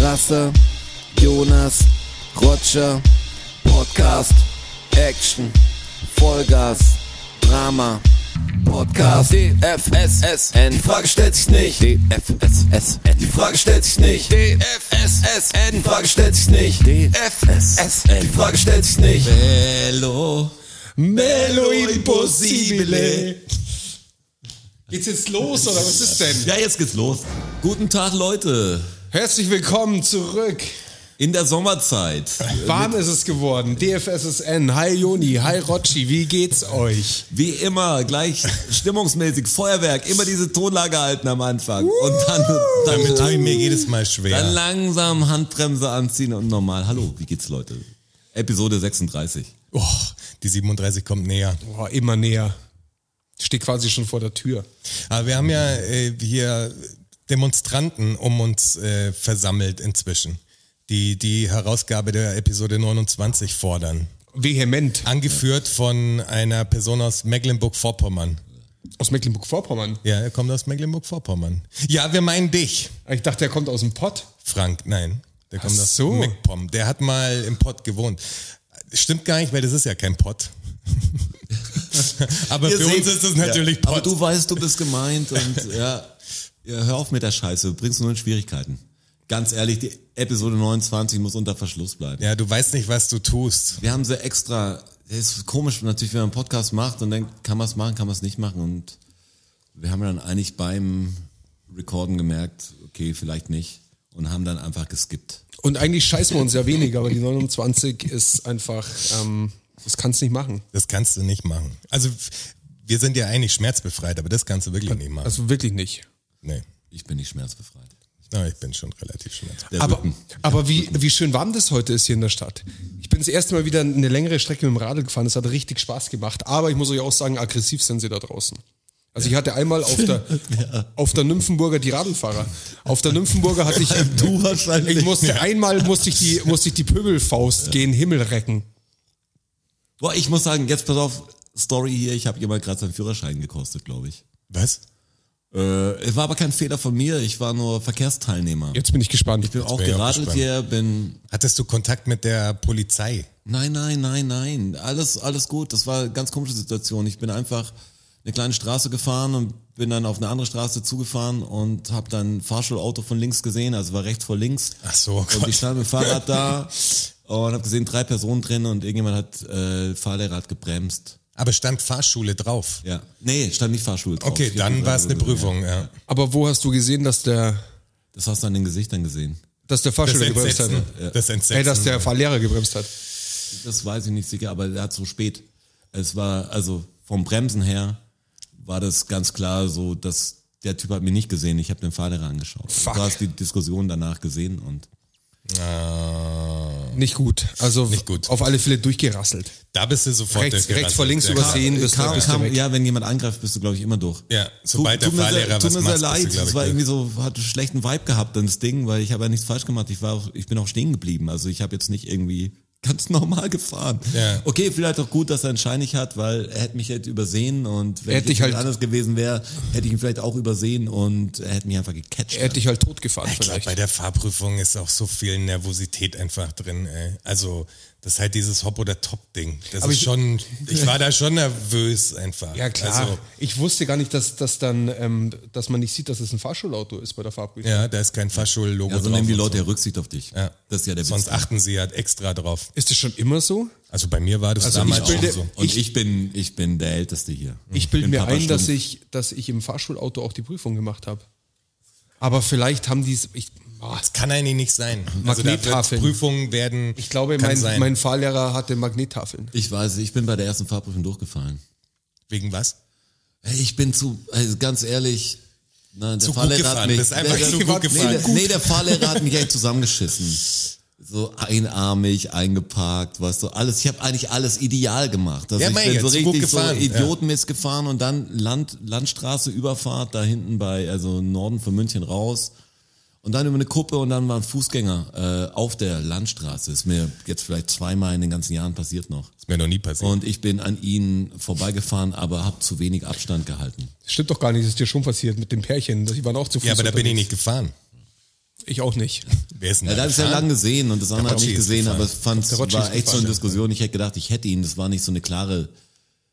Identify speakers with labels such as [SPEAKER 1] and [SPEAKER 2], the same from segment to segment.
[SPEAKER 1] Rasse, Jonas, Roger, Podcast, Action, Vollgas, Drama, Podcast, DFSSN, die Frage stellt sich nicht, DFSSN, die Frage stellt sich nicht, DFSSN, die Frage stellt sich nicht, DFSSN, die Frage stellt sich nicht.
[SPEAKER 2] Bello, Bello Impossibile.
[SPEAKER 3] Geht's jetzt los oder was ist denn?
[SPEAKER 2] Ja, jetzt geht's los. Guten Tag, Leute.
[SPEAKER 3] Herzlich willkommen zurück.
[SPEAKER 2] In der Sommerzeit.
[SPEAKER 3] Warm ist es geworden. DFSSN. Hi Joni, hi Rocci, wie geht's euch?
[SPEAKER 2] Wie immer, gleich stimmungsmäßig, Feuerwerk, immer diese Tonlage halten am Anfang. Und dann,
[SPEAKER 4] Damit
[SPEAKER 2] dann,
[SPEAKER 4] tue ich mir jedes Mal schwer.
[SPEAKER 2] dann langsam Handbremse anziehen und normal. Hallo, wie geht's, Leute? Episode 36.
[SPEAKER 4] oh, die 37 kommt näher.
[SPEAKER 3] Boah, immer näher. Steht quasi schon vor der Tür.
[SPEAKER 4] Aber wir haben ja äh, hier Demonstranten um uns äh, versammelt inzwischen, die die Herausgabe der Episode 29 fordern.
[SPEAKER 3] Vehement.
[SPEAKER 4] Angeführt von einer Person aus Mecklenburg-Vorpommern.
[SPEAKER 3] Aus Mecklenburg-Vorpommern.
[SPEAKER 4] Ja, er kommt aus Mecklenburg-Vorpommern. Ja, wir meinen dich,
[SPEAKER 3] Ich dachte, er kommt aus dem Pott.
[SPEAKER 4] Frank. Nein, der kommt
[SPEAKER 3] Ach
[SPEAKER 4] aus
[SPEAKER 3] so.
[SPEAKER 4] Meckpom. Der hat mal im Pott gewohnt. Stimmt gar nicht, weil das ist ja kein Pott. Aber
[SPEAKER 2] Ihr
[SPEAKER 4] für
[SPEAKER 2] seht-
[SPEAKER 4] uns ist es natürlich
[SPEAKER 2] ja, Aber
[SPEAKER 4] Pott.
[SPEAKER 2] du weißt, du bist gemeint und ja, ja, hör auf mit der Scheiße, du bringst nur in Schwierigkeiten. Ganz ehrlich, die Episode 29 muss unter Verschluss bleiben.
[SPEAKER 4] Ja, du weißt nicht, was du tust.
[SPEAKER 2] Wir haben sie extra, es ist komisch natürlich, wenn man einen Podcast macht und denkt, kann man es machen, kann man es nicht machen und wir haben dann eigentlich beim Recorden gemerkt, okay, vielleicht nicht und haben dann einfach geskippt.
[SPEAKER 3] Und eigentlich scheißen wir uns ja weniger, aber die 29 ist einfach, ähm, das kannst nicht machen.
[SPEAKER 4] Das kannst du nicht machen. Also f- wir sind ja eigentlich schmerzbefreit, aber das kannst du wirklich nicht machen.
[SPEAKER 3] Also wirklich nicht.
[SPEAKER 4] nee.
[SPEAKER 2] Ich bin nicht schmerzbefreit.
[SPEAKER 4] Na, ich bin schon relativ schmerzbefreit.
[SPEAKER 2] Der
[SPEAKER 3] Aber,
[SPEAKER 2] Rücken.
[SPEAKER 3] aber wie, wie schön warm das heute ist hier in der Stadt. Ich bin das erste Mal wieder eine längere Strecke mit dem Radl gefahren. Es hat richtig Spaß gemacht. Aber ich muss euch auch sagen, aggressiv sind sie da draußen. Also ich hatte einmal auf der, auf der Nymphenburger die Radlfahrer. Auf der Nymphenburger hatte ich,
[SPEAKER 2] Du wahrscheinlich.
[SPEAKER 3] ich musste, einmal musste ich die, musste ich die Pöbelfaust gegen Himmel recken.
[SPEAKER 2] Boah, ich muss sagen, jetzt pass auf, Story hier, ich habe jemand gerade seinen Führerschein gekostet, glaube ich.
[SPEAKER 4] Was?
[SPEAKER 2] Äh, es war aber kein Fehler von mir, ich war nur Verkehrsteilnehmer.
[SPEAKER 3] Jetzt bin ich gespannt.
[SPEAKER 2] bin auch
[SPEAKER 4] bin ich auch
[SPEAKER 2] geradelt
[SPEAKER 4] gespannt.
[SPEAKER 2] hier, bin.
[SPEAKER 4] Hattest du Kontakt mit der Polizei?
[SPEAKER 2] Nein, nein, nein, nein. Alles, alles gut. Das war eine ganz komische Situation. Ich bin einfach eine kleine Straße gefahren und bin dann auf eine andere Straße zugefahren und habe dann ein Fahrschulauto von links gesehen, also war rechts vor links.
[SPEAKER 4] Ach so,
[SPEAKER 2] Und ich
[SPEAKER 4] Gott.
[SPEAKER 2] stand mit dem Fahrrad da und habe gesehen, drei Personen drin und irgendjemand hat äh, Fahrlehrrad gebremst.
[SPEAKER 4] Aber stand Fahrschule drauf.
[SPEAKER 2] Ja. Nee, stand nicht Fahrschule drauf.
[SPEAKER 4] Okay,
[SPEAKER 2] Ich hab
[SPEAKER 4] dann
[SPEAKER 2] nur
[SPEAKER 4] war es eine
[SPEAKER 2] gesehen, ja.
[SPEAKER 4] Prüfung, ja.
[SPEAKER 3] Aber wo hast du gesehen, dass der,
[SPEAKER 2] Das hast du an den Gesichtern gesehen.
[SPEAKER 3] dass der
[SPEAKER 4] Das
[SPEAKER 3] Fahrschüler gebremst hat?
[SPEAKER 4] Entsetzen. Das
[SPEAKER 3] Ey, dass
[SPEAKER 4] Entsetzen.
[SPEAKER 3] der Fahrlehrer gebremst hat.
[SPEAKER 2] Das weiß ich nicht sicher, aber er hat so spät. Es war, also vom Bremsen her war das ganz klar so, dass der Typ hat mich nicht gesehen. Ich habe den Fahrlehrer angeschaut.
[SPEAKER 3] Fuck.
[SPEAKER 2] Du hast die Diskussion danach gesehen und
[SPEAKER 4] Ah,
[SPEAKER 3] Nicht gut. Also
[SPEAKER 4] Nicht gut.
[SPEAKER 3] auf alle Fälle durchgerasselt.
[SPEAKER 4] da bist du sofort
[SPEAKER 3] Rechts-
[SPEAKER 4] durchgerannt.
[SPEAKER 3] rechts vor links
[SPEAKER 4] ja,
[SPEAKER 3] übersehen. Sehen bist du,
[SPEAKER 2] kam,
[SPEAKER 3] bist du
[SPEAKER 2] kam,
[SPEAKER 3] weg.
[SPEAKER 2] ja, wenn jemand angreift, bist du glaube ich immer durch.
[SPEAKER 4] Ja, sobald der
[SPEAKER 2] tu mir sehr-
[SPEAKER 4] Fahrlehrer
[SPEAKER 2] tu
[SPEAKER 4] was
[SPEAKER 2] mir
[SPEAKER 4] macht,
[SPEAKER 2] sehr
[SPEAKER 4] bist du,
[SPEAKER 2] leid.
[SPEAKER 4] glaub
[SPEAKER 2] Es
[SPEAKER 4] ich,
[SPEAKER 2] war
[SPEAKER 4] durch.
[SPEAKER 2] irgendwie so, hatte einen schlechten Vibe gehabt dann das Ding, weil ich habe ja nichts falsch gemacht. Ich war auch, ich bin auch stehen geblieben. Also ich habe jetzt nicht irgendwie ganz normal gefahren.
[SPEAKER 4] Ja.
[SPEAKER 2] Okay, vielleicht auch gut, dass er einen Schein nicht hat, weil er hätte mich hätte übersehen und wenn
[SPEAKER 3] Er hätte
[SPEAKER 2] ich
[SPEAKER 3] dich halt-
[SPEAKER 2] halt anders gewesen wäre, hätte ich ihn vielleicht auch übersehen und er hätte mich einfach gecatcht.
[SPEAKER 3] Er hat dich halt totgefahren
[SPEAKER 4] Ich glaube,
[SPEAKER 3] vielleicht.
[SPEAKER 4] bei der Fahrprüfung ist auch so viel Nervosität einfach drin. Ey. Also, das ist halt dieses Hop- oder Top-Ding. Das
[SPEAKER 3] Aber
[SPEAKER 4] ist
[SPEAKER 3] ich-
[SPEAKER 4] schon, ich war da schon nervös einfach.
[SPEAKER 3] Ja, klar.
[SPEAKER 4] Also,
[SPEAKER 3] ich wusste gar nicht, dass, dass, dann, ähm, dass man nicht sieht, dass es ein Fahrschulauto ist bei der Fahrprüfung.
[SPEAKER 4] ja, da ist kein Fahrschullogo
[SPEAKER 2] ja, so
[SPEAKER 4] drauf.
[SPEAKER 2] nehmen Also die
[SPEAKER 4] und
[SPEAKER 2] Leute ja Rücksicht auf dich.
[SPEAKER 4] Ja.
[SPEAKER 2] Das ist ja der
[SPEAKER 4] Sonst
[SPEAKER 2] Witz.
[SPEAKER 4] achten sie halt extra drauf.
[SPEAKER 3] Ist das schon immer so?
[SPEAKER 4] Also bei mir war das
[SPEAKER 3] Also
[SPEAKER 4] damals
[SPEAKER 3] ich bilde-
[SPEAKER 4] schon so.
[SPEAKER 2] Und ich, bin, ich bin der Älteste hier.
[SPEAKER 3] Ich bilde
[SPEAKER 2] bin
[SPEAKER 3] mir
[SPEAKER 2] Papa
[SPEAKER 3] ein, dass
[SPEAKER 2] Stumpf.
[SPEAKER 3] ich, dass ich im Fahrschulauto auch die Prüfung gemacht habe. Aber vielleicht haben die es. Ich, ah,
[SPEAKER 4] Das kann eigentlich nicht sein. Also da wird
[SPEAKER 3] Magnettafeln.
[SPEAKER 4] Prüfungen werden.
[SPEAKER 3] ich glaube,
[SPEAKER 4] kann
[SPEAKER 3] mein,
[SPEAKER 4] sein.
[SPEAKER 3] mein Fahrlehrer hatte Magnettafeln.
[SPEAKER 2] Ich weiß, ich bin bei der ersten Fahrprüfung durchgefallen.
[SPEAKER 4] wegen was?
[SPEAKER 2] Hey, Ich bin zu, also ganz ehrlich, nein, der
[SPEAKER 4] Zu gut
[SPEAKER 2] Fahrlehrer hat
[SPEAKER 4] gefahren,
[SPEAKER 2] mich,
[SPEAKER 4] bist einfach
[SPEAKER 2] der,
[SPEAKER 4] zu
[SPEAKER 2] der,
[SPEAKER 4] gut
[SPEAKER 2] nee,
[SPEAKER 4] gefahren.
[SPEAKER 2] der, nee, der Fahrlehrer hat mich echt zusammengeschissen. So einarmig, eingeparkt, weißt du, alles. Ich habe eigentlich alles ideal gemacht. Also
[SPEAKER 4] Ja,
[SPEAKER 2] ich
[SPEAKER 4] mein
[SPEAKER 2] bin
[SPEAKER 4] Gott,
[SPEAKER 2] so
[SPEAKER 4] zu gut
[SPEAKER 2] richtig so
[SPEAKER 4] gefahren, ja.
[SPEAKER 2] Idiotenmist gefahren und dann Land, Landstraße, Überfahrt da hinten bei, also Norden von München raus. Und dann über eine Kuppe und dann waren Fußgänger äh, auf der Landstraße. Ist mir jetzt vielleicht zweimal in den ganzen Jahren passiert noch.
[SPEAKER 4] Ist mir noch nie passiert.
[SPEAKER 2] Und ich bin an ihnen vorbeigefahren, aber habe zu wenig Abstand gehalten.
[SPEAKER 3] Das stimmt doch gar nicht, das ist dir schon passiert mit dem Pärchen. Die waren auch zu Fuß
[SPEAKER 4] ja, aber da bin ich
[SPEAKER 3] unterwegs.
[SPEAKER 4] nicht gefahren.
[SPEAKER 3] Ich auch nicht.
[SPEAKER 4] Wer ist denn
[SPEAKER 2] Ja,
[SPEAKER 4] da
[SPEAKER 2] da habe ich ja
[SPEAKER 4] gefahren?
[SPEAKER 2] lange gesehen und das andere
[SPEAKER 4] Der
[SPEAKER 2] habe ich
[SPEAKER 4] Rotschi
[SPEAKER 2] nicht
[SPEAKER 4] ist
[SPEAKER 2] gesehen,
[SPEAKER 4] gefahren.
[SPEAKER 2] aber es fand,
[SPEAKER 3] Der
[SPEAKER 2] war
[SPEAKER 3] Rotschi ist
[SPEAKER 2] echt so
[SPEAKER 3] gefahren,
[SPEAKER 2] eine
[SPEAKER 3] ja.
[SPEAKER 2] Diskussion. Ich hätte gedacht, ich hätte ihn. Das war nicht so eine klare,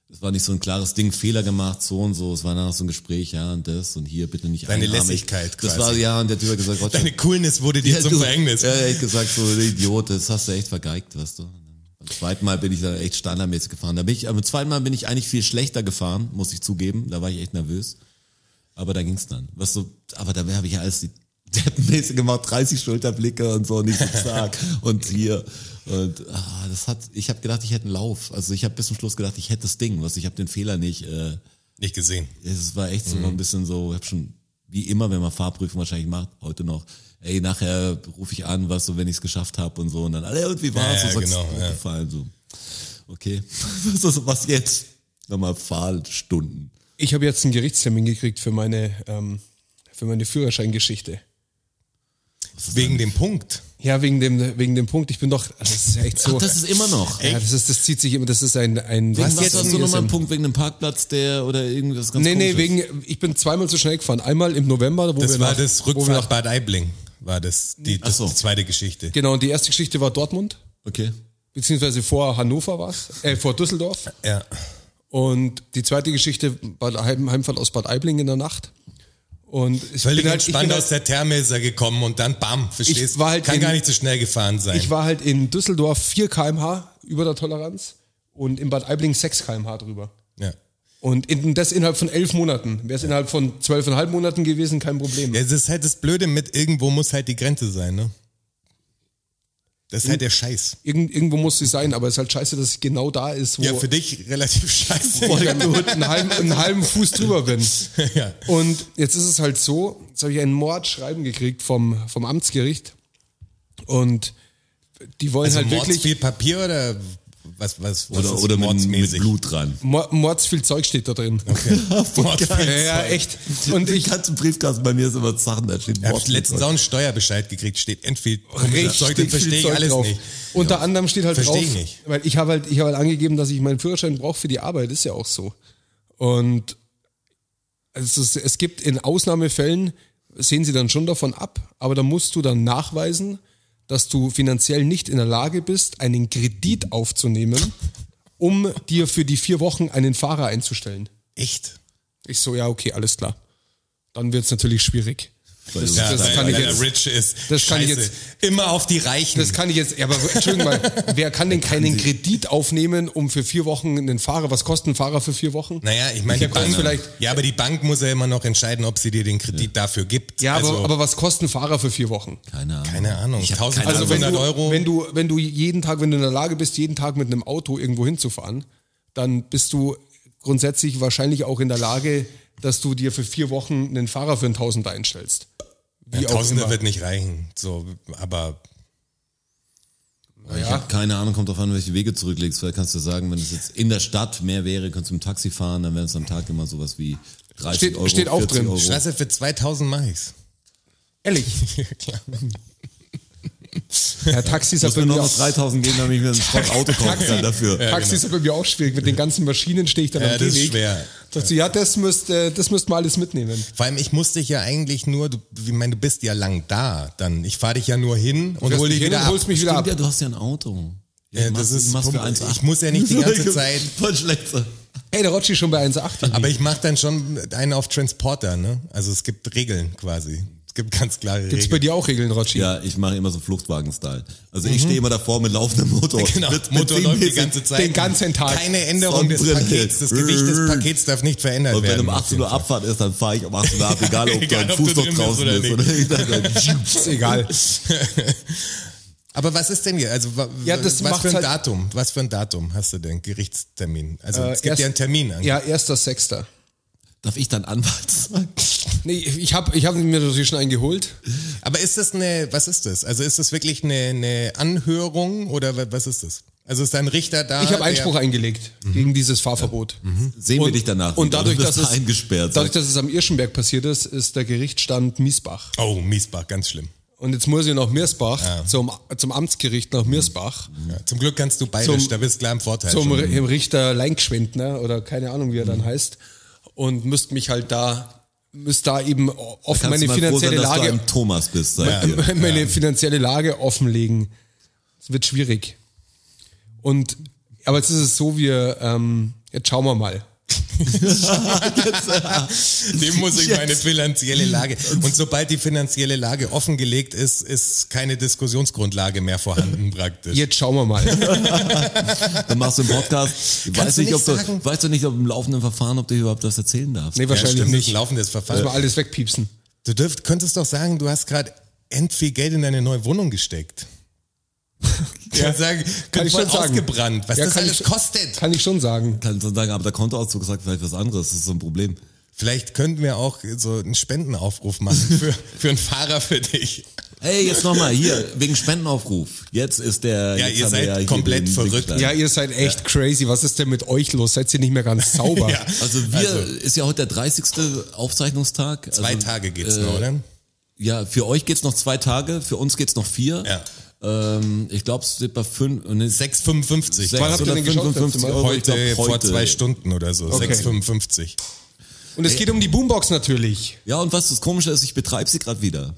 [SPEAKER 2] das war nicht so ein klares Ding, Fehler gemacht, so und so. Es war danach so ein Gespräch, ja und das und hier bitte nicht
[SPEAKER 4] Deine
[SPEAKER 2] einarmig.
[SPEAKER 4] Lässigkeit
[SPEAKER 2] Das
[SPEAKER 4] quasi.
[SPEAKER 2] war, ja, und der Typ hat gesagt, Rotschi,
[SPEAKER 4] Deine Coolness wurde dir
[SPEAKER 2] ja,
[SPEAKER 4] zum
[SPEAKER 2] du-
[SPEAKER 4] Verhängnis.
[SPEAKER 2] Ja, er hat gesagt, so du Idiot, das hast du echt vergeigt, weißt du. Beim zweiten Mal bin ich da echt standardmäßig gefahren. Da bin ich, beim zweiten Mal bin ich eigentlich viel schlechter gefahren, muss ich zugeben. Da war ich echt nervös. Aber da ging's dann. Was so, aber da habe ich ja alles die Deppenmäßig gemacht, 30 Schulterblicke und so, nicht so stark. und hier. Und ah, das hat, ich habe gedacht, ich hätte einen Lauf. Also ich habe bis zum Schluss gedacht, ich hätte das Ding, was ich habe den Fehler nicht. Äh,
[SPEAKER 4] Nicht gesehen.
[SPEAKER 2] es war echt so ein bisschen so, ich hab schon, wie immer, wenn man Fahrprüfung wahrscheinlich macht, heute noch, ey, nachher rufe ich an, was so, wenn ich es geschafft habe und so und dann, alle, und wie war's?
[SPEAKER 4] Ja, ja,
[SPEAKER 2] und sagst,
[SPEAKER 4] genau,
[SPEAKER 2] oh,
[SPEAKER 4] ja.
[SPEAKER 2] gefallen, so. Okay, was, ist- was jetzt? Nochmal Fahrstunden.
[SPEAKER 3] Ich habe jetzt einen Gerichtstermin gekriegt für meine, ähm, für meine Führerscheingeschichte.
[SPEAKER 4] Wegen dem Punkt.
[SPEAKER 3] Ja, wegen dem, wegen dem Punkt. Ich bin doch, also das ist ja echt so.
[SPEAKER 2] Ach, das ist immer noch.
[SPEAKER 3] ja, das, ist, das zieht sich immer, das ist ein, ein
[SPEAKER 2] Wegen
[SPEAKER 3] was
[SPEAKER 2] was hast
[SPEAKER 3] ist
[SPEAKER 2] du
[SPEAKER 3] ein-
[SPEAKER 2] nochmal einen Punkt wegen dem Parkplatz, der oder irgendwas ganz
[SPEAKER 3] Nee, nee,
[SPEAKER 2] Komisches?
[SPEAKER 3] wegen, ich bin zweimal zu schnell gefahren. Einmal im November, wo
[SPEAKER 4] Das
[SPEAKER 3] wir
[SPEAKER 4] war
[SPEAKER 3] nach,
[SPEAKER 4] das
[SPEAKER 3] wo wir nach,
[SPEAKER 4] Rückfahrt Bad Aibling. War das die, das
[SPEAKER 2] so.
[SPEAKER 4] die zweite Geschichte.
[SPEAKER 3] Genau, und die erste Geschichte war Dortmund,
[SPEAKER 2] Okay.
[SPEAKER 3] beziehungsweise vor Hannover war es, äh, vor Düsseldorf.
[SPEAKER 4] Ja.
[SPEAKER 3] Und die zweite Geschichte war der Heim, Heimfahrt aus Bad Aibling in der Nacht. Und ich
[SPEAKER 4] Völlig
[SPEAKER 3] bin halt, ich,
[SPEAKER 4] entspannt
[SPEAKER 3] bin
[SPEAKER 4] aus
[SPEAKER 3] halt,
[SPEAKER 4] der Therme ist er gekommen und dann bam, verstehst
[SPEAKER 3] war halt
[SPEAKER 4] Kann
[SPEAKER 3] in-
[SPEAKER 4] gar nicht so schnell gefahren sein.
[SPEAKER 3] ich war halt in Düsseldorf 4 kmh über der Toleranz und in Bad Aibling 6 kmh drüber.
[SPEAKER 4] ja.
[SPEAKER 3] Und in, das innerhalb von elf Monaten. Wäre es innerhalb von zwölfeinhalb Monaten gewesen, kein Problem.
[SPEAKER 4] ja, es ist halt das Blöde mit irgendwo muss halt die Grenze sein, ne? Das ist halt der Scheiß.
[SPEAKER 3] Irgend, irgendwo muss sie sein, aber es ist halt scheiße, dass es genau da ist, wo
[SPEAKER 4] Ja, für dich relativ scheiße.
[SPEAKER 3] ich einen, halben, einen halben Fuß drüber bin.
[SPEAKER 4] ja.
[SPEAKER 3] Und jetzt ist es halt so, jetzt habe ich ein Mordschreiben gekriegt vom, vom Amtsgericht. Und die wollen
[SPEAKER 4] Also
[SPEAKER 3] halt
[SPEAKER 4] Mords
[SPEAKER 3] wirklich.
[SPEAKER 4] viel Papier oder was, was, was
[SPEAKER 2] Oder,
[SPEAKER 4] ist
[SPEAKER 2] oder mit, mit
[SPEAKER 4] mordsmäßig?
[SPEAKER 2] Blut dran.
[SPEAKER 3] Mor Mords viel Zeug steht da drin.
[SPEAKER 4] Mords viel
[SPEAKER 3] Ja, ja,
[SPEAKER 4] Zeug.
[SPEAKER 3] echt. Und ich,
[SPEAKER 2] hatte einen Briefkasten, bei mir ist immer Sachen, da steht
[SPEAKER 4] Hab ich
[SPEAKER 2] Morten-
[SPEAKER 4] letztens auch einen Steuerbescheid gekriegt, steht entweder
[SPEAKER 3] richtig
[SPEAKER 4] Zeug, den
[SPEAKER 3] Oh, viel
[SPEAKER 4] verstehe ich
[SPEAKER 3] Zeug
[SPEAKER 4] alles
[SPEAKER 3] drauf.
[SPEAKER 4] nicht.
[SPEAKER 3] Unter anderem steht halt
[SPEAKER 4] Versteh
[SPEAKER 3] drauf,
[SPEAKER 4] ich nicht.
[SPEAKER 3] weil ich habe halt, ich habe halt angegeben, dass ich meinen Führerschein brauche für die Arbeit, ist ja auch so. Und es, ist, es gibt in Ausnahmefällen, sehen sie dann schon davon ab, aber da musst du dann nachweisen, dass du finanziell nicht in der Lage bist, einen Kredit aufzunehmen, um dir für die vier Wochen einen Fahrer einzustellen.
[SPEAKER 4] Echt?
[SPEAKER 3] Ich so, ja, okay, alles klar. Dann wird es natürlich schwierig. Das,
[SPEAKER 4] Ja,
[SPEAKER 3] das
[SPEAKER 4] weil,
[SPEAKER 3] kann ich
[SPEAKER 4] weil er
[SPEAKER 3] jetzt.
[SPEAKER 4] rich ist.
[SPEAKER 3] das kann ich
[SPEAKER 4] Scheiße.
[SPEAKER 3] jetzt-
[SPEAKER 4] Immer auf die Reichen.
[SPEAKER 3] Das kann ich jetzt, ja, aber Entschuldigung mal, wer kann denn keinen Kredit aufnehmen, um für vier Wochen einen Fahrer, was kostet ein Fahrer für vier Wochen?
[SPEAKER 4] naja, ich meine,
[SPEAKER 3] Ich
[SPEAKER 4] die
[SPEAKER 3] hab kurz
[SPEAKER 4] Bank,
[SPEAKER 3] vielleicht-
[SPEAKER 4] ja, aber die Bank muss ja immer noch entscheiden, ob sie dir den Kredit dafür gibt.
[SPEAKER 3] Ja, aber,
[SPEAKER 4] also,
[SPEAKER 3] aber was kostet ein Fahrer für vier Wochen?
[SPEAKER 2] Keine Ahnung.
[SPEAKER 4] keine Ahnung,
[SPEAKER 2] Ich hab keine
[SPEAKER 3] Also wenn
[SPEAKER 4] 1500
[SPEAKER 3] du,
[SPEAKER 4] Euro.
[SPEAKER 3] wenn du, wenn du jeden Tag, wenn du in der Lage bist, jeden Tag mit einem Auto irgendwo hinzufahren, dann bist du grundsätzlich wahrscheinlich auch in der Lage, dass du dir für vier Wochen einen Fahrer für einen Tausender einstellst. Wie
[SPEAKER 4] ja, Tausende wird nicht reichen. So, aber
[SPEAKER 2] Ich habe keine Ahnung, kommt drauf an, welche Wege du zurücklegst. Vielleicht kannst du sagen, wenn es jetzt in der Stadt mehr wäre, könntest du im Taxi fahren, dann wären es am Tag immer sowas wie 30
[SPEAKER 3] Steht-
[SPEAKER 2] Euro,
[SPEAKER 3] steht auch
[SPEAKER 2] 40
[SPEAKER 3] drin.
[SPEAKER 2] Euro.
[SPEAKER 4] Schlasse für 2000 mache ich's.
[SPEAKER 3] Ehrlich,
[SPEAKER 4] Klar.
[SPEAKER 3] ja, Taxis hat
[SPEAKER 2] Muss
[SPEAKER 3] bei
[SPEAKER 2] mir
[SPEAKER 3] mir
[SPEAKER 2] nur noch
[SPEAKER 3] auch,
[SPEAKER 2] 3000 gehen, damit ich mir ein Schrott Auto kaufen kann dafür.
[SPEAKER 3] Taxis hat bei mir auch schwierig. Mit den ganzen Maschinen stehe ich dann
[SPEAKER 4] genau. Ja,
[SPEAKER 3] am
[SPEAKER 4] das ist
[SPEAKER 3] Gehweg.
[SPEAKER 4] schwer.
[SPEAKER 3] Sagt sie, ja, das müsst, äh, das müsst mal alles mitnehmen.
[SPEAKER 4] Vor allem, ich muss dich ja eigentlich nur, du, ich meine, du bist ja lang da, dann. Ich fahre dich ja nur hin und
[SPEAKER 3] Fährst
[SPEAKER 4] hol
[SPEAKER 3] mich
[SPEAKER 4] dich
[SPEAKER 3] hin
[SPEAKER 4] wieder
[SPEAKER 3] und
[SPEAKER 4] ab.
[SPEAKER 3] holst mich wieder
[SPEAKER 2] genau. Stimmt
[SPEAKER 3] ab.
[SPEAKER 2] ja, du hast ja ein Auto.
[SPEAKER 4] Ja, das
[SPEAKER 2] machst,
[SPEAKER 4] ist-
[SPEAKER 2] machst du
[SPEAKER 4] ich
[SPEAKER 2] 1,8.
[SPEAKER 4] muss ja nicht die ganze Zeit-
[SPEAKER 2] Voll schlecht sein.
[SPEAKER 3] Ey, der Rotschi ist schon bei 1,8.
[SPEAKER 4] Aber ich mache dann schon einen auf Transporter, ne? Also es gibt Regeln quasi. Es gibt ganz klare
[SPEAKER 3] Gibt's bei
[SPEAKER 4] Regeln.
[SPEAKER 3] dir auch Regeln, Rotschi?
[SPEAKER 2] Ja, ich mache immer so Fluchtwagen-Style. Also ich stehe immer davor mit laufendem Motor.
[SPEAKER 4] Mhm. Genau,
[SPEAKER 2] Mit- mit
[SPEAKER 4] Motor läuft die
[SPEAKER 2] Benzinmäßig.
[SPEAKER 4] ganze Zeit.
[SPEAKER 3] Den ganzen Tag.
[SPEAKER 4] Keine Änderung des
[SPEAKER 2] Sonnenbrille.
[SPEAKER 4] Pakets. Das Gewicht des Pakets darf nicht verändert
[SPEAKER 2] Und wenn
[SPEAKER 4] werden.
[SPEAKER 2] um 18 Uhr Abfahrt ist, dann fahre ich um 18 Uhr ab, egal ob
[SPEAKER 4] Egal,
[SPEAKER 2] dein
[SPEAKER 4] ob
[SPEAKER 2] Fuß
[SPEAKER 4] du
[SPEAKER 2] noch
[SPEAKER 4] drin bist
[SPEAKER 2] draußen
[SPEAKER 4] oder
[SPEAKER 2] ist. Oder
[SPEAKER 3] Ist egal.
[SPEAKER 4] Aber was ist denn hier? Also wa-
[SPEAKER 3] Ja, das
[SPEAKER 4] was
[SPEAKER 3] macht's
[SPEAKER 4] für ein
[SPEAKER 3] halt-
[SPEAKER 4] Datum? Was für ein Datum hast du denn? Gerichtstermin? Also
[SPEAKER 3] Äh,
[SPEAKER 4] es gibt
[SPEAKER 3] erst-
[SPEAKER 4] ja einen Termin an.
[SPEAKER 3] Ja, erster Sechster.
[SPEAKER 2] Darf ich dann Anwalt sein?
[SPEAKER 3] Nee, ich habe ich hab mir natürlich schon einen geholt.
[SPEAKER 4] Aber ist das eine, was ist das? Also ist das wirklich eine, eine Anhörung oder wa- was ist das? Also ist da ein Richter da?
[SPEAKER 3] Ich habe
[SPEAKER 4] der-
[SPEAKER 3] Einspruch eingelegt
[SPEAKER 4] Mhm.
[SPEAKER 3] gegen dieses Fahrverbot.
[SPEAKER 2] Sehen wir
[SPEAKER 3] Und,
[SPEAKER 2] dich danach.
[SPEAKER 3] und
[SPEAKER 2] wieder.
[SPEAKER 3] dadurch,
[SPEAKER 2] Du
[SPEAKER 3] dass
[SPEAKER 2] bist
[SPEAKER 3] es,
[SPEAKER 2] eingesperrt.
[SPEAKER 3] dadurch, dass es am Irschenberg passiert ist, ist der Gerichtsstand Miesbach.
[SPEAKER 4] Oh, Miesbach, ganz schlimm.
[SPEAKER 3] Und jetzt muss ich nach Miesbach, zum, zum Amtsgericht nach Miesbach,
[SPEAKER 4] Ja, zum Glück kannst du beides,
[SPEAKER 3] Zum-
[SPEAKER 4] da bist du klar im Vorteil.
[SPEAKER 3] zum
[SPEAKER 4] schon.
[SPEAKER 3] ne? Richter Leinkschwendner oder keine Ahnung, wie er dann heißt, und müsste mich halt da ist da eben oft
[SPEAKER 2] Kannst
[SPEAKER 3] meine
[SPEAKER 2] du mal
[SPEAKER 3] finanzielle
[SPEAKER 2] froh sein, dass
[SPEAKER 3] Lage
[SPEAKER 2] du ein Thomas bist, sag ich dir.
[SPEAKER 3] meine finanzielle Lage offenlegen. Es wird schwierig. Und aber jetzt ist es so, wir ähm, jetzt schauen wir mal.
[SPEAKER 4] Dem muss ich
[SPEAKER 2] Jetzt.
[SPEAKER 4] meine finanzielle Lage. Und sobald die finanzielle Lage offengelegt ist, ist keine Diskussionsgrundlage mehr vorhanden praktisch.
[SPEAKER 3] Jetzt schauen wir mal.
[SPEAKER 2] Dann machst du einen Podcast. Weißt du
[SPEAKER 4] du
[SPEAKER 2] nicht, ob
[SPEAKER 4] nicht
[SPEAKER 2] du,
[SPEAKER 4] sagen?
[SPEAKER 2] weißt du nicht, ob im laufenden Verfahren, ob du überhaupt das erzählen darfst?
[SPEAKER 3] Nee, wahrscheinlich
[SPEAKER 4] stimmt, das ist
[SPEAKER 3] nicht.
[SPEAKER 4] ein laufendes
[SPEAKER 3] Lass mal
[SPEAKER 4] Verfahren.
[SPEAKER 3] alles wegpiepsen.
[SPEAKER 4] Du dürft, könntest doch sagen, du hast gerade end viel Geld in deine neue Wohnung gesteckt. ja, sagen,
[SPEAKER 3] Kann ich
[SPEAKER 4] voll
[SPEAKER 3] schon sagen.
[SPEAKER 4] ausgebrannt, was
[SPEAKER 3] Ja,
[SPEAKER 4] das
[SPEAKER 3] kann
[SPEAKER 4] alles
[SPEAKER 3] ich-
[SPEAKER 4] kostet.
[SPEAKER 3] Kann ich schon sagen.
[SPEAKER 2] Kannst du sagen, aber der Kontoauszug sagt vielleicht was anderes, das ist so ein Problem.
[SPEAKER 4] Vielleicht könnten wir auch so einen Spendenaufruf machen für, für einen Fahrer für dich.
[SPEAKER 2] Also, Hey, jetzt nochmal, hier, wegen Spendenaufruf. Jetzt ist der.
[SPEAKER 4] Ja,
[SPEAKER 2] jetzt
[SPEAKER 4] ihr
[SPEAKER 2] haben wir
[SPEAKER 4] seid
[SPEAKER 2] hier
[SPEAKER 4] komplett
[SPEAKER 2] den
[SPEAKER 4] verrückt.
[SPEAKER 2] Dingstein.
[SPEAKER 3] Ja, ihr seid echt crazy. Was ist denn mit euch los? Seid ihr nicht mehr ganz sauber?
[SPEAKER 4] Ja.
[SPEAKER 2] Also wir, ist ja heute der 30. Aufzeichnungstag.
[SPEAKER 4] Zwei
[SPEAKER 2] also,
[SPEAKER 4] Tage geht's noch, oder?
[SPEAKER 2] Ja, für euch geht's noch zwei Tage, für uns geht's noch vier.
[SPEAKER 4] Ja.
[SPEAKER 2] Ähm, ich glaube, es wird bei fünf, nee, sechs
[SPEAKER 4] 6,55.
[SPEAKER 3] Wann habt ihr denn geschaut,
[SPEAKER 2] 655
[SPEAKER 3] letzte Mal?
[SPEAKER 2] Euro. ich
[SPEAKER 4] Heute,
[SPEAKER 2] glaub, heute
[SPEAKER 4] vor zwei Stunden oder so.
[SPEAKER 3] Okay.
[SPEAKER 4] 6,55.
[SPEAKER 3] Und es geht um die Boombox natürlich.
[SPEAKER 2] Ja, und was das Komische ist, ich betreibe sie gerade wieder.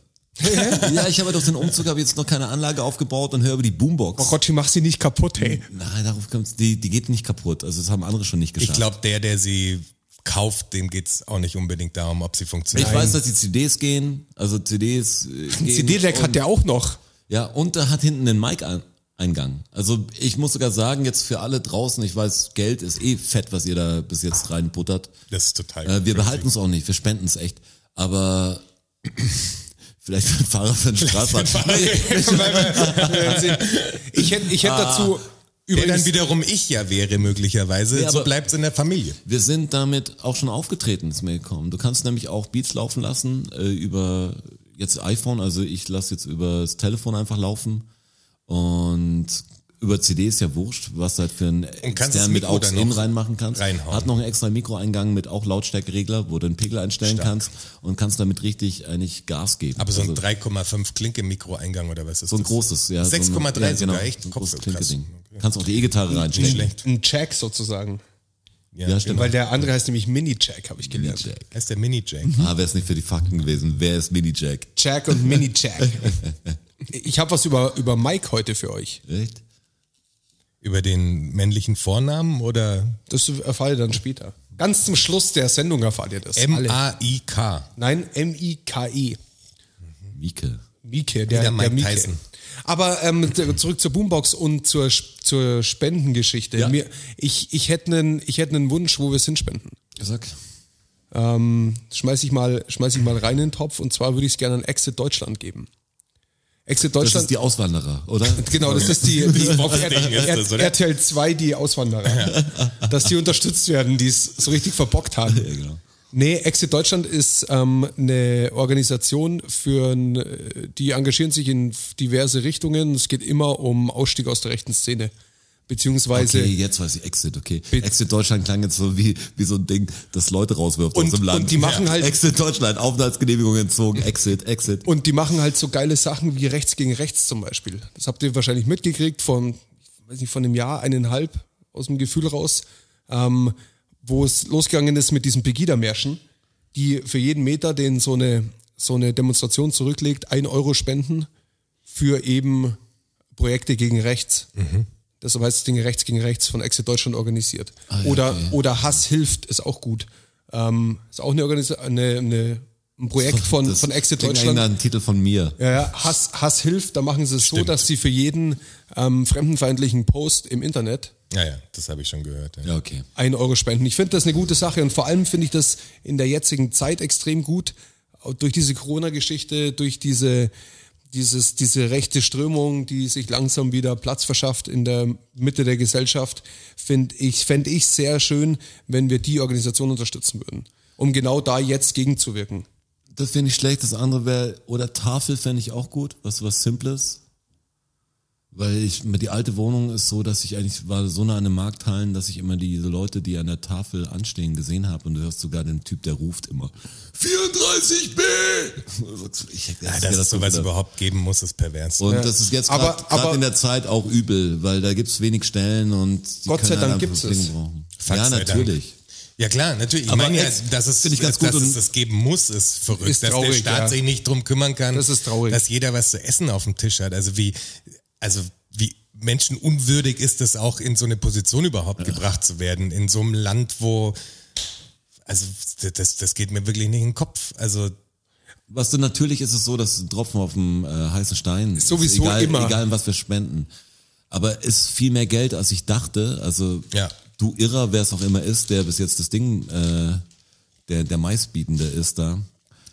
[SPEAKER 2] ja, ich habe durch den Umzug habe jetzt noch keine Anlage aufgebaut und höre über die Boombox.
[SPEAKER 3] Oh Gott, mach sie nicht kaputt, hey.
[SPEAKER 2] Nein, darauf kommt's. Die, die geht nicht kaputt. Also das haben andere schon nicht geschafft.
[SPEAKER 4] Ich glaube, der, der sie kauft, dem geht's auch nicht unbedingt darum, ob sie
[SPEAKER 2] Ich
[SPEAKER 4] funktioniert.
[SPEAKER 2] weiß, dass die CDs gehen. Also CDs. äh, Gehen
[SPEAKER 3] CD-Deck hat der auch noch.
[SPEAKER 2] Ja, und er hat hinten den Mic-Eingang. Also ich muss sogar sagen, jetzt für alle draußen, ich weiß, Geld ist eh fett, was ihr da bis jetzt reinbuttert.
[SPEAKER 4] Das ist total
[SPEAKER 2] Äh, wir
[SPEAKER 4] crazy.
[SPEAKER 2] behalten es auch nicht, wir spenden es echt. Aber vielleicht für den Fahrer für den Straßenbahn.
[SPEAKER 3] ich hätte ich hätt dazu
[SPEAKER 4] Ah. Der dann
[SPEAKER 3] übrigens
[SPEAKER 4] wiederum ich ja wäre, möglicherweise.
[SPEAKER 2] Ja,
[SPEAKER 4] so
[SPEAKER 2] aber-
[SPEAKER 4] bleibt's in der Familie.
[SPEAKER 2] Wir sind damit auch schon aufgetreten, ist mir gekommen. Du kannst nämlich auch Beats laufen lassen äh, über jetzt iPhone, also ich lasse jetzt über das Telefon einfach laufen und über CD ist ja wurscht, was du halt für einen
[SPEAKER 4] Und kannst das
[SPEAKER 2] externen mit
[SPEAKER 4] Mikro
[SPEAKER 2] Aux
[SPEAKER 4] dann
[SPEAKER 2] in
[SPEAKER 4] noch
[SPEAKER 2] reinmachen kannst.
[SPEAKER 4] reinhauen.
[SPEAKER 2] Hat noch einen extra Mikroeingang mit auch Lautstärkeregler, wo du einen Pegel einstellen
[SPEAKER 4] Stark.
[SPEAKER 2] kannst und kannst damit richtig eigentlich Gas geben.
[SPEAKER 4] Aber so ein
[SPEAKER 2] Also
[SPEAKER 4] 3,5 Klinke Mikroeingang oder was ist
[SPEAKER 2] so ein
[SPEAKER 4] das?
[SPEAKER 2] großes, ja. so ein-
[SPEAKER 4] 6,3
[SPEAKER 2] ja,
[SPEAKER 4] sogar,
[SPEAKER 2] genau,
[SPEAKER 4] echt.
[SPEAKER 2] So ein
[SPEAKER 4] Kopf,
[SPEAKER 2] großes
[SPEAKER 4] krass.
[SPEAKER 2] Klinke-Ding. Kannst auch die E-Gitarre reinstecken.
[SPEAKER 4] schlecht.
[SPEAKER 3] einen Jack sozusagen.
[SPEAKER 2] Ja, stimmt.
[SPEAKER 3] Weil der andere heißt nämlich Mini-Jack, habe ich gelernt.
[SPEAKER 2] Mini-Jack.
[SPEAKER 4] Heißt der Genau. Mini-Jack.
[SPEAKER 2] Ah, wäre es nicht für die Fakten gewesen. Wer ist Mini-Jack?
[SPEAKER 3] Jack und Mini-Jack. ich habe was über, über Mike heute für euch.
[SPEAKER 2] Echt?
[SPEAKER 4] Über den männlichen Vornamen oder
[SPEAKER 3] Das erfahrt ihr dann später. Ganz zum Schluss der Sendung erfahrt ihr das. Alle.
[SPEAKER 4] M-A-I-K.
[SPEAKER 3] Nein, M-I-K-E.
[SPEAKER 2] Mieke.
[SPEAKER 3] E. Mieke, der,
[SPEAKER 4] der
[SPEAKER 3] der,
[SPEAKER 4] Mike
[SPEAKER 3] Mieke.
[SPEAKER 4] Tyson.
[SPEAKER 3] Aber ähm, d- zurück zur Boombox und zur, Sp- zur Spendengeschichte.
[SPEAKER 2] Ja.
[SPEAKER 3] Mir, ich ich hätte einen ich hätt nen Wunsch, wo wir es hinspenden.
[SPEAKER 2] Sag.
[SPEAKER 3] Ähm, schmeiß, ich mal, schmeiß ich mal rein in den Topf und zwar würde ich es gerne an Exit Deutschland geben. Exit
[SPEAKER 2] Das
[SPEAKER 3] Deutschland.
[SPEAKER 2] ist die Auswanderer, oder?
[SPEAKER 3] Genau, das ist die, die auf R
[SPEAKER 4] Ding ist
[SPEAKER 3] R
[SPEAKER 4] das, oder?
[SPEAKER 3] RTL 2, die Auswanderer. dass die unterstützt werden, die es so richtig verbockt haben.
[SPEAKER 2] Ja, genau.
[SPEAKER 3] Nee, Exit Deutschland ist ähm, eine Organisation für, n- äh, die engagieren sich in f- diverse Richtungen. Es geht immer um Ausstieg aus der rechten Szene. Beziehungsweise
[SPEAKER 2] Okay, jetzt weiß ich Exit, okay. Exit Deutschland klang jetzt so wie, wie so ein Ding, das Leute rauswirft
[SPEAKER 3] Und-
[SPEAKER 2] aus dem Land.
[SPEAKER 3] und die machen halt-
[SPEAKER 2] Exit Deutschland, Aufenthaltsgenehmigung entzogen, Exit, Exit.
[SPEAKER 3] Und die machen halt so geile Sachen wie rechts gegen rechts zum Beispiel. Das habt ihr wahrscheinlich mitgekriegt von, ich weiß nicht, von einem Jahr, eineinhalb aus dem Gefühl raus, ähm, wo es losgegangen ist mit diesen Pegida-Märschen, die für jeden Meter, den so eine, so eine Demonstration zurücklegt, ein Euro spenden für eben Projekte gegen rechts.
[SPEAKER 2] Mhm.
[SPEAKER 3] Das heißt, Dinge rechts gegen rechts von Exit Deutschland organisiert.
[SPEAKER 2] Ah, ja,
[SPEAKER 3] oder,
[SPEAKER 2] okay.
[SPEAKER 3] oder Hass hilft ist auch gut. Ähm, ist auch eine, Organis eine, eine ein Projekt von,
[SPEAKER 2] Das
[SPEAKER 3] von Exit
[SPEAKER 2] klingt
[SPEAKER 3] Deutschland.
[SPEAKER 2] eigentlich nach einem Titel von mir.
[SPEAKER 3] Ja, ja, Hass, Hass hilft, da machen sie es so, dass sie für jeden ähm, fremdenfeindlichen Post im Internet
[SPEAKER 4] Ja, ja, das habe ich schon gehört. Ja.
[SPEAKER 2] Ja, okay.
[SPEAKER 3] ein Euro spenden. Ich finde das eine gute Sache und vor allem finde ich das in der jetzigen Zeit extrem gut. Durch diese Corona-Geschichte, durch diese, dieses, diese rechte Strömung, die sich langsam wieder Platz verschafft in der Mitte der Gesellschaft, finde ich, fände ich sehr schön, wenn wir die Organisation unterstützen würden, um genau da jetzt gegenzuwirken.
[SPEAKER 2] Das wäre nicht schlecht, das andere wäre, oder Tafel fände ich auch gut, was, was Simples. Weil ich, mit die alte Wohnung ist so, dass ich eigentlich war so nah an den Markthallen, dass ich immer diese Leute, die an der Tafel anstehen, gesehen habe und du hörst sogar den Typ, der ruft immer 34b! Und du sagst, Ich, hätte-
[SPEAKER 4] Ah,
[SPEAKER 2] das
[SPEAKER 4] dass
[SPEAKER 2] wäre
[SPEAKER 4] es sowas
[SPEAKER 2] wieder-
[SPEAKER 4] überhaupt geben muss, ist pervers.
[SPEAKER 2] Und das ist jetzt
[SPEAKER 3] Aber-
[SPEAKER 2] gerade
[SPEAKER 3] aber-
[SPEAKER 2] in der Zeit auch übel, weil da gibt's wenig Stellen und die
[SPEAKER 3] Gott sei
[SPEAKER 2] können
[SPEAKER 3] Dank
[SPEAKER 2] einfach
[SPEAKER 3] gibt's
[SPEAKER 2] Dinge
[SPEAKER 3] es.
[SPEAKER 2] brauchen.
[SPEAKER 4] Fuck
[SPEAKER 2] ja,
[SPEAKER 4] sei Dank.
[SPEAKER 2] natürlich.
[SPEAKER 4] Ja klar, natürlich. Ich
[SPEAKER 2] Aber
[SPEAKER 4] meine ja,
[SPEAKER 2] ex-
[SPEAKER 4] dass es,
[SPEAKER 2] finde ich ganz
[SPEAKER 4] dass
[SPEAKER 2] gut
[SPEAKER 4] es
[SPEAKER 2] und-
[SPEAKER 4] das geben muss, ist verrückt.
[SPEAKER 3] Ist
[SPEAKER 4] dass
[SPEAKER 3] traurig,
[SPEAKER 4] der Staat
[SPEAKER 3] ja.
[SPEAKER 4] sich nicht drum kümmern kann.
[SPEAKER 3] Das ist traurig.
[SPEAKER 4] Dass jeder was zu essen auf dem Tisch hat. Also wie, also wie menschenunwürdig ist es auch, in so eine Position überhaupt gebracht zu werden. In so einem Land, wo, also das, das geht mir wirklich nicht in den Kopf. Also
[SPEAKER 2] Was du natürlich ist es so, dass ein Tropfen auf dem äh, heißen Stein ist
[SPEAKER 3] sowieso
[SPEAKER 2] egal,
[SPEAKER 3] immer.
[SPEAKER 2] egal was wir spenden. Aber ist viel mehr Geld, als ich dachte. Also
[SPEAKER 4] Ja.
[SPEAKER 2] du Irrer, wer es auch immer ist, der bis jetzt das Ding, äh, der der meistbietende ist da.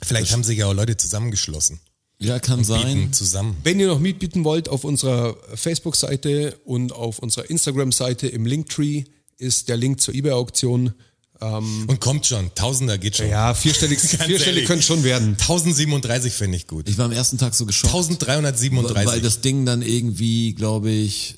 [SPEAKER 4] vielleicht haben sich ja auch Leute zusammengeschlossen.
[SPEAKER 2] Ja, kann sein.
[SPEAKER 4] Bieten zusammen.
[SPEAKER 3] Wenn ihr noch mitbieten wollt, auf unserer Facebook-Seite und auf unserer Instagram-Seite im Linktree ist der Link zur eBay-Auktion.
[SPEAKER 2] Mhm.
[SPEAKER 4] Und kommt schon, Tausender geht schon.
[SPEAKER 3] Ja, vierstellig,
[SPEAKER 4] Ganz
[SPEAKER 3] vierstellig
[SPEAKER 4] ehrlich.
[SPEAKER 3] können schon werden.
[SPEAKER 4] 1037 finde ich gut.
[SPEAKER 2] Ich war am ersten Tag so geschockt, weil
[SPEAKER 4] 1337.
[SPEAKER 2] das Ding dann irgendwie, glaube ich,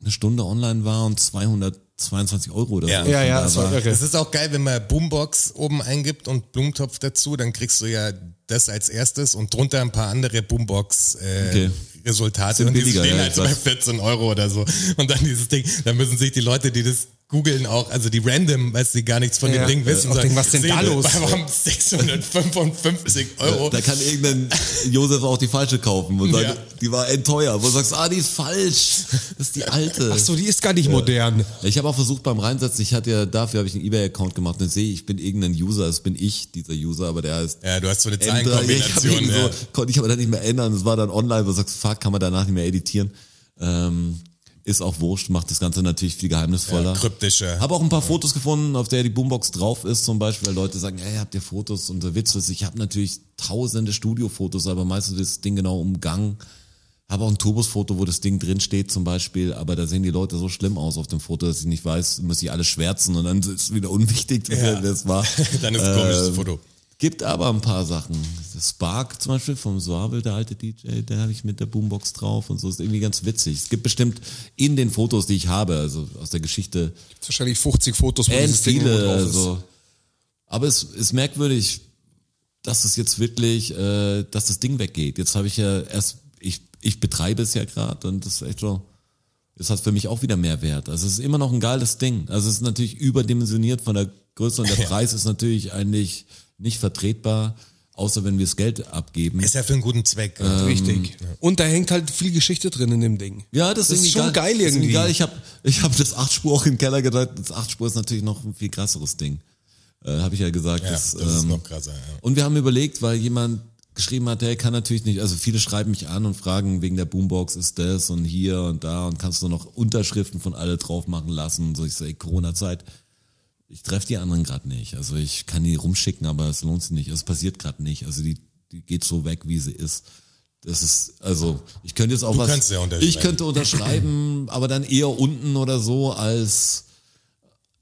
[SPEAKER 2] eine Stunde online war und 222 Euro oder
[SPEAKER 4] Ja.
[SPEAKER 2] so.
[SPEAKER 3] Ja, ja,
[SPEAKER 2] Da
[SPEAKER 3] das war irre.
[SPEAKER 4] Es ist auch geil, wenn man Boombox oben eingibt und Blumentopf dazu, dann kriegst du ja das als erstes und drunter ein paar andere Boombox äh,
[SPEAKER 2] Okay.
[SPEAKER 4] Resultate
[SPEAKER 2] Sind
[SPEAKER 4] und
[SPEAKER 2] billiger,
[SPEAKER 4] die stehen
[SPEAKER 2] ja,
[SPEAKER 4] halt
[SPEAKER 2] ich
[SPEAKER 4] bei
[SPEAKER 2] weiß.
[SPEAKER 4] 14 Euro oder so. Und dann dieses Ding, da müssen sich die Leute, die das googeln auch, also die random, weil sie gar nichts von
[SPEAKER 3] Ja.
[SPEAKER 4] dem
[SPEAKER 2] Äh,
[SPEAKER 4] Ding wissen.
[SPEAKER 3] Auch
[SPEAKER 4] sagen,
[SPEAKER 3] denken, was denn
[SPEAKER 4] sehen,
[SPEAKER 3] da los?
[SPEAKER 4] Warum 655 Euro?
[SPEAKER 2] Da kann irgendein Josef auch die falsche kaufen und sagen,
[SPEAKER 4] Ja.
[SPEAKER 2] die war endteuer. Wo du sagst, ah, die ist falsch. Das ist die alte.
[SPEAKER 3] Ach so, die ist gar nicht modern.
[SPEAKER 2] Ich habe auch versucht beim Reinsetzen, ich hatte ja, dafür habe ich einen Ebay-Account gemacht und jetzt sehe ich, ich bin irgendein User, es bin ich, dieser User, aber der heißt
[SPEAKER 4] Ja, du hast so eine
[SPEAKER 2] Ändern. Ich hab
[SPEAKER 4] Zahlenkombination.
[SPEAKER 2] ihn so,
[SPEAKER 4] Ja.
[SPEAKER 2] konnte ich aber dann nicht mehr ändern. Es war dann online, wo du sagst, fuck, kann man danach nicht mehr editieren. Ähm, ist auch wurscht, macht das Ganze natürlich viel geheimnisvoller.
[SPEAKER 4] Ja, kryptischer.
[SPEAKER 2] Habe auch ein paar Fotos gefunden, auf der die Boombox drauf ist, zum Beispiel, weil Leute sagen, hey, habt ihr Fotos? Und der Witz ist, ich habe natürlich tausende Studiofotos, aber meistens ist das Ding genau umgangen. Habe auch ein Turbusfoto, wo das Ding drin steht zum Beispiel, aber da sehen die Leute so schlimm aus auf dem Foto, dass ich nicht weiß, muss ich alles schwärzen und dann ist es wieder unwichtig, wer das war.
[SPEAKER 4] Dann ist ein
[SPEAKER 2] Ähm,
[SPEAKER 4] komisches Foto.
[SPEAKER 2] Gibt aber ein paar Sachen. Das Spark zum Beispiel vom Suave, der alte DJ, der habe ich mit der Boombox drauf und so. Ist irgendwie ganz witzig. Es gibt bestimmt in den Fotos, die ich habe, also aus der Geschichte,
[SPEAKER 3] Gibt's wahrscheinlich 50 Fotos, wo
[SPEAKER 2] ähnlich
[SPEAKER 3] dieses Ding
[SPEAKER 2] viele.
[SPEAKER 3] drauf ist.
[SPEAKER 2] Also. Aber es ist merkwürdig, dass es jetzt wirklich, äh, dass das Ding weggeht. Jetzt habe ich ja erst, ich, ich betreibe es ja gerade und das ist echt so, das hat für mich auch wieder mehr Wert. Also es ist immer noch ein geiles Ding. Also es ist natürlich überdimensioniert von der Größe und der Preis ist natürlich eigentlich nicht vertretbar, außer wenn wir das Geld abgeben.
[SPEAKER 4] Ist ja für einen guten Zweck.
[SPEAKER 3] Richtig. Und da hängt halt viel Geschichte drin in dem Ding.
[SPEAKER 2] Mhm. Ja, das,
[SPEAKER 3] Das ist
[SPEAKER 2] ist irgendwie
[SPEAKER 3] schon geil
[SPEAKER 2] Das ist
[SPEAKER 3] irgendwie.
[SPEAKER 2] Geil. Ich habe ich hab das 8-Spur auch im Keller gedacht. Das 8-Spur ist natürlich noch ein viel krasseres Ding. Äh, habe ich ja gesagt.
[SPEAKER 4] ja, das
[SPEAKER 2] das,
[SPEAKER 4] ist
[SPEAKER 2] ähm,
[SPEAKER 4] noch krasser. Ja.
[SPEAKER 2] Und wir haben überlegt, weil jemand geschrieben hat, hey, kann natürlich nicht, also viele schreiben mich an und fragen, wegen der Boombox ist das und hier und da und kannst du noch Unterschriften von alle drauf machen lassen. Und so, ich sage, Corona-Zeit, ich treffe die anderen gerade nicht. Also ich kann die rumschicken, aber es lohnt sich nicht. Es passiert gerade nicht. Also die, die geht so weg, wie sie ist. Das ist, also ich könnte jetzt auch was.
[SPEAKER 4] kannst ja unterschreiben.
[SPEAKER 2] ich könnte unterschreiben, aber dann eher unten oder so als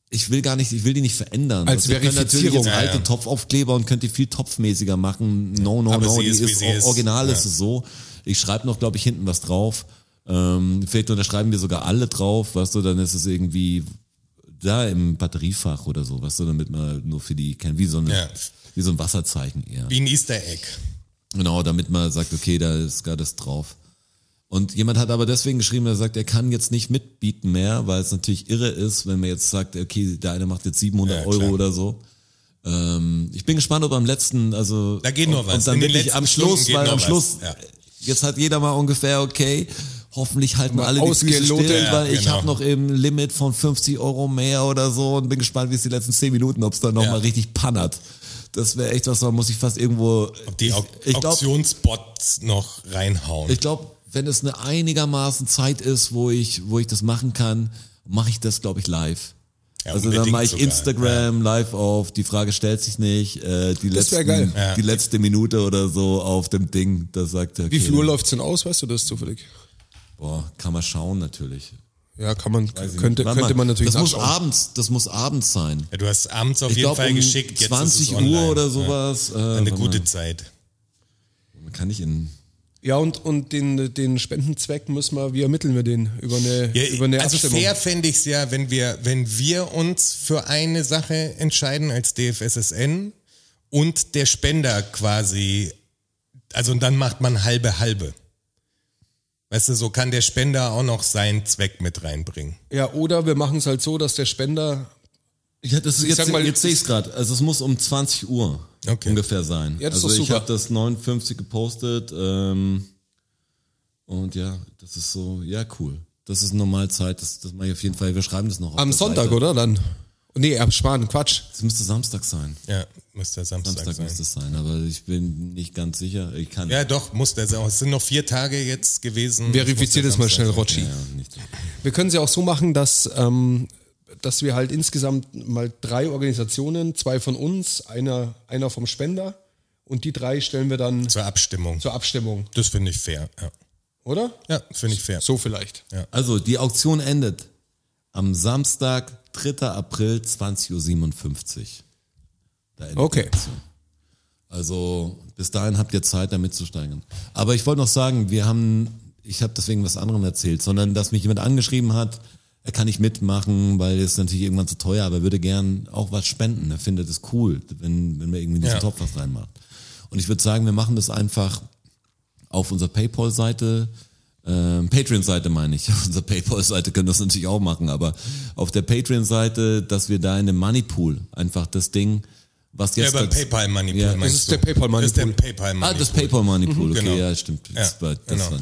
[SPEAKER 2] ich will gar nicht, ich will die nicht verändern.
[SPEAKER 3] Als
[SPEAKER 2] Also wir können
[SPEAKER 3] Verifizierung.
[SPEAKER 2] Natürlich jetzt alte
[SPEAKER 4] Ja, ja.
[SPEAKER 2] Topfaufkleber und könnt die viel topfmäßiger machen. No, no,
[SPEAKER 4] Aber
[SPEAKER 2] no,
[SPEAKER 4] sie
[SPEAKER 2] die
[SPEAKER 4] ist,
[SPEAKER 2] ist,
[SPEAKER 4] wie sie ist.
[SPEAKER 2] original ist
[SPEAKER 4] Ja.
[SPEAKER 2] es so. Ich schreibe noch, glaube ich, hinten was drauf. Ähm, vielleicht unterschreiben wir sogar alle drauf, weißt du, dann ist es irgendwie da im Batteriefach oder so, weißt du, damit man nur für die kennt, wie so, eine,
[SPEAKER 4] Ja.
[SPEAKER 2] wie so ein Wasserzeichen eher.
[SPEAKER 4] Wie ein Easter Egg.
[SPEAKER 2] Genau, damit man sagt, okay, da ist gerade das drauf. Und jemand hat aber deswegen geschrieben, er sagt, er kann jetzt nicht mitbieten mehr, weil es natürlich irre ist, wenn man jetzt sagt, okay, der eine macht jetzt 700
[SPEAKER 4] Ja, klar.
[SPEAKER 2] Euro oder so. Ähm, ich bin gespannt, ob am letzten, also
[SPEAKER 4] Da geht noch
[SPEAKER 2] ob-
[SPEAKER 4] was.
[SPEAKER 2] ob dann
[SPEAKER 4] In den
[SPEAKER 2] wirklich
[SPEAKER 4] letzten
[SPEAKER 2] am
[SPEAKER 4] Stunden
[SPEAKER 2] Schluss,
[SPEAKER 4] geht
[SPEAKER 2] weil
[SPEAKER 4] noch
[SPEAKER 2] am
[SPEAKER 4] was.
[SPEAKER 2] Schluss
[SPEAKER 4] Ja.
[SPEAKER 2] jetzt hat jeder mal ungefähr okay. Hoffentlich halten alle die Füße
[SPEAKER 3] ausgelotet.
[SPEAKER 2] still,
[SPEAKER 4] Ja,
[SPEAKER 2] weil ich
[SPEAKER 4] genau.
[SPEAKER 2] habe noch im Limit von 50 Euro mehr oder so und bin gespannt, wie es die letzten 10 Minuten, ob es dann nochmal
[SPEAKER 4] Ja.
[SPEAKER 2] mal richtig pannert. Das wäre echt was, da muss ich fast irgendwo.
[SPEAKER 4] Ob die
[SPEAKER 2] ich,
[SPEAKER 4] Au-
[SPEAKER 2] ich glaub-
[SPEAKER 4] Auktionsbots noch reinhauen.
[SPEAKER 2] ich glaube, wenn es eine einigermaßen Zeit ist, wo ich, wo ich das machen kann, mache ich das, glaube ich, live.
[SPEAKER 4] Ja, um
[SPEAKER 2] also dann
[SPEAKER 4] unbedingt
[SPEAKER 2] mache ich
[SPEAKER 4] sogar,
[SPEAKER 2] Instagram live auf, die Frage stellt sich nicht, äh, die,
[SPEAKER 3] Das wär
[SPEAKER 2] letzten,
[SPEAKER 3] geil.
[SPEAKER 2] die letzte Minute oder so auf dem Ding, da sagt er,
[SPEAKER 3] Wie viel Uhr
[SPEAKER 2] okay,
[SPEAKER 3] läuft's denn aus, weißt du das zufällig?
[SPEAKER 2] boah, kann man schauen natürlich.
[SPEAKER 3] Ja, kann man, könnte,
[SPEAKER 2] Warte
[SPEAKER 3] könnte
[SPEAKER 2] mal,
[SPEAKER 3] man natürlich
[SPEAKER 2] das muss
[SPEAKER 3] nachschauen.
[SPEAKER 2] abends, das muss abends sein.
[SPEAKER 4] Ja, du hast abends auf
[SPEAKER 2] Ich
[SPEAKER 4] jeden
[SPEAKER 2] glaube
[SPEAKER 4] Fall
[SPEAKER 2] um
[SPEAKER 4] geschickt. Jetzt
[SPEAKER 2] 20
[SPEAKER 4] ist es
[SPEAKER 2] Uhr
[SPEAKER 4] online.
[SPEAKER 2] oder sowas. Äh,
[SPEAKER 4] Ja. Eine
[SPEAKER 2] warte
[SPEAKER 4] gute Zeit.
[SPEAKER 2] mal, kann ich in
[SPEAKER 3] Ja, und, und den, den Spendenzweck müssen wir, wie ermitteln wir den? Über eine,
[SPEAKER 4] Ja,
[SPEAKER 3] über eine
[SPEAKER 4] also
[SPEAKER 3] Abstimmung.
[SPEAKER 4] fair fände ich es ja, wenn wir, wenn wir uns für eine Sache entscheiden als DFSSN und der Spender quasi, also und dann macht man halbe halbe. Weißt du, so kann der Spender auch noch seinen Zweck mit reinbringen.
[SPEAKER 3] Ja, oder wir machen es halt so, dass der Spender
[SPEAKER 2] Ja, das ist
[SPEAKER 3] Ich
[SPEAKER 2] jetzt,
[SPEAKER 3] sag mal,
[SPEAKER 2] jetzt sehe ich es gerade. Also es muss um 20 Uhr
[SPEAKER 4] Okay.
[SPEAKER 2] ungefähr sein.
[SPEAKER 3] Ja, das ist
[SPEAKER 2] also
[SPEAKER 3] doch
[SPEAKER 2] ich
[SPEAKER 3] super.
[SPEAKER 2] habe das 59 gepostet ähm, und ja, das ist so, ja cool. Das ist normal Zeit, das, das mache ich auf jeden Fall. Wir schreiben das Hm, noch auf
[SPEAKER 3] Am
[SPEAKER 2] der
[SPEAKER 3] Sonntag,
[SPEAKER 2] Seite.
[SPEAKER 3] oder? Dann. Nee, am Schwan, Quatsch.
[SPEAKER 2] Es müsste Samstag sein.
[SPEAKER 4] Ja, muss der Samstag,
[SPEAKER 2] Samstag
[SPEAKER 4] sein.
[SPEAKER 2] müsste es sein, aber ich bin nicht ganz sicher. Ich kann
[SPEAKER 4] Ja, doch, muss der sein. Es sind noch vier Tage jetzt gewesen.
[SPEAKER 3] Verifizier
[SPEAKER 4] Muss
[SPEAKER 3] das
[SPEAKER 4] der
[SPEAKER 3] mal schnell,
[SPEAKER 4] Samstag
[SPEAKER 3] Rotschi.
[SPEAKER 2] ja, nicht.
[SPEAKER 3] Wir können es ja auch so machen, dass, ähm, dass wir halt insgesamt mal drei Organisationen, zwei von uns, einer, einer vom Spender und die drei stellen wir dann
[SPEAKER 4] sein. Zur Abstimmung.
[SPEAKER 3] zur Abstimmung,
[SPEAKER 4] Das finde ich fair. Ja,
[SPEAKER 3] oder?
[SPEAKER 4] ja finde ich fair.
[SPEAKER 3] So vielleicht.
[SPEAKER 2] Also die Auktion endet am Samstag, 3. April, 20.57 Uhr. Da endet
[SPEAKER 3] Okay.
[SPEAKER 2] die Auktion. Also bis dahin habt ihr Zeit, da mitzusteigen. Aber ich wollte noch sagen, wir haben, ich habe deswegen was anderem erzählt, sondern dass mich jemand angeschrieben hat, er kann nicht mitmachen, weil es ist natürlich irgendwann zu teuer, aber er würde gern auch was spenden. Er findet es cool, wenn, wenn wir irgendwie in diesen
[SPEAKER 4] Ja.
[SPEAKER 2] Topf was reinmacht. Und ich würde sagen, wir machen das einfach auf unserer Paypal-Seite, ähm, Patreon-Seite meine ich, auf unserer Paypal-Seite können wir das natürlich auch machen, aber auf der Patreon-Seite, dass wir da in dem Moneypool einfach das Ding, was
[SPEAKER 4] Ja,
[SPEAKER 2] jetzt
[SPEAKER 4] über
[SPEAKER 2] als-
[SPEAKER 4] PayPal Money Pool
[SPEAKER 2] Ja, das
[SPEAKER 4] meinst
[SPEAKER 3] ist
[SPEAKER 4] du?
[SPEAKER 3] der PayPal Money
[SPEAKER 4] Das ist der
[SPEAKER 3] Pool.
[SPEAKER 4] PayPal Money
[SPEAKER 2] Ah, das
[SPEAKER 4] Pool.
[SPEAKER 2] Paypal Moneypool, okay,
[SPEAKER 4] Genau.
[SPEAKER 2] ja, stimmt.
[SPEAKER 4] Ja,
[SPEAKER 2] das war, das
[SPEAKER 4] genau.
[SPEAKER 2] war,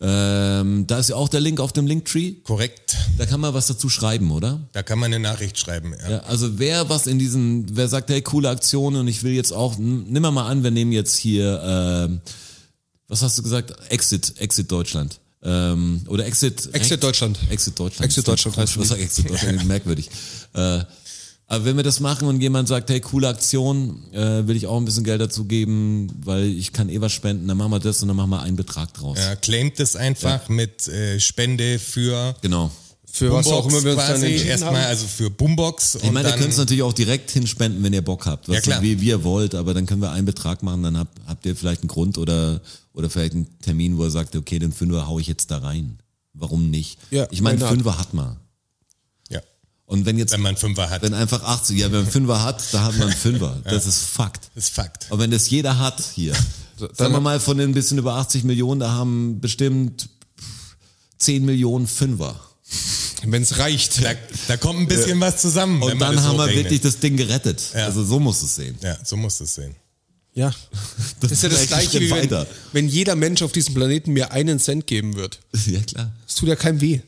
[SPEAKER 2] ähm, da ist ja auch der Link auf dem Linktree,
[SPEAKER 4] Korrekt.
[SPEAKER 2] da kann man was dazu schreiben, oder?
[SPEAKER 4] Da kann man eine Nachricht schreiben. Ja.
[SPEAKER 2] Ja, also wer was in diesen, wer sagt, hey, coole Aktion und ich will jetzt auch, n- nimm mal mal an, wir nehmen jetzt hier, ähm, was hast du gesagt? Exit, Exit Deutschland. Ähm, oder Exit.
[SPEAKER 3] Exit Deutschland.
[SPEAKER 2] Exit Deutschland.
[SPEAKER 3] Exit Deutschland heißt
[SPEAKER 2] Was
[SPEAKER 3] die.
[SPEAKER 2] sagt Exit Deutschland? Merkwürdig. Äh, aber wenn wir das machen und jemand sagt, hey, coole Aktion, äh, will ich auch ein bisschen Geld dazu geben, weil ich kann eh was spenden, dann machen wir das und dann machen wir einen Betrag draus.
[SPEAKER 4] Ja, claimt es einfach mit äh, Spende für
[SPEAKER 2] Genau.
[SPEAKER 3] Für was auch immer wir uns dann
[SPEAKER 4] quasi.
[SPEAKER 3] entschieden
[SPEAKER 4] Erstmal
[SPEAKER 3] haben.
[SPEAKER 4] also für Boombox.
[SPEAKER 2] Ich meine, ihr
[SPEAKER 4] dann,
[SPEAKER 2] könnt es natürlich auch direkt hinspenden, wenn ihr Bock habt, was
[SPEAKER 4] Ja, klar.
[SPEAKER 2] wie wie ihr wollt, aber dann können wir einen Betrag machen, dann habt, habt ihr vielleicht einen Grund oder, oder vielleicht einen Termin, wo ihr sagt, okay, den Fünfer hau ich jetzt da rein. Warum nicht?
[SPEAKER 3] Ja,
[SPEAKER 2] ich meine,
[SPEAKER 3] why not?
[SPEAKER 2] Fünfer hat man.
[SPEAKER 4] ja,
[SPEAKER 2] Und wenn jetzt,
[SPEAKER 4] wenn man Fünfer hat.
[SPEAKER 2] wenn einfach 80, ja, wenn man Fünfer hat, da hat man einen Fünfer. Das ist Fakt.
[SPEAKER 4] ist Fakt.
[SPEAKER 2] Aber wenn das jeder hat hier, sagen wir mal, von den bisschen über 80 Millionen, da haben bestimmt 10 Millionen Fünfer.
[SPEAKER 3] Wenn es reicht.
[SPEAKER 4] Da, da kommt ein bisschen was zusammen. wenn
[SPEAKER 2] Und
[SPEAKER 4] man
[SPEAKER 2] dann
[SPEAKER 4] das
[SPEAKER 2] haben wir
[SPEAKER 4] hochrechnet.
[SPEAKER 2] wirklich das Ding gerettet.
[SPEAKER 4] Ja.
[SPEAKER 2] Also so muss es sehen.
[SPEAKER 4] Ja, so musst du es sehen.
[SPEAKER 3] Ja. Das ist ja das
[SPEAKER 2] Vielleicht ein
[SPEAKER 3] Gleiche,
[SPEAKER 2] Schritt
[SPEAKER 3] wie wenn,
[SPEAKER 2] weiter.
[SPEAKER 3] wenn jeder Mensch auf diesem Planeten mir einen Cent geben wird.
[SPEAKER 2] Ja, klar.
[SPEAKER 3] Es tut ja keinem weh.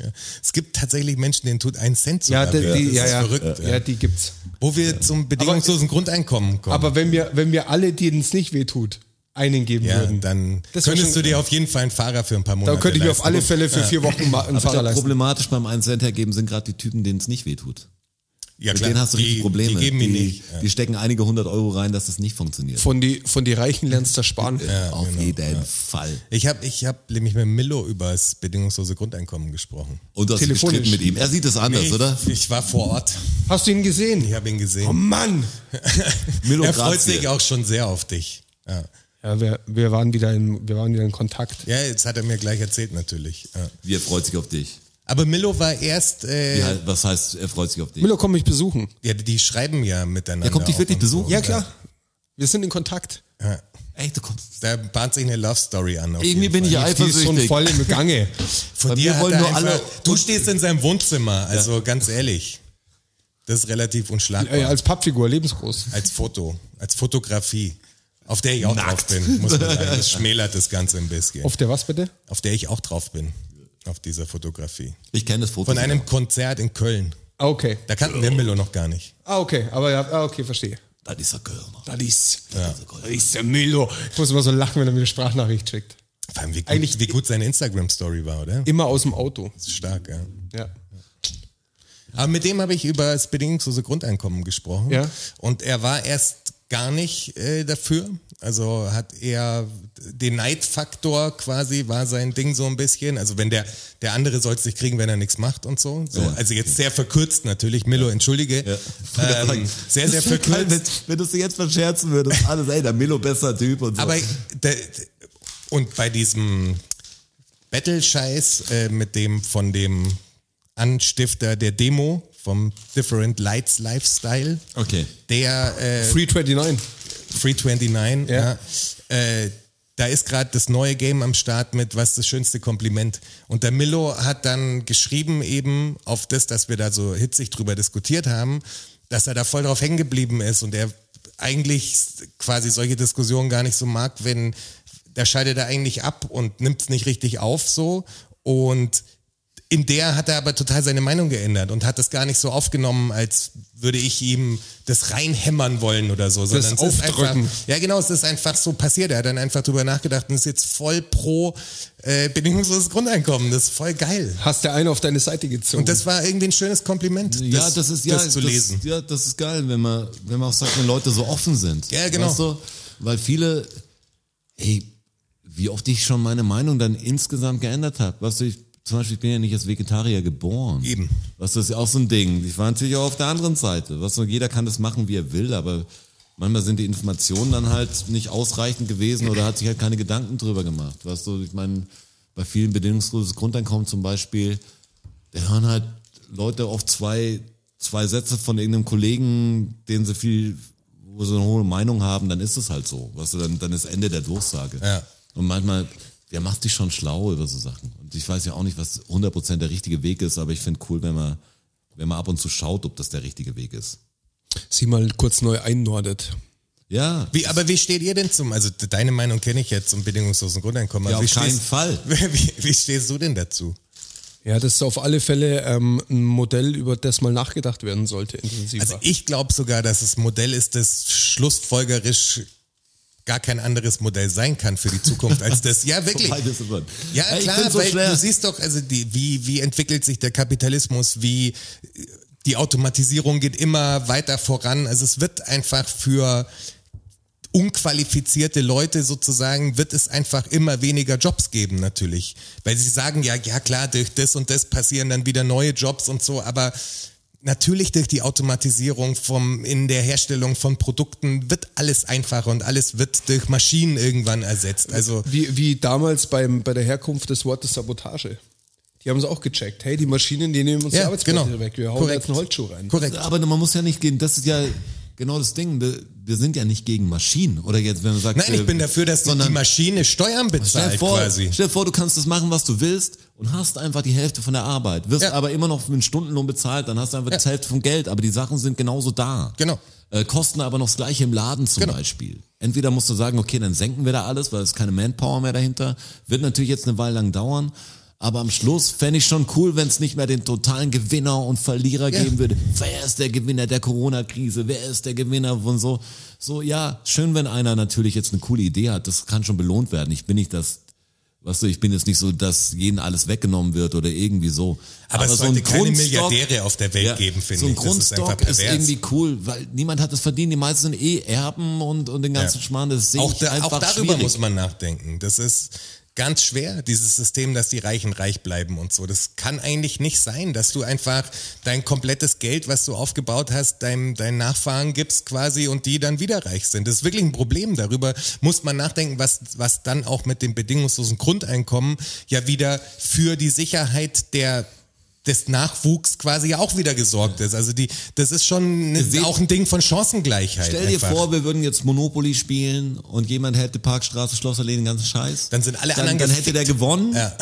[SPEAKER 4] Ja. Es gibt tatsächlich Menschen, denen tut ein Cent sogar
[SPEAKER 3] die,
[SPEAKER 4] weh.
[SPEAKER 3] die-
[SPEAKER 4] das
[SPEAKER 3] ja,
[SPEAKER 4] ist
[SPEAKER 3] ja.
[SPEAKER 4] verrückt.
[SPEAKER 3] ja.
[SPEAKER 4] Ja.
[SPEAKER 3] die gibt's.
[SPEAKER 4] Wo wir zum bedingungslosen Grundeinkommen kommen.
[SPEAKER 3] Aber wenn wir, wenn wir alle, denen es nicht weh tut, einen geben
[SPEAKER 4] ja,
[SPEAKER 3] würden,
[SPEAKER 4] dann
[SPEAKER 3] Das wär
[SPEAKER 4] könntest
[SPEAKER 3] schon-
[SPEAKER 4] du dir auf jeden Fall einen Fahrer für ein paar Monate
[SPEAKER 3] dann könnte ich mir auf
[SPEAKER 4] leisten.
[SPEAKER 3] alle Fälle für vier Wochen mal einen
[SPEAKER 2] Aber ich
[SPEAKER 3] Fahrer
[SPEAKER 2] glaub,
[SPEAKER 3] leisten.
[SPEAKER 2] problematisch beim 1 Cent hergeben sind gerade die Typen, denen es nicht wehtut.
[SPEAKER 4] ja,
[SPEAKER 2] Mit
[SPEAKER 4] klar,
[SPEAKER 2] denen hast du richtig
[SPEAKER 4] die,
[SPEAKER 2] Probleme.
[SPEAKER 4] Die geben mir
[SPEAKER 2] die,
[SPEAKER 4] nicht.
[SPEAKER 2] die stecken einige hundert Euro rein, dass das nicht funktioniert.
[SPEAKER 3] Von die, von die Reichen lernst du das sparen.
[SPEAKER 2] Auf
[SPEAKER 4] genau,
[SPEAKER 2] jeden Fall.
[SPEAKER 4] Ich habe ich hab nämlich mit Milo über das bedingungslose Grundeinkommen gesprochen.
[SPEAKER 2] Und du hast dich
[SPEAKER 3] Telefonisch.
[SPEAKER 2] gestritten mit ihm. Er sieht es anders,
[SPEAKER 4] ich,
[SPEAKER 2] Oh, oder?
[SPEAKER 4] Ich war vor Ort.
[SPEAKER 3] Hast du ihn gesehen?
[SPEAKER 4] Ich habe ihn
[SPEAKER 3] Oh
[SPEAKER 4] gesehen.
[SPEAKER 3] Mann!
[SPEAKER 2] Milo
[SPEAKER 4] er freut
[SPEAKER 2] Grazie.
[SPEAKER 4] sich auch schon sehr auf dich. Ja.
[SPEAKER 3] Ja, wir, wir, waren wieder in, wir waren wieder in Kontakt.
[SPEAKER 4] ja, jetzt hat er mir gleich erzählt natürlich. Ja.
[SPEAKER 2] Wie er freut sich auf dich.
[SPEAKER 4] Aber Milo war erst, äh,
[SPEAKER 2] Wie, halt- was heißt, er freut sich auf dich?
[SPEAKER 3] Milo, komm mich besuchen.
[SPEAKER 4] ja, die schreiben ja miteinander.
[SPEAKER 2] Er kommt dich
[SPEAKER 4] auch
[SPEAKER 2] wirklich
[SPEAKER 4] und so.
[SPEAKER 2] besuchen?
[SPEAKER 3] Ja, klar. Wir sind in Kontakt.
[SPEAKER 4] Ja.
[SPEAKER 2] Ey, du kommst.
[SPEAKER 4] Da bahnt sich eine Love Story an. auf
[SPEAKER 2] Irgendwie
[SPEAKER 4] jeden
[SPEAKER 2] bin
[SPEAKER 4] Fall.
[SPEAKER 2] ich
[SPEAKER 3] Die ist schon
[SPEAKER 2] eifersüchtig.
[SPEAKER 3] voll im Gange.
[SPEAKER 4] Von
[SPEAKER 2] Bei
[SPEAKER 4] dir
[SPEAKER 2] mir
[SPEAKER 4] wollen
[SPEAKER 2] wollen
[SPEAKER 4] nur
[SPEAKER 2] nur
[SPEAKER 4] alle.
[SPEAKER 2] alle-
[SPEAKER 4] Du stehst in seinem Wohnzimmer, also ganz ehrlich. Das ist relativ unschlagbar.
[SPEAKER 3] Ey, Äh, als Pappfigur, lebensgroß.
[SPEAKER 4] Als Foto, als Fotografie, auf der ich auch drauf bin, muss man sagen. Das schmälert das Ganze ein bisschen. Auf,
[SPEAKER 3] Auf der was bitte?
[SPEAKER 4] der ich auch drauf bin, auf dieser Fotografie.
[SPEAKER 2] Ich kenne das Foto.
[SPEAKER 4] Von einem Konzert in Köln.
[SPEAKER 3] Ah, okay.
[SPEAKER 4] Da kannten wir Milo noch gar nicht.
[SPEAKER 3] Ah, okay. Aber ja, ah, okay, verstehe.
[SPEAKER 2] Das ist ein Kölner.
[SPEAKER 3] Das ist,
[SPEAKER 2] Das ist ein Kölner.
[SPEAKER 3] ist der Milo. Ich muss immer so lachen, wenn er mir eine Sprachnachricht schickt.
[SPEAKER 4] Vor allem, wie gut,
[SPEAKER 3] Eigentlich-
[SPEAKER 4] wie gut seine Instagram-Story war, oder?
[SPEAKER 3] Immer aus dem Auto.
[SPEAKER 4] Das ist stark, ja.
[SPEAKER 3] Ja.
[SPEAKER 4] Aber mit dem habe ich über das bedingungslose Grundeinkommen gesprochen.
[SPEAKER 3] Ja.
[SPEAKER 4] Und er war erst gar nicht äh, dafür. Also hat er den Neidfaktor quasi, war sein Ding so ein bisschen. Also wenn der, der andere soll es nicht kriegen, wenn er nichts macht und so. so
[SPEAKER 2] Ja.
[SPEAKER 4] Also jetzt sehr verkürzt natürlich, Milo, entschuldige. Ähm, sehr, sehr
[SPEAKER 2] Das wär geil,
[SPEAKER 4] verkürzt.
[SPEAKER 2] wenn, wenn du es jetzt verscherzen würdest. Alles, ey, der Milo besser Typ und so.
[SPEAKER 4] Aber der, und bei diesem Battle-Scheiß äh, mit dem von dem Anstifter der Demo vom Different Lights Lifestyle,
[SPEAKER 2] okay.
[SPEAKER 4] der äh,
[SPEAKER 3] Free 29.
[SPEAKER 4] Free 29, ja.
[SPEAKER 3] Ja.
[SPEAKER 4] Äh, da ist gerade das neue Game am Start mit was ist das schönste Kompliment. Und der Milo hat dann geschrieben eben auf das, dass wir da so hitzig drüber diskutiert haben, dass er da voll drauf hängen geblieben ist und er eigentlich quasi solche Diskussionen gar nicht so mag, wenn da scheidet er eigentlich ab und nimmt es nicht richtig auf so und in der hat er aber total seine Meinung geändert und hat das gar nicht so aufgenommen, als würde ich ihm das reinhämmern wollen oder so. Sondern es ist einfach,
[SPEAKER 3] aufdrücken.
[SPEAKER 4] ja genau, es ist einfach so passiert. Er hat dann einfach drüber nachgedacht und ist jetzt voll pro äh, bedingungsloses Grundeinkommen. Das ist voll geil.
[SPEAKER 3] Hast du einen auf deine Seite gezogen?
[SPEAKER 4] Und das war irgendwie ein schönes Kompliment,
[SPEAKER 2] ja, das ist ja
[SPEAKER 4] das zu lesen.
[SPEAKER 2] Ja, das ist geil, wenn man, wenn man auch sagt, wenn Leute so offen sind.
[SPEAKER 4] Ja, genau.
[SPEAKER 2] Weißt du? Weil viele, hey, wie oft ich schon meine Meinung dann insgesamt geändert habe. Weißt du, ich, zum Beispiel, ich bin ja nicht als Vegetarier geboren.
[SPEAKER 4] Eben.
[SPEAKER 2] Weißt du, das ist ja auch so ein Ding. Ich war natürlich auch auf der anderen Seite. Weißt du, jeder kann das machen, wie er will, aber manchmal sind die Informationen dann halt nicht ausreichend gewesen oder hat sich halt keine Gedanken drüber gemacht. Weißt du, ich meine, bei vielen bedingungsloses Grundeinkommen zum Beispiel, da hören halt Leute oft zwei, zwei Sätze von irgendeinem Kollegen, denen sie viel, wo sie eine hohe Meinung haben, dann ist es halt so. Weißt du, dann, dann ist Ende der Durchsage.
[SPEAKER 4] Ja.
[SPEAKER 2] Und manchmal, der macht dich schon schlau über so Sachen. Und ich weiß ja auch nicht, was 100% der richtige Weg ist, aber ich finde cool, wenn man, wenn man ab und zu schaut, ob das der richtige Weg ist.
[SPEAKER 3] Sie mal kurz neu einnordet.
[SPEAKER 2] Ja.
[SPEAKER 4] Wie, aber wie steht ihr denn zum, also de- deine Meinung kenne ich jetzt zum bedingungslosen Grundeinkommen.
[SPEAKER 2] ja
[SPEAKER 4] aber
[SPEAKER 2] auf
[SPEAKER 4] wie,
[SPEAKER 2] keinen
[SPEAKER 4] stehst,
[SPEAKER 2] Fall.
[SPEAKER 4] wie, wie stehst du denn dazu?
[SPEAKER 3] Ja, das ist auf alle Fälle ähm, ein Modell, über das mal nachgedacht werden sollte, intensiver.
[SPEAKER 4] Also ich glaube sogar, dass es ein Modell ist, das schlussfolgerisch gar kein anderes Modell sein kann für die Zukunft als das. Ja, wirklich.
[SPEAKER 2] Beides ist drin.
[SPEAKER 4] Ja,
[SPEAKER 2] Ey, ich
[SPEAKER 4] klar,
[SPEAKER 2] find's so
[SPEAKER 4] weil
[SPEAKER 2] schwer.
[SPEAKER 4] du siehst doch, also die, wie, wie entwickelt sich der Kapitalismus, wie äh, die Automatisierung geht immer weiter voran. Also es wird einfach für unqualifizierte Leute sozusagen, wird es einfach immer weniger Jobs geben natürlich. Weil sie sagen, ja, ja klar, durch das und das passieren dann wieder neue Jobs und so, aber natürlich durch die Automatisierung vom, in der Herstellung von Produkten wird alles einfacher und alles wird durch Maschinen irgendwann ersetzt. Also
[SPEAKER 3] wie, wie damals beim, bei der Herkunft des Wortes Sabotage. Die haben es auch gecheckt. Hey, die Maschinen, die nehmen uns die
[SPEAKER 4] Ja,
[SPEAKER 3] Arbeitsplätze
[SPEAKER 4] genau.
[SPEAKER 3] weg. Wir hauen
[SPEAKER 4] Korrekt.
[SPEAKER 3] jetzt einen Holzschuh rein.
[SPEAKER 4] korrekt.
[SPEAKER 2] Aber man muss ja nicht gehen, das ist ja genau das Ding. Wir wir sind ja nicht gegen Maschinen. Oder jetzt, wenn man sagt, äh,
[SPEAKER 4] Nein, ich
[SPEAKER 2] wir-
[SPEAKER 4] bin dafür, dass die
[SPEAKER 2] Ähm, sondern-
[SPEAKER 4] Maschine Steuern
[SPEAKER 2] Stell dir
[SPEAKER 4] bezahlt
[SPEAKER 2] vor,
[SPEAKER 4] quasi.
[SPEAKER 2] stell dir vor, du kannst das machen, was du willst und hast einfach die Hälfte von der Arbeit, wirst
[SPEAKER 4] Ja.
[SPEAKER 2] aber immer noch für einen Stundenlohn bezahlt, dann hast du einfach
[SPEAKER 4] Ja.
[SPEAKER 2] die Hälfte vom Geld, aber die Sachen sind genauso da.
[SPEAKER 4] Genau.
[SPEAKER 2] Äh, kosten aber noch das gleiche im Laden zum
[SPEAKER 4] Genau.
[SPEAKER 2] Beispiel. Entweder musst du sagen, okay, dann senken wir da alles, weil es ist keine Manpower mehr dahinter. Wird natürlich jetzt eine Weile lang dauern. Aber am Schluss fände ich schon cool, wenn es nicht mehr den totalen Gewinner und Verlierer
[SPEAKER 4] Ja.
[SPEAKER 2] geben würde. Wer ist der Gewinner der Corona-Krise? Wer ist der Gewinner von so? So, ja, schön, wenn einer natürlich jetzt eine coole Idee hat. Das kann schon belohnt werden. Ich bin nicht das, weißt du, ich bin jetzt nicht so, dass jeden alles weggenommen wird oder irgendwie so.
[SPEAKER 4] Aber, es sollte keine
[SPEAKER 2] Grundstock-
[SPEAKER 4] Milliardäre auf der Welt geben, finde
[SPEAKER 2] so ein
[SPEAKER 4] ich. Das ist einfach
[SPEAKER 2] Grundstock
[SPEAKER 4] pervers.
[SPEAKER 2] ist, irgendwie cool, weil niemand hat es verdient. Die meisten sind eh Erben und, und den ganzen
[SPEAKER 4] Ja.
[SPEAKER 2] Schmarrn. Das sehe
[SPEAKER 4] auch,
[SPEAKER 2] ich
[SPEAKER 4] da,
[SPEAKER 2] einfach
[SPEAKER 4] auch darüber
[SPEAKER 2] schwierig.
[SPEAKER 4] muss man nachdenken. Das ist ganz schwer, dieses System, dass die Reichen reich bleiben und so. Das kann eigentlich nicht sein, dass du einfach dein komplettes Geld, was du aufgebaut hast, deinem, deinen Nachfahren gibst quasi und die dann wieder reich sind. Das ist wirklich ein Problem. Darüber muss man nachdenken, was, was dann auch mit dem bedingungslosen Grundeinkommen ja wieder für die Sicherheit der des Nachwuchs quasi ja auch wieder gesorgt ist. Also die, das ist schon
[SPEAKER 2] Ihr seht-
[SPEAKER 4] auch ein Ding von Chancengleichheit.
[SPEAKER 2] Stell dir
[SPEAKER 4] halt einfach.
[SPEAKER 2] vor, wir würden jetzt Monopoly spielen und jemand hätte Parkstraße, Schlossallee, den ganzen Scheiß.
[SPEAKER 4] Dann sind alle
[SPEAKER 2] dann,
[SPEAKER 4] anderen
[SPEAKER 2] dann hätte
[SPEAKER 4] gefickt.
[SPEAKER 2] der gewonnen.
[SPEAKER 4] ja.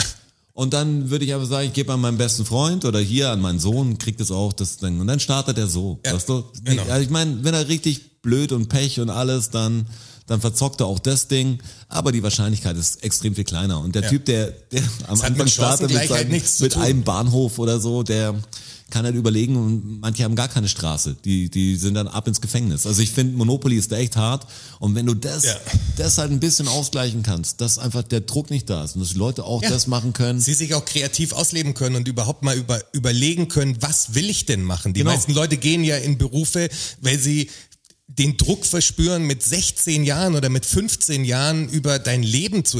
[SPEAKER 2] Und dann würde ich aber sagen, ich gebe an meinen besten Freund oder hier an meinen Sohn, kriegt es auch das Ding. Und dann startet er so.
[SPEAKER 4] Ja,
[SPEAKER 2] weißt du?
[SPEAKER 4] genau.
[SPEAKER 2] Also ich meine, wenn er richtig blöd und Pech und alles, dann, dann verzockt er auch das Ding. Aber die Wahrscheinlichkeit ist extrem viel kleiner. Und der
[SPEAKER 4] Ja.
[SPEAKER 2] Typ, der, der am
[SPEAKER 4] hat mit
[SPEAKER 2] Anfang startet mit,
[SPEAKER 4] Chancengleichheit
[SPEAKER 2] seinem,
[SPEAKER 4] nichts zu
[SPEAKER 2] mit
[SPEAKER 4] tun.
[SPEAKER 2] einem Bahnhof oder so, der kann halt überlegen und manche haben gar keine Straße. Die, die sind dann ab ins Gefängnis. Also ich finde, Monopoly ist da echt hart. Und wenn du das,
[SPEAKER 4] Ja.
[SPEAKER 2] das halt ein bisschen ausgleichen kannst, dass einfach der Druck nicht da ist und dass die Leute auch
[SPEAKER 4] Ja.
[SPEAKER 2] das machen können.
[SPEAKER 4] sie sich auch kreativ ausleben können und überhaupt mal über, überlegen können, was will ich denn machen? Die
[SPEAKER 2] Genau.
[SPEAKER 4] meisten Leute gehen ja in Berufe, weil sie den Druck verspüren, mit 16 Jahren oder mit 15 Jahren über dein Leben zu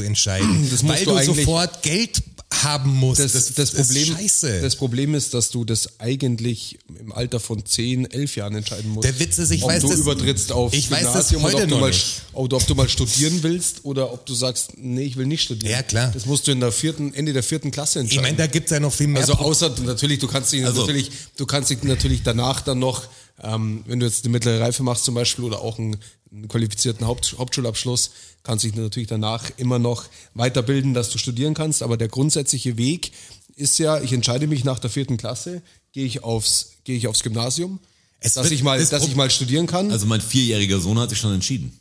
[SPEAKER 4] entscheiden,
[SPEAKER 3] Das musst
[SPEAKER 4] weil
[SPEAKER 3] du
[SPEAKER 4] du,
[SPEAKER 3] eigentlich-
[SPEAKER 4] sofort Geld haben musst.
[SPEAKER 3] Das, das, Problem,
[SPEAKER 4] ist scheiße.
[SPEAKER 3] das Problem ist, dass du das eigentlich im Alter von 10, 11 Jahren entscheiden musst.
[SPEAKER 4] Der Witz ist, ich
[SPEAKER 3] ob
[SPEAKER 4] weiß
[SPEAKER 3] du
[SPEAKER 4] das-
[SPEAKER 3] übertrittst auf
[SPEAKER 4] ich weiß das
[SPEAKER 3] Gymnasium und
[SPEAKER 4] heute
[SPEAKER 3] ob du,
[SPEAKER 4] noch
[SPEAKER 3] mal,
[SPEAKER 4] nicht.
[SPEAKER 3] Oder ob du mal studieren willst oder ob du sagst, nee, ich will nicht studieren.
[SPEAKER 4] Ja, klar.
[SPEAKER 3] Das musst du in der vierten, Ende der vierten Klasse
[SPEAKER 4] ich
[SPEAKER 3] entscheiden.
[SPEAKER 4] meine, da gibt's ja noch viel mehr.
[SPEAKER 3] also außer du- natürlich, du kannst dich
[SPEAKER 2] Also-
[SPEAKER 3] natürlich, du kannst dich natürlich danach dann noch, ähm, wenn du jetzt eine mittlere Reife machst zum Beispiel oder auch ein, einen qualifizierten Haupt, Hauptschulabschluss, kannst dich natürlich danach immer noch weiterbilden, dass du studieren kannst. Aber der grundsätzliche Weg ist ja, ich entscheide mich nach der vierten Klasse, gehe ich aufs, gehe ich aufs Gymnasium, dass,
[SPEAKER 2] wird-
[SPEAKER 3] ich mal,
[SPEAKER 2] es
[SPEAKER 3] dass ich
[SPEAKER 2] prob-
[SPEAKER 3] mal studieren kann.
[SPEAKER 2] Also mein vierjähriger Sohn hat sich schon entschieden.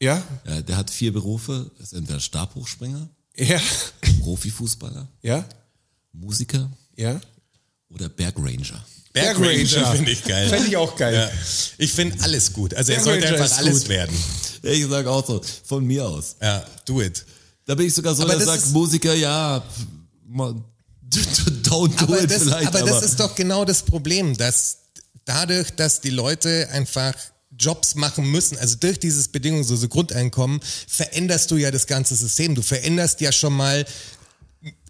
[SPEAKER 3] ja,
[SPEAKER 2] Ja, der hat vier Berufe, ist entweder Stabhochspringer,
[SPEAKER 3] ja,
[SPEAKER 2] Profifußballer,
[SPEAKER 3] ja,
[SPEAKER 2] Musiker
[SPEAKER 3] ja.
[SPEAKER 2] oder Bergranger.
[SPEAKER 3] Bergranger.
[SPEAKER 4] finde ich
[SPEAKER 2] Äh.
[SPEAKER 4] geil.
[SPEAKER 3] Fänd ich auch geil.
[SPEAKER 4] Ja. Ich finde alles gut. Also er sollte
[SPEAKER 3] Bergranger
[SPEAKER 4] einfach
[SPEAKER 3] ist
[SPEAKER 4] alles
[SPEAKER 3] gut.
[SPEAKER 4] werden.
[SPEAKER 2] Ich sag auch so, von mir aus.
[SPEAKER 4] Ja, do it.
[SPEAKER 2] Da bin ich sogar so,
[SPEAKER 4] Aber
[SPEAKER 2] der
[SPEAKER 4] das
[SPEAKER 2] sagt,
[SPEAKER 4] ist-
[SPEAKER 2] Musiker, ja, man, don't do
[SPEAKER 4] aber
[SPEAKER 2] it
[SPEAKER 4] das,
[SPEAKER 2] vielleicht.
[SPEAKER 4] aber das ist doch genau das Problem, dass dadurch, dass die Leute einfach Jobs machen müssen, also durch dieses bedingungslose Grundeinkommen, veränderst du ja das ganze System. Du veränderst ja schon mal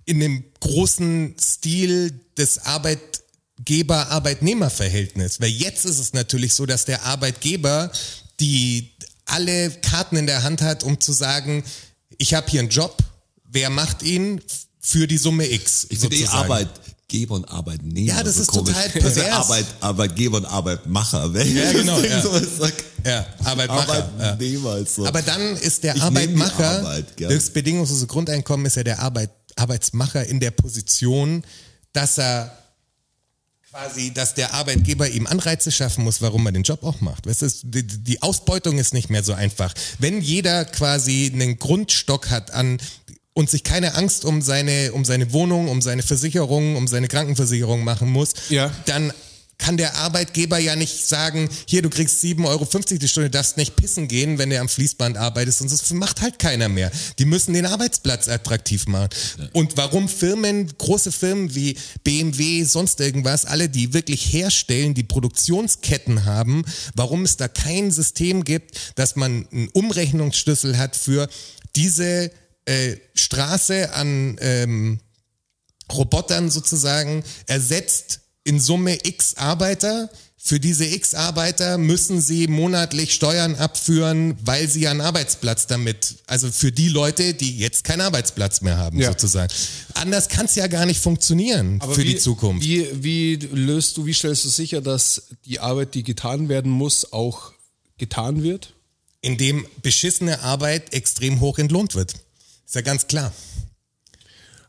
[SPEAKER 4] in dem großen Stil des Arbeitgeber-Arbeitnehmer-Verhältnis. Weil jetzt ist es natürlich so, dass der Arbeitgeber die alle Karten in der Hand hat, um zu sagen, ich habe hier einen Job, wer macht ihn für die Summe X?
[SPEAKER 2] ich finde eh
[SPEAKER 4] sozusagen.
[SPEAKER 2] Arbeitgeber und Arbeitnehmer.
[SPEAKER 4] Ja, das
[SPEAKER 2] so
[SPEAKER 4] ist
[SPEAKER 2] komisch.
[SPEAKER 4] total
[SPEAKER 2] Also
[SPEAKER 4] pervers.
[SPEAKER 2] Arbeit, Arbeitgeber und Arbeitmacher. Wenn
[SPEAKER 4] Ja, genau,
[SPEAKER 2] das Ding
[SPEAKER 4] ja.
[SPEAKER 2] so ist, sag,
[SPEAKER 4] Ja, Arbeitmacher. ja.
[SPEAKER 2] Arbeitnehmer als so.
[SPEAKER 4] Aber dann ist der
[SPEAKER 2] Ich nehm die
[SPEAKER 4] Arbeitmacher,
[SPEAKER 2] Arbeit, gell.
[SPEAKER 4] das bedingungslose Grundeinkommen ist ja der Arbeit, Arbeitsmacher in der Position, dass er quasi, dass der Arbeitgeber ihm Anreize schaffen muss, warum er den Job auch macht. Weißt du, es- die, die Ausbeutung ist nicht mehr so einfach. Wenn jeder quasi einen Grundstock hat an und sich keine Angst um seine, um seine Wohnung, um seine Versicherung, um seine Krankenversicherung machen muss,
[SPEAKER 3] Ja.
[SPEAKER 4] dann kann der Arbeitgeber ja nicht sagen, hier, du kriegst 7,50 Euro die Stunde, darfst nicht pissen gehen, wenn du am Fließband arbeitest. Und das macht halt keiner mehr. Die müssen den Arbeitsplatz attraktiv machen. Und warum Firmen, große Firmen wie BMW, sonst irgendwas, alle, die wirklich herstellen, die Produktionsketten haben, warum es da kein System gibt, dass man einen Umrechnungsschlüssel hat für diese äh, Straße an... Ähm, Robotern sozusagen ersetzt in Summe x Arbeiter. Für diese x Arbeiter müssen sie monatlich Steuern abführen, weil sie ihren Arbeitsplatz damit, also für die Leute, die jetzt keinen Arbeitsplatz mehr haben,
[SPEAKER 3] Ja.
[SPEAKER 4] sozusagen. Anders kann es ja gar nicht funktionieren für
[SPEAKER 3] wie,
[SPEAKER 4] die Zukunft.
[SPEAKER 3] Wie, wie löst du, wie stellst du sicher, dass die Arbeit, die getan werden muss, auch getan wird?
[SPEAKER 4] Indem beschissene Arbeit extrem hoch entlohnt wird. Ist ja ganz klar.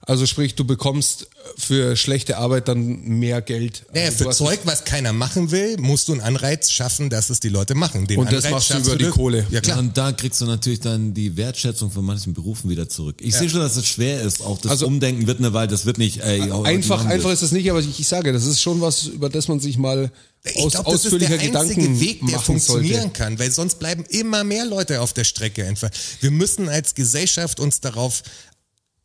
[SPEAKER 3] Also sprich, du bekommst für schlechte Arbeit dann mehr Geld.
[SPEAKER 4] Naja,
[SPEAKER 3] Also du
[SPEAKER 4] für
[SPEAKER 3] hast-
[SPEAKER 4] Zeug, was keiner machen will, musst du einen Anreiz schaffen, dass es die Leute machen. Den
[SPEAKER 3] Und das
[SPEAKER 4] Anreiz
[SPEAKER 3] machst du
[SPEAKER 4] schaffst
[SPEAKER 3] über die
[SPEAKER 4] durch-
[SPEAKER 3] Kohle.
[SPEAKER 4] Ja, klar.
[SPEAKER 2] Und da kriegst du natürlich dann die Wertschätzung von manchen Berufen wieder zurück. Ich sehe schon, dass es schwer ist. Auch das
[SPEAKER 3] Also-
[SPEAKER 2] Umdenken wird eine Weile, das wird nicht. Ey, heute
[SPEAKER 3] Einfach,
[SPEAKER 2] machen wir
[SPEAKER 3] einfach
[SPEAKER 2] es.
[SPEAKER 3] ist es nicht, aber ich, ich sage, das ist schon was, über das man sich mal
[SPEAKER 4] Ich
[SPEAKER 3] aus,
[SPEAKER 4] glaub, das ist
[SPEAKER 3] ausführlicher
[SPEAKER 4] der einzige
[SPEAKER 3] Gedanken
[SPEAKER 4] Weg, der
[SPEAKER 3] machen
[SPEAKER 4] funktionieren
[SPEAKER 3] sollte.
[SPEAKER 4] kann, weil sonst bleiben immer mehr Leute auf der Strecke einfach. Wir müssen als Gesellschaft uns darauf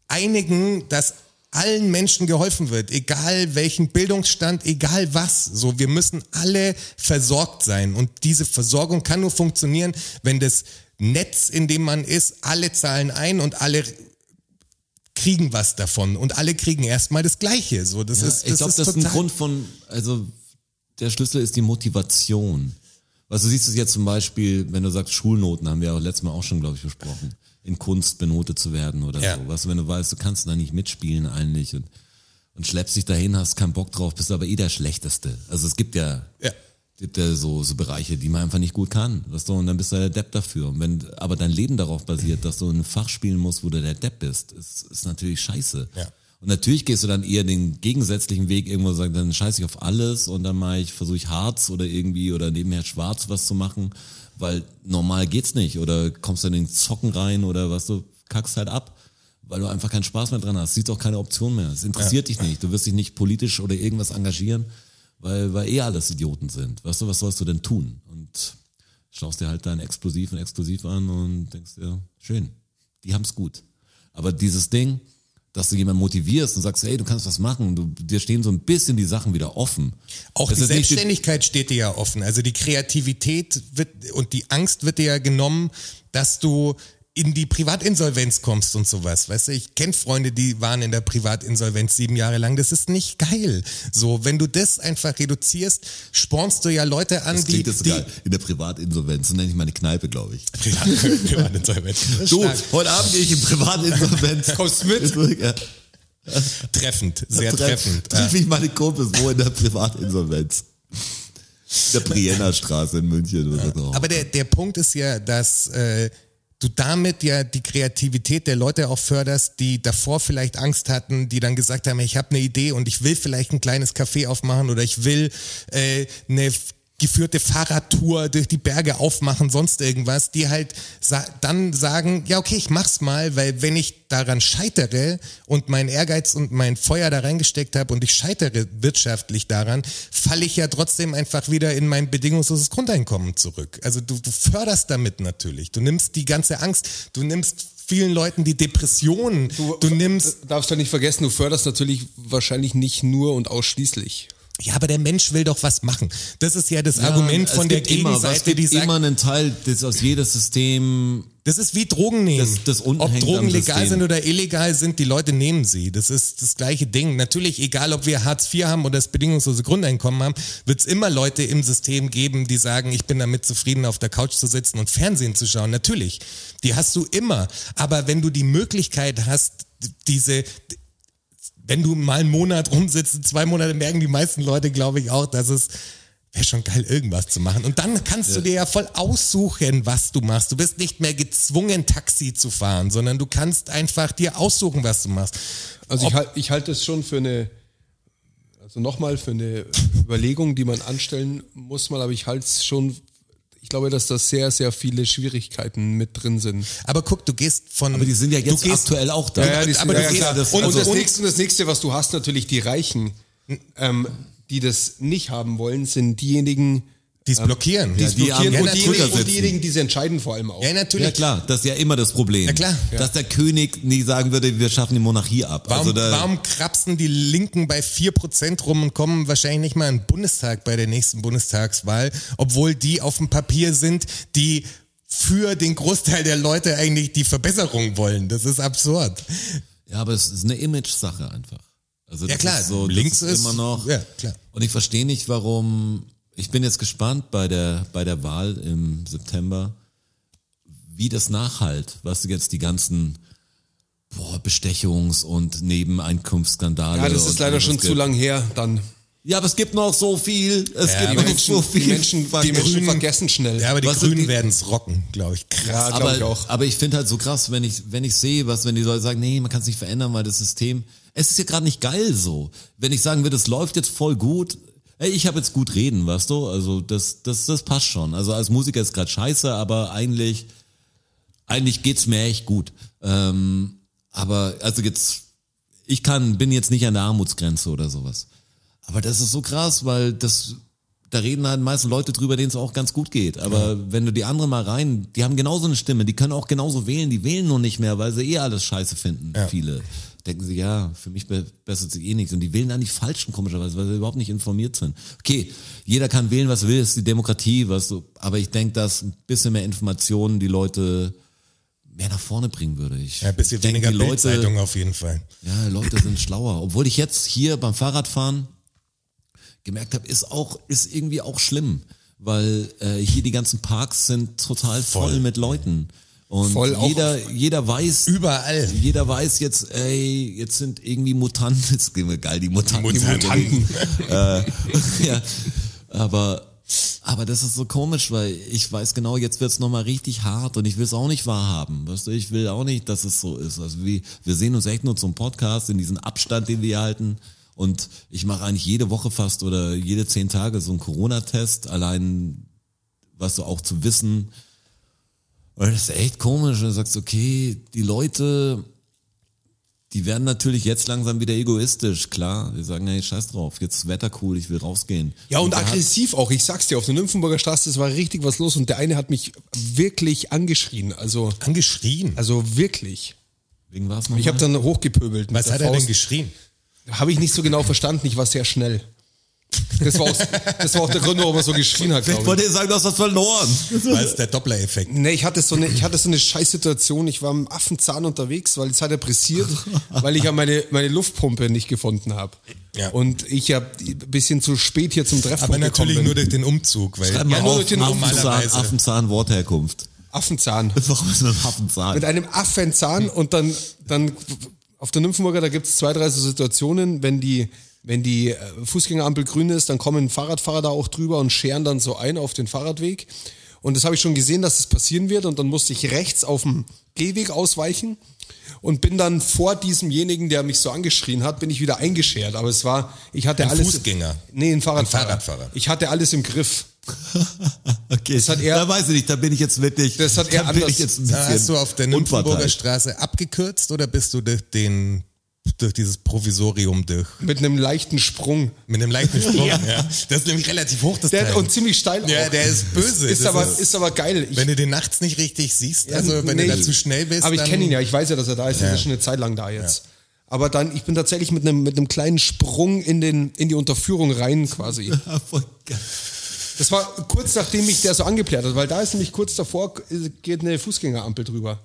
[SPEAKER 4] einigen, dass allen Menschen geholfen wird, egal welchen Bildungsstand, egal was. So, wir müssen alle versorgt sein und diese Versorgung kann nur funktionieren, wenn das Netz, in dem man ist, alle zahlen ein und alle kriegen was davon und alle kriegen erstmal das Gleiche. So, das
[SPEAKER 2] Ja,
[SPEAKER 4] ist, das
[SPEAKER 2] ich glaube,
[SPEAKER 4] ist
[SPEAKER 2] das ist ein
[SPEAKER 4] total-
[SPEAKER 2] Grund von, also der Schlüssel ist die Motivation. Was du siehst es jetzt zum Beispiel, wenn du sagst, Schulnoten haben wir ja letztes Mal auch schon, glaube ich, besprochen, in Kunst benotet zu werden oder
[SPEAKER 4] Ja.
[SPEAKER 2] so. Weißt du, wenn du weißt, du kannst da nicht mitspielen eigentlich und, und schleppst dich dahin, hast keinen Bock drauf, bist aber eh der Schlechteste. Also es gibt ja,
[SPEAKER 4] Ja.
[SPEAKER 2] gibt ja so, so Bereiche, die man einfach nicht gut kann. Weißt du, und dann bist du halt der Depp dafür. Und wenn aber dein Leben darauf basiert, dass du ein Fach spielen musst, wo du der Depp bist, ist, ist natürlich scheiße.
[SPEAKER 4] Ja.
[SPEAKER 2] Und natürlich gehst du dann eher den gegensätzlichen Weg irgendwo und sagst, dann scheiß ich auf alles und dann mache ich, versuche ich Harz oder irgendwie oder nebenher schwarz was zu machen, weil normal geht's nicht oder kommst dann in den Zocken rein oder was du kackst halt ab, weil du einfach keinen Spaß mehr dran hast, siehst auch keine Option mehr, es interessiert dich nicht, du wirst dich nicht politisch oder irgendwas engagieren, weil, weil eh alles Idioten sind, weißt du, was sollst du denn tun? Und schaust dir halt dein Explosiv und Explosiv an und denkst dir, schön, die haben's gut. Aber dieses Ding, dass du jemanden motivierst und sagst, hey, du kannst was machen, du, dir stehen so ein bisschen die Sachen wieder offen.
[SPEAKER 4] Auch
[SPEAKER 2] Das
[SPEAKER 4] die
[SPEAKER 2] ist nicht die-
[SPEAKER 4] Selbstständigkeit steht dir ja offen. Also die Kreativität wird und die Angst wird dir ja genommen, dass du in die Privatinsolvenz kommst und sowas. Weißt du, ich kenne Freunde, die waren in der Privatinsolvenz sieben Jahre lang. Das ist nicht geil. So, wenn du das einfach reduzierst, spornst du ja Leute an,
[SPEAKER 2] Das
[SPEAKER 4] die,
[SPEAKER 2] klingt jetzt
[SPEAKER 4] die
[SPEAKER 2] sogar in der Privatinsolvenz, so nenne ich meine Kneipe, glaube ich.
[SPEAKER 4] Privat, Privatinsolvenz
[SPEAKER 2] Du,
[SPEAKER 4] Stark.
[SPEAKER 2] heute Abend gehe ich in Privatinsolvenz.
[SPEAKER 4] Kommst mit?
[SPEAKER 2] Ja.
[SPEAKER 4] treffend, sehr
[SPEAKER 2] Treff-
[SPEAKER 4] treffend.
[SPEAKER 2] Treff ich meine Kumpels, wo in der Privatinsolvenz? der Brienner Straße in München oder so.
[SPEAKER 4] Aber der, der Punkt ist ja, dass äh, du damit ja die Kreativität der Leute auch förderst, die davor vielleicht Angst hatten, die dann gesagt haben, ich habe eine Idee und ich will vielleicht ein kleines Café aufmachen oder ich will äh, eine f- geführte Fahrradtour durch die Berge aufmachen, sonst irgendwas, die halt sa dann sagen, ja okay, ich mach's mal, weil wenn ich daran scheitere und mein Ehrgeiz und mein Feuer da reingesteckt habe und ich scheitere wirtschaftlich daran, falle ich ja trotzdem einfach wieder in mein bedingungsloses Grundeinkommen zurück. Also du, du förderst damit natürlich. Du nimmst die ganze Angst, du nimmst vielen Leuten die Depressionen, du, nimmst...
[SPEAKER 3] Darfst du nicht vergessen, du förderst natürlich wahrscheinlich nicht nur und ausschließlich.
[SPEAKER 4] Ja, aber der Mensch will doch was machen. Das ist ja das Argument
[SPEAKER 2] Es
[SPEAKER 4] von der
[SPEAKER 2] gibt immer, was,
[SPEAKER 4] Gegenseite,
[SPEAKER 2] gibt
[SPEAKER 4] die sagt,
[SPEAKER 2] immer einen Teil, das aus jedes System
[SPEAKER 4] Das ist wie Drogen nehmen.
[SPEAKER 2] Das- das unten
[SPEAKER 4] ob
[SPEAKER 2] hängt
[SPEAKER 4] Drogen
[SPEAKER 2] am
[SPEAKER 4] legal
[SPEAKER 2] System.
[SPEAKER 4] sind oder illegal sind, die Leute nehmen sie. Das ist das gleiche Ding. Natürlich, egal ob wir Hartz IV haben oder das bedingungslose Grundeinkommen haben, wird es immer Leute im System geben, die sagen, ich bin damit zufrieden, auf der Couch zu sitzen und Fernsehen zu schauen. Natürlich, die hast du immer. Aber wenn du die Möglichkeit hast, diese wenn du mal einen Monat rumsitzt, zwei Monate merken die meisten Leute, glaube ich, auch, dass es wäre schon geil, irgendwas zu machen. Und dann kannst du dir ja voll aussuchen, was du machst. Du bist nicht mehr gezwungen, Taxi zu fahren, sondern du kannst einfach dir aussuchen, was du machst.
[SPEAKER 3] Also ich, halt- ich halte es schon für eine, also nochmal für eine Überlegung, die man anstellen muss mal, aber ich halte es schon, ich glaube, dass da sehr, sehr viele Schwierigkeiten mit drin sind.
[SPEAKER 4] Aber guck, du gehst von.
[SPEAKER 2] Aber die sind ja jetzt
[SPEAKER 4] du gehst,
[SPEAKER 2] aktuell auch da.
[SPEAKER 4] Ja, ja, die sind-
[SPEAKER 3] aber
[SPEAKER 4] ja,
[SPEAKER 3] du
[SPEAKER 4] ja,
[SPEAKER 3] gehst-
[SPEAKER 4] klar, das-
[SPEAKER 3] und,
[SPEAKER 4] also-
[SPEAKER 3] das
[SPEAKER 4] und-
[SPEAKER 3] nächste, das nächste, was du hast, natürlich die Reichen, ähm, die das nicht haben wollen, sind diejenigen,
[SPEAKER 4] Die es blockieren.
[SPEAKER 2] die am
[SPEAKER 3] und,
[SPEAKER 2] Drücker
[SPEAKER 3] diejenigen und
[SPEAKER 2] sitzen.
[SPEAKER 3] diejenigen, die sie entscheiden vor allem auch.
[SPEAKER 4] Ja, natürlich.
[SPEAKER 2] Ja klar, das ist ja immer das Problem.
[SPEAKER 4] Ja, klar.
[SPEAKER 2] Dass der König nie sagen würde, wir schaffen die Monarchie ab.
[SPEAKER 4] Warum,
[SPEAKER 2] also da,
[SPEAKER 4] warum krapsen die Linken bei 4% rum und kommen wahrscheinlich nicht mal in den Bundestag bei der nächsten Bundestagswahl, obwohl die auf dem Papier sind, die für den Großteil der Leute eigentlich die Verbesserung wollen. Das ist absurd.
[SPEAKER 2] Ja, aber es ist eine Image-Sache einfach. Also
[SPEAKER 4] Ja
[SPEAKER 2] das
[SPEAKER 4] klar,
[SPEAKER 2] ist so,
[SPEAKER 4] links
[SPEAKER 2] das
[SPEAKER 4] ist-
[SPEAKER 2] ist immer noch.
[SPEAKER 4] ja, klar.
[SPEAKER 2] Und ich verstehe nicht, warum. Ich bin jetzt gespannt bei der bei der Wahl im September, wie das nachhalt, was jetzt die ganzen boah, Bestechungs- und Nebeneinkunftsskandale.
[SPEAKER 3] Ja, das
[SPEAKER 2] und
[SPEAKER 3] ist leider
[SPEAKER 2] alles
[SPEAKER 3] schon
[SPEAKER 2] gibt.
[SPEAKER 3] zu lang her dann.
[SPEAKER 2] Ja, aber es gibt noch so viel. Es
[SPEAKER 4] Ja,
[SPEAKER 2] gibt
[SPEAKER 4] aber
[SPEAKER 2] noch
[SPEAKER 3] Die Menschen,
[SPEAKER 2] so viel.
[SPEAKER 3] die Menschen, die
[SPEAKER 2] Fuck.
[SPEAKER 3] Menschen
[SPEAKER 4] Grünen-
[SPEAKER 3] vergessen schnell.
[SPEAKER 4] Ja, aber die
[SPEAKER 2] Was sind
[SPEAKER 4] Grünen
[SPEAKER 2] die-
[SPEAKER 4] werden es rocken, glaube ich. Krass.
[SPEAKER 3] Ja, glaub
[SPEAKER 2] aber,
[SPEAKER 3] ich auch.
[SPEAKER 2] aber ich finde halt so krass, wenn ich, wenn ich sehe, was, wenn die Leute sagen, nee, man kann es nicht verändern, weil das System, es ist ja gerade nicht geil so. Wenn ich sagen würde, es läuft jetzt voll gut, ey, ich habe jetzt gut reden, weißt du? Also das, das, das passt schon. Also als Musiker ist gerade scheiße, aber eigentlich, eigentlich geht's mir echt gut. Ähm, aber also jetzt, ich kann, bin jetzt nicht an der Armutsgrenze oder sowas. Aber das ist so krass, weil das, da reden halt meistens Leute drüber, denen es auch ganz gut geht. Aber wenn du die anderen mal rein, die haben genauso eine Stimme, die können auch genauso wählen, die wählen nur nicht mehr, weil sie eh alles scheiße finden, viele. Denken sie, ja, für mich be- bessert sich eh nichts. Und die wählen dann die Falschen, komischerweise, weil sie überhaupt nicht informiert sind. Okay, jeder kann wählen, was er will, ist die Demokratie, was du, aber ich denke, dass ein bisschen mehr Informationen die Leute mehr nach vorne bringen würde. Ich
[SPEAKER 4] Ja, ein bisschen
[SPEAKER 2] denk,
[SPEAKER 4] weniger
[SPEAKER 2] die Leute,
[SPEAKER 4] Bildzeitung auf jeden Fall.
[SPEAKER 2] ja, Leute sind schlauer. Obwohl ich jetzt hier beim Fahrradfahren gemerkt habe, ist auch, ist irgendwie auch schlimm, weil äh, hier die ganzen Parks sind total voll,
[SPEAKER 4] Voll.
[SPEAKER 2] mit Leuten. Und
[SPEAKER 3] Voll auch-
[SPEAKER 2] jeder, jeder weiß,
[SPEAKER 4] Überall.
[SPEAKER 2] Also jeder weiß jetzt, ey, jetzt sind irgendwie Mutanten, jetzt gehen wir geil, die Mutanten.
[SPEAKER 4] Die Mutanten.
[SPEAKER 2] äh, ja, aber, aber das ist so komisch, weil ich weiß genau, jetzt wird's noch nochmal richtig hart und ich will's auch nicht wahrhaben. Weißt du, ich will auch nicht, dass es so ist. Also wie, wir sehen uns echt nur zum Podcast in diesem Abstand, den wir halten. Und ich mache eigentlich jede Woche fast oder jede zehn Tage so einen Corona-Test, allein, was du auch zu wissen, weil das ist echt komisch. Und du sagst, okay, die Leute, die werden natürlich jetzt langsam wieder egoistisch, klar. Die sagen, hey, scheiß drauf, jetzt ist Wetter cool, ich will rausgehen.
[SPEAKER 3] Ja, und
[SPEAKER 2] da hat-
[SPEAKER 3] aggressiv auch. Ich sag's dir, auf der Nymphenburger Straße, es war richtig was los und der eine hat mich wirklich angeschrien. Also,
[SPEAKER 4] Angeschrien.
[SPEAKER 3] also wirklich.
[SPEAKER 2] Wegen war's
[SPEAKER 3] Ich habe dann hochgepöbelt. mit
[SPEAKER 4] Was
[SPEAKER 3] der
[SPEAKER 4] hat er denn
[SPEAKER 3] Faust.
[SPEAKER 4] geschrien?
[SPEAKER 3] Habe ich nicht so genau verstanden. Ich war sehr schnell. Das war auch, das war auch der Grund, warum er so geschrien hat,
[SPEAKER 2] ich
[SPEAKER 3] glaube
[SPEAKER 2] wollte
[SPEAKER 3] ich.
[SPEAKER 2] dir sagen, du hast was verloren.
[SPEAKER 4] Weil es der Doppler-Effekt.
[SPEAKER 3] Nee, ich hatte so eine, ich hatte so eine Scheißsituation. Ich war im Affenzahn unterwegs, weil es hat er pressiert, weil ich ja meine, meine Luftpumpe nicht gefunden habe.
[SPEAKER 4] Ja.
[SPEAKER 3] Und ich habe ein bisschen zu spät hier zum Treffpunkt
[SPEAKER 4] Aber natürlich
[SPEAKER 3] gekommen
[SPEAKER 4] nur
[SPEAKER 3] bin.
[SPEAKER 4] durch den Umzug. Weil
[SPEAKER 2] Schreib mal
[SPEAKER 3] Ja, nur
[SPEAKER 2] auf,
[SPEAKER 3] durch den
[SPEAKER 2] Affenzahn,
[SPEAKER 4] normalerweise.
[SPEAKER 2] Affenzahn, Wortherkunft.
[SPEAKER 3] Affenzahn.
[SPEAKER 2] Warum ist ein
[SPEAKER 3] mit
[SPEAKER 2] Affenzahn?
[SPEAKER 3] einem Affenzahn und dann, dann auf der Nymphenburger, da gibt's zwei, drei so Situationen, wenn die wenn die äh, Fußgängerampel grün ist, dann kommen Fahrradfahrer da auch drüber und scheren dann so ein auf den Fahrradweg. Und das habe ich schon gesehen, dass das passieren wird. Und dann musste ich rechts auf dem Gehweg ausweichen und bin dann vor diesemjenigen, der mich so angeschrien hat, bin ich wieder eingeschert. Aber es war, ich hatte
[SPEAKER 4] Ein
[SPEAKER 3] alles.
[SPEAKER 4] Fußgänger?
[SPEAKER 3] Nee, ein Fahrradfahrer.
[SPEAKER 4] Fahrradfahrer.
[SPEAKER 3] Ich hatte alles im Griff.
[SPEAKER 2] Okay, das
[SPEAKER 3] hat er-
[SPEAKER 2] da weiß ich nicht, da bin ich jetzt wirklich.
[SPEAKER 3] Das hat er
[SPEAKER 2] da bin
[SPEAKER 3] anders-
[SPEAKER 2] ich jetzt ein
[SPEAKER 4] Da
[SPEAKER 2] bisschen
[SPEAKER 4] hast du auf der Nymphenburger
[SPEAKER 2] unparteiisch.
[SPEAKER 4] Straße abgekürzt oder bist du durch, den, durch dieses Provisorium durch?
[SPEAKER 3] Mit einem leichten Sprung.
[SPEAKER 4] Mit einem leichten Sprung, ja. Das ist nämlich relativ hoch, das Teil.
[SPEAKER 3] Der, und ziemlich steil.
[SPEAKER 4] ja,
[SPEAKER 3] auch.
[SPEAKER 4] der ist böse.
[SPEAKER 3] ist,
[SPEAKER 4] Das
[SPEAKER 3] aber, ist, aber geil. Ich,
[SPEAKER 4] wenn du den nachts nicht richtig siehst, also wenn
[SPEAKER 3] nee,
[SPEAKER 4] du da
[SPEAKER 3] ich-
[SPEAKER 4] zu schnell bist.
[SPEAKER 3] aber ich
[SPEAKER 4] dann-
[SPEAKER 3] kenne ihn ja, ich weiß ja, dass er da ist.
[SPEAKER 4] Ja.
[SPEAKER 3] Er ist schon eine Zeit lang da jetzt. Aber dann, ich bin tatsächlich mit einem, mit einem kleinen Sprung in, den, in die Unterführung rein quasi.
[SPEAKER 2] Ah, voll geil.
[SPEAKER 3] Das war kurz nachdem mich der so angeplärt hat, weil da ist nämlich kurz davor, äh, geht eine Fußgängerampel drüber.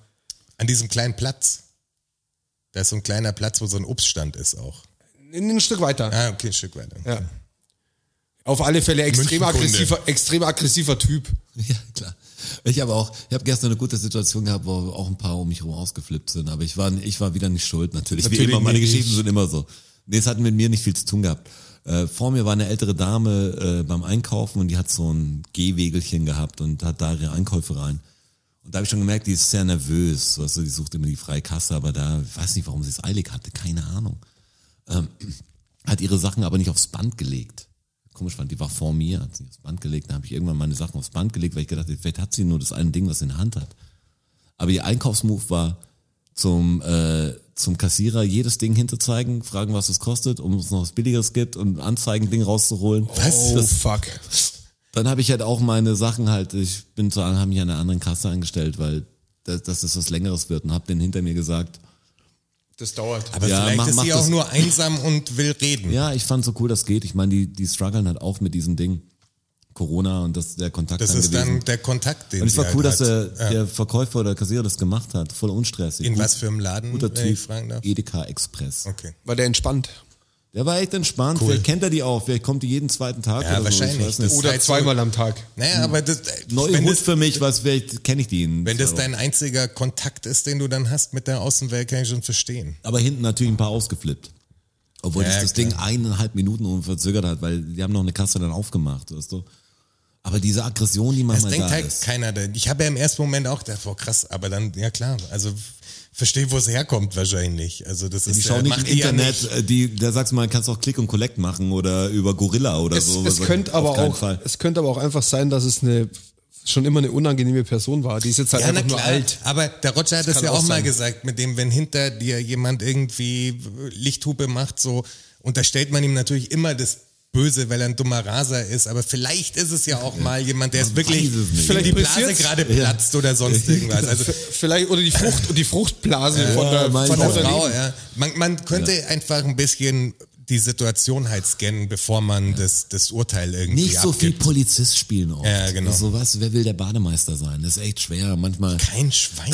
[SPEAKER 4] An diesem kleinen Platz. Da ist so ein kleiner Platz, wo so ein Obststand ist auch.
[SPEAKER 3] In ein Stück weiter.
[SPEAKER 4] Ah, okay, ein Stück weiter.
[SPEAKER 3] Ja. Auf alle Fälle extrem
[SPEAKER 4] Münchenkunde.
[SPEAKER 3] aggressiver, extrem aggressiver Typ.
[SPEAKER 2] Ja, klar. Ich habe auch, ich habe gestern eine gute Situation gehabt, wo auch ein paar um mich herum ausgeflippt sind, aber ich war, ich war wieder nicht schuld, natürlich. Wie
[SPEAKER 4] Natürlich
[SPEAKER 2] immer, meine
[SPEAKER 4] nicht.
[SPEAKER 2] Geschichten sind immer so. Nee, es hat mit mir nicht viel zu tun gehabt. Äh, vor mir war eine ältere Dame äh, beim Einkaufen und die hat so ein Gehwegelchen gehabt und hat da ihre Einkäufe rein. Und da habe ich schon gemerkt, die ist sehr nervös. Weißt du, die sucht immer die freie Kasse, aber da, ich weiß nicht, warum sie es eilig hatte, keine Ahnung. Ähm, hat ihre Sachen aber nicht aufs Band gelegt. Komisch fand, die war vor mir, hat sie nicht aufs Band gelegt. Dann habe ich irgendwann meine Sachen aufs Band gelegt, weil ich gedacht habe, vielleicht hat sie nur das eine Ding, was sie in der Hand hat. Aber ihr Einkaufsmove war zum, äh, zum Kassierer jedes Ding hinterzeigen, fragen, was es kostet, um es noch was Billigeres gibt und anzeigen, Ding rauszuholen.
[SPEAKER 3] Oh
[SPEAKER 2] Das,
[SPEAKER 3] fuck.
[SPEAKER 2] dann habe ich halt auch meine Sachen halt, ich bin zu habe mich an einer anderen Kasse angestellt, weil das, dass es was Längeres wird und habe den hinter mir gesagt,
[SPEAKER 3] Das dauert.
[SPEAKER 4] Aber
[SPEAKER 2] Ja,
[SPEAKER 4] vielleicht
[SPEAKER 2] mach-
[SPEAKER 4] ist
[SPEAKER 2] mach
[SPEAKER 4] sie
[SPEAKER 2] das.
[SPEAKER 4] auch nur einsam und will reden.
[SPEAKER 2] ja, ich fand so cool, das geht. Ich meine, die, die strugglen halt auch mit diesem Ding. Corona und das der Kontakt
[SPEAKER 4] Das
[SPEAKER 2] dann
[SPEAKER 4] ist
[SPEAKER 2] gewesen.
[SPEAKER 4] dann der Kontakt, den
[SPEAKER 2] und es
[SPEAKER 4] sie
[SPEAKER 2] war
[SPEAKER 4] halt
[SPEAKER 2] cool, dass
[SPEAKER 4] hat.
[SPEAKER 2] der,
[SPEAKER 4] Ja.
[SPEAKER 2] der Verkäufer oder Kassierer das gemacht hat, voll unstressig.
[SPEAKER 4] In
[SPEAKER 2] Gut-
[SPEAKER 4] was für einem Laden,
[SPEAKER 2] guter
[SPEAKER 4] wenn
[SPEAKER 2] Typ,
[SPEAKER 4] ich fragen darf?
[SPEAKER 2] Edeka Express.
[SPEAKER 4] Okay.
[SPEAKER 3] War der entspannt.
[SPEAKER 2] Der war echt entspannt, vielleicht kennt er die auch, vielleicht kommt die jeden zweiten Tag
[SPEAKER 4] Ja,
[SPEAKER 2] oder so.
[SPEAKER 4] wahrscheinlich.
[SPEAKER 2] Ich weiß
[SPEAKER 4] Das
[SPEAKER 2] nicht.
[SPEAKER 3] Oder
[SPEAKER 4] Seid so-
[SPEAKER 3] zweimal am Tag.
[SPEAKER 4] Naja, aber das,
[SPEAKER 2] Hm.
[SPEAKER 4] äh,
[SPEAKER 2] Neue
[SPEAKER 4] wenn,
[SPEAKER 2] Hut
[SPEAKER 4] das,
[SPEAKER 2] für mich, was vielleicht kenne ich die. in
[SPEAKER 4] wenn das
[SPEAKER 2] zwei Wochen.
[SPEAKER 4] dein einziger Kontakt ist, den du dann hast mit der Außenwelt, kann ich schon verstehen.
[SPEAKER 2] Aber hinten natürlich ein paar ausgeflippt. Obwohl
[SPEAKER 4] Ja,
[SPEAKER 2] das, das
[SPEAKER 4] klar.
[SPEAKER 2] Ding eineinhalb Minuten unverzögert hat, weil die haben noch eine Kasse dann aufgemacht, weißt du. Aber diese Aggression, die
[SPEAKER 4] Das
[SPEAKER 2] manchmal
[SPEAKER 4] denkt
[SPEAKER 2] da
[SPEAKER 4] halt
[SPEAKER 2] ist.
[SPEAKER 4] keiner. denn Ich habe ja im ersten Moment auch gedacht, boah, krass, aber dann, ja klar, also verstehe, wo es herkommt wahrscheinlich. Also das ist
[SPEAKER 2] Die
[SPEAKER 4] ja,
[SPEAKER 2] schauen nicht
[SPEAKER 4] macht
[SPEAKER 2] im
[SPEAKER 4] die ja
[SPEAKER 2] Internet,
[SPEAKER 4] nicht.
[SPEAKER 2] äh, die, da sagst du mal, kannst du auch Click und Collect machen oder über Gorilla oder
[SPEAKER 3] Es,
[SPEAKER 2] so.
[SPEAKER 3] es,
[SPEAKER 2] was-
[SPEAKER 3] könnte aber
[SPEAKER 2] Also auf keinen
[SPEAKER 3] auch,
[SPEAKER 2] Fall.
[SPEAKER 3] es könnte aber auch einfach sein, dass es eine, schon immer eine unangenehme Person war. Die ist jetzt halt
[SPEAKER 4] Ja, na
[SPEAKER 3] einfach nur
[SPEAKER 4] klar,
[SPEAKER 3] alt.
[SPEAKER 4] aber der Roger hat das,
[SPEAKER 3] kann
[SPEAKER 4] ja
[SPEAKER 3] auch
[SPEAKER 4] auch mal
[SPEAKER 3] sein.
[SPEAKER 4] gesagt, mit dem, wenn hinter dir jemand irgendwie Lichthupe macht, so, unterstellt man ihm natürlich immer das Böse, weil er ein dummer Raser ist, aber vielleicht ist es ja auch mal jemand, der ist wirklich
[SPEAKER 2] weiß es nicht.
[SPEAKER 4] in die
[SPEAKER 3] Vielleicht
[SPEAKER 4] Blase
[SPEAKER 3] passiert's.
[SPEAKER 4] gerade platzt oder sonst irgendwas. Also
[SPEAKER 3] Vielleicht, oder die Frucht, die Fruchtblase von der,
[SPEAKER 2] mein
[SPEAKER 3] von
[SPEAKER 4] von
[SPEAKER 3] der
[SPEAKER 4] der
[SPEAKER 2] Gott.
[SPEAKER 3] Frau.
[SPEAKER 4] Frau, ja. Man, man könnte einfach ein bisschen die Situation halt scannen, bevor man das, das Urteil irgendwie
[SPEAKER 2] Nicht so viel
[SPEAKER 4] abgibt.
[SPEAKER 2] Polizist spielen oft.
[SPEAKER 4] Ja, genau.
[SPEAKER 2] So was, wer will der Bademeister sein? Das ist echt schwer. Manchmal.
[SPEAKER 4] Kein Schwein.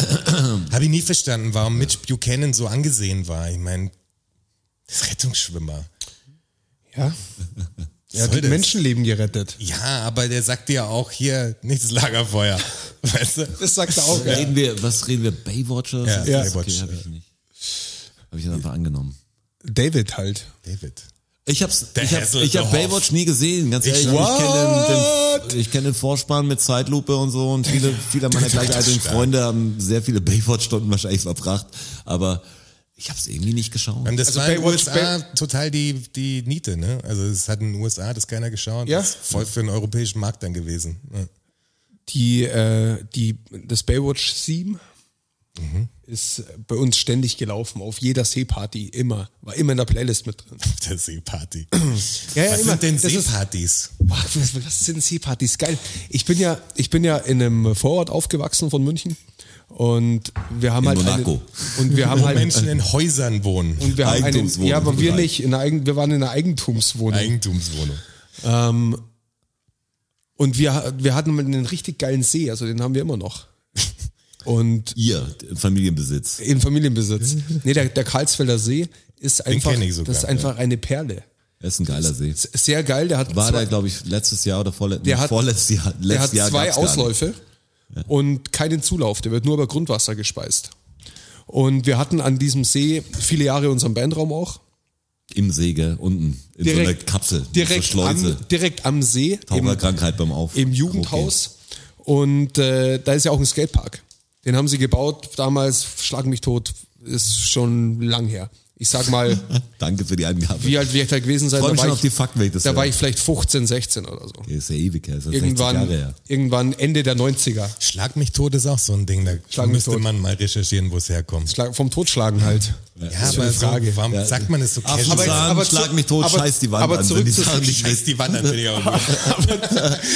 [SPEAKER 4] Habe ich nie verstanden, warum Mitch Buchanan so angesehen war. Ich meine, das Rettungsschwimmer.
[SPEAKER 3] Ja. Er
[SPEAKER 4] soll
[SPEAKER 3] hat
[SPEAKER 4] das?
[SPEAKER 3] Menschenleben gerettet.
[SPEAKER 4] Ja, aber der sagt ja auch hier nicht das Lagerfeuer. Weißt du?
[SPEAKER 3] Das sagt er auch. Ja.
[SPEAKER 2] Reden wir, was reden wir? Baywatchers?
[SPEAKER 4] Ja,
[SPEAKER 2] Ist das
[SPEAKER 4] Baywatch,
[SPEAKER 2] Okay, hab ich nicht. Hab ich dann einfach angenommen.
[SPEAKER 3] David halt.
[SPEAKER 4] David.
[SPEAKER 2] Ich hab's,
[SPEAKER 4] Der
[SPEAKER 2] ich hab,
[SPEAKER 4] Hassel
[SPEAKER 2] ich
[SPEAKER 4] the
[SPEAKER 2] hab Baywatch nie gesehen, ganz ehrlich. Ich, kenne den, den, ich kenn den Vorspann mit Zeitlupe und so und viele, viele meiner gleichaltrigen Freunde haben sehr viele Baywatch-Stunden wahrscheinlich verbracht, aber ich hab's irgendwie nicht geschaut.
[SPEAKER 4] Und das
[SPEAKER 3] Also
[SPEAKER 4] war in den
[SPEAKER 3] Baywatch-
[SPEAKER 4] USA total die, die Niete, ne? Also es hat in den USA das keiner geschaut.
[SPEAKER 3] Ja.
[SPEAKER 4] Das ist voll für den europäischen Markt dann gewesen. Ja.
[SPEAKER 3] Die, äh, die, das Baywatch-Theme
[SPEAKER 2] Mhm.
[SPEAKER 3] ist bei uns ständig gelaufen. Auf jeder Seeparty. Immer. War immer in der Playlist mit drin.
[SPEAKER 4] Auf der Seeparty.
[SPEAKER 3] Ja, ja,
[SPEAKER 4] Was
[SPEAKER 3] immer.
[SPEAKER 4] sind denn
[SPEAKER 3] Das ist- halt-
[SPEAKER 4] Seepartys?
[SPEAKER 3] Boah, was, was sind Seepartys? Geil. Ich bin ja, ich bin ja in einem Vorort aufgewachsen von München und wir haben
[SPEAKER 2] In
[SPEAKER 3] halt
[SPEAKER 2] Monaco.
[SPEAKER 3] Eine, und wir haben
[SPEAKER 4] Wo
[SPEAKER 3] halt
[SPEAKER 4] Menschen in Häusern wohnen.
[SPEAKER 3] und wir haben einen,
[SPEAKER 2] Eigentumswohnung
[SPEAKER 3] ja, aber wir
[SPEAKER 2] vielleicht.
[SPEAKER 3] nicht. In einer, Eigen- wir waren in einer Eigentumswohnung
[SPEAKER 4] Eigentumswohnung.
[SPEAKER 3] Ähm, und wir, wir hatten einen richtig geilen See, also den haben wir immer noch. Und
[SPEAKER 2] Ihr, Familienbesitz.
[SPEAKER 3] im Familienbesitz. Nee, der, der Karlsfelder See ist einfach,
[SPEAKER 4] kenn ich sogar,
[SPEAKER 3] das ist einfach eine Perle.
[SPEAKER 2] Das ist ein geiler See.
[SPEAKER 3] Ist Sehr geil. Der hat
[SPEAKER 2] War
[SPEAKER 3] zwei,
[SPEAKER 2] da, glaube ich, letztes Jahr oder vorletztes
[SPEAKER 3] Der hat-
[SPEAKER 2] vorletztes Jahr.
[SPEAKER 3] der hat
[SPEAKER 2] letztes Jahr
[SPEAKER 3] zwei
[SPEAKER 2] gab's gar nicht.
[SPEAKER 3] Ausläufe und keinen Zulauf. Der wird nur über Grundwasser gespeist. Und wir hatten an diesem See viele Jahre unseren Bandraum auch.
[SPEAKER 2] im Säge unten in so einer Kapsel, in
[SPEAKER 3] direkt,
[SPEAKER 2] so einer Schleuse.
[SPEAKER 3] Am, direkt am See, im,
[SPEAKER 2] Taucherkrankheit beim Auf.
[SPEAKER 3] im Jugendhaus. Und äh, da ist ja auch ein Skatepark. Den haben sie gebaut, damals, schlag mich tot, ist schon lang her. Ich sag mal,
[SPEAKER 2] Okay. Danke für die Eingabe.
[SPEAKER 3] wie alt wird er gewesen sein?
[SPEAKER 2] Freu mich
[SPEAKER 3] Da war
[SPEAKER 2] schon
[SPEAKER 3] ich-
[SPEAKER 2] auf die Fakten, wenn ich das
[SPEAKER 3] Da
[SPEAKER 2] höre.
[SPEAKER 3] war ich vielleicht 15, 16 oder so.
[SPEAKER 2] ist ja ewig her, ist ja 60 Jahre
[SPEAKER 3] Irgendwann,
[SPEAKER 2] her.
[SPEAKER 3] irgendwann Ende der 90er.
[SPEAKER 4] Schlag mich tot ist auch so ein Ding, da
[SPEAKER 3] Schlag mich
[SPEAKER 4] müsste
[SPEAKER 3] tot.
[SPEAKER 4] man mal recherchieren, wo es herkommt.
[SPEAKER 3] Schlag, vom Totschlagen halt.
[SPEAKER 4] Ja,
[SPEAKER 3] ist eine Frage.
[SPEAKER 4] So, warum
[SPEAKER 2] Ja.
[SPEAKER 4] sagt man das so
[SPEAKER 2] Affenzahn,
[SPEAKER 4] casual?
[SPEAKER 3] aber zu-
[SPEAKER 2] schlag mich tot,
[SPEAKER 3] aber-
[SPEAKER 2] scheiß die Wand
[SPEAKER 3] aber
[SPEAKER 2] an. wenn
[SPEAKER 3] zurück
[SPEAKER 2] die
[SPEAKER 3] zu-
[SPEAKER 2] Sachen nicht
[SPEAKER 4] Scheiß die Wand an, will ich auch nicht. Aber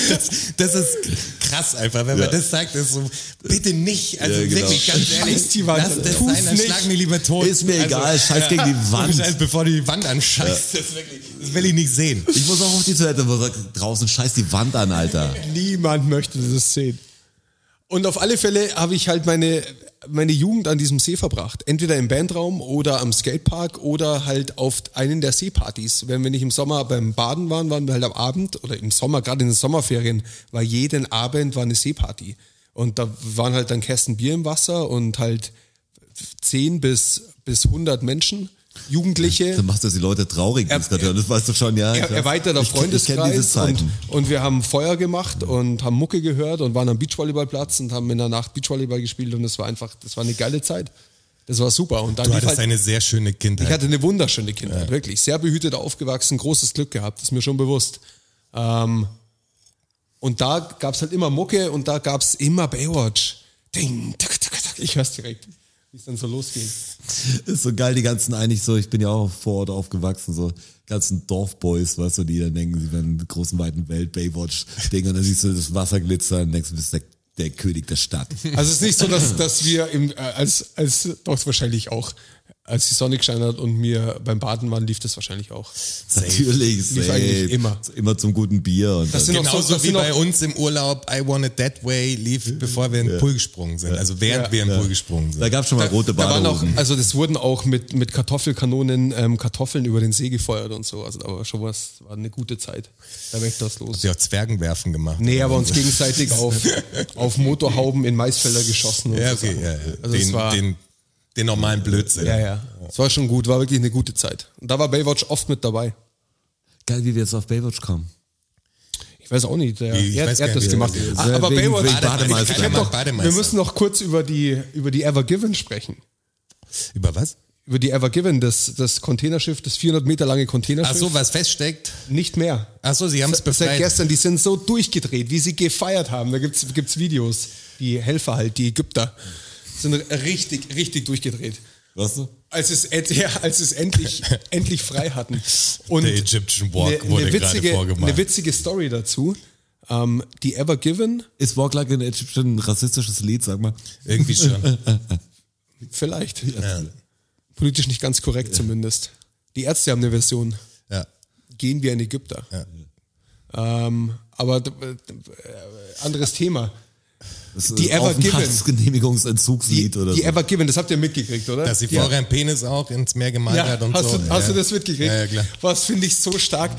[SPEAKER 4] das, das ist krass einfach, wenn
[SPEAKER 2] Ja.
[SPEAKER 4] man das sagt, ist so, bitte nicht, also
[SPEAKER 2] Ja, genau.
[SPEAKER 4] wirklich ganz ehrlich,
[SPEAKER 3] Scheiß die Wand
[SPEAKER 4] lass
[SPEAKER 3] an.
[SPEAKER 4] das
[SPEAKER 3] Tu's
[SPEAKER 4] sein, dann
[SPEAKER 3] nicht.
[SPEAKER 4] schlag mich lieber tot. Also,
[SPEAKER 2] Ist mir egal, scheiß gegen die Wand.
[SPEAKER 4] Scheiß, also bevor du die Wand anscheißt, das, wirklich, das will ich nicht sehen.
[SPEAKER 2] Ich muss auch auf die Toilette, wo sagt, draußen scheiß die Wand an, Alter.
[SPEAKER 3] Niemand möchte das sehen. Und auf alle Fälle habe ich halt meine, meine Jugend an diesem See verbracht. Entweder im Bandraum oder am Skatepark oder halt auf einen der Seepartys. Wenn wir nicht im Sommer beim Baden waren, waren wir halt am Abend oder im Sommer, gerade in den Sommerferien, war jeden Abend war eine Seeparty. Und da waren halt dann Kästen Bier im Wasser und halt 10 bis, bis 100 Menschen, Jugendliche.
[SPEAKER 2] Dann machst du dass die Leute traurig, die
[SPEAKER 3] Er-
[SPEAKER 2] das gerade hören. Das weißt du schon, ja.
[SPEAKER 3] er,
[SPEAKER 2] klar.
[SPEAKER 3] erweiterter
[SPEAKER 2] Ich- Ich kenn diese
[SPEAKER 3] Freundeskreis und,
[SPEAKER 2] Zeiten.
[SPEAKER 3] und wir haben Feuer gemacht und haben Mucke gehört und waren am Beachvolleyballplatz und haben in der Nacht Beachvolleyball gespielt und das war einfach, das war eine geile Zeit. Das war super. Und dann
[SPEAKER 4] Du
[SPEAKER 3] lief halt,
[SPEAKER 4] hattest eine sehr schöne
[SPEAKER 3] ich
[SPEAKER 4] Kindheit.
[SPEAKER 3] hatte eine wunderschöne Kindheit, wirklich. Sehr behütet aufgewachsen, großes Glück gehabt, ist mir schon bewusst. Ähm, und da gab es halt immer Mucke und da gab es immer Baywatch. Ding, tuck, tuck, tuck. Ich hör's direkt, wie es dann so losging.
[SPEAKER 2] ist so geil, die ganzen eigentlich so, ich bin ja auch vor Ort aufgewachsen, so ganzen Dorfboys, weißt du, die dann denken, sie werden in der großen weiten Welt Baywatch-Ding und dann siehst du das Wasser glitzern und denkst, du bist der, der König der Stadt.
[SPEAKER 3] Also es ist nicht so, dass, dass wir im, äh, als, als doch wahrscheinlich auch, als die Sonne geschehen hat und mir beim Baden waren, lief das wahrscheinlich auch.
[SPEAKER 2] Natürlich, safe.
[SPEAKER 3] eigentlich immer.
[SPEAKER 2] Immer zum guten Bier und
[SPEAKER 3] Das sind
[SPEAKER 2] dann,
[SPEAKER 3] auch so-
[SPEAKER 4] Genauso
[SPEAKER 3] das
[SPEAKER 4] wie
[SPEAKER 3] sind auch-
[SPEAKER 4] bei uns im Urlaub I Want It That Way lief, bevor wir in den Pool gesprungen sind. Also während
[SPEAKER 3] Ja.
[SPEAKER 4] wir in den Pool gesprungen sind.
[SPEAKER 2] da gab schon mal rote
[SPEAKER 3] Da waren auch,
[SPEAKER 2] Badehosen.
[SPEAKER 3] also das wurden auch mit, mit Kartoffelkanonen ähm, Kartoffeln über den See gefeuert und so. Also da war schon was, war eine gute Zeit. Da wächst das los.
[SPEAKER 4] Sie auch Zwergenwerfen gemacht.
[SPEAKER 3] Nee, aber
[SPEAKER 4] Oder
[SPEAKER 3] uns
[SPEAKER 4] so.
[SPEAKER 3] gegenseitig auf, auf Motorhauben in Maisfelder geschossen. Und
[SPEAKER 4] Ja,
[SPEAKER 3] so
[SPEAKER 4] okay,
[SPEAKER 3] Sachen.
[SPEAKER 4] ja, ja.
[SPEAKER 3] Also
[SPEAKER 4] den,
[SPEAKER 3] es war,
[SPEAKER 4] den, den normalen Blödsinn.
[SPEAKER 3] ja, ja. Es war schon gut, war wirklich eine gute Zeit. Und da war Baywatch oft mit dabei.
[SPEAKER 2] Geil, wie wir jetzt auf Baywatch kommen.
[SPEAKER 3] Ich weiß auch nicht, der,
[SPEAKER 4] Ich
[SPEAKER 3] er,
[SPEAKER 4] weiß
[SPEAKER 3] er
[SPEAKER 4] gar
[SPEAKER 3] hat das
[SPEAKER 4] nicht,
[SPEAKER 3] gemacht.
[SPEAKER 4] wie-
[SPEAKER 3] Ah, aber
[SPEAKER 2] Wegen-
[SPEAKER 3] Baywatch,
[SPEAKER 2] wegen
[SPEAKER 4] Bademeister.
[SPEAKER 3] Ich hab doch,
[SPEAKER 4] Bademeister.
[SPEAKER 3] wir müssen noch kurz über die, über die Ever Given sprechen.
[SPEAKER 4] Über was?
[SPEAKER 3] Über die Ever Given, das, das Containerschiff, das 400 Meter lange
[SPEAKER 4] Ach
[SPEAKER 3] Containerschiff.
[SPEAKER 4] so, was feststeckt.
[SPEAKER 3] Nicht mehr.
[SPEAKER 4] Ach so, sie haben es
[SPEAKER 3] Seit
[SPEAKER 4] befreit.
[SPEAKER 3] gestern, die sind so durchgedreht, wie sie gefeiert haben. Da gibt's gibt's Videos. Die Helfer halt, die Ägypter, sind richtig, richtig durchgedreht.
[SPEAKER 2] Weißt du?
[SPEAKER 3] Als es, et- ja, als es endlich, endlich frei hatten. Und
[SPEAKER 4] Der Egyptian Walk
[SPEAKER 3] eine,
[SPEAKER 4] wurde
[SPEAKER 3] eine,
[SPEAKER 4] gerade
[SPEAKER 3] witzige,
[SPEAKER 4] vorgemacht.
[SPEAKER 3] eine witzige Story dazu. Ähm, die Ever Given
[SPEAKER 2] Ist Walk Like an Egyptian ein rassistisches Lied, sag mal.
[SPEAKER 4] Irgendwie schon.
[SPEAKER 3] Vielleicht.
[SPEAKER 4] Ja.
[SPEAKER 3] Politisch nicht ganz korrekt zumindest. Die Ärzte haben eine Version.
[SPEAKER 4] Ja.
[SPEAKER 3] Gehen wir in Ägypter. Ähm, aber d- d- äh, anderes Thema.
[SPEAKER 2] Das
[SPEAKER 3] Die
[SPEAKER 2] ist
[SPEAKER 3] Ever Given. Die,
[SPEAKER 2] Aufenthaltsgenehmigungsentzugslied oder
[SPEAKER 3] die
[SPEAKER 2] so.
[SPEAKER 3] Ever Given, das habt ihr mitgekriegt, oder?
[SPEAKER 4] Dass sie
[SPEAKER 3] ja.
[SPEAKER 4] vorher einen Penis auch ins Meer gemalt
[SPEAKER 3] ja,
[SPEAKER 4] hat und
[SPEAKER 3] hast,
[SPEAKER 4] so.
[SPEAKER 3] du, hast
[SPEAKER 4] ja.
[SPEAKER 3] du das mitgekriegt?
[SPEAKER 4] Ja, ja klar.
[SPEAKER 3] Was finde ich so stark.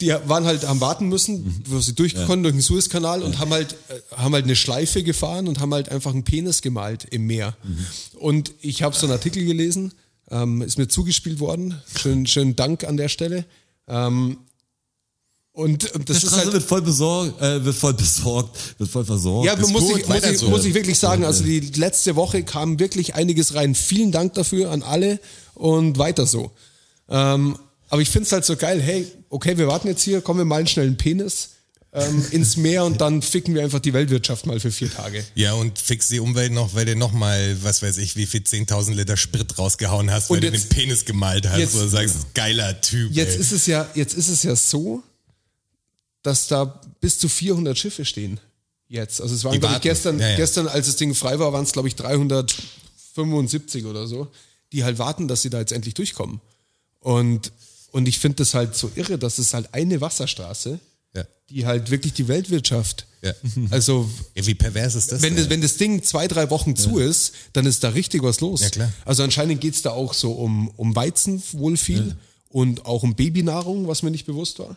[SPEAKER 3] Die waren halt, haben warten
[SPEAKER 4] Mhm.
[SPEAKER 3] müssen, wo sie durchgekommen durch den Suezkanal und haben halt, äh, haben halt eine Schleife gefahren und haben halt einfach einen Penis gemalt im Meer.
[SPEAKER 4] Mhm.
[SPEAKER 3] Und ich habe so einen Artikel gelesen, ähm, ist mir zugespielt worden. Schönen, schönen Dank an der Stelle. Ähm, und, und das
[SPEAKER 2] Die
[SPEAKER 3] ist
[SPEAKER 2] Straße
[SPEAKER 3] halt,
[SPEAKER 2] wird voll besorgt, äh, wird voll besorgt, wird voll versorgt.
[SPEAKER 3] Ja,
[SPEAKER 2] Ist
[SPEAKER 3] muss,
[SPEAKER 4] Genau, gut,
[SPEAKER 3] ich, muss,
[SPEAKER 4] weiter
[SPEAKER 3] ich,
[SPEAKER 4] so.
[SPEAKER 3] muss ich wirklich sagen, also die letzte Woche kam wirklich einiges rein. Vielen Dank dafür an alle und weiter so. Ähm, aber ich finde es halt so geil, hey, okay, wir warten jetzt hier, kommen wir mal einen schnellen Penis ähm, ins Meer und dann ficken wir einfach die Weltwirtschaft mal für vier Tage.
[SPEAKER 4] Ja, und fix die Umwelt noch, weil du nochmal, was weiß ich, wie viel 10.000 Liter Sprit rausgehauen hast, weil
[SPEAKER 3] Und
[SPEAKER 4] du
[SPEAKER 3] jetzt-
[SPEAKER 4] den Penis gemalt hast.
[SPEAKER 3] jetzt-
[SPEAKER 4] und sagst, geiler Typ.
[SPEAKER 3] Jetzt
[SPEAKER 4] ey.
[SPEAKER 3] ist es ja, jetzt ist es ja so, dass da bis zu 400 Schiffe stehen. Jetzt. Also es waren,
[SPEAKER 4] Die
[SPEAKER 3] glaube ich,
[SPEAKER 4] warten.
[SPEAKER 3] gestern,
[SPEAKER 4] Ja, ja.
[SPEAKER 3] gestern, als das Ding frei war, waren es, glaube ich, 375 oder so, die halt warten, dass sie da jetzt endlich durchkommen. Und, und ich finde das halt so irre, dass es halt eine Wasserstraße,
[SPEAKER 4] ja.
[SPEAKER 3] die halt wirklich die Weltwirtschaft.
[SPEAKER 4] Ja.
[SPEAKER 3] Also,
[SPEAKER 4] Ja, wie pervers ist das?
[SPEAKER 3] wenn das,
[SPEAKER 4] denn?
[SPEAKER 3] wenn das Ding zwei, drei Wochen zu ist, dann ist da richtig was los.
[SPEAKER 4] Ja, klar.
[SPEAKER 3] Also anscheinend geht's da auch so um, um Weizen wohl viel und auch um Babynahrung, was mir nicht bewusst war.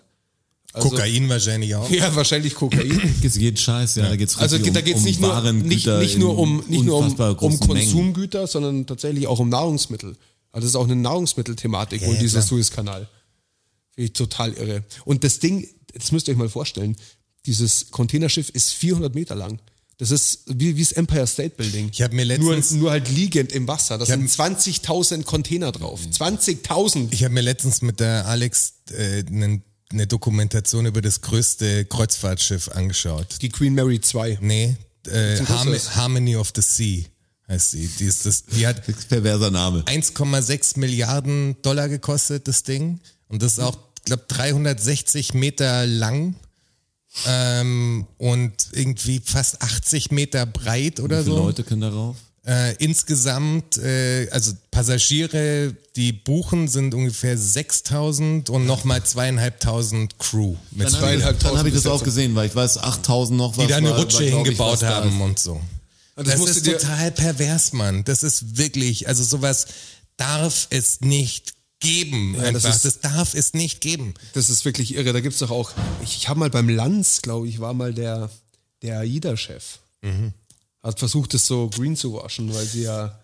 [SPEAKER 3] also-
[SPEAKER 4] Kokain wahrscheinlich auch.
[SPEAKER 3] Ja, wahrscheinlich Kokain.
[SPEAKER 2] geht's jeden Scheiß, ja. Da geht's
[SPEAKER 3] Also
[SPEAKER 2] richtig
[SPEAKER 3] da geht's
[SPEAKER 2] um, um
[SPEAKER 3] nicht, nur,
[SPEAKER 2] Waren,
[SPEAKER 3] nicht,
[SPEAKER 2] Güter
[SPEAKER 3] nicht nur
[SPEAKER 2] in
[SPEAKER 3] um, nicht nur um,
[SPEAKER 2] unfassbar
[SPEAKER 3] um
[SPEAKER 2] großen Mengen.
[SPEAKER 3] Konsumgüter, sondern tatsächlich auch um Nahrungsmittel. Aber das ist auch eine Nahrungsmittelthematik
[SPEAKER 4] Ja,
[SPEAKER 3] wohl
[SPEAKER 4] ja,
[SPEAKER 3] dieser
[SPEAKER 4] klar.
[SPEAKER 3] Suezkanal. Finde ich total irre. Und das Ding, das müsst ihr euch mal vorstellen, dieses Containerschiff ist 400 Meter lang. Das ist wie, wie das Empire State Building.
[SPEAKER 4] Ich habe mir letztens-
[SPEAKER 3] Nur, nur halt liegend im Wasser. Da
[SPEAKER 4] hab-
[SPEAKER 3] sind 20.000 Container drauf. 20.000!
[SPEAKER 4] Ich habe mir letztens mit der Alex äh, eine Dokumentation über das größte Kreuzfahrtschiff angeschaut.
[SPEAKER 3] Die Queen Mary 2.
[SPEAKER 4] Nee, äh,
[SPEAKER 3] Zum
[SPEAKER 4] Harm
[SPEAKER 3] Schluss.
[SPEAKER 4] Harmony of the Sea heißt sie. Die, ist das, die hat
[SPEAKER 2] Perverser Name.
[SPEAKER 4] 1,6 Milliarden Dollar gekostet, das Ding. Und das ist auch, glaube 360 Meter lang. Ähm, und irgendwie fast 80 Meter breit oder
[SPEAKER 2] Wie viele
[SPEAKER 3] Also-
[SPEAKER 4] so.
[SPEAKER 2] Leute können darauf?
[SPEAKER 4] Äh, insgesamt, äh, also Passagiere, die buchen, sind ungefähr 6000 und nochmal zweieinhalbtausend Crew.
[SPEAKER 2] Dann habe
[SPEAKER 4] Mit
[SPEAKER 3] halt
[SPEAKER 2] ich,
[SPEAKER 4] Zweieinhalbtausend
[SPEAKER 2] dann hab ich das auch
[SPEAKER 4] Besetzung,
[SPEAKER 2] gesehen, weil ich weiß, 8000 noch was.
[SPEAKER 4] Die da eine
[SPEAKER 2] war- war,
[SPEAKER 4] Rutsche
[SPEAKER 2] glaub ich, was
[SPEAKER 4] hingebaut
[SPEAKER 2] da
[SPEAKER 4] haben
[SPEAKER 2] ist.
[SPEAKER 4] und so.
[SPEAKER 3] Und Also das
[SPEAKER 4] Das,
[SPEAKER 3] musst du
[SPEAKER 4] ist
[SPEAKER 3] dir-
[SPEAKER 4] total pervers, Mann. Das ist wirklich, also sowas darf es nicht geben.
[SPEAKER 3] Ja, das
[SPEAKER 4] einfach. Das,
[SPEAKER 3] ist-
[SPEAKER 4] darf es nicht geben.
[SPEAKER 3] Das ist wirklich irre. Da gibt es doch auch, ich, ich habe mal beim Lanz, glaube ich, war mal der, der AIDA-Chef.
[SPEAKER 4] Mhm.
[SPEAKER 3] Hat versucht, das so green zu waschen, weil sie ja.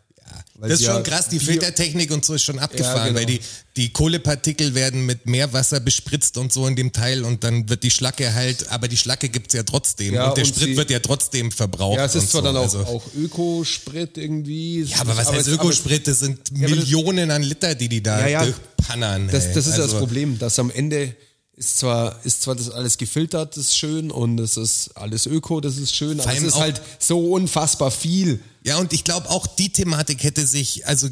[SPEAKER 3] weil
[SPEAKER 4] das ist
[SPEAKER 3] sie
[SPEAKER 4] schon
[SPEAKER 3] Also ja
[SPEAKER 4] krass, die
[SPEAKER 3] Bio-
[SPEAKER 4] Filtertechnik und so ist schon abgefahren,
[SPEAKER 3] genau.
[SPEAKER 4] weil die, die Kohlepartikel werden mit Meerwasser bespritzt und so in dem Teil und dann wird die Schlacke halt, aber die Schlacke gibt's ja trotzdem
[SPEAKER 3] Ja,
[SPEAKER 4] und der
[SPEAKER 3] und
[SPEAKER 4] Sprit
[SPEAKER 3] sie-
[SPEAKER 4] wird ja trotzdem verbraucht.
[SPEAKER 3] Ja, es ist
[SPEAKER 4] und
[SPEAKER 3] zwar
[SPEAKER 4] so.
[SPEAKER 3] dann auch,
[SPEAKER 4] also,
[SPEAKER 3] auch Ökosprit irgendwie.
[SPEAKER 4] Ja, aber was
[SPEAKER 3] es-
[SPEAKER 4] heißt
[SPEAKER 3] aber es-
[SPEAKER 4] Ökosprit? Das sind
[SPEAKER 3] aber das-
[SPEAKER 4] Millionen an Liter, die die da
[SPEAKER 3] Ja, ja.
[SPEAKER 4] durchpannern.
[SPEAKER 3] Das,
[SPEAKER 4] ey.
[SPEAKER 3] das ist ja
[SPEAKER 4] Also-
[SPEAKER 3] das Problem, dass am Ende ist zwar, ist zwar das alles gefiltert, das ist schön und es ist alles Öko, das ist schön, aber
[SPEAKER 4] Vor
[SPEAKER 3] es
[SPEAKER 4] allem
[SPEAKER 3] ist
[SPEAKER 4] auch-
[SPEAKER 3] halt so unfassbar viel.
[SPEAKER 4] Ja, und ich glaube, auch die Thematik hätte sich, also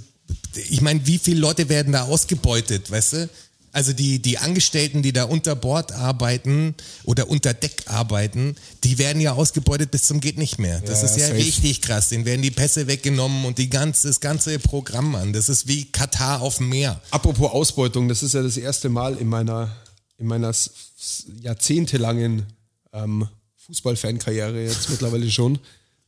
[SPEAKER 4] ich meine, wie viele Leute werden da ausgebeutet, weißt du? Also die, die Angestellten, die da unter Bord arbeiten oder unter Deck arbeiten, die werden ja ausgebeutet bis zum geht nicht mehr. Das
[SPEAKER 3] Ja,
[SPEAKER 4] ist ja
[SPEAKER 3] safe.
[SPEAKER 4] richtig krass. Denen werden die Pässe weggenommen und die ganze, das ganze Programm an. Das ist wie Katar auf dem Meer.
[SPEAKER 3] Apropos Ausbeutung, das ist ja das erste Mal in meiner, in meiner s- s- jahrzehntelangen ähm, Fußballfankarriere jetzt mittlerweile schon,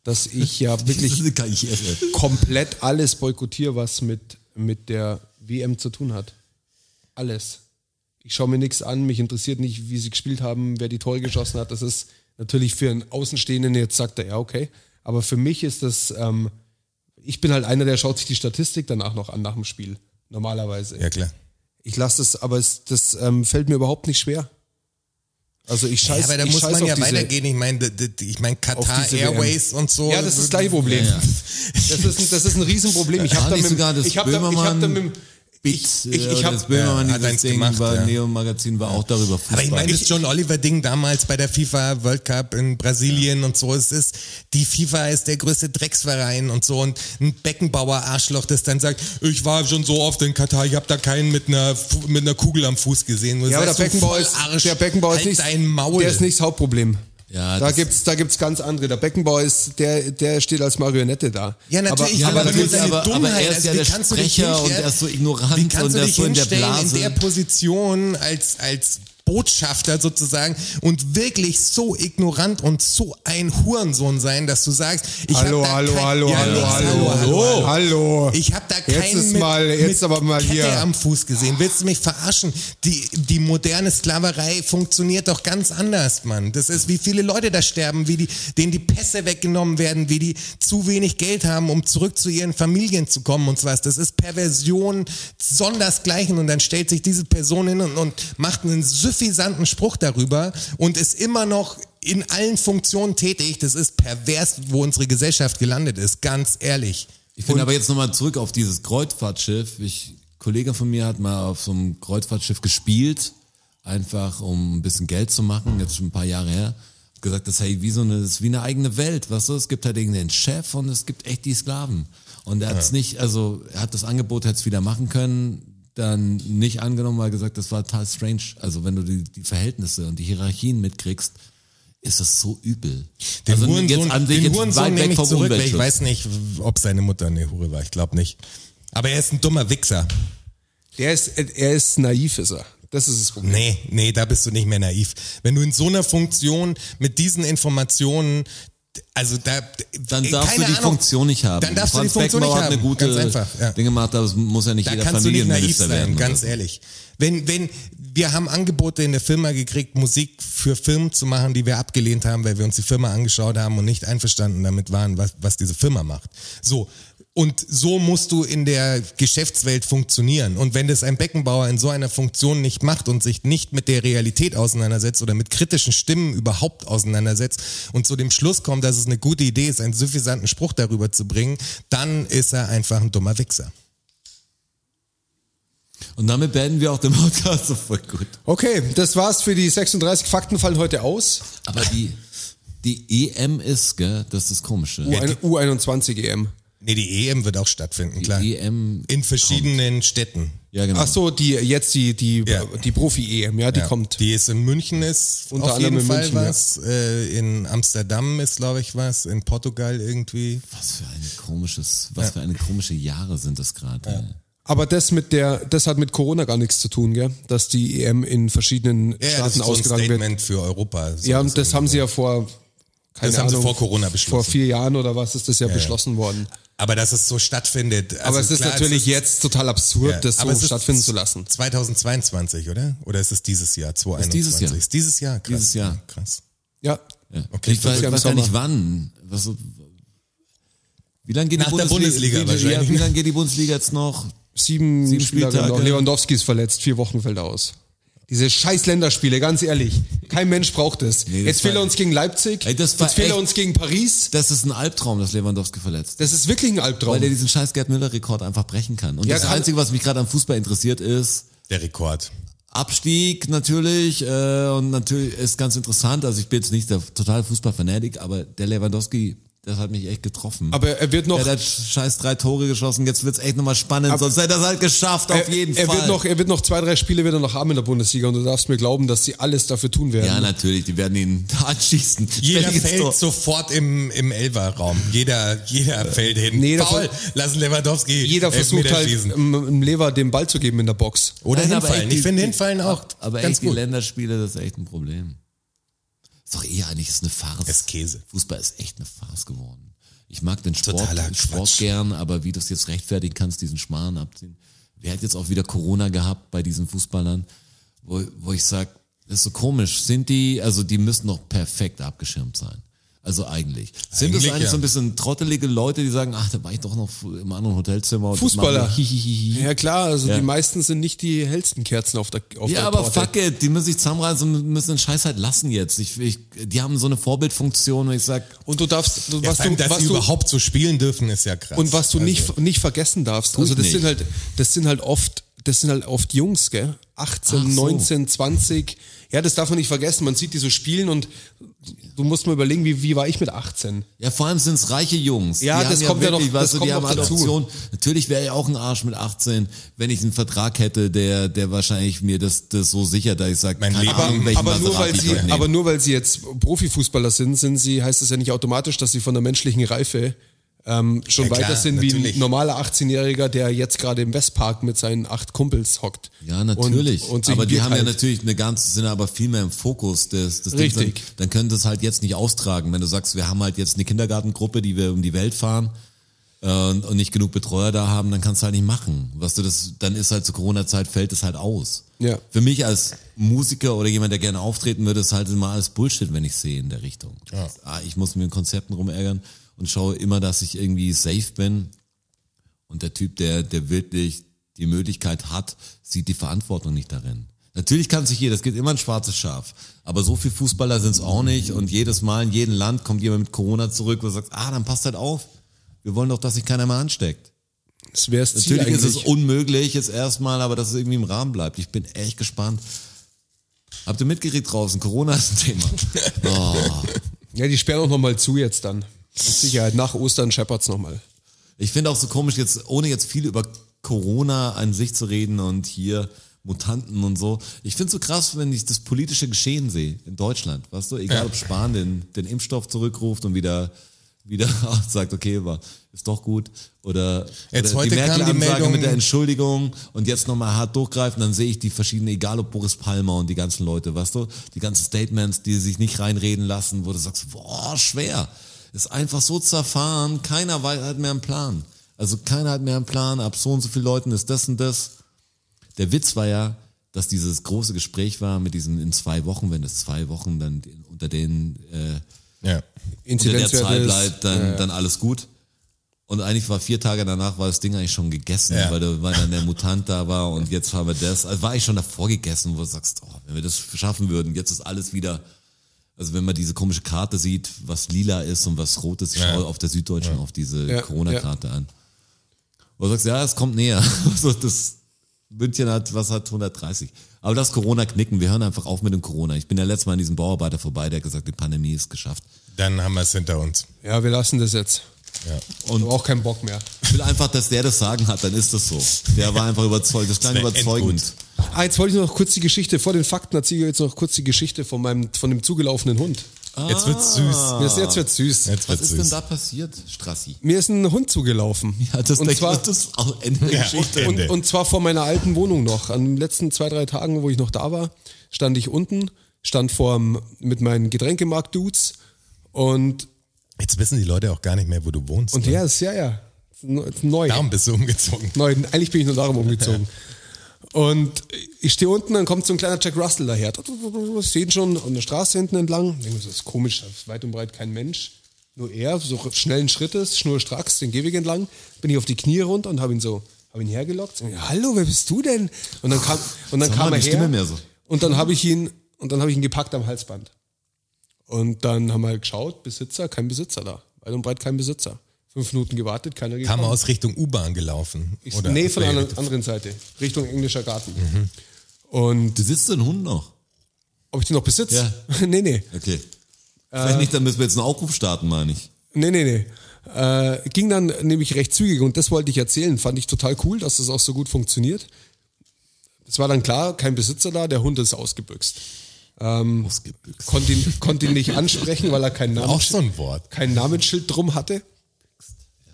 [SPEAKER 3] dass ich ja
[SPEAKER 2] Das ist
[SPEAKER 3] wirklich
[SPEAKER 2] eine Karriere.
[SPEAKER 3] komplett alles boykottiere, was mit, mit der WM zu tun hat. Alles. Ich schaue mir nichts an, mich interessiert nicht, wie sie gespielt haben, wer die Tore geschossen hat. Das ist natürlich für einen Außenstehenden, jetzt sagt er, ja, okay. Aber für mich ist das, ähm, ich bin halt einer, der schaut sich die Statistik danach noch an, nach dem Spiel. Normalerweise.
[SPEAKER 4] Ja, klar.
[SPEAKER 3] Ich lasse das, aber es, das ähm, fällt mir überhaupt nicht schwer. Also ich scheiße.
[SPEAKER 4] ja, aber da
[SPEAKER 3] ich
[SPEAKER 4] muss
[SPEAKER 3] scheiß
[SPEAKER 4] man
[SPEAKER 3] auf
[SPEAKER 4] ja
[SPEAKER 3] diese-
[SPEAKER 4] weitergehen. Ich meine, d- d- ich meine Katar
[SPEAKER 3] diese
[SPEAKER 4] Airways und so.
[SPEAKER 3] Ja, das ist das gleiche Problem. Das, ist ein, das ist ein Riesenproblem. Ich
[SPEAKER 2] War
[SPEAKER 3] habe
[SPEAKER 2] nicht
[SPEAKER 3] da mit,
[SPEAKER 2] sogar das
[SPEAKER 3] ich hab da, ich hab da
[SPEAKER 2] Böhmermann-
[SPEAKER 3] mit
[SPEAKER 2] Bits,
[SPEAKER 3] ich- ich
[SPEAKER 2] äh,
[SPEAKER 3] hab-
[SPEAKER 2] das Böhmermann,
[SPEAKER 4] ja, hat
[SPEAKER 2] dieses
[SPEAKER 4] eins
[SPEAKER 2] Ding
[SPEAKER 4] gemacht,
[SPEAKER 2] bei
[SPEAKER 4] ja.
[SPEAKER 2] Neo Magazin war auch darüber Fußball.
[SPEAKER 4] Aber ich meine, das John Oliver Ding damals bei der FIFA World Cup in Brasilien und so, es ist, die FIFA ist der größte Drecksverein und so und ein Beckenbauer Arschloch, das dann sagt, ich war schon so oft in Katar, ich habe da keinen mit einer Fu- mit einer Kugel am Fuß gesehen. Du
[SPEAKER 3] ja, aber der
[SPEAKER 4] sagst, du
[SPEAKER 3] Beckenbauer ist,
[SPEAKER 4] Vollarsch,
[SPEAKER 3] der Beckenbauer
[SPEAKER 4] halt
[SPEAKER 3] ist nicht,
[SPEAKER 4] dein Maul.
[SPEAKER 3] der ist nicht das Hauptproblem.
[SPEAKER 2] Ja,
[SPEAKER 3] da
[SPEAKER 2] das-
[SPEAKER 3] gibt's, da gibt's ganz andere. Der Beckenbauer ist, der, der steht als Marionette da.
[SPEAKER 4] Ja, natürlich,
[SPEAKER 3] aber,
[SPEAKER 2] aber,
[SPEAKER 3] aber,
[SPEAKER 4] nur
[SPEAKER 2] natürlich,
[SPEAKER 4] seine
[SPEAKER 2] aber, aber
[SPEAKER 4] Dummheit.
[SPEAKER 2] er ist
[SPEAKER 4] Also,
[SPEAKER 2] ja
[SPEAKER 4] wie
[SPEAKER 2] der
[SPEAKER 4] kannst du dich
[SPEAKER 2] Sprecher und
[SPEAKER 4] hinstellen?
[SPEAKER 2] er ist so
[SPEAKER 4] Wie
[SPEAKER 2] ignorant
[SPEAKER 4] kannst
[SPEAKER 2] und
[SPEAKER 4] du
[SPEAKER 2] er
[SPEAKER 4] dich
[SPEAKER 2] ist so in der
[SPEAKER 4] hinstellen
[SPEAKER 2] Blase.
[SPEAKER 4] in der Position als, als Botschafter sozusagen und wirklich so ignorant und so ein Hurensohn sein, dass du sagst, ich hab
[SPEAKER 3] hallo,
[SPEAKER 4] da
[SPEAKER 3] hallo,
[SPEAKER 4] kein,
[SPEAKER 3] hallo,
[SPEAKER 4] ja,
[SPEAKER 3] hallo,
[SPEAKER 4] nix,
[SPEAKER 3] hallo, hallo, hallo.
[SPEAKER 4] Ich habe da keinen
[SPEAKER 3] Jetzt ist mal- jetzt aber mal
[SPEAKER 4] Kette
[SPEAKER 3] hier.
[SPEAKER 4] am Fuß gesehen. Willst du mich verarschen? Die, die moderne Sklaverei funktioniert doch ganz anders, Mann. Das ist, wie viele Leute da sterben, wie die, denen die Pässe weggenommen werden, wie die zu wenig Geld haben, um zurück zu ihren Familien zu kommen und so was. Das ist Perversion sondersgleichen und dann stellt sich diese Person hin und, und macht einen suffisanten Spruch darüber und ist immer noch in allen Funktionen tätig. Das ist pervers, wo unsere Gesellschaft gelandet ist, ganz ehrlich.
[SPEAKER 2] Ich finde aber jetzt nochmal zurück auf dieses Kreuzfahrtschiff. Ich, ein Kollege von mir hat mal auf so einem Kreuzfahrtschiff gespielt, einfach um ein bisschen Geld zu machen, jetzt schon ein paar Jahre her. Hat Gesagt, das ist hey, wie so eine, das ist wie eine eigene Welt, weißt du? Es gibt halt irgendeinen Chef und es gibt echt die Sklaven. Und er hat es nicht, also er hat das Angebot, hätte es wieder machen können, dann nicht angenommen, weil er gesagt, das war total strange. Also wenn du die, die Verhältnisse und die Hierarchien mitkriegst, ist das so übel.
[SPEAKER 4] Den
[SPEAKER 2] also
[SPEAKER 4] Hurensohn,
[SPEAKER 2] jetzt an sich
[SPEAKER 4] den
[SPEAKER 2] jetzt
[SPEAKER 4] Hurensohn
[SPEAKER 2] weit weg
[SPEAKER 4] nehme ich
[SPEAKER 2] vom
[SPEAKER 4] zurück, weil ich
[SPEAKER 2] Umweltschutz.
[SPEAKER 4] weiß nicht, ob seine Mutter eine Hure war. Ich glaube nicht. Aber er ist ein dummer Wichser.
[SPEAKER 3] der ist, er ist naiv, ist er. Das ist das Problem.
[SPEAKER 4] Nee, nee, da bist du nicht mehr naiv. Wenn du in so einer Funktion mit diesen Informationen, also da,
[SPEAKER 2] dann darfst
[SPEAKER 4] keine
[SPEAKER 2] du die
[SPEAKER 4] Ahnung,
[SPEAKER 2] Funktion nicht haben.
[SPEAKER 4] Dann darfst du die
[SPEAKER 2] Franz
[SPEAKER 4] Funktion nicht
[SPEAKER 2] Beckenbauer
[SPEAKER 4] haben.
[SPEAKER 2] hat eine gute
[SPEAKER 4] Ganz einfach. Ja.
[SPEAKER 2] Dinge gemacht, aber es muss ja nicht
[SPEAKER 4] Da
[SPEAKER 2] jeder
[SPEAKER 4] kannst du nicht naiv
[SPEAKER 2] Familienminister
[SPEAKER 4] sein,
[SPEAKER 2] werden.
[SPEAKER 4] ganz ehrlich. Wenn, wenn, wir haben Angebote in der Firma gekriegt, Musik für Firmen zu machen, die wir abgelehnt haben, weil wir uns die Firma angeschaut haben und nicht einverstanden damit waren, was, was diese Firma macht. So. Und so musst du in der Geschäftswelt funktionieren. Und wenn das ein Beckenbauer in so einer Funktion nicht macht und sich nicht mit der Realität auseinandersetzt oder mit kritischen Stimmen überhaupt auseinandersetzt und zu dem Schluss kommt, dass es eine gute Idee ist, einen suffisanten Spruch darüber zu bringen, dann ist er einfach ein dummer Wichser.
[SPEAKER 2] Und damit beenden wir auch den Podcast. So, voll gut.
[SPEAKER 3] Okay, das war's für die 36 Fakten fallen heute aus.
[SPEAKER 2] Aber die, die EM ist, gell, das ist das Komische.
[SPEAKER 4] Oh,
[SPEAKER 3] U E U21 EM.
[SPEAKER 4] Nee, die EM wird auch stattfinden, klar.
[SPEAKER 3] E
[SPEAKER 2] Die EM.
[SPEAKER 4] in verschiedenen Städten.
[SPEAKER 2] E Ja, genau.
[SPEAKER 3] Ach so, die jetzt die die
[SPEAKER 4] Ja.
[SPEAKER 3] die Profi EM, ja, die
[SPEAKER 4] Ja.
[SPEAKER 3] kommt.
[SPEAKER 4] Die ist in München ist
[SPEAKER 3] Unter
[SPEAKER 4] auf jeden
[SPEAKER 3] anderem in
[SPEAKER 4] Fall
[SPEAKER 3] München, ja.
[SPEAKER 4] was. Äh, in Amsterdam ist, glaube ich, was. In Portugal irgendwie.
[SPEAKER 2] Was für ein komisches, was für eine komische Jahre sind das gerade. ey.
[SPEAKER 3] Aber das mit der das hat mit Corona gar nichts zu tun, gell? Dass die EM in verschiedenen
[SPEAKER 4] Ja, das
[SPEAKER 3] Staaten
[SPEAKER 4] ist so ein
[SPEAKER 3] ausgetragen wird.
[SPEAKER 4] Statement für Europa. So
[SPEAKER 3] Ja,
[SPEAKER 4] was
[SPEAKER 3] und das haben
[SPEAKER 4] irgendwie.
[SPEAKER 3] sie ja vor keine
[SPEAKER 4] Das haben sie
[SPEAKER 3] Ahnung,
[SPEAKER 4] vor Corona
[SPEAKER 3] Vor
[SPEAKER 4] beschlossen.
[SPEAKER 3] vier Jahren oder was ist das ja, beschlossen worden.
[SPEAKER 4] Aber dass es so stattfindet.
[SPEAKER 3] Aber
[SPEAKER 4] also
[SPEAKER 3] es ist
[SPEAKER 4] klar,
[SPEAKER 3] natürlich
[SPEAKER 4] es ist-
[SPEAKER 3] jetzt total absurd,
[SPEAKER 4] Ja,
[SPEAKER 3] das
[SPEAKER 4] aber
[SPEAKER 3] so
[SPEAKER 4] es ist-
[SPEAKER 3] stattfinden zu lassen.
[SPEAKER 4] 2022, oder? Oder ist es dieses Jahr, 2021?
[SPEAKER 2] dieses Jahr.
[SPEAKER 4] Ist dieses Jahr, krass.
[SPEAKER 2] Dieses Jahr.
[SPEAKER 4] Krass.
[SPEAKER 3] Ja.
[SPEAKER 2] Ja.
[SPEAKER 4] Okay,
[SPEAKER 2] ich weiß,
[SPEAKER 4] das ist ja im
[SPEAKER 2] weiß gar nicht
[SPEAKER 3] Sommer.
[SPEAKER 2] wann. Was, so- wie lange geht
[SPEAKER 4] Nach
[SPEAKER 2] die
[SPEAKER 4] der
[SPEAKER 2] Bundesliga?
[SPEAKER 4] Bundesliga
[SPEAKER 2] wie, ja,
[SPEAKER 4] wahrscheinlich.
[SPEAKER 2] wie lange geht die Bundesliga jetzt noch?
[SPEAKER 3] Sieben,
[SPEAKER 2] Sieben
[SPEAKER 3] Spieler
[SPEAKER 2] Spieltage.
[SPEAKER 3] genau. Lewandowski ist verletzt, vier Wochen fällt er aus. Diese scheiß Länderspiele, ganz ehrlich. Kein Mensch braucht es.
[SPEAKER 2] Nee, das
[SPEAKER 3] jetzt fehlt
[SPEAKER 2] war-
[SPEAKER 3] er uns gegen Leipzig,
[SPEAKER 2] Ey, das war
[SPEAKER 3] jetzt fehlt er
[SPEAKER 2] echt-
[SPEAKER 3] uns gegen Paris.
[SPEAKER 2] Das ist ein Albtraum, dass Lewandowski verletzt.
[SPEAKER 3] Das ist wirklich ein Albtraum.
[SPEAKER 2] Weil der diesen scheiß Gerd Müller-Rekord einfach brechen kann. Und
[SPEAKER 3] Ja,
[SPEAKER 2] das
[SPEAKER 3] kann-
[SPEAKER 2] Einzige, was mich gerade am Fußball interessiert, ist
[SPEAKER 4] Der Rekord.
[SPEAKER 2] Abstieg natürlich. Äh, und natürlich ist ganz interessant. Also ich bin jetzt nicht der total Fußballfanatik, aber der Lewandowski, das hat mich echt getroffen.
[SPEAKER 3] Aber er wird noch,
[SPEAKER 2] er hat scheiß drei Tore geschossen. Jetzt wird's echt nochmal spannend. Sonst hätte er es halt geschafft, auf
[SPEAKER 3] er,
[SPEAKER 2] jeden
[SPEAKER 3] er
[SPEAKER 2] Fall.
[SPEAKER 3] wird noch, er wird noch zwei, drei Spiele wieder noch haben in der Bundesliga und du darfst mir glauben, dass sie alles dafür tun werden.
[SPEAKER 2] ja, natürlich, die werden ihn anschießen.
[SPEAKER 4] Jeder
[SPEAKER 2] Ständiges
[SPEAKER 4] fällt
[SPEAKER 2] Tor.
[SPEAKER 4] sofort im, im Elferraum. Jeder, jeder fällt hin.
[SPEAKER 3] Nee, jeder
[SPEAKER 4] Faul.
[SPEAKER 3] ver-
[SPEAKER 4] Lassen Lewandowski.
[SPEAKER 3] Jeder versucht
[SPEAKER 4] Elfmeter
[SPEAKER 3] halt,
[SPEAKER 4] schießen.
[SPEAKER 3] im, im Lever den Ball zu geben in der Box.
[SPEAKER 4] Oder
[SPEAKER 2] Nein, aber
[SPEAKER 4] hinfallen.
[SPEAKER 2] echt
[SPEAKER 4] Ich
[SPEAKER 2] die-
[SPEAKER 4] finde
[SPEAKER 2] die-
[SPEAKER 4] hinfallen auch
[SPEAKER 2] Aber
[SPEAKER 4] ganz
[SPEAKER 2] echt, die
[SPEAKER 4] gut.
[SPEAKER 2] Länderspiele, das ist echt ein Problem. Ist doch eh eigentlich ist eine Farce.
[SPEAKER 4] Ist Käse.
[SPEAKER 2] Fußball ist echt eine Farce geworden. Ich mag den Sport,
[SPEAKER 4] Totaler
[SPEAKER 2] Sport
[SPEAKER 4] Quatsch.
[SPEAKER 2] gern, aber wie du es jetzt rechtfertigen kannst, diesen Schmarrn abziehen. Wer hat jetzt auch wieder Corona gehabt bei diesen Fußballern, wo, wo ich sag, das ist so komisch. Sind die, also die müssen noch perfekt abgeschirmt sein. Also eigentlich. Sind das
[SPEAKER 4] Eigentlich,
[SPEAKER 2] eigentlich
[SPEAKER 4] ja.
[SPEAKER 2] so ein bisschen trottelige Leute, die sagen, ach, da war ich doch noch im anderen Hotelzimmer. und das
[SPEAKER 3] Fußballer.
[SPEAKER 2] machen wir. Hihihihi.
[SPEAKER 3] Ja klar, also
[SPEAKER 2] Ja.
[SPEAKER 3] die meisten sind nicht die hellsten Kerzen auf der auf
[SPEAKER 2] Ja,
[SPEAKER 3] der
[SPEAKER 2] aber
[SPEAKER 3] Torte.
[SPEAKER 2] fuck it, die müssen sich zusammenreißen und müssen den Scheiß halt lassen jetzt. Ich, ich, die haben so eine Vorbildfunktion und ich sag,
[SPEAKER 3] Und du darfst, du,
[SPEAKER 4] Ja,
[SPEAKER 3] was
[SPEAKER 4] vor allem,
[SPEAKER 3] du,
[SPEAKER 4] dass
[SPEAKER 3] was
[SPEAKER 4] sie
[SPEAKER 3] du
[SPEAKER 4] überhaupt so spielen dürfen, ist ja krass.
[SPEAKER 3] und was du nicht
[SPEAKER 4] Also,
[SPEAKER 3] nicht vergessen darfst. Also
[SPEAKER 2] ich
[SPEAKER 3] das
[SPEAKER 2] nicht.
[SPEAKER 3] sind halt, das sind halt oft, das sind halt oft Jungs, gell? 18,
[SPEAKER 2] Ach so.
[SPEAKER 3] 19, 20. Ja, das darf man nicht vergessen. Man sieht die so spielen und du musst mal überlegen, wie, wie war ich mit 18?
[SPEAKER 2] ja vor allem sind's reiche Jungs.
[SPEAKER 3] Ja,
[SPEAKER 2] die
[SPEAKER 3] das
[SPEAKER 2] haben
[SPEAKER 3] kommt ja noch-
[SPEAKER 2] wirklich,
[SPEAKER 3] das
[SPEAKER 2] weißt du, die
[SPEAKER 3] kommt
[SPEAKER 2] haben
[SPEAKER 3] noch dazu.
[SPEAKER 2] Adoption. Natürlich wäre ich auch ein Arsch mit 18, wenn ich einen Vertrag hätte, der, der wahrscheinlich mir das, das so sichert, dass ich sag,
[SPEAKER 4] Mein
[SPEAKER 2] keine
[SPEAKER 4] Lieber,
[SPEAKER 2] Ahnung, welchen
[SPEAKER 3] Aber nur,
[SPEAKER 2] Maserati
[SPEAKER 3] weil
[SPEAKER 2] ich
[SPEAKER 3] sie,
[SPEAKER 2] heute nehme.
[SPEAKER 3] aber nur weil sie jetzt Profifußballer sind, sind sie, heißt es ja nicht automatisch, dass sie von der menschlichen Reife ähm, schon
[SPEAKER 4] Ja, klar,
[SPEAKER 3] weiter sind wie
[SPEAKER 4] natürlich.
[SPEAKER 3] ein normaler 18-Jähriger, der jetzt gerade im Westpark mit seinen acht Kumpels hockt.
[SPEAKER 2] Ja, natürlich.
[SPEAKER 3] Und, und halt sich
[SPEAKER 2] aber
[SPEAKER 3] ein
[SPEAKER 2] die
[SPEAKER 3] Bier
[SPEAKER 2] haben ja
[SPEAKER 3] teilt.
[SPEAKER 2] natürlich eine ganze, sind aber viel mehr im Fokus des, des Dings.
[SPEAKER 3] Richtig.
[SPEAKER 2] Dann, dann können das halt jetzt nicht austragen, wenn du sagst, wir haben halt jetzt eine Kindergartengruppe, die wir um die Welt fahren äh, und, und nicht genug Betreuer da haben, dann kannst du halt nicht machen. Weißt du, das, dann ist halt zur Corona-Zeit fällt es halt aus.
[SPEAKER 3] Ja.
[SPEAKER 2] Für mich als Musiker oder jemand, der gerne auftreten würde, ist halt immer alles Bullshit, wenn ich sehe in der Richtung. Ah, ich muss mir in Konzepten rumärgern und schaue immer, dass ich irgendwie safe bin. Und der Typ, der, der wirklich die Möglichkeit hat, sieht die Verantwortung nicht darin. Natürlich kann sich jeder, es gibt immer ein schwarzes Schaf. Aber so viel Fußballer sind es auch nicht. Und jedes Mal in jedem Land kommt jemand mit Corona zurück und sagt, ah, dann passt halt auf. Wir wollen doch, dass sich keiner mehr ansteckt.
[SPEAKER 3] Das wäre das Ziel
[SPEAKER 2] Natürlich ist es
[SPEAKER 3] eigentlich.
[SPEAKER 2] unmöglich jetzt erstmal, aber dass es irgendwie im Rahmen bleibt. Ich bin echt gespannt. Habt ihr mitgekriegt draußen? Corona ist ein Thema.
[SPEAKER 3] Ja, die sperren auch nochmal zu jetzt dann. Mit Sicherheit. Nach Ostern scheppert's noch nochmal.
[SPEAKER 2] Ich finde auch so komisch, jetzt, ohne jetzt viel über Corona an sich zu reden und hier Mutanten und so. Ich finde es so krass, wenn ich das politische Geschehen sehe in Deutschland. Weißt du, egal ob Spahn den, den Impfstoff zurückruft und wieder, wieder sagt, okay, war, ist doch gut. Oder,
[SPEAKER 4] Jetzt
[SPEAKER 2] oder
[SPEAKER 4] heute kam die
[SPEAKER 2] Merkel-Ansage
[SPEAKER 4] Meldung-
[SPEAKER 2] mit der Entschuldigung und jetzt nochmal hart durchgreifen, dann sehe ich die verschiedenen, egal ob Boris Palmer und die ganzen Leute, weißt du, die ganzen Statements, die sich nicht reinreden lassen, wo du sagst, boah, schwer. Ist einfach so zerfahren, keiner wei- hat mehr einen Plan. Also keiner hat mehr einen Plan, ab so und so vielen Leuten ist das und das. Der Witz war ja, dass dieses große Gespräch war mit diesen in zwei Wochen, wenn es zwei Wochen dann unter den äh,
[SPEAKER 4] Ja.
[SPEAKER 2] unter der
[SPEAKER 3] Inzidenzwerte
[SPEAKER 2] Zahl
[SPEAKER 3] ist-
[SPEAKER 2] bleibt, dann, dann alles gut. Und eigentlich war vier Tage danach war das Ding eigentlich schon gegessen,
[SPEAKER 4] Ja.
[SPEAKER 2] weil, da, weil dann der Mutant da war und jetzt haben wir das. Also war eigentlich schon davor gegessen, wo du sagst, oh, wenn wir das schaffen würden, jetzt ist alles wieder. Also wenn man diese komische Karte sieht, was lila ist und was rot ist, ich
[SPEAKER 4] Ja.
[SPEAKER 2] schaue auf der Süddeutschen auf diese
[SPEAKER 3] Ja,
[SPEAKER 2] Corona-Karte an. Wo du sagst, ja, es kommt näher. Also das München hat, was hat 130? Aber das Corona-Knicken, wir hören einfach auf mit dem Corona. Ich bin ja letztes Mal an diesem Bauarbeiter vorbei, der hat gesagt, die Pandemie ist geschafft.
[SPEAKER 4] Dann haben wir es hinter uns.
[SPEAKER 3] Ja, wir lassen das jetzt.
[SPEAKER 4] Ja.
[SPEAKER 3] Und auch keinen Bock mehr.
[SPEAKER 2] Ich will einfach, dass der das Sagen hat, dann ist das so. Der war einfach überzeugt, das klang
[SPEAKER 4] Das wär
[SPEAKER 2] überzeugend.
[SPEAKER 4] endgut.
[SPEAKER 3] Ah, jetzt wollte ich noch kurz die Geschichte, vor den Fakten erzähle ich jetzt noch kurz die Geschichte von meinem, von dem zugelaufenen Hund.
[SPEAKER 4] Jetzt wird's süß.
[SPEAKER 3] Jetzt, jetzt wird's süß.
[SPEAKER 2] Was
[SPEAKER 4] Jetzt wird's
[SPEAKER 2] Ah, ist denn
[SPEAKER 4] süß.
[SPEAKER 2] da passiert, Strassi?
[SPEAKER 3] Mir ist ein Hund zugelaufen.
[SPEAKER 2] Ja, das,
[SPEAKER 3] und,
[SPEAKER 2] denke ich,
[SPEAKER 3] zwar,
[SPEAKER 2] das ist auch Ende der
[SPEAKER 4] Ja,
[SPEAKER 2] Geschichte.
[SPEAKER 4] okay.
[SPEAKER 3] und, und zwar vor meiner alten Wohnung noch. An den letzten zwei, drei Tagen, wo ich noch da war, stand ich unten, stand vor mit meinen Getränkemarkt-Dudes und,
[SPEAKER 4] Jetzt wissen die Leute auch gar nicht mehr, wo du wohnst.
[SPEAKER 3] und
[SPEAKER 4] ne?
[SPEAKER 3] ja, ist ja, ja. Ist neu- ist Neu.
[SPEAKER 4] Darum bist du umgezogen.
[SPEAKER 3] neu. Eigentlich bin ich nur darum umgezogen. Und ich stehe unten, dann kommt so ein kleiner Jack Russell daher. Ich sehe ihn schon an der Straße hinten entlang. Ich denke, mir so, das ist komisch, da ist weit und breit kein Mensch. Nur er, so schnellen Schrittes, schnurstracks, den Gehweg entlang. Bin ich auf die Knie runter und habe ihn so, habe ihn hergelockt. Sag ich, Hallo, wer bist du denn? Und dann kam, und dann
[SPEAKER 2] Sag
[SPEAKER 3] kam
[SPEAKER 2] mal,
[SPEAKER 3] er
[SPEAKER 2] die
[SPEAKER 3] her.
[SPEAKER 2] Stimme mehr so.
[SPEAKER 3] Und dann habe ich ihn, und dann habe ich ihn gepackt am Halsband. Und dann haben wir halt geschaut, Besitzer, kein Besitzer da. Weit und breit kein Besitzer. Fünf Minuten gewartet, keiner
[SPEAKER 4] Kam
[SPEAKER 3] gekommen.
[SPEAKER 4] er aus Richtung U-Bahn gelaufen.
[SPEAKER 3] Ich,
[SPEAKER 4] oder?
[SPEAKER 3] nee, von der
[SPEAKER 4] Nee,
[SPEAKER 3] anderen, anderen Seite, Richtung englischer Garten.
[SPEAKER 4] Mhm.
[SPEAKER 3] Und
[SPEAKER 2] Besitzt du einen Hund noch?
[SPEAKER 3] ob ich den noch besitze?
[SPEAKER 2] Ja.
[SPEAKER 3] nee, nee,
[SPEAKER 2] Okay.
[SPEAKER 4] Äh.
[SPEAKER 2] Vielleicht nicht, dann müssen wir jetzt einen Aufruf starten, meine ich.
[SPEAKER 3] nee, nee, nee. Äh, ging dann nämlich recht zügig und das wollte ich erzählen. Fand ich total cool, dass das auch so gut funktioniert. Es war dann klar, kein Besitzer da, der Hund ist ausgebüxt.
[SPEAKER 4] Hm.
[SPEAKER 2] Ausgebüxt.
[SPEAKER 3] Konnte ihn, konnte ihn nicht ansprechen, weil er keinen Namen,
[SPEAKER 4] Auch so ein Wort.
[SPEAKER 3] kein Namensschild drum hatte.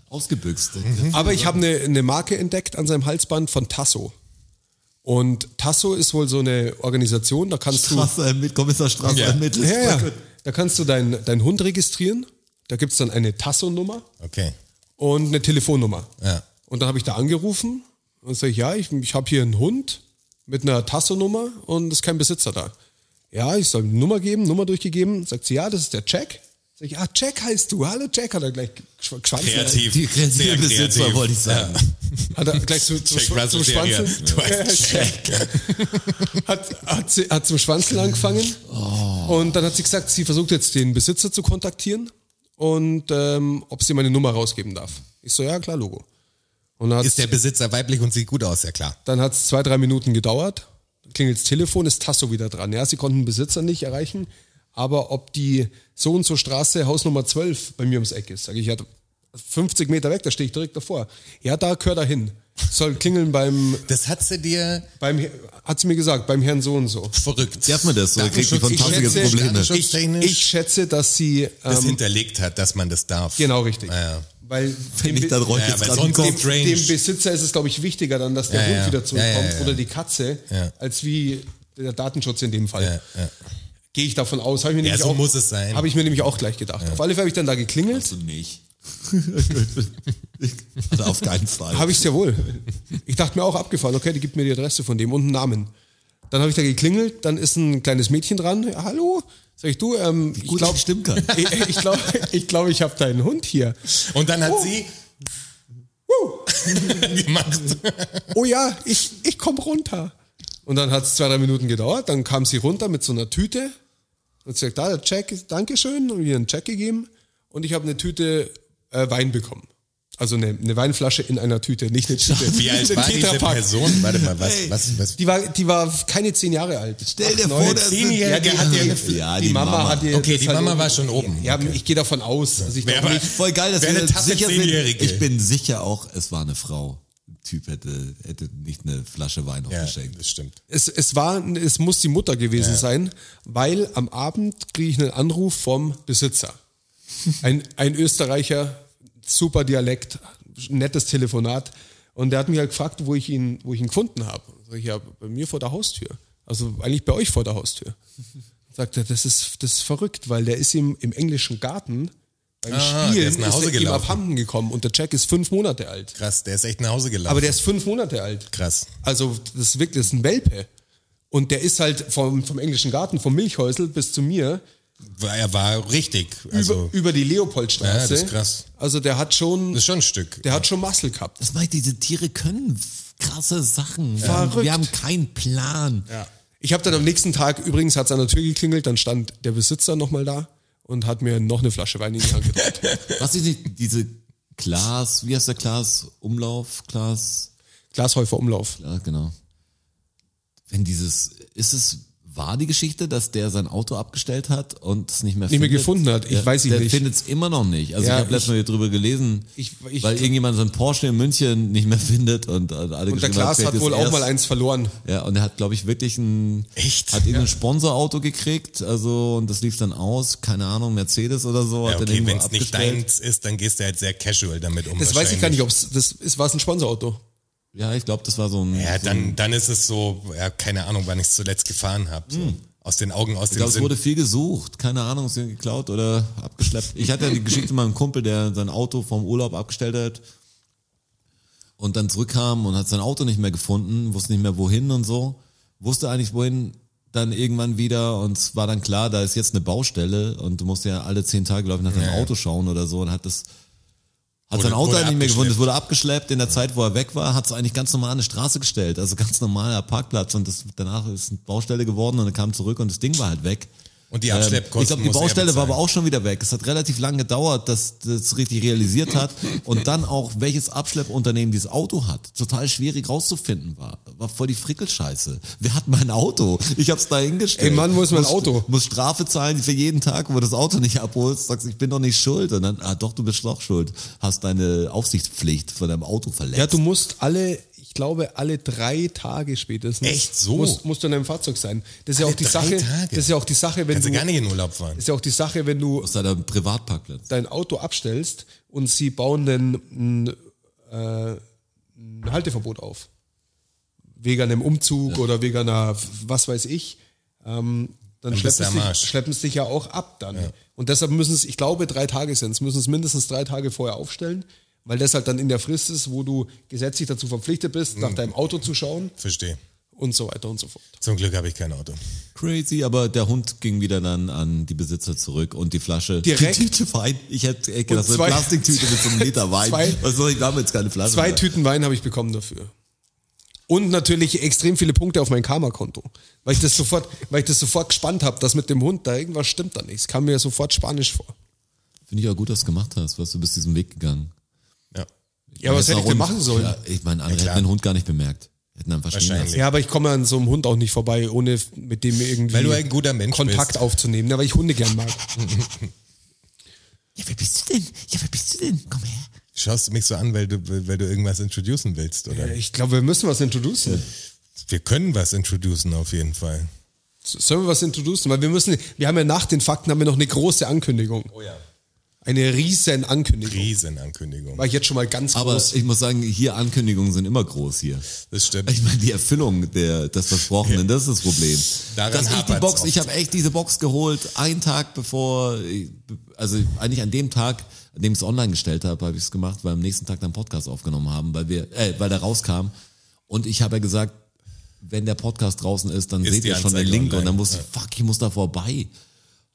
[SPEAKER 2] Ausgebüxt.
[SPEAKER 4] Mhm.
[SPEAKER 3] Aber ich habe eine, eine Marke entdeckt an seinem Halsband von Tasso. Und Tasso ist wohl so eine Organisation, da kannst du.
[SPEAKER 2] Straße ermittelt, Kommissar Straße
[SPEAKER 4] Ja.
[SPEAKER 2] ermittelt.
[SPEAKER 3] Ja, ja. Da kannst du deinen deinen Hund registrieren. Da gibt's dann eine Tasso-Nummer
[SPEAKER 4] Okay.
[SPEAKER 3] und eine Telefonnummer.
[SPEAKER 4] Ja.
[SPEAKER 3] Und dann habe ich da angerufen und sage, ja, ich, ich habe hier einen Hund mit einer Tasso-Nummer und ist kein Besitzer da. Ja, ich soll eine Nummer geben, Nummer durchgegeben. Sagt sie, ja, das ist der Jack. Sag ich, ah, Jack heißt du. Hallo Jack, hat er gleich geschw- geschwanzt.
[SPEAKER 4] Kreativ.
[SPEAKER 2] Die kreative
[SPEAKER 4] Sehr
[SPEAKER 2] Besitzer,
[SPEAKER 4] kreativ.
[SPEAKER 2] wollte ich sagen.
[SPEAKER 3] Hat er gleich zu, zu,
[SPEAKER 4] Jack
[SPEAKER 3] zu,
[SPEAKER 4] Russell
[SPEAKER 3] zum
[SPEAKER 4] Terrier.
[SPEAKER 3] Schwanzeln.
[SPEAKER 4] Du heißt
[SPEAKER 3] Ja, hat, hat, sie, hat zum Schwanzeln angefangen.
[SPEAKER 4] Oh.
[SPEAKER 3] Und dann hat sie gesagt, sie versucht jetzt den Besitzer zu kontaktieren und ähm, ob sie meine Nummer rausgeben darf. Ich so, ja klar, Logo. Und dann hat
[SPEAKER 4] Ist der Besitzer weiblich und sieht gut aus, ja klar.
[SPEAKER 3] dann hat's zwei, drei Minuten gedauert. Klingelt's Telefon, ist Tasso wieder dran. Ja, sie konnten den Besitzer nicht erreichen, aber ob die so und so Straße, Haus Nummer 12 bei mir ums Eck ist, sage ich, ja, 50 Meter weg, da stehe ich direkt davor. Ja, da gehört er hin. Soll klingeln beim,
[SPEAKER 4] Das hat sie dir
[SPEAKER 3] beim, hat sie mir gesagt, beim Herrn so und so.
[SPEAKER 4] verrückt.
[SPEAKER 2] Darf man das? Oder kriegt die
[SPEAKER 4] Datenschutz-
[SPEAKER 2] von
[SPEAKER 3] Tausend jetzt
[SPEAKER 4] Probleme?
[SPEAKER 3] Ich,
[SPEAKER 4] Datenschutztechnisch
[SPEAKER 3] ich schätze, dass sie,
[SPEAKER 4] das
[SPEAKER 3] ähm,
[SPEAKER 4] hinterlegt hat, dass man das darf.
[SPEAKER 3] genau richtig.
[SPEAKER 4] Ja,
[SPEAKER 3] Weil
[SPEAKER 2] Wenn
[SPEAKER 3] dem,
[SPEAKER 2] ich da
[SPEAKER 3] Be-
[SPEAKER 2] rollt
[SPEAKER 4] Ja,
[SPEAKER 2] jetzt
[SPEAKER 4] weil
[SPEAKER 2] gerade
[SPEAKER 4] sonst
[SPEAKER 2] kommt.
[SPEAKER 4] kommt- strange.
[SPEAKER 3] dem Besitzer ist es, glaube ich, wichtiger dann, dass der
[SPEAKER 4] Ja,
[SPEAKER 3] Hund
[SPEAKER 4] ja.
[SPEAKER 3] wieder zurückkommt
[SPEAKER 4] Ja, ja, ja.
[SPEAKER 3] oder die Katze,
[SPEAKER 4] Ja.
[SPEAKER 3] als wie der Datenschutz in dem Fall.
[SPEAKER 4] ja, ja.
[SPEAKER 3] Gehe ich davon aus. Habe ich mir
[SPEAKER 4] Ja,
[SPEAKER 3] nämlich
[SPEAKER 4] so
[SPEAKER 3] auch,
[SPEAKER 4] muss es sein.
[SPEAKER 3] Habe ich mir nämlich auch gleich gedacht. Auf alle Fälle habe ich dann da geklingelt.
[SPEAKER 2] Also nicht. Also auf keinen Fall.
[SPEAKER 3] Habe ich es ja wohl. Ich dachte mir auch abgefahren, okay, die gibt mir die Adresse von dem und einen Namen. Dann habe ich da geklingelt, dann ist ein kleines Mädchen dran. Ja, hallo? Sag ich, du, ähm, ich
[SPEAKER 2] Gut,
[SPEAKER 3] glaube,
[SPEAKER 2] ich stimmen kann.
[SPEAKER 3] ich, ich glaube, ich, glaub, ich habe deinen Hund hier.
[SPEAKER 4] Und dann hat
[SPEAKER 3] Oh.
[SPEAKER 4] sie
[SPEAKER 3] Uh,
[SPEAKER 4] gemacht.
[SPEAKER 3] oh ja, ich, ich komme runter. Und dann hat es zwei, drei Minuten gedauert. Dann kam sie runter mit so einer Tüte. Und sie sagt, da, der Check, ist- Dankeschön. Und ihr einen Check gegeben. Und ich habe eine Tüte äh, Wein bekommen. Also eine, eine Weinflasche in einer Tüte, nicht eine Tüte.
[SPEAKER 4] Wie alt
[SPEAKER 3] Ein
[SPEAKER 4] war diese
[SPEAKER 3] Tetrapack.
[SPEAKER 4] Person? Warte mal, was, was, was?
[SPEAKER 3] Die war, die war keine zehn Jahre alt.
[SPEAKER 2] Stell dir
[SPEAKER 3] neun,
[SPEAKER 2] vor, der
[SPEAKER 3] zehn.
[SPEAKER 4] Zehnjährige
[SPEAKER 3] Ja, die
[SPEAKER 4] hat ja
[SPEAKER 3] die-
[SPEAKER 4] eine
[SPEAKER 2] Fl- Ja,
[SPEAKER 3] die,
[SPEAKER 2] die
[SPEAKER 3] Mama,
[SPEAKER 2] Mama.
[SPEAKER 3] hat ihr
[SPEAKER 4] Okay,
[SPEAKER 3] das
[SPEAKER 4] die Mama
[SPEAKER 3] irgendwie-
[SPEAKER 4] war schon oben.
[SPEAKER 3] Ja, ich gehe davon aus. Also ich
[SPEAKER 4] Wer
[SPEAKER 3] glaub
[SPEAKER 4] war-
[SPEAKER 3] nicht,
[SPEAKER 2] Voll geil, dass
[SPEAKER 4] Wäre
[SPEAKER 2] wir
[SPEAKER 4] eine taffe
[SPEAKER 2] sicher sind.
[SPEAKER 4] Zehnjährige.
[SPEAKER 2] Ich bin sicher auch, es war eine Frau. Ein Typ hätte, hätte nicht eine Flasche Wein
[SPEAKER 4] Ja,
[SPEAKER 2] aufgeschenkt.
[SPEAKER 4] das stimmt.
[SPEAKER 3] es, es, war, es muss die Mutter gewesen sein, weil am Abend kriege ich einen Anruf vom Besitzer. Ein, ein Österreicher, super Dialekt, nettes Telefonat. Und der hat mich halt gefragt, wo ich ihn, wo ich ihn gefunden habe. Sag ich, ja, bei mir vor der Haustür. Also eigentlich bei euch vor der Haustür. Sagt er, das ist, das ist verrückt, weil der ist im, im englischen Garten beim
[SPEAKER 4] Ah,
[SPEAKER 3] Spielen
[SPEAKER 4] der ist nach Hause
[SPEAKER 3] er ihm
[SPEAKER 4] gelaufen.
[SPEAKER 3] abhanden gekommen und der Jack ist fünf Monate alt.
[SPEAKER 4] Krass, der ist echt nach Hause gelaufen.
[SPEAKER 3] Aber der ist fünf Monate alt.
[SPEAKER 4] Krass.
[SPEAKER 3] Also das ist wirklich das ist ein Welpe. Und der ist halt vom, vom englischen Garten, vom Milchhäusl bis zu mir,
[SPEAKER 4] war- er war richtig. Also,
[SPEAKER 3] über, über die Leopoldstraße.
[SPEAKER 4] Ja, das ist krass.
[SPEAKER 3] Also der hat schon,
[SPEAKER 4] das ist schon ein Stück.
[SPEAKER 3] der hat schon Muscle gehabt.
[SPEAKER 2] Das meint, diese Tiere können f- krasse Sachen. Wir haben-
[SPEAKER 3] Verrückt.
[SPEAKER 2] Wir haben keinen Plan.
[SPEAKER 3] Ja. Ich habe dann am nächsten Tag, übrigens hat es an der Tür geklingelt, dann stand der Besitzer nochmal da und hat mir noch eine Flasche Wein in die Hand gedrückt.
[SPEAKER 2] Was ist die, diese Glas, wie heißt der Glas? Umlauf, Glas,
[SPEAKER 3] Glashäufer Umlauf.
[SPEAKER 2] ja, genau. Wenn dieses, ist es wahr die Geschichte, dass der sein Auto abgestellt hat und es nicht mehr
[SPEAKER 3] Nicht mehr
[SPEAKER 2] findet?
[SPEAKER 3] gefunden hat, ich
[SPEAKER 2] Der-
[SPEAKER 3] weiß ihn
[SPEAKER 2] der
[SPEAKER 3] nicht.
[SPEAKER 2] findet es immer noch nicht. Also
[SPEAKER 3] Ja,
[SPEAKER 2] ich habe letztes Mal hier drüber gelesen,
[SPEAKER 3] Ich- ich-
[SPEAKER 2] weil irgendjemand sein Porsche in München nicht mehr findet und äh, alle
[SPEAKER 3] Und der
[SPEAKER 2] geschrieben
[SPEAKER 4] halt
[SPEAKER 3] Glas
[SPEAKER 2] vielleicht
[SPEAKER 3] hat wohl
[SPEAKER 2] ist
[SPEAKER 3] auch
[SPEAKER 2] erst-
[SPEAKER 3] mal eins verloren.
[SPEAKER 2] Ja, und er hat, glaube ich, wirklich ein,
[SPEAKER 4] Echt?
[SPEAKER 2] hat irgendein Sponsorauto gekriegt, also, und das lief dann aus, keine Ahnung, Mercedes oder so, hat
[SPEAKER 4] Ja, okay,
[SPEAKER 2] den
[SPEAKER 4] wenn
[SPEAKER 2] irgendwo
[SPEAKER 4] es nicht
[SPEAKER 2] abgestellt.
[SPEAKER 4] deins ist, dann gehst du halt sehr casual damit um.
[SPEAKER 3] Das weiß ich gar nicht,
[SPEAKER 4] wahrscheinlich.
[SPEAKER 3] ob es, das ist, war es ein Sponsorauto.
[SPEAKER 2] Ja, ich glaube, das war so ein,
[SPEAKER 4] Ja,
[SPEAKER 2] so ein
[SPEAKER 4] dann, dann ist es so, ja, keine Ahnung, wann ich es zuletzt gefahren habe. So.
[SPEAKER 3] Hm.
[SPEAKER 4] Aus den Augen, aus
[SPEAKER 2] Ich
[SPEAKER 4] dem
[SPEAKER 2] glaube, es
[SPEAKER 4] Sinn.
[SPEAKER 2] wurde viel gesucht. Keine Ahnung, ist irgendwie geklaut oder abgeschleppt. Ich hatte ja die Geschichte mit meinem Kumpel, der sein Auto vom Urlaub abgestellt hat und dann zurückkam und hat sein Auto nicht mehr gefunden, wusste nicht mehr wohin und so. Wusste eigentlich wohin, dann irgendwann wieder und es war dann klar, da ist jetzt eine Baustelle und du musst ja alle zehn Tage, glaube ich, nach deinem
[SPEAKER 4] Ja.
[SPEAKER 2] Auto schauen oder so und hat das hat
[SPEAKER 4] Wurde-
[SPEAKER 2] sein Auto
[SPEAKER 4] wurde
[SPEAKER 2] eigentlich nicht mehr gefunden, es
[SPEAKER 4] abgeschleppt.
[SPEAKER 2] wurde abgeschleppt. In der Zeit, wo er weg war, hat es eigentlich ganz normal an eine Straße gestellt, also ganz normaler Parkplatz. Und das, danach ist eine Baustelle geworden und er kam zurück und das Ding war halt weg.
[SPEAKER 4] Und die
[SPEAKER 2] Ähm,
[SPEAKER 4] Abschleppkosten
[SPEAKER 2] ich glaube, die
[SPEAKER 4] muss er
[SPEAKER 2] Baustelle war
[SPEAKER 4] bezahlen.
[SPEAKER 2] aber auch schon wieder weg. Es hat relativ lange gedauert, dass das richtig realisiert hat. Und dann auch, welches Abschleppunternehmen dieses Auto hat. Total schwierig rauszufinden war. War voll die Frickelscheiße. Wer hat mein Auto? Ich hab's da hingestellt.
[SPEAKER 3] Ey, Mann, wo ist mein
[SPEAKER 2] muss,
[SPEAKER 3] Auto?
[SPEAKER 2] Muss Strafe zahlen für jeden Tag, wo du das Auto nicht abholst. Sagst, ich bin doch nicht schuld. Und dann, ah doch, du bist doch schuld. Hast deine Aufsichtspflicht von deinem Auto verletzt.
[SPEAKER 3] Ja, du musst alle, ich glaube, alle drei Tage spätestens.
[SPEAKER 4] Echt so?
[SPEAKER 3] Musst, musst du in deinem Fahrzeug sein. Das ist ja
[SPEAKER 4] Alle
[SPEAKER 3] auch die
[SPEAKER 4] drei
[SPEAKER 3] Sache.
[SPEAKER 4] Tage?
[SPEAKER 3] Das ist ja auch die Sache, wenn
[SPEAKER 4] Kannst
[SPEAKER 3] du,
[SPEAKER 4] du gar nicht in Urlaub fahren.
[SPEAKER 3] ist ja auch die Sache, wenn du
[SPEAKER 2] Aus deinem Privatparkplatz.
[SPEAKER 3] dein Auto abstellst und sie bauen dann ein, äh, ein Halteverbot auf. Wegen einem Umzug oder wegen einer, was weiß ich. Ähm, dann
[SPEAKER 4] Dann bist du
[SPEAKER 3] schleppen
[SPEAKER 4] am
[SPEAKER 3] sie,
[SPEAKER 4] Arsch.
[SPEAKER 3] schleppen sie dich ja auch ab dann. Und deshalb müssen es, ich glaube, drei Tage sind es, müssen es mindestens drei Tage vorher aufstellen, weil das halt dann in der Frist ist, wo du gesetzlich dazu verpflichtet bist,
[SPEAKER 4] Mhm.
[SPEAKER 3] nach deinem Auto zu schauen
[SPEAKER 4] Verstehe.
[SPEAKER 3] und so weiter und so fort.
[SPEAKER 4] Zum Glück habe ich kein Auto.
[SPEAKER 2] Crazy, aber der Hund ging wieder dann an die Besitzer zurück und die Flasche.
[SPEAKER 3] Direkt?
[SPEAKER 2] Die Tüte Wein. Ich hätte ey, gedacht, so eine
[SPEAKER 3] zwei-
[SPEAKER 2] Plastiktüte mit so einem Liter Wein.
[SPEAKER 3] Zwei-
[SPEAKER 2] Was soll ich damit? Jetzt keine Flasche.
[SPEAKER 3] Also Zwei
[SPEAKER 2] mehr.
[SPEAKER 3] Tüten Wein habe ich bekommen dafür. Und natürlich extrem viele Punkte auf mein Karma-Konto. Weil ich das sofort, weil ich das sofort gespannt habe, dass mit dem Hund da irgendwas stimmt da nicht. Es kam mir sofort spanisch vor.
[SPEAKER 2] Finde ich auch gut, dass du gemacht hast. Weißt, du bist diesen Weg gegangen.
[SPEAKER 4] Ja.
[SPEAKER 3] Ja, was
[SPEAKER 2] Jetzt
[SPEAKER 3] hätte ich denn
[SPEAKER 2] auch-
[SPEAKER 3] machen sollen?
[SPEAKER 2] Ja, ich meine, andere
[SPEAKER 4] klar.
[SPEAKER 2] hätten den Hund gar nicht bemerkt. Hätten einfach stehen
[SPEAKER 4] Wahrscheinlich.
[SPEAKER 2] lassen.
[SPEAKER 3] Ja, aber ich komme an so einem Hund auch nicht vorbei, ohne f- mit dem irgendwie
[SPEAKER 4] Weil du ein guter Mensch
[SPEAKER 3] Kontakt
[SPEAKER 4] bist.
[SPEAKER 3] aufzunehmen, ja, weil ich Hunde gern mag.
[SPEAKER 2] Ja, wer bist du denn? Ja, wer bist du denn? Komm her.
[SPEAKER 4] Schaust du mich so an, weil du, weil du irgendwas introducen willst, oder?
[SPEAKER 3] Ich glaube, wir müssen was introducen.
[SPEAKER 4] Wir können was introducen auf jeden Fall.
[SPEAKER 3] Sollen wir was introducen? Weil wir müssen, wir haben ja nach den Fakten haben wir noch eine große Ankündigung.
[SPEAKER 4] Oh ja.
[SPEAKER 3] Eine riesen Ankündigung.
[SPEAKER 4] Riesenankündigung.
[SPEAKER 3] War ich jetzt schon mal ganz
[SPEAKER 2] Aber
[SPEAKER 3] groß.
[SPEAKER 2] ich muss sagen, hier Ankündigungen sind immer groß hier.
[SPEAKER 4] Das stimmt.
[SPEAKER 2] Ich meine, die Erfüllung der, des Versprochenen, das ist das Problem.
[SPEAKER 4] Daran
[SPEAKER 2] Dass ich die
[SPEAKER 4] hapert's
[SPEAKER 2] Box,
[SPEAKER 4] oft.
[SPEAKER 2] ich habe echt diese Box geholt, einen Tag bevor, also eigentlich an dem Tag, an dem ich es online gestellt habe, habe ich es gemacht, weil am nächsten Tag dann Podcast aufgenommen haben, weil wir, äh, weil der rauskam. Und ich habe ja gesagt, wenn der Podcast draußen ist, dann
[SPEAKER 4] Ist
[SPEAKER 2] seht
[SPEAKER 4] die
[SPEAKER 2] ihr schon den
[SPEAKER 4] Anzeige
[SPEAKER 2] Link und
[SPEAKER 4] online.
[SPEAKER 2] dann wusste ich, fuck, ich muss da vorbei.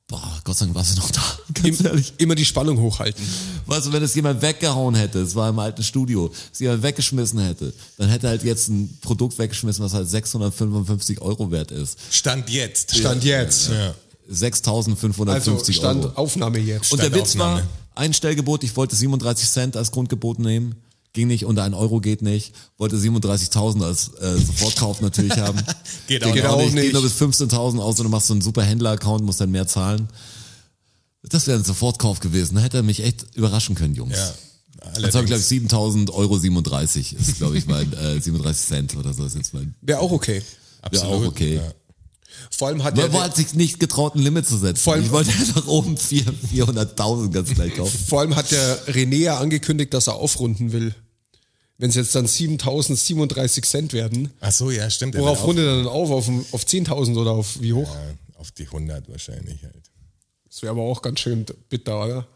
[SPEAKER 2] Boah, Gott sei Dank warst du noch da. Ganz
[SPEAKER 3] Im-
[SPEAKER 2] ehrlich.
[SPEAKER 3] Immer die Spannung hochhalten.
[SPEAKER 2] Weißt du, wenn es jemand weggehauen hätte, es war im alten Studio, es jemand weggeschmissen hätte, dann hätte halt jetzt ein Produkt weggeschmissen, was halt 655 Euro wert ist.
[SPEAKER 4] Stand jetzt.
[SPEAKER 3] Stand jetzt.
[SPEAKER 4] Ja.
[SPEAKER 2] 6.550
[SPEAKER 3] Also Stand
[SPEAKER 2] Euro.
[SPEAKER 3] Aufnahme jetzt.
[SPEAKER 2] Und der Witz war,
[SPEAKER 4] Standaufnahme.
[SPEAKER 2] Einstellgebot, ich wollte 37 Cent als Grundgebot nehmen, ging nicht, unter 1 Euro geht nicht, wollte 37.000 als äh, Sofortkauf natürlich haben.
[SPEAKER 4] Geht
[SPEAKER 2] Der
[SPEAKER 4] auch
[SPEAKER 3] auch
[SPEAKER 2] nicht.
[SPEAKER 3] nicht.
[SPEAKER 2] Geht nur bis 15.000 aus und du machst so einen super Händler-Account, musst dann mehr zahlen. Das wäre ein Sofortkauf gewesen, da hätte er mich echt überraschen können, Jungs.
[SPEAKER 4] Ja.
[SPEAKER 2] Jetzt habe ich,
[SPEAKER 4] Allerdings.
[SPEAKER 2] glaube ich, 7.000 Euro 37 ist, glaube ich, mein äh, 37 Cent oder so ist jetzt mein.
[SPEAKER 3] Wäre auch okay.
[SPEAKER 2] Ja, auch okay.
[SPEAKER 4] Ja.
[SPEAKER 3] Vor allem hat
[SPEAKER 2] Man
[SPEAKER 3] er,
[SPEAKER 2] hat sich nicht getraut, ein Limit zu setzen.
[SPEAKER 3] Vor allem-
[SPEAKER 2] ich wollte einfach oben vier- 400.000 ganz gleich kaufen.
[SPEAKER 3] vor allem hat der René ja angekündigt, dass er aufrunden will. Wenn es jetzt dann 7.037 Cent werden,
[SPEAKER 4] Ach so, ja, stimmt. Er
[SPEAKER 3] worauf
[SPEAKER 4] will
[SPEAKER 3] rundet er dann auf? Auf, ein- auf 10.000 oder auf wie hoch?
[SPEAKER 4] auch- Ja, auf die 100 wahrscheinlich halt.
[SPEAKER 3] Das wäre aber auch ganz schön bitter, oder?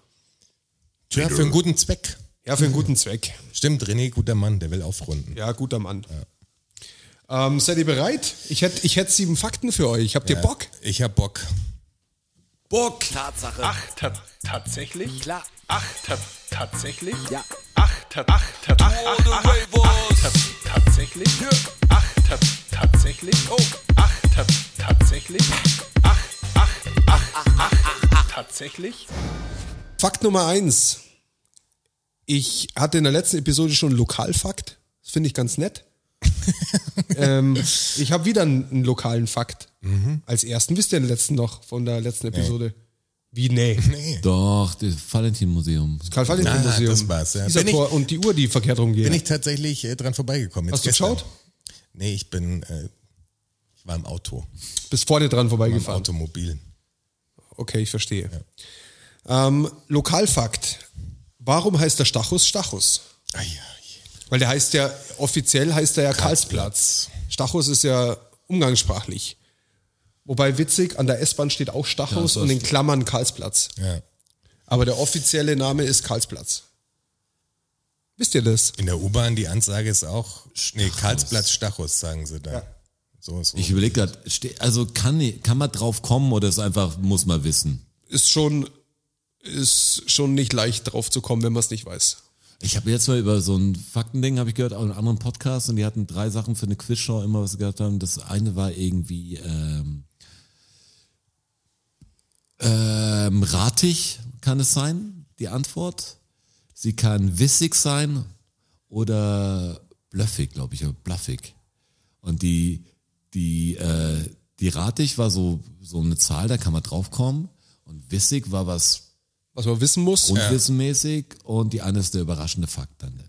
[SPEAKER 4] Ja, für einen guten Zweck.
[SPEAKER 3] Ja, für einen guten Zweck.
[SPEAKER 4] Stimmt, René, guter Mann, der will aufrunden.
[SPEAKER 3] Ja, guter Mann. Ähm, seid ihr bereit? Ich hätte ich hätt sieben Fakten für euch. Habt ihr Bock?
[SPEAKER 4] Ich hab Bock.
[SPEAKER 2] Bock.
[SPEAKER 1] Tatsache.
[SPEAKER 5] Ach, ta tatsächlich?
[SPEAKER 1] Klar.
[SPEAKER 5] Ach, ta tatsächlich?
[SPEAKER 1] Ja.
[SPEAKER 5] Ach, ta ach, ta ach, ach, ach, ach, ta tatsächlich? Ach, ta tatsächlich? Oh. Ach, ta tatsächlich? Ach, ach, ach, ach, ach, ach, tatsächlich?
[SPEAKER 3] Fakt Nummer eins. Ich hatte in der letzten Episode schon einen Lokalfakt. Das finde ich ganz nett. ähm, ich habe wieder einen, einen lokalen Fakt.
[SPEAKER 4] Mhm.
[SPEAKER 3] Als ersten. Wisst ihr den letzten noch von der letzten Episode? Wie? Nee.
[SPEAKER 4] Nee.
[SPEAKER 2] Doch, das Valentin-Museum.
[SPEAKER 3] Karl-Valentin-Museum.
[SPEAKER 4] Ah, das war's, ja.
[SPEAKER 3] Dieser
[SPEAKER 4] Bin ich-
[SPEAKER 3] Tor und die Uhr, die verkehrt rumgeht.
[SPEAKER 4] Bin ich tatsächlich äh, dran vorbeigekommen. Jetzt
[SPEAKER 3] Hast du
[SPEAKER 4] gestern.
[SPEAKER 3] geschaut?
[SPEAKER 4] Nee, ich bin, äh, ich war im Auto,
[SPEAKER 3] Bis vorne dran
[SPEAKER 4] im
[SPEAKER 3] vorbeigefahren.
[SPEAKER 4] Automobil.
[SPEAKER 3] Okay, ich verstehe. Ähm, Lokalfakt. Warum heißt der Stachus Stachus?
[SPEAKER 4] Ai, ai.
[SPEAKER 3] Weil der heißt ja, offiziell heißt er ja Karlsplatz. Stachus ist ja umgangssprachlich. Wobei witzig, an der S-Bahn steht auch Stachus
[SPEAKER 2] Ja,
[SPEAKER 3] und
[SPEAKER 2] das
[SPEAKER 3] in Klammern Karlsplatz.
[SPEAKER 4] Ja.
[SPEAKER 3] Aber der offizielle Name ist Karlsplatz. Wisst ihr das?
[SPEAKER 4] In der U-Bahn, die Ansage ist auch, nee, Karlsplatz Stachus, sagen sie da. So ist
[SPEAKER 2] Ich überlege gerade, also kann, kann man drauf kommen oder ist einfach, muss man wissen?
[SPEAKER 3] Ist schon, ist schon nicht leicht drauf zu kommen, wenn man es nicht weiß.
[SPEAKER 2] Ich habe jetzt mal über so ein Faktending, habe ich gehört, auch in einem anderen Podcast und die hatten drei Sachen für eine Quizshow immer, was sie gehabt haben. Das eine war irgendwie ähm, ähm, ratig, kann es sein, die Antwort. Sie kann wissig sein oder blöffig, glaube ich, oder bluffig. Und die, die, äh, die ratig war so, so eine Zahl, da kann man draufkommen. Und wissig war was
[SPEAKER 3] Was man wissen muss.
[SPEAKER 2] grundwissenmäßig und die eine ist der überraschende Fakt dann.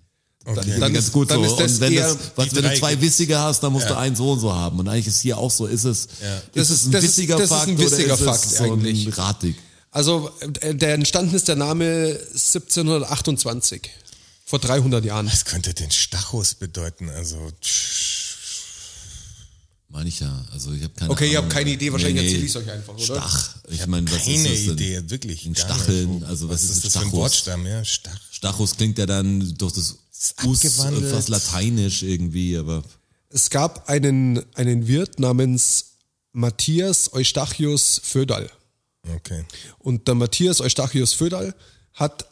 [SPEAKER 4] Okay.
[SPEAKER 3] Dann
[SPEAKER 2] Ganz
[SPEAKER 3] ist-
[SPEAKER 2] gut
[SPEAKER 3] dann
[SPEAKER 2] so.
[SPEAKER 3] ist das
[SPEAKER 2] und wenn,
[SPEAKER 3] eher
[SPEAKER 2] das, was,
[SPEAKER 4] die
[SPEAKER 2] wenn du
[SPEAKER 4] drei
[SPEAKER 2] zwei
[SPEAKER 4] gibt's.
[SPEAKER 2] Wissige hast, dann musst du einen so und so haben. Und eigentlich ist hier auch so, ist es,
[SPEAKER 3] Das ist-
[SPEAKER 2] ist es ein
[SPEAKER 3] das ist-
[SPEAKER 2] wissiger
[SPEAKER 3] das ist
[SPEAKER 2] Fakt
[SPEAKER 3] ein wissiger
[SPEAKER 2] oder
[SPEAKER 3] Fakt
[SPEAKER 2] ist es so ein
[SPEAKER 3] eigentlich.
[SPEAKER 2] ratig?
[SPEAKER 3] Also, äh, der entstanden ist der Name 1728. Vor 300 Jahren.
[SPEAKER 4] Was könnte denn Stachus bedeuten? Also, tsch,
[SPEAKER 2] Meine ich ja. Also ich habe keine
[SPEAKER 3] Okay,
[SPEAKER 2] Ahnung.
[SPEAKER 3] ihr habt keine Idee, wahrscheinlich erzähl ich's euch einfach, oder?
[SPEAKER 2] Stach. Ich meine, was
[SPEAKER 4] keine
[SPEAKER 2] ist das denn?
[SPEAKER 4] Idee, wirklich.
[SPEAKER 2] Ein
[SPEAKER 4] gar
[SPEAKER 2] Stacheln,
[SPEAKER 4] nicht. Wo-
[SPEAKER 2] also was ist ein
[SPEAKER 4] das für ein
[SPEAKER 2] Stachus?
[SPEAKER 4] Wortstamm? Ja, Stach.
[SPEAKER 2] Stachus klingt ja dann durch das Us äh,
[SPEAKER 4] abgewandelt.
[SPEAKER 2] fast lateinisch irgendwie, aber
[SPEAKER 3] Es gab einen, einen Wirt namens Matthias Eustachius Föderl.
[SPEAKER 4] Okay.
[SPEAKER 3] Und der Matthias Eustachius Föderl hat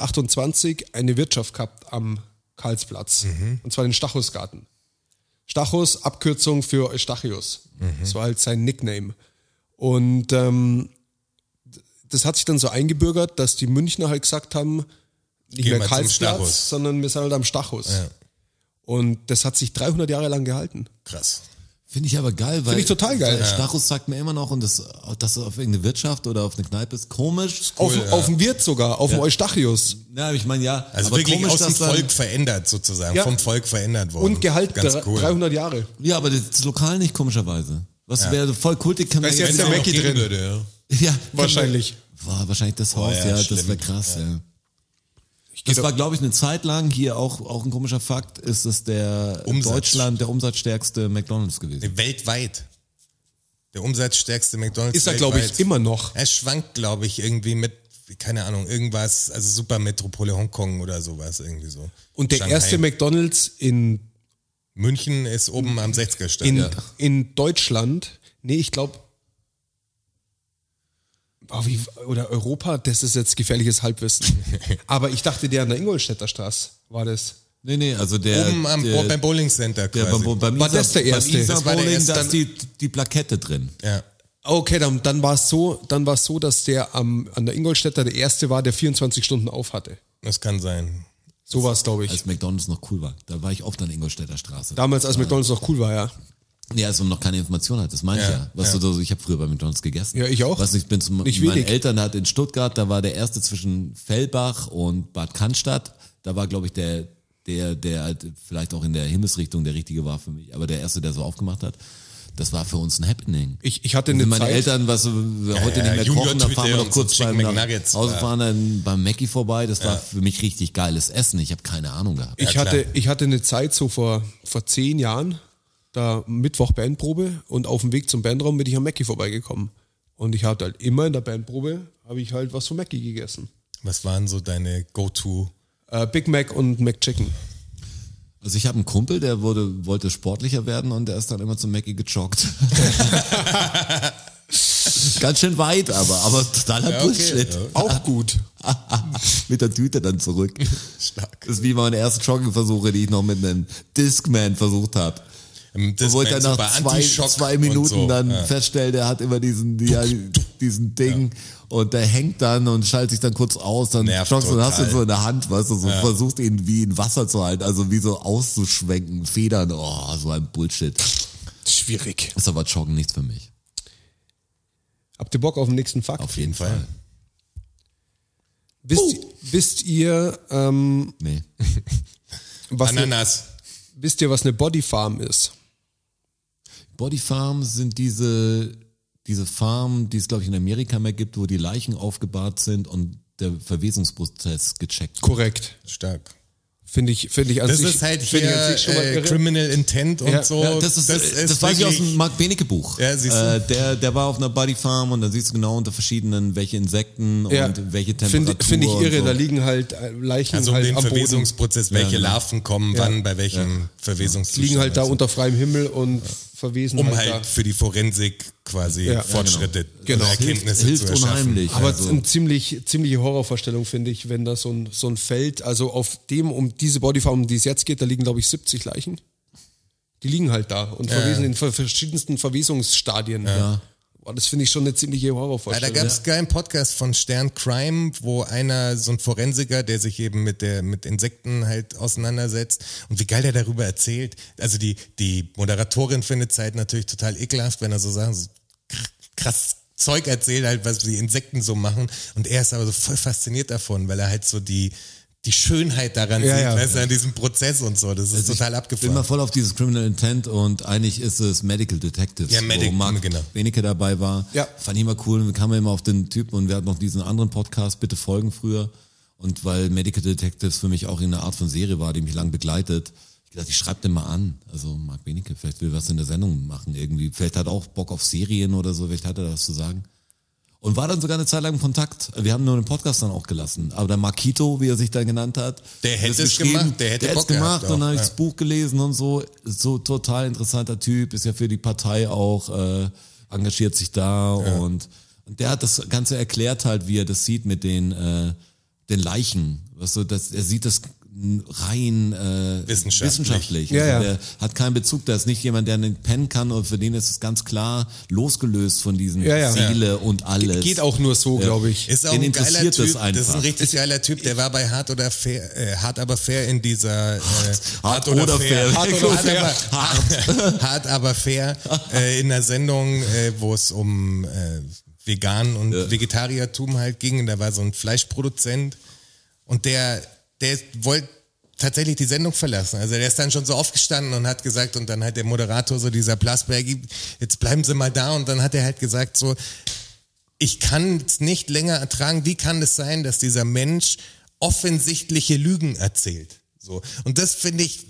[SPEAKER 3] 1728 eine Wirtschaft gehabt am Karlsplatz.
[SPEAKER 4] Mhm.
[SPEAKER 3] Und zwar den Stachusgarten. Stachus, Abkürzung für Eustachius.
[SPEAKER 4] Mhm.
[SPEAKER 3] Das war halt sein Nickname. Und ähm, das hat sich dann so eingebürgert, dass die Münchner halt gesagt haben, nicht
[SPEAKER 4] Geh
[SPEAKER 3] mehr
[SPEAKER 4] mal zum Stachus.
[SPEAKER 3] Karlsplatz, sondern wir sind halt am Stachus.
[SPEAKER 4] Ja.
[SPEAKER 3] Und das hat sich 300 Jahre lang gehalten.
[SPEAKER 4] Krass.
[SPEAKER 2] Finde ich aber geil, weil.
[SPEAKER 3] ich total geil.
[SPEAKER 2] weil Stachus sagt mir immer noch, und das, dass er auf irgendeine Wirtschaft oder auf eine Kneipe ist, komisch.
[SPEAKER 3] auf, auf dem Wirt sogar, auf dem Eustachius.
[SPEAKER 2] Na, ich meine, ja.
[SPEAKER 4] Also
[SPEAKER 2] aber
[SPEAKER 4] wirklich
[SPEAKER 2] komisch,
[SPEAKER 4] aus dem
[SPEAKER 2] dass dann-
[SPEAKER 4] Volk verändert sozusagen,
[SPEAKER 3] Ja.
[SPEAKER 4] vom Volk verändert worden.
[SPEAKER 3] Und Gehalt
[SPEAKER 4] Ganz
[SPEAKER 3] dr-
[SPEAKER 4] cool.
[SPEAKER 3] 300 Jahre.
[SPEAKER 2] Ja, aber das Lokal nicht, komischerweise. Was wäre voll kultig, kann man
[SPEAKER 3] ist jetzt
[SPEAKER 4] Wenn
[SPEAKER 3] der
[SPEAKER 4] es noch
[SPEAKER 3] Mackie
[SPEAKER 4] geben
[SPEAKER 3] drin.
[SPEAKER 4] Würde, ja.
[SPEAKER 2] Ja,
[SPEAKER 3] Wahrscheinlich.
[SPEAKER 2] War wahrscheinlich das Haus,
[SPEAKER 4] ja,
[SPEAKER 2] ja, das
[SPEAKER 4] schlimm.
[SPEAKER 2] wäre krass, ja. Das war, glaube ich, eine Zeit lang hier auch, auch ein komischer Fakt, ist es der in
[SPEAKER 4] Umsatz.
[SPEAKER 2] Deutschland der umsatzstärkste McDonalds gewesen.
[SPEAKER 4] Weltweit. Der umsatzstärkste McDonalds.
[SPEAKER 3] Ist er, glaube ich,
[SPEAKER 4] weltweit.
[SPEAKER 3] immer noch.
[SPEAKER 4] Er schwankt, glaube ich, irgendwie mit, keine Ahnung, irgendwas, also Supermetropole Hongkong oder sowas, irgendwie so.
[SPEAKER 3] Und der
[SPEAKER 4] Shanghai.
[SPEAKER 3] erste McDonalds in,
[SPEAKER 4] München ist oben am 60er
[SPEAKER 3] in,
[SPEAKER 4] Stand.
[SPEAKER 3] in Deutschland, nee, ich glaube, oder Europa, das ist jetzt gefährliches Halbwissen. Aber ich dachte, der an der Ingolstädter Straße war das.
[SPEAKER 2] Nee, nee, also der.
[SPEAKER 4] Oben am,
[SPEAKER 2] der,
[SPEAKER 4] beim Bowling Center
[SPEAKER 2] der,
[SPEAKER 4] quasi.
[SPEAKER 2] beim, beim
[SPEAKER 3] War
[SPEAKER 2] Isar,
[SPEAKER 3] das der erste?
[SPEAKER 2] Beim Isar
[SPEAKER 4] Das war der
[SPEAKER 2] Bowling,
[SPEAKER 4] erste.
[SPEAKER 2] da ist die, die Plakette drin.
[SPEAKER 4] ja.
[SPEAKER 3] Okay, dann, dann war es so, dann war es so, dass der am, an der Ingolstädter der erste war, der 24 Stunden auf hatte.
[SPEAKER 4] Das kann sein.
[SPEAKER 3] So war es, glaube ich.
[SPEAKER 2] Als McDonalds noch cool war. Da war ich oft an der Ingolstädter Straße.
[SPEAKER 3] Also, Damals, als McDonalds noch cool war, ja.
[SPEAKER 2] Ja, also noch keine Information hat, das meine ich
[SPEAKER 4] Ja,
[SPEAKER 2] ja. Was
[SPEAKER 4] ja.
[SPEAKER 2] du so, ich habe früher bei McDonalds gegessen.
[SPEAKER 3] Ja, ich auch.
[SPEAKER 2] Was ich bin zu
[SPEAKER 3] Nicht
[SPEAKER 2] meinen
[SPEAKER 3] wenig.
[SPEAKER 2] Eltern hat in Stuttgart, da war der erste zwischen Fellbach und Bad Cannstatt. Da war, glaube ich, der, der, der halt vielleicht auch in der Himmelsrichtung der richtige war für mich, aber der erste, der so aufgemacht hat. Das war für uns ein Happening.
[SPEAKER 3] Ich, ich hatte eine
[SPEAKER 2] Wenn meine
[SPEAKER 3] Zeit,
[SPEAKER 2] Eltern, was wir heute
[SPEAKER 4] ja,
[SPEAKER 2] nicht mehr
[SPEAKER 4] Junior
[SPEAKER 2] kochen, dann fahren wir
[SPEAKER 4] Tüte
[SPEAKER 2] noch
[SPEAKER 4] und
[SPEAKER 2] kurz
[SPEAKER 4] so
[SPEAKER 2] beim
[SPEAKER 4] Chicken
[SPEAKER 2] nach
[SPEAKER 4] McNuggets,
[SPEAKER 2] Hause
[SPEAKER 4] ja.
[SPEAKER 2] fahren, dann beim Mackie vorbei. Das war für mich richtig geiles Essen. Ich habe keine Ahnung gehabt.
[SPEAKER 3] Ich,
[SPEAKER 4] Ja,
[SPEAKER 3] hatte,
[SPEAKER 4] klar.
[SPEAKER 3] ich hatte eine Zeit so vor, vor zehn Jahren, da Mittwoch Bandprobe und auf dem Weg zum Bandraum bin ich am Mackie vorbeigekommen. Und ich hatte halt immer in der Bandprobe, habe ich halt was von Mackie gegessen.
[SPEAKER 4] Was waren so deine Go-To?
[SPEAKER 3] Äh, Big Mac und McChicken.
[SPEAKER 2] Also ich habe einen Kumpel, der wurde, wollte sportlicher werden und der ist dann immer zum Mackie gejoggt. Ganz schön weit, aber, aber totaler
[SPEAKER 4] Ja, okay.
[SPEAKER 2] Bullshit.
[SPEAKER 4] Ja, okay.
[SPEAKER 2] Auch gut. mit der Tüte dann zurück.
[SPEAKER 4] Stark.
[SPEAKER 2] Das ist wie meine ersten Joggingversuche, die ich noch mit einem Discman versucht habe.
[SPEAKER 4] Ähm,
[SPEAKER 2] Das
[SPEAKER 4] Das
[SPEAKER 2] wollte
[SPEAKER 4] meinst du
[SPEAKER 2] dann
[SPEAKER 4] bei
[SPEAKER 2] nach zwei,
[SPEAKER 4] Antischock
[SPEAKER 2] zwei
[SPEAKER 4] und
[SPEAKER 2] Minuten
[SPEAKER 4] so.
[SPEAKER 2] dann
[SPEAKER 4] Ja.
[SPEAKER 2] feststellen, der hat immer diesen, die, diesen Ding und der hängt dann und schaltet sich dann kurz aus, dann
[SPEAKER 4] Nervt
[SPEAKER 2] joggst du und hast du ihn
[SPEAKER 4] total.
[SPEAKER 2] so in der Hand, weißt du, so versuchst ihn wie in Wasser zu halten, also wie so auszuschwenken, Federn, oh, so ein Bullshit.
[SPEAKER 3] Schwierig.
[SPEAKER 2] Ist aber Joggen nichts für mich.
[SPEAKER 3] Habt ihr Bock auf den nächsten Fakt?
[SPEAKER 2] Auf jeden Fall.
[SPEAKER 3] Wisst, wisst ihr, ähm,
[SPEAKER 2] Nee.
[SPEAKER 3] was eine,
[SPEAKER 4] Ananas.
[SPEAKER 3] wisst ihr, was eine Bodyfarm ist?
[SPEAKER 2] Bodyfarms sind diese, diese Farmen, die es, glaube ich, in Amerika mehr gibt, wo die Leichen aufgebahrt sind und der Verwesungsprozess gecheckt wird.
[SPEAKER 3] Korrekt.
[SPEAKER 4] Stark.
[SPEAKER 3] Finde ich, finde ich an
[SPEAKER 4] Das
[SPEAKER 2] Also
[SPEAKER 3] sich.
[SPEAKER 4] ist halt
[SPEAKER 3] finde
[SPEAKER 4] hier
[SPEAKER 3] ich an sich schon mal
[SPEAKER 4] äh,
[SPEAKER 3] irre.
[SPEAKER 4] Criminal Intent und
[SPEAKER 3] Ja,
[SPEAKER 4] so.
[SPEAKER 2] Ja, das ist, äh, das, weiß ich aus dem Mark Benecke Buch.
[SPEAKER 4] Ja, siehst du.
[SPEAKER 2] äh, der, der war auf einer Bodyfarm und dann siehst du genau unter verschiedenen, welche Insekten
[SPEAKER 3] Ja.
[SPEAKER 2] und welche Temperatur.
[SPEAKER 3] Finde finde ich
[SPEAKER 2] und
[SPEAKER 3] irre,
[SPEAKER 2] so.
[SPEAKER 3] da liegen halt äh, Leichen
[SPEAKER 4] also um
[SPEAKER 3] halt
[SPEAKER 4] den
[SPEAKER 3] am Boden. ne?
[SPEAKER 4] Verwesungsprozess, welche Larven kommen, wann, bei welchem Verwesungszustand.
[SPEAKER 3] Liegen halt da
[SPEAKER 4] also.
[SPEAKER 3] unter freiem Himmel und verwesen
[SPEAKER 4] um
[SPEAKER 3] halt da.
[SPEAKER 4] halt für die Forensik quasi
[SPEAKER 3] Ja.
[SPEAKER 4] Fortschritte
[SPEAKER 3] Genau.
[SPEAKER 4] und
[SPEAKER 3] Hilft-
[SPEAKER 4] Erkenntnisse
[SPEAKER 2] hilft
[SPEAKER 4] zu erschaffen.
[SPEAKER 2] unheimlich.
[SPEAKER 3] Aber
[SPEAKER 2] Also-
[SPEAKER 3] eine ziemlich, ziemliche Horrorvorstellung, finde ich, wenn da so ein, so ein Feld, also auf dem, um diese Bodyfarm, um die es jetzt geht, da liegen, glaube ich, 70 Leichen. Die liegen halt da und verwesen in ver verschiedensten Verwesungsstadien. Boah, das finde ich schon eine ziemliche
[SPEAKER 4] Ja, da
[SPEAKER 3] Horrorvorstellung.
[SPEAKER 4] gab es geilen Podcast von Stern Crime, wo einer, so ein Forensiker, der sich eben mit der mit Insekten halt auseinandersetzt und wie geil der darüber erzählt. Also die, die Moderatorin findet es halt natürlich total ekelhaft, wenn er so Sachen so kr- krass Zeug erzählt, halt, was die Insekten so machen. Und er ist aber so voll fasziniert davon, weil er halt so die, die Schönheit daran
[SPEAKER 3] Ja,
[SPEAKER 4] sieht,
[SPEAKER 3] ja.
[SPEAKER 4] weißt du, an diesem Prozess und so. Das ist total
[SPEAKER 2] Also bin mal
[SPEAKER 4] abgefahren.
[SPEAKER 2] voll auf dieses Criminal Intent und eigentlich ist es Medical Detectives,
[SPEAKER 4] Ja, Medic-
[SPEAKER 2] wo Mark
[SPEAKER 4] genau.
[SPEAKER 2] Benecke dabei war.
[SPEAKER 3] Ja.
[SPEAKER 2] Fand ich immer cool. Wir kamen immer auf den Typen und wir hatten noch diesen anderen Podcast, bitte folgen früher. Und weil Medical Detectives für mich auch in einer Art von Serie war, die mich lang begleitet, ich gedacht, ich schreibe den mal an. Also Mark Benecke, vielleicht will was in der Sendung machen irgendwie. Vielleicht hat er auch Bock auf Serien oder so, vielleicht hat er was zu sagen. Und war dann sogar eine Zeit lang im Kontakt. Wir haben nur den Podcast dann auch gelassen. Aber der Marquito, wie er sich dann genannt hat,
[SPEAKER 4] Der hätte
[SPEAKER 2] das
[SPEAKER 4] es
[SPEAKER 2] geschrieben,
[SPEAKER 4] gemacht, der hätte
[SPEAKER 2] der
[SPEAKER 4] Bock
[SPEAKER 2] es gemacht
[SPEAKER 4] gehabt auch,
[SPEAKER 2] und dann habe ich
[SPEAKER 4] ja.
[SPEAKER 2] das Buch gelesen und so. So total interessanter Typ, ist ja für die Partei auch, äh, engagiert sich da und, und der hat das Ganze erklärt halt, wie er das sieht mit den, äh, den Leichen. Weißt du, das, er sieht das rein äh,
[SPEAKER 4] Wissenschaftlich.
[SPEAKER 2] wissenschaftlich.
[SPEAKER 3] Ja,
[SPEAKER 2] also
[SPEAKER 3] ja.
[SPEAKER 2] Der hat keinen Bezug, da ist nicht jemand, der einen pennen kann und für den ist es ganz klar losgelöst von diesen
[SPEAKER 3] Ja, ja.
[SPEAKER 2] Seele und alles.
[SPEAKER 3] Geht auch nur so, glaube ich.
[SPEAKER 4] Ist auch
[SPEAKER 2] Den
[SPEAKER 4] ein geiler
[SPEAKER 2] interessiert das
[SPEAKER 4] Typ. Das,
[SPEAKER 2] einfach.
[SPEAKER 4] ist ein richtig geiler Typ. Der war bei Hart oder Fair, äh, Hart aber Fair in dieser äh,
[SPEAKER 2] Hart oder Fair.
[SPEAKER 4] Hart, oder fair.
[SPEAKER 2] Hart.
[SPEAKER 4] Hart, aber, hart aber fair äh, in der Sendung, äh, wo es um äh, Vegan und Vegetariertum halt ging. Und Da war so ein Fleischproduzent und der, der wollte tatsächlich die Sendung verlassen. Also der ist dann schon so aufgestanden und hat gesagt, und dann halt der Moderator, so dieser Plasbergi, jetzt bleiben Sie mal da. Und dann hat er halt gesagt, so, ich kann es nicht länger ertragen. Wie kann es sein, dass dieser Mensch offensichtliche Lügen erzählt? So. Und das finde ich,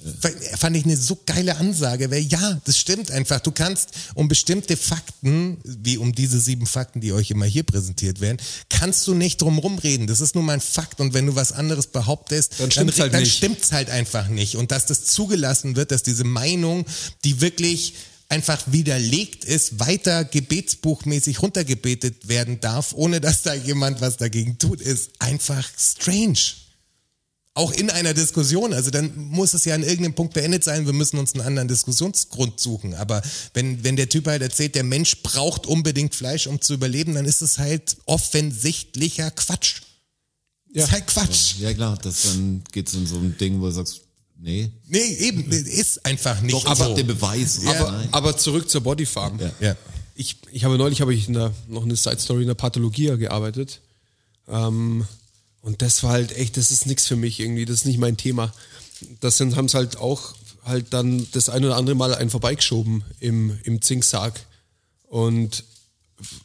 [SPEAKER 4] fand ich eine so geile Ansage, weil ja, das stimmt einfach. Du kannst um bestimmte Fakten, wie um diese sieben Fakten, die euch immer hier präsentiert werden, kannst du nicht drum rumreden. Das ist nun mal ein Fakt. Und wenn du was anderes behauptest,
[SPEAKER 3] Dann stimmt's halt
[SPEAKER 4] dann
[SPEAKER 3] nicht.
[SPEAKER 4] stimmt's halt einfach nicht. Und dass das zugelassen wird, dass diese Meinung, die wirklich einfach widerlegt ist, weiter gebetsbuchmäßig runtergebetet werden darf, ohne dass da jemand was dagegen tut, ist einfach strange. Auch in einer Diskussion, also dann muss es ja an irgendeinem Punkt beendet sein, wir müssen uns einen anderen Diskussionsgrund suchen. Aber wenn, wenn der Typ halt erzählt, der Mensch braucht unbedingt Fleisch, um zu überleben, dann ist es halt offensichtlicher Quatsch.
[SPEAKER 3] Ja.
[SPEAKER 4] Ist halt Quatsch.
[SPEAKER 2] Ja klar, das dann geht's in so ein Ding, wo du sagst, nee.
[SPEAKER 4] Nee, eben, ist einfach nicht
[SPEAKER 2] Doch,
[SPEAKER 4] so.
[SPEAKER 2] aber der Beweis.
[SPEAKER 3] Aber, aber zurück zur Bodyfarm.
[SPEAKER 4] ja.
[SPEAKER 3] Ich, ich habe neulich habe ich in der, noch eine Side Story in der Pathologie gearbeitet. Ähm, und das war halt echt, das ist nichts für mich irgendwie, das ist nicht mein Thema. Das sind haben es halt auch halt dann das ein oder andere Mal einen vorbeigeschoben im, im Zinksarg und f-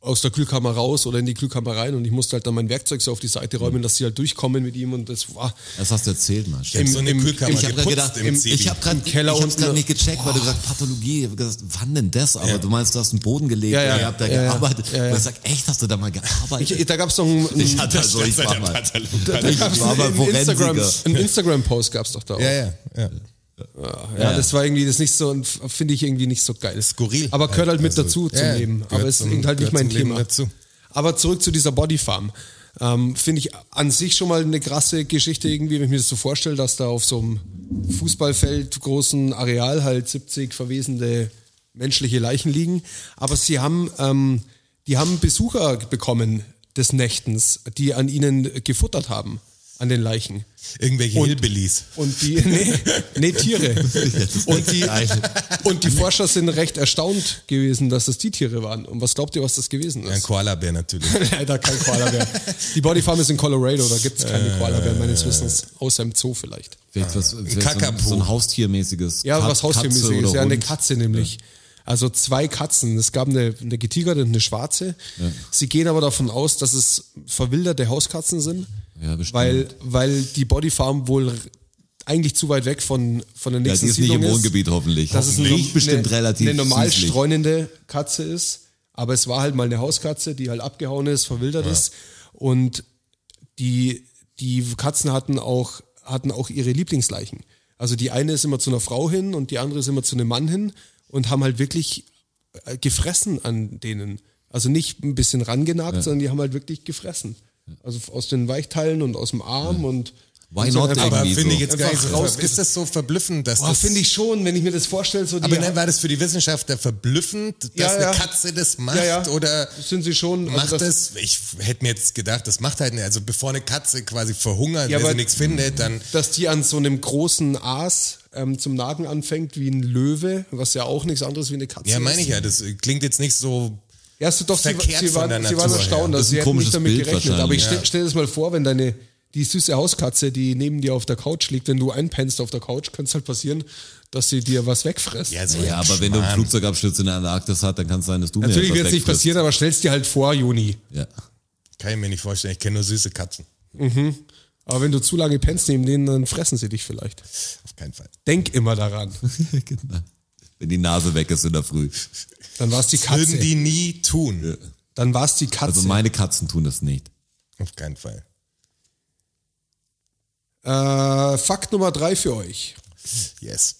[SPEAKER 3] aus der Kühlkammer raus oder in die Kühlkammer rein und ich musste halt dann mein Werkzeug so auf die Seite räumen, dass sie halt durchkommen mit ihm und das war
[SPEAKER 2] Das hast du erzählt, mal.
[SPEAKER 4] Ich hab so eine
[SPEAKER 3] im-
[SPEAKER 4] Kühlkammer
[SPEAKER 3] ich hab
[SPEAKER 2] Ich hab
[SPEAKER 4] geputzt
[SPEAKER 2] gedacht,
[SPEAKER 4] im,
[SPEAKER 2] im,
[SPEAKER 4] Zivi.
[SPEAKER 2] ich habe gerade
[SPEAKER 3] Im Keller
[SPEAKER 2] ich hab's
[SPEAKER 3] unten.
[SPEAKER 2] grad nicht gecheckt, weil du gesagt Pathologie, ich hab gesagt, wann denn das? Aber
[SPEAKER 4] Ja.
[SPEAKER 2] du meinst, du hast einen Boden gelegt,
[SPEAKER 3] Ja,
[SPEAKER 2] ja,
[SPEAKER 3] ja.
[SPEAKER 2] ihr habt da
[SPEAKER 3] Ja, ja.
[SPEAKER 2] gearbeitet.
[SPEAKER 3] Ja, ja.
[SPEAKER 2] Und ich sag, echt, hast du da mal gearbeitet?
[SPEAKER 3] Ich, da gab es noch einen, einen,
[SPEAKER 2] Ich hatte also, ich
[SPEAKER 4] stand
[SPEAKER 2] war
[SPEAKER 4] bei der
[SPEAKER 2] mal.
[SPEAKER 4] Pathologie.
[SPEAKER 2] Ich war mal
[SPEAKER 3] einen Instagram-
[SPEAKER 2] Forensiker.
[SPEAKER 3] einen Instagram-Post gab es doch da auch.
[SPEAKER 4] Ja, ja, ja.
[SPEAKER 3] Ja, das war irgendwie das nicht so, finde ich irgendwie nicht so geil.
[SPEAKER 4] Skurril.
[SPEAKER 3] Aber gehört halt mit
[SPEAKER 4] Also,
[SPEAKER 3] dazu zum
[SPEAKER 4] ja,
[SPEAKER 3] Leben.
[SPEAKER 4] gehört
[SPEAKER 3] Aber es
[SPEAKER 4] zum-
[SPEAKER 3] ist halt nicht
[SPEAKER 4] gehört
[SPEAKER 3] mein
[SPEAKER 4] zum Leben
[SPEAKER 3] Thema.
[SPEAKER 4] dazu.
[SPEAKER 3] Aber zurück zu dieser Bodyfarm. Ähm, finde ich an sich schon mal eine krasse Geschichte irgendwie, wenn ich mir das so vorstelle, dass da auf so einem Fußballfeld großen Areal halt 70 verwesende menschliche Leichen liegen. Aber sie haben, ähm, die haben Besucher bekommen des Nächtens, die an ihnen gefuttert haben, an den Leichen.
[SPEAKER 4] Irgendwelche
[SPEAKER 3] Und-
[SPEAKER 4] Hillbillies.
[SPEAKER 3] Und die, nee, nee Tiere. Und die, und die Forscher sind recht erstaunt gewesen, dass das die Tiere waren. Und was glaubt ihr, was das gewesen
[SPEAKER 4] Ein
[SPEAKER 3] ist?
[SPEAKER 4] Koalabär natürlich.
[SPEAKER 3] Leider kein Koalabär. Die Bodyfarm ist in Colorado, da gibt es keine
[SPEAKER 2] Äh,
[SPEAKER 3] Koalabären meines Wissens, außer im Zoo vielleicht.
[SPEAKER 2] Vielleicht was, vielleicht
[SPEAKER 4] Kakapo.
[SPEAKER 2] So ein, so ein Haustiermäßiges.
[SPEAKER 3] Ja,
[SPEAKER 2] Kat-
[SPEAKER 3] was
[SPEAKER 2] Katze
[SPEAKER 3] haustiermäßig ist.
[SPEAKER 2] oder
[SPEAKER 3] Ja, eine
[SPEAKER 2] Hund.
[SPEAKER 3] Katze nämlich. Also zwei Katzen. Es gab eine, eine getigerte und eine schwarze. Sie gehen aber davon aus, dass es verwilderte Hauskatzen sind,
[SPEAKER 2] Ja, bestimmt.
[SPEAKER 3] weil, weil die Bodyfarm wohl r- eigentlich zu weit weg von, von der
[SPEAKER 2] Ja,
[SPEAKER 3] nächsten
[SPEAKER 2] die ist nicht
[SPEAKER 3] Siedlung
[SPEAKER 2] im Wohngebiet hoffentlich.
[SPEAKER 3] Dass es eine,
[SPEAKER 2] Riecht bestimmt
[SPEAKER 3] eine,
[SPEAKER 2] relativ
[SPEAKER 3] eine normal
[SPEAKER 2] süßlich.
[SPEAKER 3] streunende Katze ist. Aber es war halt mal eine Hauskatze, die halt abgehauen ist, verwildert ist. Und die, die Katzen hatten auch, hatten auch ihre Lieblingsleichen. Also die eine ist immer zu einer Frau hin und die andere ist immer zu einem Mann hin und haben halt wirklich äh, gefressen an denen. Also nicht ein bisschen rangenagt, sondern die haben halt wirklich gefressen. Also f- aus den Weichteilen und aus dem Arm und
[SPEAKER 2] Why
[SPEAKER 3] und sind
[SPEAKER 2] not,
[SPEAKER 3] einfach-
[SPEAKER 4] Aber
[SPEAKER 2] irgendwie
[SPEAKER 4] finde ich
[SPEAKER 2] so.
[SPEAKER 4] jetzt gar nicht
[SPEAKER 3] Einfach
[SPEAKER 4] so.
[SPEAKER 3] rausge-
[SPEAKER 4] Ist das so verblüffend, dass
[SPEAKER 3] Boah,
[SPEAKER 4] das.
[SPEAKER 3] finde ich schon, wenn ich mir das vorstelle, so die
[SPEAKER 4] aber nein, war das für die Wissenschaftler verblüffend, dass
[SPEAKER 3] Ja, ja.
[SPEAKER 4] eine Katze das macht?
[SPEAKER 3] Ja, ja.
[SPEAKER 4] Oder
[SPEAKER 3] sind sie schon also
[SPEAKER 4] macht
[SPEAKER 3] das-
[SPEAKER 4] das? Ich hätte mir jetzt gedacht, das macht halt nicht. Also bevor eine Katze quasi verhungert,
[SPEAKER 3] Ja,
[SPEAKER 4] wenn
[SPEAKER 3] aber-
[SPEAKER 4] sie nichts findet, dann.
[SPEAKER 3] dass die an so einem großen Aas ähm, zum Nagen anfängt wie ein Löwe, was ja auch nichts anderes wie eine Katze
[SPEAKER 4] Ja, meine
[SPEAKER 3] ist.
[SPEAKER 4] ich ja. Das klingt jetzt nicht so.
[SPEAKER 3] Ja, so, doch, sie,
[SPEAKER 4] Verkehrt
[SPEAKER 3] sie,
[SPEAKER 4] von
[SPEAKER 3] waren,
[SPEAKER 4] der
[SPEAKER 3] sie waren
[SPEAKER 4] Natur
[SPEAKER 3] erstaunt,
[SPEAKER 4] her.
[SPEAKER 2] Das
[SPEAKER 3] also
[SPEAKER 2] ist
[SPEAKER 3] sie hätten
[SPEAKER 2] ein
[SPEAKER 3] nicht
[SPEAKER 2] komisches
[SPEAKER 3] damit
[SPEAKER 2] Bild
[SPEAKER 3] gerechnet. Aber ich
[SPEAKER 2] wahrscheinlich,
[SPEAKER 3] stell, stell dir das mal vor, wenn deine die süße Hauskatze, die neben dir auf der Couch liegt, wenn du einpennst auf der Couch, kann es halt passieren, dass sie dir was wegfrisst.
[SPEAKER 4] Ja, so
[SPEAKER 2] Ja,
[SPEAKER 4] ein
[SPEAKER 2] aber wenn du einen
[SPEAKER 4] Schmarrn.
[SPEAKER 2] Flugzeugabsturz in der Antarktis hast, dann kann es sein, dass du
[SPEAKER 3] Natürlich
[SPEAKER 2] mir
[SPEAKER 3] wird
[SPEAKER 2] etwas
[SPEAKER 3] es nicht
[SPEAKER 2] wegfrisst.
[SPEAKER 3] passieren, aber stell's dir halt vor, Juni.
[SPEAKER 2] Ja.
[SPEAKER 4] Kann ich mir nicht vorstellen. Ich kenne nur süße Katzen.
[SPEAKER 3] Aber wenn du zu lange pennst neben denen, dann fressen sie dich vielleicht.
[SPEAKER 4] Auf keinen Fall.
[SPEAKER 3] Denk immer daran.
[SPEAKER 2] genau. Wenn die Nase weg ist in der Früh.
[SPEAKER 3] Dann war es die Katze.
[SPEAKER 4] Würden die nie tun.
[SPEAKER 3] Dann war es die Katze.
[SPEAKER 2] Also meine Katzen tun das nicht.
[SPEAKER 4] Auf keinen Fall.
[SPEAKER 3] äh, Fakt Nummer drei für euch.
[SPEAKER 4] Yes.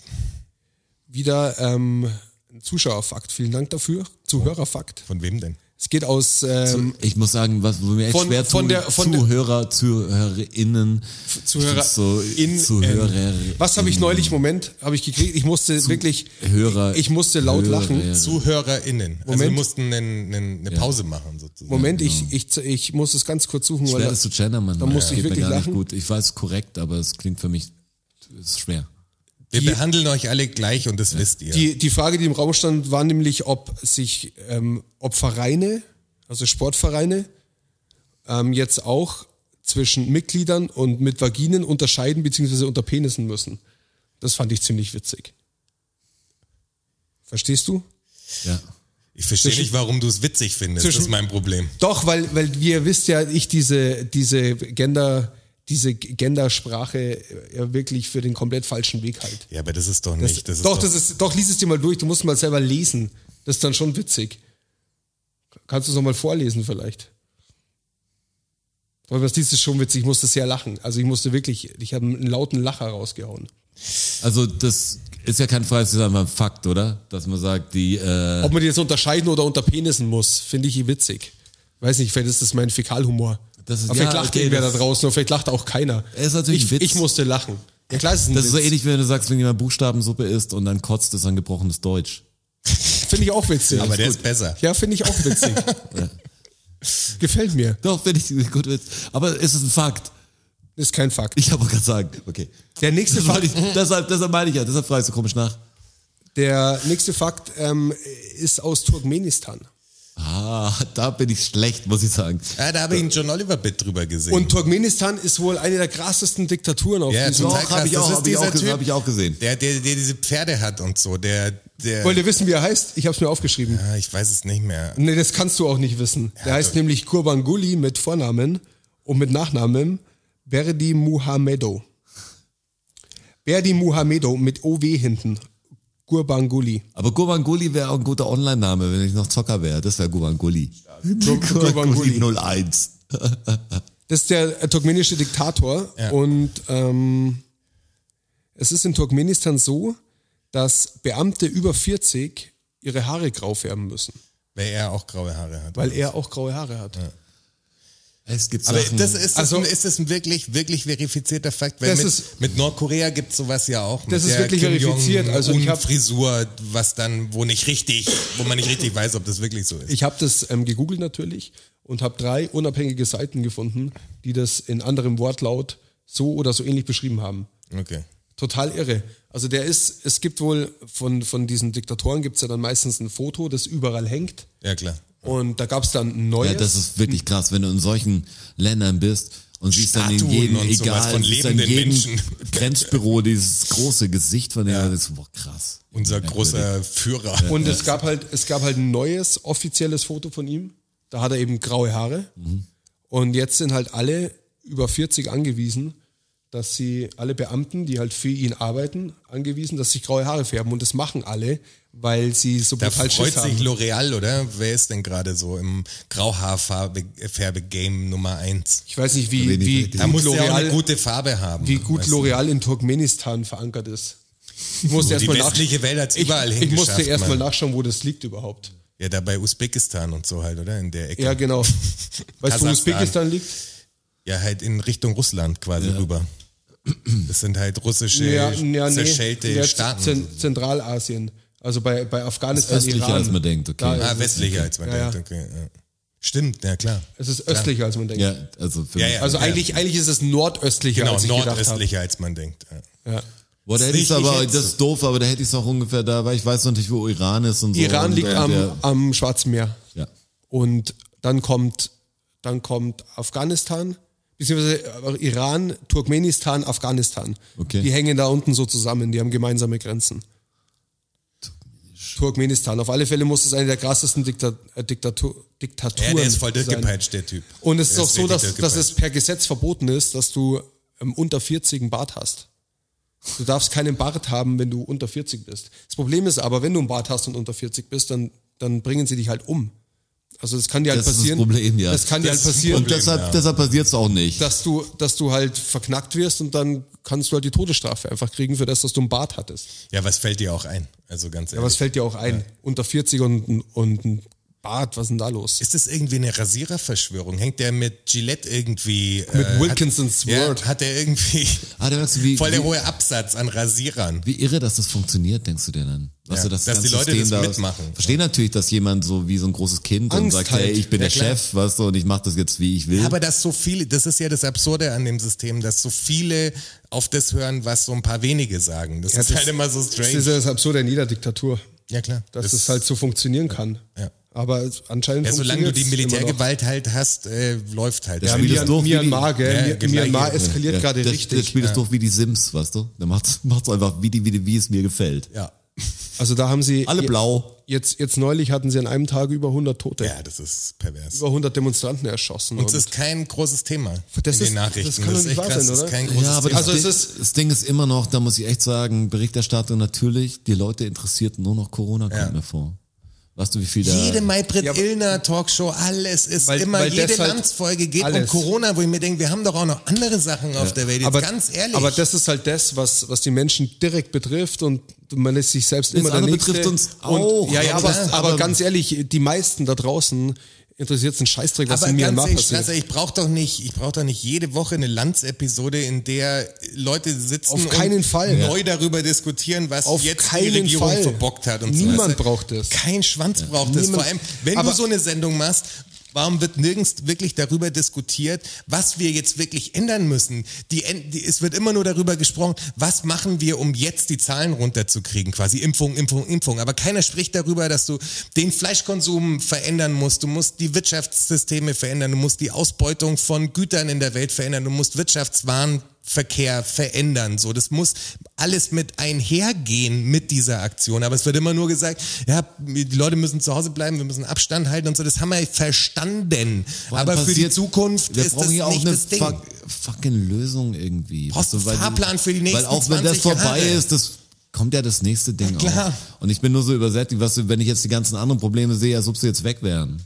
[SPEAKER 3] Wieder ähm, ein Zuschauerfakt. Vielen Dank dafür. Zuhörerfakt.
[SPEAKER 4] Von wem denn?
[SPEAKER 3] Es geht aus ähm,
[SPEAKER 2] Ich muss sagen, was wo mir echt
[SPEAKER 3] Von-
[SPEAKER 2] schwer
[SPEAKER 3] von
[SPEAKER 2] zu,
[SPEAKER 3] der- von der-
[SPEAKER 2] Zuhörer, Zuhörerinnen,
[SPEAKER 3] Zuhörer-
[SPEAKER 2] so,
[SPEAKER 3] in-
[SPEAKER 2] Zuhörer,
[SPEAKER 3] Was habe ich neulich, Moment, habe ich gekriegt? Ich musste wirklich,
[SPEAKER 2] Hörer-
[SPEAKER 3] ich musste laut
[SPEAKER 2] Hörer,
[SPEAKER 3] lachen.
[SPEAKER 2] ja.
[SPEAKER 4] ZuhörerInnen. Also wir
[SPEAKER 3] Moment.
[SPEAKER 4] mussten einen, einen, eine Pause machen sozusagen.
[SPEAKER 3] Moment, ich, ich, ich muss es ganz kurz suchen, weil
[SPEAKER 2] Schwer das zu gendern, Mann.
[SPEAKER 3] Da musste ich
[SPEAKER 2] Geht mir
[SPEAKER 3] wirklich
[SPEAKER 2] gar
[SPEAKER 3] lachen.
[SPEAKER 2] Nicht gut. Ich weiß korrekt, aber es klingt für mich ist schwer.
[SPEAKER 4] Wir
[SPEAKER 3] Die-
[SPEAKER 4] behandeln euch alle gleich und das wisst ihr.
[SPEAKER 3] die, die Frage, die im Raum stand, war nämlich, ob sich, ähm, ob Vereine, also Sportvereine, ähm, jetzt auch zwischen Mitgliedern und mit Vaginen unterscheiden bzw. unter Penissen müssen. Das fand ich ziemlich witzig. Verstehst du?
[SPEAKER 2] Ja.
[SPEAKER 4] ich verstehe
[SPEAKER 3] zwischen-
[SPEAKER 4] nicht, warum du es witzig findest. Das
[SPEAKER 3] zwischen-
[SPEAKER 4] ist mein Problem.
[SPEAKER 3] Doch, weil, weil ihr wisst ja, ich diese, diese Gender, diese Gendersprache äh, ja wirklich für den komplett falschen Weg halt.
[SPEAKER 4] Ja, aber das ist doch
[SPEAKER 3] Das,
[SPEAKER 4] nicht. Das ist
[SPEAKER 3] doch, das ist, doch, lies es dir mal durch, du musst mal selber lesen. Das ist dann schon witzig. Kannst du es nochmal vorlesen vielleicht? Aber das liest ist schon witzig, ich musste sehr lachen. Also ich musste wirklich, ich habe einen lauten Lacher rausgehauen.
[SPEAKER 2] Also das ist ja kein freies, das ist einfach ein Fakt, oder? Dass man sagt, die äh,
[SPEAKER 3] Ob man die jetzt unterscheiden oder unter Penissen muss, finde ich witzig. Weiß nicht, vielleicht ist das mein Fäkalhumor.
[SPEAKER 2] Das ist-
[SPEAKER 3] aber vielleicht
[SPEAKER 2] ja,
[SPEAKER 3] lacht
[SPEAKER 2] okay,
[SPEAKER 3] irgendwer da
[SPEAKER 2] das-
[SPEAKER 3] draußen und vielleicht lacht auch keiner.
[SPEAKER 2] Ist natürlich
[SPEAKER 3] ich,
[SPEAKER 2] ein Witz.
[SPEAKER 3] ich musste lachen. Ja klar, es ist ein
[SPEAKER 2] das ist
[SPEAKER 3] Witz.
[SPEAKER 2] so ähnlich, wenn du sagst, wenn jemand Buchstabensuppe isst und dann kotzt, ist ein gebrochenes Deutsch.
[SPEAKER 3] Finde ich auch witzig.
[SPEAKER 4] aber der ist besser.
[SPEAKER 3] ja, finde ich auch witzig. Gefällt mir.
[SPEAKER 2] Doch, finde ich gut. Aber es ist ein Fakt.
[SPEAKER 3] Ist kein Fakt.
[SPEAKER 2] Ich habe gerade sagen, okay.
[SPEAKER 3] Der nächste
[SPEAKER 2] Das war
[SPEAKER 3] Fakt,
[SPEAKER 2] nicht, deshalb, deshalb meine ich ja, deshalb fragst du komisch nach.
[SPEAKER 3] der nächste Fakt ähm, ist aus Turkmenistan.
[SPEAKER 2] Ah, da bin ich schlecht, muss ich sagen.
[SPEAKER 4] Ja, Ah, da habe ich einen John Oliver-Bit drüber gesehen.
[SPEAKER 3] Und Turkmenistan ist wohl eine der krassesten Diktaturen auf
[SPEAKER 4] Ja,
[SPEAKER 3] diesem
[SPEAKER 4] total
[SPEAKER 3] Ort.
[SPEAKER 4] krass.
[SPEAKER 2] Hab ich
[SPEAKER 4] das
[SPEAKER 2] auch,
[SPEAKER 4] ist
[SPEAKER 2] hab ich
[SPEAKER 4] dieser
[SPEAKER 2] auch, gesehen,
[SPEAKER 4] Typ.
[SPEAKER 2] hab ich auch gesehen.
[SPEAKER 4] der, der, der diese Pferde hat und so, der, der.
[SPEAKER 3] Wollt ihr wissen, wie er heißt? Ich habe es mir aufgeschrieben.
[SPEAKER 4] Ah, ich weiß es nicht mehr.
[SPEAKER 3] Nee, das kannst du auch nicht wissen. Der heißt nämlich Kurbanguli mit Vornamen und mit Nachnamen Berdi Muhamedow. Berdi Muhamedow mit OW hinten. Kurbanguli.
[SPEAKER 2] Aber Gurbanguly wäre auch ein guter Online-Name, wenn ich noch Zocker wäre. Das wäre Gurbanguly. Gurbanguly 01.
[SPEAKER 3] Das ist der äh, turkmenische Diktator und ähm, Es ist in Turkmenistan so, dass Beamte über 40 ihre Haare grau färben müssen,
[SPEAKER 4] Weil er auch graue Haare hat.
[SPEAKER 3] weil er auch graue Haare hat.
[SPEAKER 2] Es gibt
[SPEAKER 4] Aber
[SPEAKER 2] Sachen.
[SPEAKER 4] das ist, das
[SPEAKER 3] Also-
[SPEAKER 4] ein, ist das ein wirklich, wirklich verifizierter Fakt? Weil
[SPEAKER 3] Das
[SPEAKER 4] mit,
[SPEAKER 3] ist-
[SPEAKER 4] mit Nordkorea gibt sowas ja auch. Mit
[SPEAKER 3] Das ist
[SPEAKER 4] der
[SPEAKER 3] wirklich
[SPEAKER 4] Kim
[SPEAKER 3] verifiziert.
[SPEAKER 4] Jong
[SPEAKER 3] Also ich
[SPEAKER 4] Un
[SPEAKER 3] hab-
[SPEAKER 4] Frisur, was dann, wo nicht richtig, wo man nicht richtig weiß, ob das wirklich so ist.
[SPEAKER 3] Ich habe das ähm, gegoogelt natürlich und habe drei unabhängige Seiten gefunden, die das in anderem Wortlaut so oder so ähnlich beschrieben haben.
[SPEAKER 4] Okay.
[SPEAKER 3] Total irre. Also der ist, es gibt wohl von, von diesen Diktatoren gibt es ja dann meistens ein Foto, das überall hängt.
[SPEAKER 4] Ja, klar.
[SPEAKER 3] Und da gab es dann ein neues.
[SPEAKER 2] ja, das ist wirklich krass, wenn du in solchen Ländern bist und siehst dann in
[SPEAKER 4] Statuen
[SPEAKER 2] jedem,
[SPEAKER 4] und sowas
[SPEAKER 2] egal,
[SPEAKER 4] von
[SPEAKER 2] siehst dann in
[SPEAKER 4] lebenden
[SPEAKER 2] jedem
[SPEAKER 4] Menschen.
[SPEAKER 2] Grenzbüro dieses große Gesicht von der, das ist, boah, krass.
[SPEAKER 4] Unser
[SPEAKER 2] Merkwürdig.
[SPEAKER 4] großer Führer.
[SPEAKER 3] und es gab halt, es gab halt ein neues offizielles Foto von ihm. Da hat er eben graue Haare.
[SPEAKER 4] Mhm.
[SPEAKER 3] Und jetzt sind halt alle über 40 angewiesen, dass sie, alle Beamten, die halt für ihn arbeiten, angewiesen, dass sich graue Haare färben. Und das machen alle, weil sie so
[SPEAKER 4] Da
[SPEAKER 3] brutal
[SPEAKER 4] freut
[SPEAKER 3] halt Schiss
[SPEAKER 4] sich
[SPEAKER 3] haben.
[SPEAKER 4] L'Oreal, oder? Wer ist denn gerade so im Grauhaarfarbe-Game Nummer eins?
[SPEAKER 3] Ich weiß nicht, wie,
[SPEAKER 2] Wenig
[SPEAKER 3] wie
[SPEAKER 2] Leute.
[SPEAKER 3] gut
[SPEAKER 4] Da muss der auch eine
[SPEAKER 3] L'Oreal,
[SPEAKER 4] gute Farbe haben.
[SPEAKER 3] wie gut
[SPEAKER 4] weißt du?
[SPEAKER 3] L'Oreal in Turkmenistan verankert ist. Ich musste
[SPEAKER 4] Die
[SPEAKER 3] erstmal nachschauen.
[SPEAKER 4] westliche Welt hat's
[SPEAKER 3] Ich,
[SPEAKER 4] überall
[SPEAKER 3] ich musste
[SPEAKER 4] hingeschafft,
[SPEAKER 3] erstmal
[SPEAKER 4] Mann.
[SPEAKER 3] nachschauen, wo das liegt überhaupt.
[SPEAKER 4] Ja, da bei Usbekistan und so halt, oder? In der Ecke.
[SPEAKER 3] Ja, genau. Weißt du, wo
[SPEAKER 4] Kasachstan.
[SPEAKER 3] Usbekistan liegt?
[SPEAKER 4] Ja, halt in Richtung Russland quasi rüber. Das sind halt russische, zerschellte
[SPEAKER 3] Ja,
[SPEAKER 4] Staaten.
[SPEAKER 3] Zen- Zentralasien. Also bei, bei Afghanistan,
[SPEAKER 2] Das ist östlicher,
[SPEAKER 3] Iran.
[SPEAKER 2] als man denkt, okay.
[SPEAKER 3] Da ist
[SPEAKER 4] ah,
[SPEAKER 3] es-
[SPEAKER 4] westlicher als man
[SPEAKER 3] Ja,
[SPEAKER 4] denkt. Okay, ja. Stimmt, ja klar.
[SPEAKER 3] Es ist östlicher, als man denkt.
[SPEAKER 2] Ja, also für
[SPEAKER 4] Ja,
[SPEAKER 2] mich.
[SPEAKER 4] ja.
[SPEAKER 3] Also eigentlich, eigentlich ist es nordöstlicher,
[SPEAKER 4] Genau,
[SPEAKER 3] als ich gedacht
[SPEAKER 4] nordöstlicher als man denkt. Ja.
[SPEAKER 3] habe. Ja.
[SPEAKER 2] Boah, da hätte
[SPEAKER 4] Nicht
[SPEAKER 2] ich's aber,
[SPEAKER 4] jetzt.
[SPEAKER 2] das ist doof, aber da hätte ich es auch ungefähr da, weil ich weiß noch nicht, wo Iran ist und so.
[SPEAKER 3] Iran
[SPEAKER 2] und,
[SPEAKER 3] liegt
[SPEAKER 2] und
[SPEAKER 3] am,
[SPEAKER 2] der-
[SPEAKER 3] am Schwarzen Meer.
[SPEAKER 2] Ja.
[SPEAKER 3] Und dann kommt, dann kommt Afghanistan, beziehungsweise äh, Iran, Turkmenistan, Afghanistan.
[SPEAKER 2] Okay.
[SPEAKER 3] Die hängen da unten so zusammen, die haben gemeinsame Grenzen. Turkmenistan. Auf alle Fälle muss es eine der krassesten Dikta äh, Diktatur Diktaturen
[SPEAKER 4] Ja, der ist voll
[SPEAKER 3] sein.
[SPEAKER 4] durchgepeitscht, der Typ.
[SPEAKER 3] Und es
[SPEAKER 4] Der
[SPEAKER 3] ist auch so,
[SPEAKER 4] wirklich
[SPEAKER 3] dass, dass es
[SPEAKER 4] durchgepeitscht.
[SPEAKER 3] per Gesetz verboten ist, dass du ähm, unter 40 einen Bart hast. Du darfst keinen Bart haben, wenn du unter 40 bist. Das Problem ist aber, wenn du einen Bart hast und unter 40 bist, dann, dann bringen sie dich halt um. Also das kann dir halt
[SPEAKER 2] Das ist das
[SPEAKER 3] passieren.
[SPEAKER 2] Problem, ja.
[SPEAKER 3] Das kann dir
[SPEAKER 4] Das
[SPEAKER 3] halt
[SPEAKER 4] ist ein
[SPEAKER 3] passieren,
[SPEAKER 2] und deshalb,
[SPEAKER 4] ja.
[SPEAKER 2] deshalb passiert es auch nicht.
[SPEAKER 3] dass du, dass du halt verknackt wirst und dann kannst du halt die Todesstrafe einfach kriegen für das, dass du einen Bart hattest.
[SPEAKER 4] Ja, was fällt dir auch ein? Also ganz
[SPEAKER 3] Ja, was
[SPEAKER 4] ehrlich.
[SPEAKER 3] fällt dir auch ein? Unter 40 und, ein- und ein Bart, was ist denn da los?
[SPEAKER 4] ist das irgendwie eine Rasiererverschwörung? Hängt der mit Gillette irgendwie. Mit
[SPEAKER 3] Wilkinsons
[SPEAKER 4] hat,
[SPEAKER 3] Word.
[SPEAKER 4] Ja, hat er irgendwie
[SPEAKER 2] ah, da merkst du, wie,
[SPEAKER 4] voll der
[SPEAKER 2] wie,
[SPEAKER 4] hohe Absatz an Rasierern.
[SPEAKER 2] wie irre, dass das funktioniert, denkst du dir dann? Weißt
[SPEAKER 4] Ja,
[SPEAKER 2] du, das
[SPEAKER 4] dass die
[SPEAKER 2] ganze
[SPEAKER 4] Leute
[SPEAKER 2] System
[SPEAKER 4] das
[SPEAKER 2] da-
[SPEAKER 4] mitmachen.
[SPEAKER 2] Verstehen natürlich, dass jemand so wie so ein großes Kind und
[SPEAKER 3] Angst
[SPEAKER 2] sagt,
[SPEAKER 3] halt.
[SPEAKER 2] hey, ich bin
[SPEAKER 4] Ja,
[SPEAKER 2] der
[SPEAKER 4] klar.
[SPEAKER 2] Chef, weißt du, und ich mache das jetzt, wie ich will.
[SPEAKER 3] Mhm.
[SPEAKER 4] Ja, Aber dass so viele, das ist ja das Absurde an dem System, dass so viele auf das hören, was so ein paar wenige sagen. Das ist
[SPEAKER 3] das-
[SPEAKER 4] halt immer so strange.
[SPEAKER 3] Das ist ja das Absurde in jeder Diktatur,
[SPEAKER 4] ja klar.
[SPEAKER 3] dass es halt so funktionieren kann.
[SPEAKER 4] Ja.
[SPEAKER 3] Aber es- anscheinend
[SPEAKER 4] ja, solange du die
[SPEAKER 3] funktioniert's immer noch.
[SPEAKER 4] Militärgewalt halt hast, äh, läuft halt.
[SPEAKER 2] Ja,
[SPEAKER 4] das
[SPEAKER 2] wie
[SPEAKER 4] Spiel.
[SPEAKER 2] das durch,
[SPEAKER 3] Mian,
[SPEAKER 2] wie die-
[SPEAKER 3] Myanmar, gell?
[SPEAKER 4] Ja, genau. ja,
[SPEAKER 3] Mi- Myanmar
[SPEAKER 4] gleich-
[SPEAKER 3] eskaliert gerade
[SPEAKER 2] das,
[SPEAKER 3] richtig.
[SPEAKER 2] Das Spiel ist durch wie die Sims, weißt du? Dann macht's, macht's einfach, wie die, wie die, wie es mir gefällt.
[SPEAKER 4] ja.
[SPEAKER 3] Also da haben sie
[SPEAKER 2] Alle
[SPEAKER 3] je-
[SPEAKER 2] blau.
[SPEAKER 3] Jetzt, jetzt neulich hatten sie an einem Tag über 100 Tote,
[SPEAKER 4] ja, das ist pervers.
[SPEAKER 3] über 100 Demonstranten erschossen.
[SPEAKER 4] Und es ist kein großes Thema
[SPEAKER 3] Das
[SPEAKER 4] in
[SPEAKER 3] ist-
[SPEAKER 4] den Nachrichten.
[SPEAKER 3] das kann doch nicht wahr sein,
[SPEAKER 4] Das
[SPEAKER 3] oder?
[SPEAKER 4] ist kein großes
[SPEAKER 2] ja, aber
[SPEAKER 4] Thema.
[SPEAKER 2] das,
[SPEAKER 3] Also es
[SPEAKER 2] Ding,
[SPEAKER 3] ist-
[SPEAKER 2] das Ding ist immer noch, da muss ich echt sagen, Berichterstattung natürlich, die Leute interessiert nur noch Corona kommt
[SPEAKER 4] Ja.
[SPEAKER 2] mir vor. Weißt du, wie viel da...
[SPEAKER 4] jede Maybrit
[SPEAKER 3] Ja, aber-
[SPEAKER 4] Illner Talkshow, alles ist
[SPEAKER 3] Weil-
[SPEAKER 4] immer,
[SPEAKER 3] weil
[SPEAKER 4] jede
[SPEAKER 3] deshalb
[SPEAKER 4] Landsfolge geht um
[SPEAKER 3] alles.
[SPEAKER 4] Corona, wo ich mir denke, wir haben doch auch noch andere Sachen auf der Welt. Jetzt
[SPEAKER 3] aber,
[SPEAKER 4] ganz ehrlich.
[SPEAKER 3] aber das ist halt das, was, was die Menschen direkt betrifft und man lässt sich selbst immer der
[SPEAKER 2] andere
[SPEAKER 3] Nächste.
[SPEAKER 2] betrifft uns
[SPEAKER 3] Und-
[SPEAKER 2] auch,
[SPEAKER 3] Ja,
[SPEAKER 2] ja,
[SPEAKER 3] ja, aber,
[SPEAKER 2] klar,
[SPEAKER 3] aber
[SPEAKER 2] aber-
[SPEAKER 3] ganz ehrlich, die meisten da draußen interessiert es einen Scheißdreck, was
[SPEAKER 4] Aber
[SPEAKER 3] in
[SPEAKER 4] ganz
[SPEAKER 3] Myanmar
[SPEAKER 4] ehrlich,
[SPEAKER 3] passiert.
[SPEAKER 4] Strasser, ich brauche doch nicht, ich brauche doch nicht jede Woche eine Lanz-Episode, in der Leute sitzen
[SPEAKER 3] Auf keinen
[SPEAKER 4] und
[SPEAKER 3] Fall.
[SPEAKER 4] neu darüber diskutieren, was
[SPEAKER 3] Auf
[SPEAKER 4] jetzt die
[SPEAKER 3] keinen
[SPEAKER 4] Regierung
[SPEAKER 3] Fall.
[SPEAKER 4] verbockt hat und so.
[SPEAKER 3] Niemand
[SPEAKER 4] weißt du?
[SPEAKER 3] braucht das.
[SPEAKER 4] Kein Schwanz braucht das.
[SPEAKER 3] Niemand-
[SPEAKER 4] Vor allem, wenn
[SPEAKER 3] Aber-
[SPEAKER 4] du so eine Sendung machst, warum wird nirgends wirklich darüber diskutiert, was wir jetzt wirklich ändern müssen? Die, en- die, es wird immer nur darüber gesprochen, was machen wir, um jetzt die Zahlen runterzukriegen, quasi Impfung, Impfung, Impfung. Aber keiner spricht darüber, dass du den Fleischkonsum verändern musst, du musst die Wirtschaftssysteme verändern, du musst die Ausbeutung von Gütern in der Welt verändern, du musst Wirtschaftswaren Verkehr verändern. So, das muss alles mit einhergehen mit dieser Aktion. Aber es wird immer nur gesagt, ja, die Leute müssen zu Hause bleiben, wir müssen Abstand halten und so. Das haben wir verstanden.
[SPEAKER 2] Wann
[SPEAKER 4] Aber für die
[SPEAKER 2] passiert-
[SPEAKER 4] Zukunft
[SPEAKER 2] wir
[SPEAKER 4] ist das
[SPEAKER 2] brauchen ja auch
[SPEAKER 4] nicht
[SPEAKER 2] eine
[SPEAKER 4] das Ding.
[SPEAKER 2] fuck- fucking Lösung irgendwie. Weißt
[SPEAKER 4] Brauchst
[SPEAKER 2] du, weil
[SPEAKER 4] einen
[SPEAKER 2] du-
[SPEAKER 4] Fahrplan für die nächsten
[SPEAKER 2] Weil auch wenn das
[SPEAKER 4] 20
[SPEAKER 2] vorbei
[SPEAKER 4] Jahre.
[SPEAKER 2] ist, das kommt ja das nächste Ding
[SPEAKER 4] Na klar.
[SPEAKER 2] auch. Und ich bin nur so übersättigt, was, wenn ich jetzt die ganzen anderen Probleme sehe, als ob sie jetzt weg wären.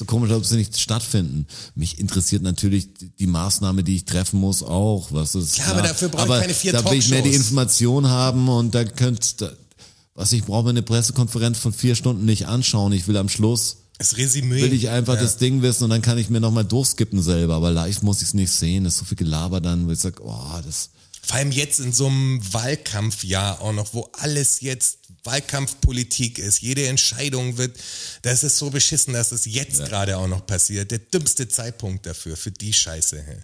[SPEAKER 2] So komisch, ob sie nicht stattfinden. Mich interessiert natürlich die- die Maßnahme, die ich treffen muss, auch. Was ist
[SPEAKER 4] Klar, aber dafür brauche ich keine vier
[SPEAKER 2] Da will ich mehr die
[SPEAKER 4] Talkshows.
[SPEAKER 2] Information haben und da könnt, da, was ich brauche, mir eine Pressekonferenz von vier Stunden nicht anschauen. Ich will am Schluss,
[SPEAKER 4] Das Resümee.
[SPEAKER 2] will ich einfach
[SPEAKER 4] ja.
[SPEAKER 2] das Ding wissen und dann kann ich mir nochmal durchskippen selber. Aber live muss ich es nicht sehen. Das ist so viel Gelaber dann, wo ich sag, oh, das,
[SPEAKER 4] Vor allem jetzt in so einem Wahlkampfjahr auch noch, wo alles jetzt Wahlkampfpolitik ist. Jede Entscheidung wird, das ist so beschissen, dass es jetzt gerade auch noch passiert. Der dümmste Zeitpunkt dafür, für die Scheiße. hä?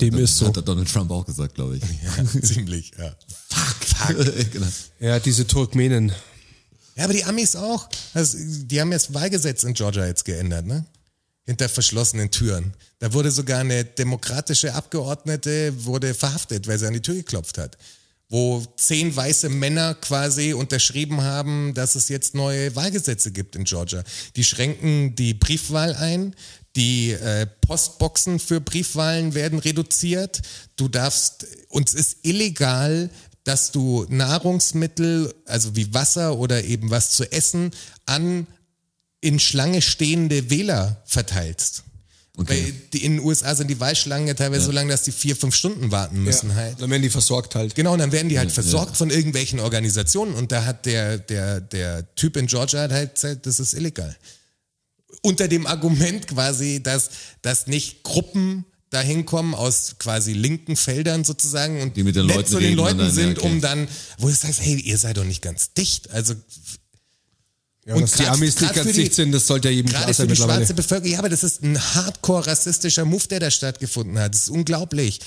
[SPEAKER 3] Dem ist so.
[SPEAKER 2] hat der Donald Trump auch gesagt, glaube ich.
[SPEAKER 4] Ja, ziemlich, ja. Fuck, fuck.
[SPEAKER 2] genau.
[SPEAKER 3] Ja, diese Turkmenen.
[SPEAKER 4] Ja, aber die Amis auch. Also, die haben ja das Wahlgesetz in Georgia jetzt geändert, ne? Hinter verschlossenen Türen. Da wurde sogar eine demokratische Abgeordnete wurde verhaftet, weil sie an die Tür geklopft hat. Wo zehn weiße Männer quasi unterschrieben haben, dass es jetzt neue Wahlgesetze gibt in Georgia. Die schränken die Briefwahl ein, die äh, Postboxen für Briefwahlen werden reduziert. Du darfst, uns ist illegal, dass du Nahrungsmittel, also wie Wasser oder eben was zu essen, an in Schlange stehende Wähler verteilst. Weil
[SPEAKER 2] Okay.
[SPEAKER 4] die, in den USA sind die Wahlschlangen ja teilweise so lang, dass die vier, fünf Stunden warten
[SPEAKER 3] Ja,
[SPEAKER 4] müssen halt.
[SPEAKER 3] dann werden die versorgt halt.
[SPEAKER 4] Genau, und dann werden die halt versorgt von irgendwelchen Organisationen und da hat der, der, der Typ in Georgia hat halt gesagt, das ist illegal. Unter dem Argument quasi, dass, dass nicht Gruppen dahin kommen aus quasi linken Feldern sozusagen und
[SPEAKER 2] Die mit den
[SPEAKER 4] nett
[SPEAKER 2] Leuten
[SPEAKER 4] zu den
[SPEAKER 2] reden und
[SPEAKER 4] Leuten
[SPEAKER 2] dann, ja,
[SPEAKER 4] sind,
[SPEAKER 2] okay.
[SPEAKER 4] um dann, wo du sagst, hey, ihr seid doch nicht ganz dicht. Also
[SPEAKER 3] Ja,
[SPEAKER 4] Und
[SPEAKER 3] dass die
[SPEAKER 4] grad-
[SPEAKER 3] Amis
[SPEAKER 4] grad
[SPEAKER 3] nicht ganz
[SPEAKER 4] für die-
[SPEAKER 3] dicht sind, das sollte ja jedem klar
[SPEAKER 4] gerade
[SPEAKER 3] sein
[SPEAKER 4] für die
[SPEAKER 3] mittlerweile.
[SPEAKER 4] schwarze Bevölkerung, ja, aber das ist ein hardcore rassistischer Move, der da stattgefunden hat. Das ist unglaublich.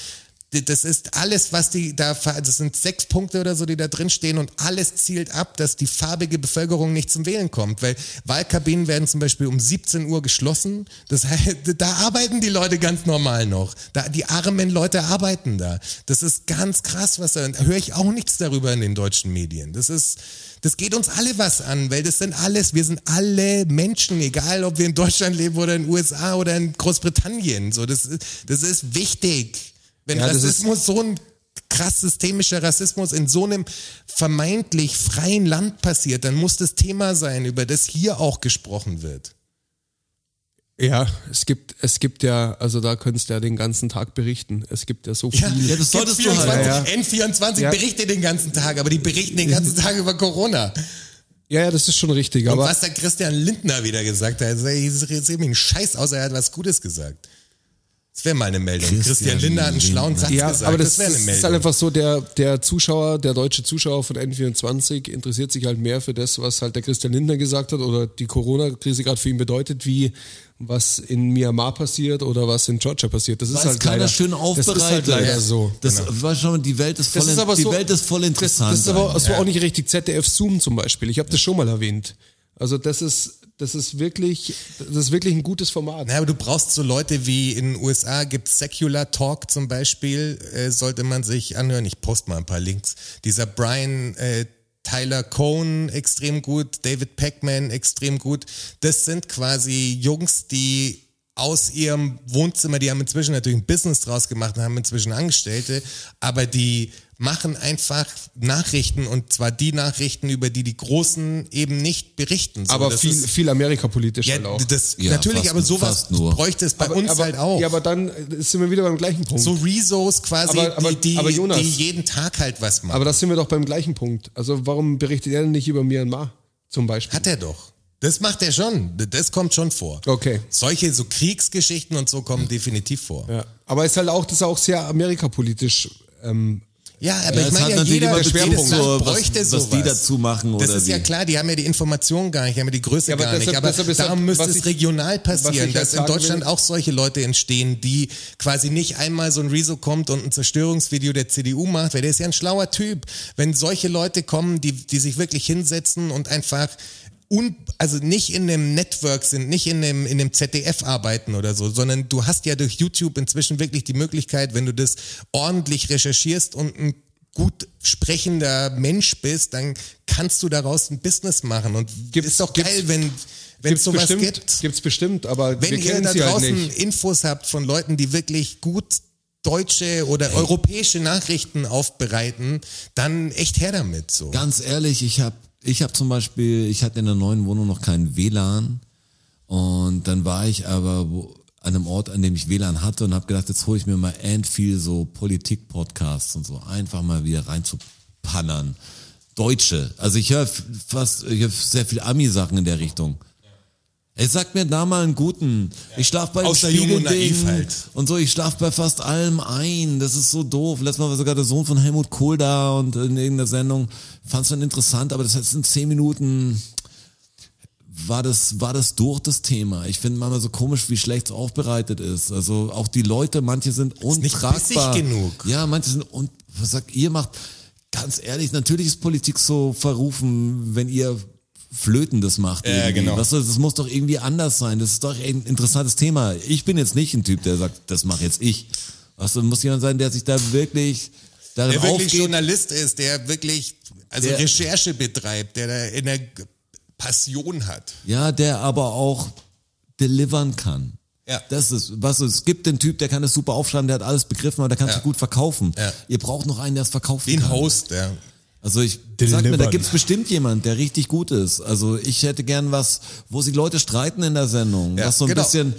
[SPEAKER 4] D- Das ist alles, was die da, ver- das sind sechs Punkte oder so, die da drin stehen und alles zielt ab, dass die farbige Bevölkerung nicht zum Wählen kommt, weil Wahlkabinen werden zum Beispiel um 17 Uhr geschlossen. Das heißt, da arbeiten die Leute ganz normal noch. Da, die armen Leute arbeiten da. Das ist ganz krass, was da, da höre ich auch nichts darüber in den deutschen Medien. Das ist, das geht uns alle was an, weil das sind alles, wir sind alle Menschen, egal ob wir in Deutschland leben oder in den USA oder in Großbritannien. So, das, ist- das ist wichtig. Wenn
[SPEAKER 3] Ja, das ist-
[SPEAKER 4] Rassismus so ein krass systemischer Rassismus in so einem vermeintlich freien Land passiert, dann muss das Thema sein, über das hier auch gesprochen wird.
[SPEAKER 3] Ja, es gibt, es gibt ja, also da könntest du ja den ganzen Tag berichten. Es gibt ja so viel.
[SPEAKER 4] Ja,
[SPEAKER 2] Ja, das
[SPEAKER 4] Gibt
[SPEAKER 2] solltest du
[SPEAKER 4] 24,
[SPEAKER 2] halt.
[SPEAKER 3] Ja, ja.
[SPEAKER 4] N24
[SPEAKER 3] Ja.
[SPEAKER 4] berichtet den ganzen Tag, aber die berichten den ganzen Tag über Corona.
[SPEAKER 3] Ja, ja, das ist schon richtig.
[SPEAKER 4] Und
[SPEAKER 3] Aber
[SPEAKER 4] was der Christian Lindner wieder gesagt hat, das interessiert mich einen Scheiß, außer er hat was Gutes gesagt. Das wäre mal eine Meldung. Christian,
[SPEAKER 2] Christian
[SPEAKER 4] Lindner hat einen schlauen Satz
[SPEAKER 3] ja,
[SPEAKER 4] gesagt.
[SPEAKER 3] aber das,
[SPEAKER 4] wäre eine
[SPEAKER 3] ist,
[SPEAKER 4] Meldung.
[SPEAKER 3] ist halt einfach so, der, der Zuschauer, der deutsche Zuschauer von N24 interessiert sich halt mehr für das, was halt der Christian Lindner gesagt hat oder die Corona-Krise gerade für ihn bedeutet, wie was in Myanmar passiert oder was in Georgia passiert. Das ist
[SPEAKER 2] Das
[SPEAKER 3] halt
[SPEAKER 2] kann
[SPEAKER 3] leider,
[SPEAKER 2] das schön aufbereiten.
[SPEAKER 3] Das ist halt leider so.
[SPEAKER 2] Das, weißt du, die Welt ist voll,
[SPEAKER 3] Das ist aber
[SPEAKER 2] die
[SPEAKER 3] so,
[SPEAKER 2] Welt ist voll interessant.
[SPEAKER 3] Das, das ist aber das war auch nicht richtig. ZDF Zoom zum Beispiel. Ich habe das schon mal erwähnt. Also das ist, das ist wirklich, das ist wirklich ein gutes Format.
[SPEAKER 4] Na, aber du brauchst so Leute wie in den USA gibt Secular Talk zum Beispiel, äh, sollte man sich anhören. Ich poste mal ein paar Links. Dieser Brian äh, Tyler Cohn extrem gut, David Pacman extrem gut. Das sind quasi Jungs, die aus ihrem Wohnzimmer, die haben inzwischen natürlich ein Business draus gemacht und haben inzwischen Angestellte, aber die machen einfach Nachrichten und zwar die Nachrichten, über die die Großen eben nicht berichten. So,
[SPEAKER 3] aber
[SPEAKER 4] das
[SPEAKER 3] viel,
[SPEAKER 4] ist-
[SPEAKER 3] viel amerikapolitisch
[SPEAKER 4] ja,
[SPEAKER 3] halt auch.
[SPEAKER 4] das,
[SPEAKER 2] Ja,
[SPEAKER 4] natürlich,
[SPEAKER 2] fast-
[SPEAKER 4] aber sowas
[SPEAKER 2] fast nur.
[SPEAKER 4] bräuchte es bei uns
[SPEAKER 3] aber,
[SPEAKER 4] halt auch.
[SPEAKER 3] Ja, aber dann äh, sind wir wieder beim gleichen Punkt.
[SPEAKER 4] so Rezos quasi,
[SPEAKER 3] Aber- aber-
[SPEAKER 4] die, die,
[SPEAKER 3] aber Jonas-
[SPEAKER 4] die jeden Tag halt was machen.
[SPEAKER 3] Aber das sind wir doch beim gleichen Punkt. Also warum berichtet er denn nicht über Myanmar zum Beispiel?
[SPEAKER 4] Hat er doch. Das macht er schon. Das kommt schon vor.
[SPEAKER 3] Okay.
[SPEAKER 4] Solche so Kriegsgeschichten und so kommen definitiv vor. Ja,
[SPEAKER 3] ja. Aber ist halt auch, das ist auch sehr amerikapolitisch. Ähm,
[SPEAKER 4] aber ich
[SPEAKER 2] es
[SPEAKER 4] meine
[SPEAKER 2] hat
[SPEAKER 4] ja,
[SPEAKER 2] natürlich
[SPEAKER 4] jeder
[SPEAKER 2] immer
[SPEAKER 4] jedes
[SPEAKER 2] Schwerpunkt,
[SPEAKER 4] Land
[SPEAKER 2] so, was-
[SPEAKER 4] bräuchte
[SPEAKER 2] was
[SPEAKER 4] sowas.
[SPEAKER 2] die dazu machen
[SPEAKER 4] Das
[SPEAKER 2] oder
[SPEAKER 4] ist ja
[SPEAKER 2] wie.
[SPEAKER 4] klar, die haben ja die Informationen gar nicht, die haben ja die Größe
[SPEAKER 3] Ja, aber
[SPEAKER 4] gar nicht.
[SPEAKER 3] deshalb-
[SPEAKER 4] Aber
[SPEAKER 3] deshalb ist halt-
[SPEAKER 4] darum müsste
[SPEAKER 3] was
[SPEAKER 4] es
[SPEAKER 3] ich-
[SPEAKER 4] regional
[SPEAKER 3] was
[SPEAKER 4] passieren,
[SPEAKER 3] ich
[SPEAKER 4] dass
[SPEAKER 3] halt
[SPEAKER 4] in
[SPEAKER 3] sagen
[SPEAKER 4] Deutschland
[SPEAKER 3] will-
[SPEAKER 4] auch solche Leute entstehen, die quasi nicht einmal so ein Rezo kommt und ein Zerstörungsvideo der CDU macht, weil der ist ja ein schlauer Typ. Wenn solche Leute kommen, die, die sich wirklich hinsetzen und einfach un, also nicht in dem Network sind, nicht in dem, in dem ZDF arbeiten oder so, sondern du hast ja durch YouTube inzwischen wirklich die Möglichkeit, wenn du das ordentlich recherchierst und ein gut sprechender Mensch bist, dann kannst du daraus ein Business machen und
[SPEAKER 3] Gibt's-
[SPEAKER 4] ist doch
[SPEAKER 3] gibt's-
[SPEAKER 4] geil, wenn wenn es sowas
[SPEAKER 3] bestimmt,
[SPEAKER 4] gibt.
[SPEAKER 3] Gibt's bestimmt, aber
[SPEAKER 4] Wenn
[SPEAKER 3] wir
[SPEAKER 4] ihr
[SPEAKER 3] kennen
[SPEAKER 4] da
[SPEAKER 3] sie halt
[SPEAKER 4] draußen
[SPEAKER 3] nicht.
[SPEAKER 4] Infos habt von Leuten, die wirklich gut deutsche oder europäische Nachrichten aufbereiten, dann echt her damit so.
[SPEAKER 2] Ganz ehrlich, ich habe ich hab zum Beispiel, ich hatte in der neuen Wohnung noch kein WLAN. Und dann war ich aber wo, an einem Ort, an dem ich WLAN hatte und habe gedacht, jetzt hole ich mir mal end viel so Politik-Podcasts und so einfach mal wieder reinzupannern. Deutsche. Also ich höre f- fast, ich höre sehr viel Ami-Sachen in der Richtung. Es sagt mir da mal einen guten. Ich schlaf bei
[SPEAKER 4] Außer Jung und Naiv
[SPEAKER 2] Spiegelding
[SPEAKER 4] halt.
[SPEAKER 2] Und so, ich schlaf bei fast allem ein. Das ist so doof. Letztes Mal war sogar der Sohn von Helmut Kohl da und in irgendeiner Sendung. Fand's dann interessant, aber das heißt in zehn Minuten war das, war das durch das Thema. Ich finde manchmal so komisch, wie schlecht es aufbereitet ist. Also auch die Leute, manche sind
[SPEAKER 4] nicht
[SPEAKER 2] untragbar.
[SPEAKER 4] bissig genug.
[SPEAKER 2] Ja, manche sind und was sagt ihr macht? Ganz ehrlich, natürlich ist Politik so verrufen, wenn ihr Flöten das macht.
[SPEAKER 4] Ja,
[SPEAKER 2] irgendwie.
[SPEAKER 4] genau.
[SPEAKER 2] Was soll, das muss doch irgendwie anders sein. Das ist doch ein interessantes Thema. Ich bin jetzt nicht ein Typ, der sagt, das mache jetzt ich. Was muss jemand sein, der sich da wirklich darin
[SPEAKER 4] Der wirklich
[SPEAKER 2] aufgeht.
[SPEAKER 4] Journalist ist, der wirklich also
[SPEAKER 2] Der-
[SPEAKER 4] Recherche betreibt, der da in der G- Passion hat.
[SPEAKER 2] Ja, der aber auch delivern kann.
[SPEAKER 4] Ja.
[SPEAKER 2] Das ist, was es gibt den Typ, der kann das super aufschreiben, der hat alles begriffen, aber der kann es
[SPEAKER 4] Ja.
[SPEAKER 2] gut verkaufen.
[SPEAKER 4] Ja.
[SPEAKER 2] Ihr braucht noch einen, der es verkaufen
[SPEAKER 4] Den
[SPEAKER 2] kann.
[SPEAKER 4] Host, ja.
[SPEAKER 2] Also ich sag mir, da
[SPEAKER 4] Delivern.
[SPEAKER 2] gibt's bestimmt jemand, der richtig gut ist. Also ich hätte gern was, wo sich Leute streiten in der Sendung,
[SPEAKER 4] Ja,
[SPEAKER 2] was so ein
[SPEAKER 4] genau.
[SPEAKER 2] bisschen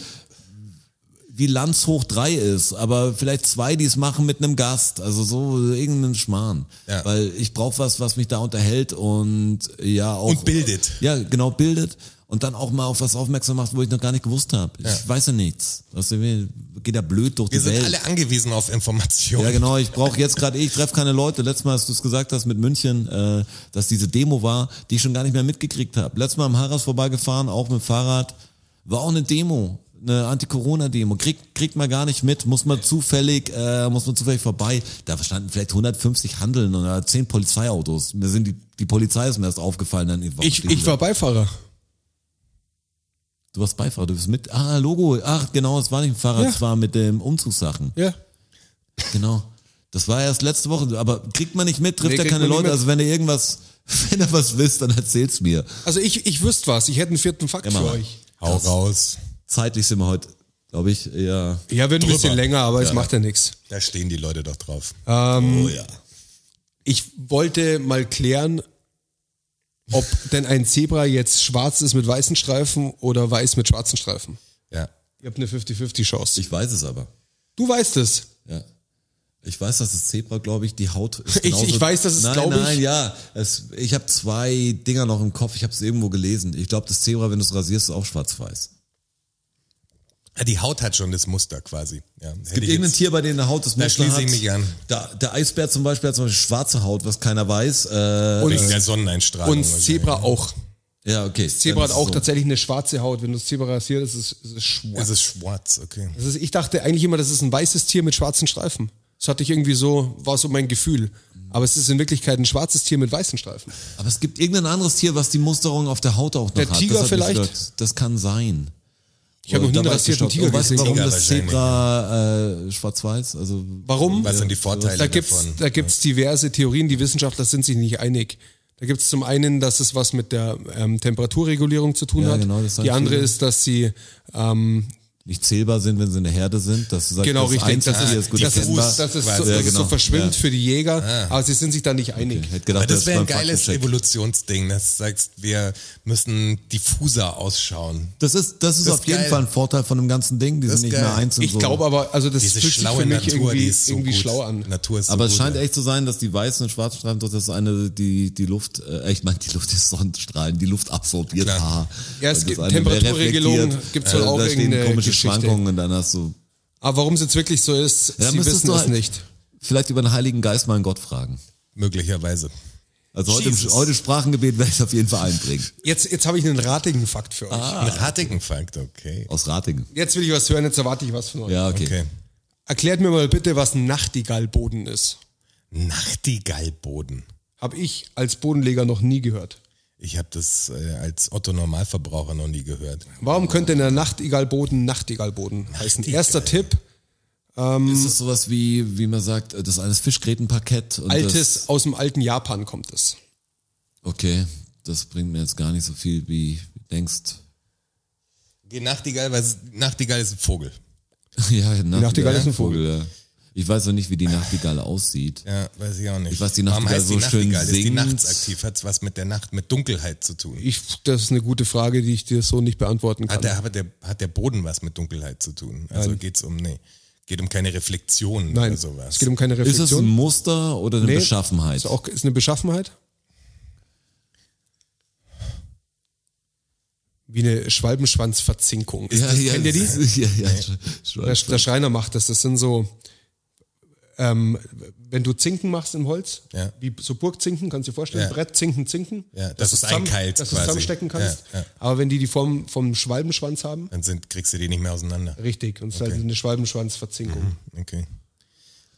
[SPEAKER 2] wie Lanz hoch drei ist, aber vielleicht zwei, die es machen mit einem Gast, also so irgendeinen Schmarrn.
[SPEAKER 4] Ja.
[SPEAKER 2] Weil ich brauche was, was mich da unterhält und ja auch
[SPEAKER 4] Und bildet.
[SPEAKER 2] Ja, genau bildet und dann auch mal auf was aufmerksam macht, wo ich noch gar nicht gewusst habe. Ich
[SPEAKER 4] Ja.
[SPEAKER 2] weiß ja nichts. Weißt du, mir geht da blöd durch
[SPEAKER 4] Wir
[SPEAKER 2] die
[SPEAKER 4] sind
[SPEAKER 2] Welt.
[SPEAKER 4] alle angewiesen auf Informationen.
[SPEAKER 2] Ja, genau. Ich brauche jetzt gerade, eh, ich treffe keine Leute. Letztes Mal, als du es gesagt hast mit München, äh, dass diese Demo war, die ich schon gar nicht mehr mitgekriegt habe. Letztes Mal am Harras vorbeigefahren, auch mit Fahrrad, war auch eine Demo, eine Anti-Corona-Demo. Kriegt kriegt man gar nicht mit, muss man zufällig, äh, muss man zufällig vorbei. Da standen vielleicht 150 Handeln oder 10 Polizeiautos. Mir sind die, die Polizei ist mir erst aufgefallen. Dann warum
[SPEAKER 3] Ich,
[SPEAKER 2] stehen die
[SPEAKER 3] ich
[SPEAKER 2] da?
[SPEAKER 3] war Beifahrer.
[SPEAKER 2] du warst Beifahrer, du bist mit. Ah, Logo. Ach, genau, es war nicht ein Fahrrad,
[SPEAKER 3] Ja.
[SPEAKER 2] es war mit dem Umzugssachen.
[SPEAKER 3] Ja.
[SPEAKER 2] Genau. Das war erst letzte Woche, aber kriegt man nicht mit, trifft
[SPEAKER 3] Nee,
[SPEAKER 2] ja
[SPEAKER 3] kriegt
[SPEAKER 2] keine
[SPEAKER 3] man nicht
[SPEAKER 2] Leute.
[SPEAKER 3] mit.
[SPEAKER 2] Also wenn ihr irgendwas, wenn ihr was wisst, dann erzählt's mir.
[SPEAKER 3] Also ich, ich wüsste was. Ich hätte einen vierten Fakt
[SPEAKER 2] Immer
[SPEAKER 3] für
[SPEAKER 2] mal.
[SPEAKER 3] euch.
[SPEAKER 4] Hau raus.
[SPEAKER 2] Zeitlich sind wir heute, glaube ich, ja.
[SPEAKER 3] Ja, wird ein
[SPEAKER 4] Drüber.
[SPEAKER 3] bisschen länger, aber es macht ja nichts.
[SPEAKER 4] Da stehen die Leute doch drauf.
[SPEAKER 2] Oh ja.
[SPEAKER 3] Ich wollte mal klären, ob denn ein Zebra jetzt schwarz ist mit weißen Streifen oder weiß mit schwarzen Streifen.
[SPEAKER 4] Ja.
[SPEAKER 3] Ihr habt eine 50-50-Chance.
[SPEAKER 2] Ich weiß es aber.
[SPEAKER 3] Du weißt es.
[SPEAKER 2] Ja. Ich weiß, dass das Zebra, glaube ich, die Haut ist
[SPEAKER 3] Ich- ich weiß, dass es,
[SPEAKER 2] nein,
[SPEAKER 3] glaub ich-
[SPEAKER 2] Nein, ja. Es, ich habe zwei Dinger noch im Kopf. Ich habe es irgendwo gelesen. Ich glaube, das Zebra, wenn du es rasierst, ist auch schwarz-weiß.
[SPEAKER 4] Ah, Die Haut hat schon das Muster quasi. Ja,
[SPEAKER 2] Es gibt irgendein Tier, bei dem eine Haut das Muster
[SPEAKER 4] schließe
[SPEAKER 2] hat.
[SPEAKER 4] ich mich an.
[SPEAKER 2] Da, der Eisbär zum Beispiel hat zum Beispiel schwarze Haut, was keiner weiß. Äh,
[SPEAKER 4] wegen der
[SPEAKER 3] Und,
[SPEAKER 4] Sonneneinstrahlung.
[SPEAKER 3] und Zebra auch.
[SPEAKER 2] ja, okay.
[SPEAKER 3] Zebra
[SPEAKER 2] Dann
[SPEAKER 3] hat
[SPEAKER 2] ist
[SPEAKER 3] auch
[SPEAKER 2] es so.
[SPEAKER 3] tatsächlich eine schwarze Haut. Wenn du das Zebra rasierst, ist es, ist es schwarz.
[SPEAKER 4] Es ist schwarz, okay.
[SPEAKER 3] Das ist, ich dachte eigentlich immer, das ist ein weißes Tier mit schwarzen Streifen. Das hatte ich irgendwie so, war so mein Gefühl. Aber es ist in Wirklichkeit ein schwarzes Tier mit weißen Streifen.
[SPEAKER 2] Aber es gibt irgendein anderes Tier, was die Musterung auf der Haut auch noch
[SPEAKER 3] Der
[SPEAKER 2] hat.
[SPEAKER 3] Tiger
[SPEAKER 2] das hat mich
[SPEAKER 3] vielleicht?
[SPEAKER 2] gewirkt. Das kann sein.
[SPEAKER 3] Ich habe noch nie einen rasierten Tiger
[SPEAKER 2] Weißt du,
[SPEAKER 3] gesehen.
[SPEAKER 2] oh, warum
[SPEAKER 4] Tiger
[SPEAKER 2] das
[SPEAKER 4] wahrscheinlich.
[SPEAKER 2] Zebra äh, schwarz-weiß? Also
[SPEAKER 3] Warum?
[SPEAKER 4] Was sind die Vorteile
[SPEAKER 3] Da gibt's
[SPEAKER 4] davon?
[SPEAKER 3] da gibt's diverse Theorien, die Wissenschaftler sind sich nicht einig. Da gibt's zum einen, dass es was mit der ähm, Temperaturregulierung zu tun
[SPEAKER 2] Ja,
[SPEAKER 3] hat.
[SPEAKER 2] genau, das sagen
[SPEAKER 3] die andere
[SPEAKER 2] viele.
[SPEAKER 3] ist, dass sie ähm,
[SPEAKER 2] nicht zählbar sind, wenn sie in der Herde sind. Das sagt,
[SPEAKER 3] genau
[SPEAKER 2] das
[SPEAKER 3] richtig,
[SPEAKER 2] Einzige,
[SPEAKER 3] dass es,
[SPEAKER 2] das ist gut
[SPEAKER 3] dass es,
[SPEAKER 2] erkennbar.
[SPEAKER 3] dass es,
[SPEAKER 4] quasi.
[SPEAKER 3] so,
[SPEAKER 2] Ja,
[SPEAKER 3] dass es so
[SPEAKER 2] genau.
[SPEAKER 3] verschwimmt
[SPEAKER 2] Ja.
[SPEAKER 3] für die Jäger,
[SPEAKER 4] Ah.
[SPEAKER 3] aber sie sind sich da nicht einig.
[SPEAKER 2] Ich hätte gedacht,
[SPEAKER 4] Aber das
[SPEAKER 2] ist
[SPEAKER 4] wäre ein
[SPEAKER 2] beim
[SPEAKER 4] geiles
[SPEAKER 2] Faktencheck.
[SPEAKER 4] Evolutionsding, dass du sagst, wir müssen diffuser ausschauen.
[SPEAKER 2] Das ist, das ist
[SPEAKER 4] Das
[SPEAKER 2] auf
[SPEAKER 4] ist
[SPEAKER 2] jeden
[SPEAKER 4] geil.
[SPEAKER 2] Fall ein Vorteil von dem ganzen Ding. Die
[SPEAKER 4] Das
[SPEAKER 2] sind
[SPEAKER 4] ist
[SPEAKER 2] nicht
[SPEAKER 4] geil.
[SPEAKER 2] mehr einzeln.
[SPEAKER 3] Ich
[SPEAKER 2] so.
[SPEAKER 3] glaube aber, also das
[SPEAKER 4] Diese
[SPEAKER 3] fühlt sich
[SPEAKER 4] schlaue
[SPEAKER 3] für mich
[SPEAKER 4] Natur,
[SPEAKER 3] irgendwie,
[SPEAKER 4] die ist so
[SPEAKER 3] irgendwie
[SPEAKER 4] gut.
[SPEAKER 3] schlau an.
[SPEAKER 4] Natur ist so
[SPEAKER 2] Aber es
[SPEAKER 4] gut,
[SPEAKER 2] scheint
[SPEAKER 4] ja.
[SPEAKER 2] echt zu sein, dass die weißen und schwarzen Streifen durch das eine, die, die Luft, äh, ich meine, die Luft ist Sonnenstrahlen, die Luft absorbiert.
[SPEAKER 4] Klar.
[SPEAKER 2] Haar.
[SPEAKER 3] Ja, es
[SPEAKER 2] Und das
[SPEAKER 3] gibt
[SPEAKER 2] eine wäre
[SPEAKER 3] Temperaturregelungen,
[SPEAKER 2] reflektiert. äh,
[SPEAKER 3] gibt's wohl auch
[SPEAKER 2] Da stehen
[SPEAKER 3] irgendeine
[SPEAKER 2] komische
[SPEAKER 3] Geschichte.
[SPEAKER 2] Schwankungen und dann hast du,
[SPEAKER 3] Aber warum es jetzt wirklich so ist,
[SPEAKER 2] Ja, dann
[SPEAKER 3] sie
[SPEAKER 2] müsstest
[SPEAKER 3] wissen
[SPEAKER 2] du
[SPEAKER 3] es
[SPEAKER 2] halt-
[SPEAKER 3] nicht.
[SPEAKER 2] vielleicht über den Heiligen Geist mal einen Gott fragen.
[SPEAKER 4] Möglicherweise.
[SPEAKER 2] Also heute,
[SPEAKER 4] Jesus.
[SPEAKER 2] heute Sprachengebet werde ich auf jeden Fall einbringen.
[SPEAKER 3] Jetzt, jetzt habe ich einen ratigen Fakt für euch.
[SPEAKER 2] Ah.
[SPEAKER 4] Ein ratigen Fakt, okay.
[SPEAKER 2] Aus Ratingen.
[SPEAKER 3] Jetzt will ich was hören, jetzt erwarte ich was von euch.
[SPEAKER 2] Ja, okay.
[SPEAKER 4] Okay.
[SPEAKER 3] Erklärt mir mal bitte, was ein Nachtigallboden ist.
[SPEAKER 4] Nachtigallboden.
[SPEAKER 3] Habe ich als Bodenleger noch nie gehört.
[SPEAKER 4] Ich habe das äh, als Otto Normalverbraucher noch nie gehört.
[SPEAKER 3] Warum könnte in der Nachtigallboden Nachtigallboden heißen?
[SPEAKER 4] Nachtigall.
[SPEAKER 3] Erster Tipp,
[SPEAKER 2] Ist das sowas wie, wie man sagt, äh, das eine ist Fischgrätenparkett? Und
[SPEAKER 3] altes, aus dem alten Japan kommt es.
[SPEAKER 2] Das, okay, das bringt mir jetzt gar nicht so viel, wie du denkst.
[SPEAKER 4] Die Nachtigall, weil Nachtigall ist ein Vogel.
[SPEAKER 2] ja, Nachtigall,
[SPEAKER 3] Nachtigall ist ein
[SPEAKER 2] Vogel. ja. Ich weiß noch nicht, wie die Nachtigall aussieht.
[SPEAKER 4] Ja, weiß ich auch nicht.
[SPEAKER 2] Ich weiß, die Nachtigall so schön
[SPEAKER 4] Ist die
[SPEAKER 2] singt.
[SPEAKER 4] nachts aktiv? Hat was mit der Nacht, mit Dunkelheit zu tun?
[SPEAKER 3] Ich, das ist eine gute Frage, die ich dir so nicht beantworten kann.
[SPEAKER 2] Ah,
[SPEAKER 4] Hat der, hat, der, hat der Boden was mit Dunkelheit zu tun? Also geht's um, nee, geht um keine Reflexion
[SPEAKER 3] Nein,
[SPEAKER 4] oder sowas.
[SPEAKER 3] es geht um keine
[SPEAKER 2] Ist
[SPEAKER 3] Reflexion.
[SPEAKER 2] das ein Muster oder eine
[SPEAKER 3] Nee,
[SPEAKER 2] Beschaffenheit?
[SPEAKER 3] Ist, auch, ist eine Beschaffenheit? Wie eine Schwalbenschwanzverzinkung.
[SPEAKER 2] ja, ja,
[SPEAKER 3] Kennt ihr die?
[SPEAKER 2] Ja, ja, sch-
[SPEAKER 3] Der,
[SPEAKER 2] sch-
[SPEAKER 3] der Schreiner macht das. Das sind so, ähm, wenn du Zinken machst im Holz,
[SPEAKER 4] Ja.
[SPEAKER 3] wie so Burgzinken, kannst du dir vorstellen,
[SPEAKER 4] Ja.
[SPEAKER 3] Brett, Zinken, Zinken.
[SPEAKER 4] Ja,
[SPEAKER 3] dass
[SPEAKER 4] dass du es
[SPEAKER 3] zusammen-
[SPEAKER 4] einkeilst
[SPEAKER 3] Dass du es
[SPEAKER 4] quasi.
[SPEAKER 3] zusammenstecken kannst.
[SPEAKER 4] Ja, ja.
[SPEAKER 3] Aber wenn die die Form vom Schwalbenschwanz haben,
[SPEAKER 4] Dann sind, kriegst du die nicht mehr auseinander.
[SPEAKER 3] richtig. Und es ist halt eine Schwalbenschwanzverzinkung
[SPEAKER 4] Okay.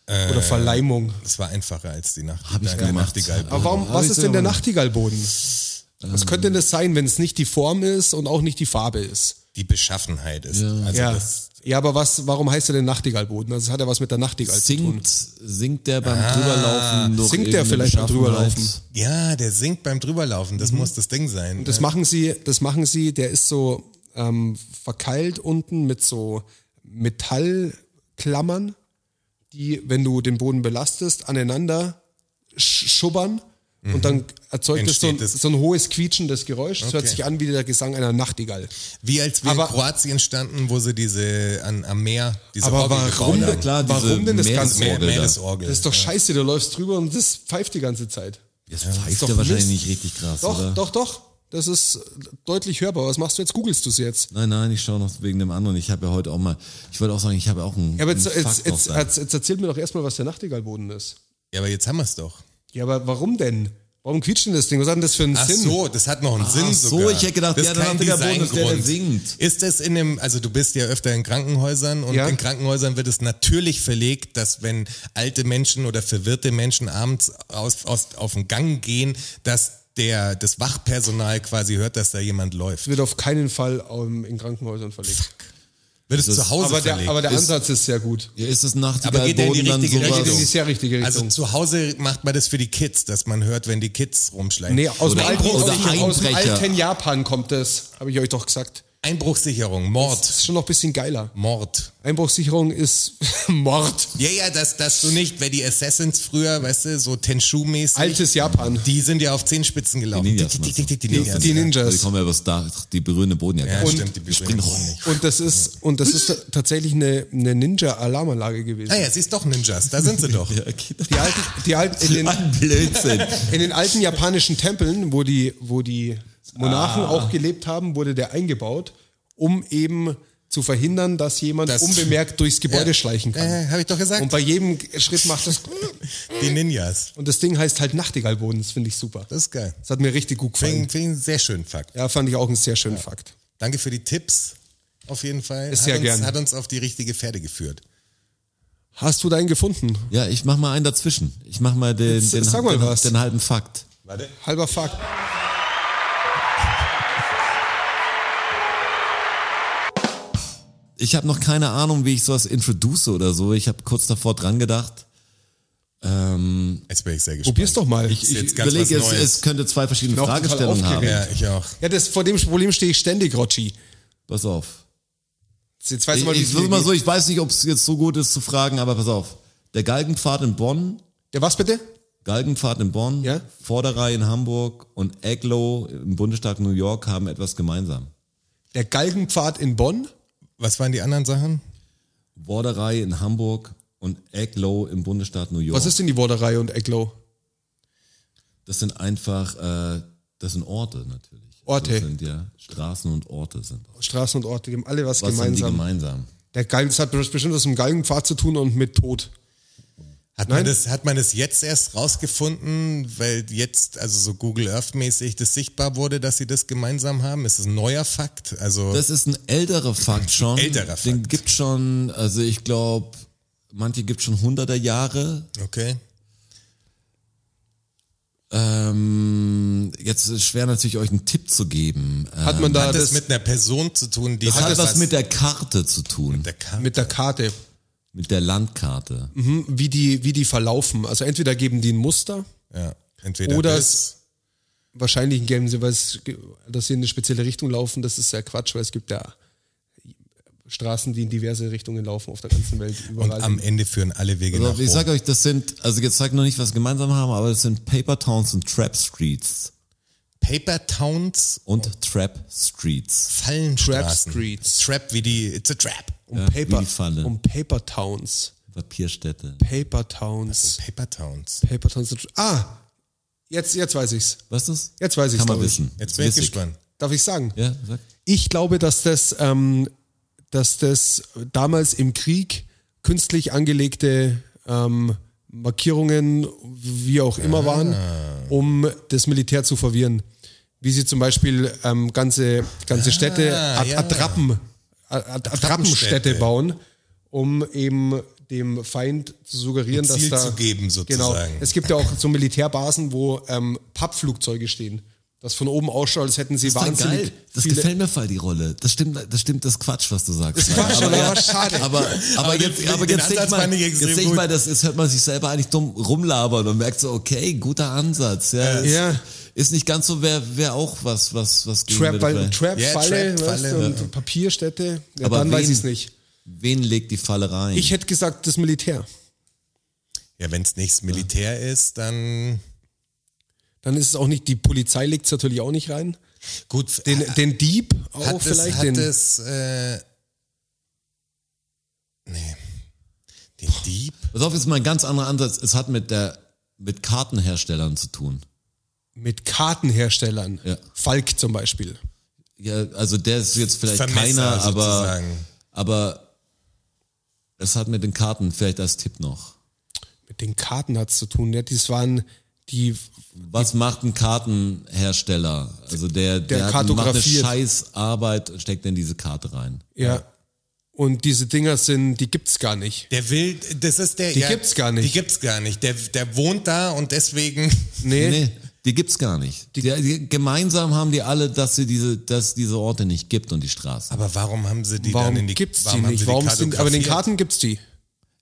[SPEAKER 4] Äh.
[SPEAKER 3] oder Verleimung.
[SPEAKER 4] Das war einfacher als die Nacht.
[SPEAKER 2] Hab ich
[SPEAKER 4] die
[SPEAKER 2] gemacht.
[SPEAKER 4] Nachtigall.
[SPEAKER 3] Aber warum,
[SPEAKER 2] hab
[SPEAKER 3] was
[SPEAKER 2] ich
[SPEAKER 3] ist
[SPEAKER 2] selber
[SPEAKER 3] denn der
[SPEAKER 2] noch-
[SPEAKER 3] Nachtigallboden? Was könnte denn das sein, wenn es nicht die Form ist und auch nicht die Farbe ist?
[SPEAKER 4] Die Beschaffenheit ist. Also
[SPEAKER 3] Ja,
[SPEAKER 4] das,
[SPEAKER 3] ja aber was, warum heißt er denn Nachtigallboden? Also es hat ja was mit der Nachtigall zu tun.
[SPEAKER 2] singt, singt der beim Drüberlaufen noch
[SPEAKER 3] Ah, Singt der
[SPEAKER 2] irgendeine
[SPEAKER 3] vielleicht beim
[SPEAKER 2] Beschaffenheit?
[SPEAKER 3] Drüberlaufen?
[SPEAKER 4] ja, der singt beim Drüberlaufen. Das muss das Ding sein.
[SPEAKER 3] Mhm. Das machen sie, das machen sie, der ist so ähm, verkeilt unten mit so Metallklammern, die, wenn du den Boden belastest, aneinander sch schubbern und dann erzeugt es so, ein-
[SPEAKER 4] Entsteht das-
[SPEAKER 3] so ein hohes quietschendes Geräusch. Es hört
[SPEAKER 4] Okay.
[SPEAKER 3] sich an wie der Gesang einer Nachtigall.
[SPEAKER 4] Wie als wir
[SPEAKER 3] Aber-
[SPEAKER 4] in Kroatien standen, wo sie diese an, am Meer, diese
[SPEAKER 3] Aber
[SPEAKER 4] Orgel
[SPEAKER 3] warum
[SPEAKER 4] gebaut
[SPEAKER 2] Ja,
[SPEAKER 4] haben.
[SPEAKER 2] klar, diese
[SPEAKER 3] Warum denn das
[SPEAKER 2] Meeresorgel
[SPEAKER 3] ganze-
[SPEAKER 4] Meer,
[SPEAKER 2] da.
[SPEAKER 4] Meeresorgel.
[SPEAKER 3] Das ist doch scheiße, du läufst drüber und das pfeift die ganze Zeit.
[SPEAKER 2] Das pfeift
[SPEAKER 3] doch
[SPEAKER 2] ja wahrscheinlich
[SPEAKER 3] Mist.
[SPEAKER 2] nicht richtig krass,
[SPEAKER 3] Doch,
[SPEAKER 2] oder?
[SPEAKER 3] doch, doch. Das ist deutlich hörbar. Was machst du jetzt? Googelst du es jetzt?
[SPEAKER 2] Nein, nein, ich schaue noch wegen dem anderen. Ich habe ja heute auch mal, ich wollte auch sagen, ich habe auch einen.
[SPEAKER 3] Ja, aber jetzt,
[SPEAKER 2] einen Fakt
[SPEAKER 3] jetzt,
[SPEAKER 2] noch
[SPEAKER 3] jetzt,
[SPEAKER 2] sagen.
[SPEAKER 3] jetzt, jetzt erzähl mir doch erstmal, was der Nachtigallboden ist.
[SPEAKER 4] Ja, aber jetzt haben wir es doch.
[SPEAKER 3] Ja, aber warum denn? Warum quietscht denn das Ding? Was hat denn das für einen
[SPEAKER 4] Ach
[SPEAKER 3] Sinn?
[SPEAKER 4] so, das hat noch einen Sinn
[SPEAKER 2] so,
[SPEAKER 4] sogar.
[SPEAKER 2] ich hätte gedacht,
[SPEAKER 4] das
[SPEAKER 2] ja, dann
[SPEAKER 4] kein
[SPEAKER 2] hat der Boden, dass der dann
[SPEAKER 4] Designgrund.
[SPEAKER 2] singt.
[SPEAKER 4] Ist das in dem, also du bist ja öfter in Krankenhäusern und
[SPEAKER 3] Ja.
[SPEAKER 4] in Krankenhäusern wird es natürlich verlegt, dass wenn alte Menschen oder verwirrte Menschen abends aus, aus, auf den Gang gehen, dass der, das Wachpersonal quasi hört, dass da jemand läuft.
[SPEAKER 3] Wird auf keinen Fall ähm, in Krankenhäusern verlegt.
[SPEAKER 4] Wird es zu Hause
[SPEAKER 3] Aber der,
[SPEAKER 4] verlegt.
[SPEAKER 3] aber der
[SPEAKER 2] Ist-
[SPEAKER 3] Ansatz ist sehr gut.
[SPEAKER 2] ja, ist das
[SPEAKER 4] Aber geht der in die
[SPEAKER 2] Nachtigallboden dann
[SPEAKER 4] richtige
[SPEAKER 2] sowas?
[SPEAKER 3] Der geht in die
[SPEAKER 4] Richtung?
[SPEAKER 3] sehr richtige
[SPEAKER 4] also
[SPEAKER 3] Richtung.
[SPEAKER 4] zu Hause macht man das für die Kids, dass man hört, wenn die Kids rumschleichen.
[SPEAKER 3] nee, aus dem,
[SPEAKER 2] oder
[SPEAKER 3] alten,
[SPEAKER 2] Einbruch-
[SPEAKER 3] aus,
[SPEAKER 2] oder
[SPEAKER 3] dem, aus dem
[SPEAKER 2] Einbrecher.
[SPEAKER 3] alten Japan kommt das. Habe ich euch doch gesagt.
[SPEAKER 4] Einbruchsicherung,
[SPEAKER 3] Das
[SPEAKER 4] Mord,
[SPEAKER 3] ist schon noch ein bisschen geiler.
[SPEAKER 4] Mord.
[SPEAKER 3] Einbruchsicherung ist Mord.
[SPEAKER 4] Ja, ja, dass, dass du nicht, weil die Assassins früher, weißt du, so Tenshu-mäßig,
[SPEAKER 3] Altes Japan.
[SPEAKER 4] die sind ja auf Zehenspitzen gelaufen.
[SPEAKER 2] Die Ninjas,
[SPEAKER 4] Tick, tick,
[SPEAKER 2] meinst du?
[SPEAKER 4] tick, tick, die
[SPEAKER 2] Die-
[SPEAKER 4] Ninjas.
[SPEAKER 3] die Ninjas.
[SPEAKER 2] Die kommen ja übers Dach, die berühren den Boden ja,
[SPEAKER 4] Ja,
[SPEAKER 2] gar nicht.
[SPEAKER 4] stimmt, die
[SPEAKER 2] springen
[SPEAKER 4] Bibel.
[SPEAKER 2] hoch.
[SPEAKER 3] Und das ist, und das ist ta- tatsächlich eine, eine Ninja-Alarmanlage gewesen.
[SPEAKER 4] Ah ja, sie ist doch Ninjas, da sind sie doch.
[SPEAKER 2] Ja, okay.
[SPEAKER 3] Die alten, die alten, in, den,
[SPEAKER 2] Ein Blödsinn.
[SPEAKER 3] in den alten japanischen Tempeln, wo die, wo die Monarchen
[SPEAKER 2] Ah.
[SPEAKER 3] auch gelebt haben, wurde der eingebaut, um eben zu verhindern, dass jemand
[SPEAKER 4] Das-
[SPEAKER 3] unbemerkt durchs Gebäude
[SPEAKER 4] Ja.
[SPEAKER 3] schleichen kann.
[SPEAKER 4] Äh, Habe ich doch gesagt,
[SPEAKER 3] Und bei jedem Schritt macht das.
[SPEAKER 4] die Ninjas.
[SPEAKER 3] Und das Ding heißt halt Nachtigallboden, das finde ich super.
[SPEAKER 4] Das ist geil.
[SPEAKER 3] Das hat mir richtig gut gefallen.
[SPEAKER 4] Finde find ich einen sehr schönen Fakt.
[SPEAKER 3] Ja, fand ich auch einen sehr schönen Fakt.
[SPEAKER 4] Danke für die Tipps, auf jeden Fall.
[SPEAKER 3] Ist
[SPEAKER 4] hat,
[SPEAKER 3] sehr
[SPEAKER 4] uns,
[SPEAKER 3] gern.
[SPEAKER 4] hat uns auf die richtige Pferde geführt.
[SPEAKER 3] Hast du deinen gefunden?
[SPEAKER 2] Ja, ich mach mal einen dazwischen. Ich mach mal den,
[SPEAKER 3] Jetzt
[SPEAKER 2] den,
[SPEAKER 3] sag mal
[SPEAKER 2] den,
[SPEAKER 3] was.
[SPEAKER 2] den halben Fakt.
[SPEAKER 4] Warte.
[SPEAKER 3] Halber Fakt.
[SPEAKER 2] Ich habe noch keine Ahnung, wie ich sowas introduce oder so. Ich habe kurz davor dran gedacht. Ähm,
[SPEAKER 4] Jetzt bin ich sehr gespannt.
[SPEAKER 3] Probier's doch mal.
[SPEAKER 4] Ist
[SPEAKER 2] ich
[SPEAKER 4] jetzt ganz
[SPEAKER 2] überlege,
[SPEAKER 4] was
[SPEAKER 2] es,
[SPEAKER 4] Neues.
[SPEAKER 2] es könnte zwei verschiedene
[SPEAKER 3] bin auch total
[SPEAKER 2] Fragestellungen haben.
[SPEAKER 3] aufgeregt.
[SPEAKER 4] Ja, ich auch.
[SPEAKER 3] Ja, das, vor dem Problem stehe ich ständig, Rotschi.
[SPEAKER 2] Pass auf.
[SPEAKER 3] Jetzt weiß
[SPEAKER 2] Ich,
[SPEAKER 3] mal, wie
[SPEAKER 2] ich,
[SPEAKER 3] viel
[SPEAKER 2] sag mal
[SPEAKER 3] geht.
[SPEAKER 2] so, ich weiß nicht, ob es jetzt so gut ist zu fragen, aber pass auf. Der Galgenpfad in Bonn,
[SPEAKER 3] Der was bitte?
[SPEAKER 2] Galgenpfad in Bonn,
[SPEAKER 3] Ja?
[SPEAKER 2] Vorderei in Hamburg und Eglow im Bundesstaat New York haben etwas gemeinsam.
[SPEAKER 3] Der Galgenpfad in Bonn?
[SPEAKER 4] Was waren die anderen Sachen?
[SPEAKER 2] Vorderei in Hamburg und Eglow im Bundesstaat New York.
[SPEAKER 3] Was ist denn die Worderei und Ecklow?
[SPEAKER 2] Das sind einfach, äh, das sind Orte natürlich. Also
[SPEAKER 3] Orte.
[SPEAKER 2] Das sind ja Straßen und Orte sind. auch.
[SPEAKER 3] Straßen und Orte, die haben alle was,
[SPEAKER 2] Was haben die
[SPEAKER 3] gemeinsam.
[SPEAKER 2] gemeinsam?
[SPEAKER 3] der Galgen, das hat bestimmt was mit dem Galgenpfad zu tun und mit Tod.
[SPEAKER 4] Hat
[SPEAKER 3] Nein.
[SPEAKER 4] man, das, hat man das jetzt erst rausgefunden, weil jetzt, also so Google Earth-mäßig, das sichtbar wurde, dass sie das gemeinsam haben? Ist das ein neuer Fakt? Also,
[SPEAKER 2] Das ist ein älterer Fakt schon.
[SPEAKER 4] Älterer
[SPEAKER 2] Den
[SPEAKER 4] Fakt.
[SPEAKER 2] gibt schon, also ich glaube, manche gibt schon hunderte Jahre.
[SPEAKER 4] okay.
[SPEAKER 2] Ähm, jetzt ist schwer natürlich euch einen Tipp zu geben. Äh,
[SPEAKER 3] Hat man da
[SPEAKER 4] Hat das,
[SPEAKER 3] das,
[SPEAKER 4] mit einer Person zu tun, die
[SPEAKER 2] das hat was mit der Karte zu tun,
[SPEAKER 4] der Karte.
[SPEAKER 3] mit der Karte?
[SPEAKER 2] mit der Landkarte.
[SPEAKER 3] Wie die, wie die verlaufen. Also entweder geben die ein Muster,
[SPEAKER 4] ja. Entweder
[SPEAKER 3] Oder
[SPEAKER 4] das,
[SPEAKER 3] wahrscheinlich geben sie, weil es, ge- dass sie in eine spezielle Richtung laufen, das ist ja Quatsch, weil es gibt ja Straßen, die in diverse Richtungen laufen auf der ganzen Welt.
[SPEAKER 4] Und
[SPEAKER 3] Überall.
[SPEAKER 4] am Ende führen alle Wege nach
[SPEAKER 2] Also, ich
[SPEAKER 4] Rom.
[SPEAKER 2] sag euch, das sind, also jetzt zeigt noch nicht, was wir gemeinsam haben, aber das sind Paper Towns und Trap Streets.
[SPEAKER 4] Paper Towns,
[SPEAKER 2] Und Trap Streets.
[SPEAKER 3] Trap
[SPEAKER 4] Fallenstraßen.
[SPEAKER 3] Streets.
[SPEAKER 4] Trap wie die, it's a trap.
[SPEAKER 3] um,
[SPEAKER 2] Ja, wie
[SPEAKER 3] Paper,
[SPEAKER 2] die Falle.
[SPEAKER 3] um Paper Towns.
[SPEAKER 2] Papierstädte.
[SPEAKER 3] Paper Towns.
[SPEAKER 4] Paper Towns.
[SPEAKER 2] Also
[SPEAKER 3] Paper Towns. sind- Ah, jetzt, jetzt weiß ich's.
[SPEAKER 2] Was ist das?
[SPEAKER 3] Jetzt weiß ich's.
[SPEAKER 2] Kann man
[SPEAKER 3] glaub ich.
[SPEAKER 2] wissen.
[SPEAKER 4] Jetzt bin ich
[SPEAKER 2] Witzig.
[SPEAKER 4] gespannt.
[SPEAKER 3] Darf ich sagen?
[SPEAKER 2] Ja, sag.
[SPEAKER 3] Ich glaube, dass das, ähm, dass das damals im Krieg künstlich angelegte ähm, Markierungen, wie auch immer waren, um das Militär zu verwirren. Wie sie zum Beispiel ähm, ganze, ganze Städte, Ad
[SPEAKER 4] ja.
[SPEAKER 3] Attrappen, Ad Ad Attrappenstädte bauen, um eben dem Feind zu suggerieren,
[SPEAKER 4] Ein Ziel
[SPEAKER 3] dass da
[SPEAKER 4] zu geben, sozusagen.
[SPEAKER 3] Genau. Es gibt ja auch so Militärbasen, wo ähm, Pappflugzeuge stehen, das von oben ausschaut, als hätten sie
[SPEAKER 2] Das ist doch
[SPEAKER 3] wahnsinnig
[SPEAKER 2] geil. Das
[SPEAKER 3] viele
[SPEAKER 2] gefällt mir voll, die Rolle. Das stimmt, das stimmt, das ist Quatsch, was du sagst. Das
[SPEAKER 3] Quatsch,
[SPEAKER 2] aber,
[SPEAKER 3] oder?
[SPEAKER 2] ja,
[SPEAKER 3] Aber schade.
[SPEAKER 2] Aber, aber,
[SPEAKER 4] Aber den-
[SPEAKER 2] jetzt, aber
[SPEAKER 4] den
[SPEAKER 2] jetzt sehe ich
[SPEAKER 4] Ansatz
[SPEAKER 2] mal,
[SPEAKER 4] fand ich
[SPEAKER 2] jetzt
[SPEAKER 4] extrem
[SPEAKER 2] seh ich
[SPEAKER 4] gut.
[SPEAKER 2] mal das, jetzt hört man sich selber eigentlich dumm rumlabern und merkt so, okay, guter Ansatz. Ja, ist,
[SPEAKER 3] Ja.
[SPEAKER 2] ist nicht ganz so, wer, wer auch was, was, was gegen
[SPEAKER 3] Trap,
[SPEAKER 2] würde
[SPEAKER 3] weil,
[SPEAKER 2] vielleicht.
[SPEAKER 3] Trap,
[SPEAKER 4] Ja,
[SPEAKER 3] Falle,
[SPEAKER 4] Trap,
[SPEAKER 3] weißt,
[SPEAKER 4] Falle,
[SPEAKER 3] du, und
[SPEAKER 4] ja.
[SPEAKER 3] Papierstädte. Ja,
[SPEAKER 2] Aber
[SPEAKER 3] dann weiß
[SPEAKER 2] wen-
[SPEAKER 3] ich es nicht.
[SPEAKER 2] Wen legt die Falle rein?
[SPEAKER 3] Ich hätte gesagt, das Militär.
[SPEAKER 4] Ja, wenn es nichts Militär ist, dann
[SPEAKER 3] Dann ist es auch nicht, die Polizei legt es natürlich auch nicht rein.
[SPEAKER 4] gut.
[SPEAKER 3] Den, den Dieb auch
[SPEAKER 4] Ah. hat es,
[SPEAKER 3] vielleicht.
[SPEAKER 4] hat
[SPEAKER 3] den,
[SPEAKER 4] es äh, nee. Den Dieb?
[SPEAKER 2] Pass auf, jetzt mal ein ganz anderer Ansatz. Es hat mit der, mit Kartenherstellern zu tun.
[SPEAKER 3] mit Kartenherstellern.
[SPEAKER 2] Ja.
[SPEAKER 3] Falk zum Beispiel.
[SPEAKER 2] Ja, also der ist jetzt vielleicht
[SPEAKER 4] Vermesser
[SPEAKER 2] keiner, aber,
[SPEAKER 4] sozusagen.
[SPEAKER 2] aber es hat mit den Karten vielleicht als Tipp noch.
[SPEAKER 3] Mit den Karten hat es zu tun. Ja, das waren die.
[SPEAKER 2] Was macht ein Kartenhersteller? Also der, der, hat- macht eine
[SPEAKER 3] kartografiert.
[SPEAKER 2] scheiß Arbeit und steckt in diese Karte rein.
[SPEAKER 3] Ja. Und diese Dinger sind, die gibt's gar nicht.
[SPEAKER 4] Der will, das ist der.
[SPEAKER 3] Die gibt's gar nicht.
[SPEAKER 4] Die gibt's gar nicht. Der, der wohnt da und deswegen.
[SPEAKER 3] Nee.
[SPEAKER 2] Nee, die gibt's gar nicht. Die, die, gemeinsam haben die alle, dass sie diese, dass diese Orte nicht gibt und die Straßen.
[SPEAKER 4] Aber warum haben sie die dann
[SPEAKER 3] Warum
[SPEAKER 4] in die
[SPEAKER 3] gibt's die
[SPEAKER 4] warum haben sie
[SPEAKER 3] nicht? Warum sind, aber in den
[SPEAKER 4] kartografiert?
[SPEAKER 3] Karten gibt's die.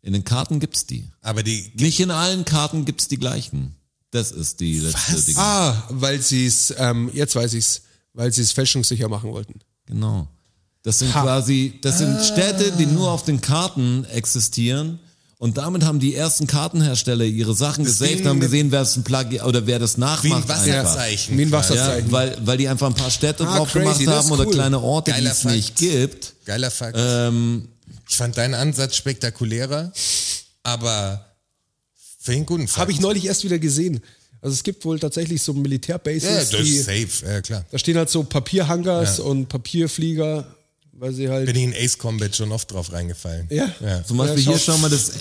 [SPEAKER 2] In den Karten gibt's die.
[SPEAKER 4] Aber die.
[SPEAKER 2] Nicht in allen Karten gibt's die gleichen. Das ist die letzte Ding.
[SPEAKER 3] Ah, weil sie es, ähm, jetzt weiß ich's, weil sie es fälschungssicher machen wollten.
[SPEAKER 2] Genau. Das sind quasi, das sind Städte, die nur auf den Karten existieren. Und damit haben die ersten Kartenhersteller ihre Sachen gesaved,
[SPEAKER 4] Ding
[SPEAKER 2] haben
[SPEAKER 4] mit-
[SPEAKER 2] gesehen, wer es ein Plagi oder wer das
[SPEAKER 4] Wie
[SPEAKER 2] nachmacht.
[SPEAKER 4] ein
[SPEAKER 2] einfach.
[SPEAKER 4] Wasserzeichen.
[SPEAKER 3] Wie ein
[SPEAKER 4] quasi.
[SPEAKER 3] Wasser-
[SPEAKER 2] Ja,
[SPEAKER 3] Zeichen.
[SPEAKER 2] weil, weil die einfach ein paar Städte
[SPEAKER 3] Ah,
[SPEAKER 2] drauf
[SPEAKER 3] crazy,
[SPEAKER 2] gemacht
[SPEAKER 3] das
[SPEAKER 2] haben
[SPEAKER 3] ist
[SPEAKER 2] oder
[SPEAKER 3] cool.
[SPEAKER 2] kleine Orte, die
[SPEAKER 4] Geiler
[SPEAKER 2] es
[SPEAKER 4] Fakt.
[SPEAKER 2] nicht gibt.
[SPEAKER 4] Geiler Fakt.
[SPEAKER 3] Ähm.
[SPEAKER 4] ich fand deinen Ansatz spektakulärer, aber für einen guten Fakt.
[SPEAKER 3] Habe ich neulich erst wieder gesehen. Also es gibt wohl tatsächlich so
[SPEAKER 4] Ja, das
[SPEAKER 3] Militärbases,
[SPEAKER 4] ist
[SPEAKER 3] die,
[SPEAKER 4] safe, ja klar.
[SPEAKER 3] da stehen halt so Papierhangars und Papierflieger, weil sie halt...
[SPEAKER 4] Bin ich in Ace Combat schon oft drauf reingefallen.
[SPEAKER 3] Ja.
[SPEAKER 2] Zum Beispiel
[SPEAKER 3] Ja,
[SPEAKER 2] hier
[SPEAKER 3] schau.
[SPEAKER 2] schauen wir das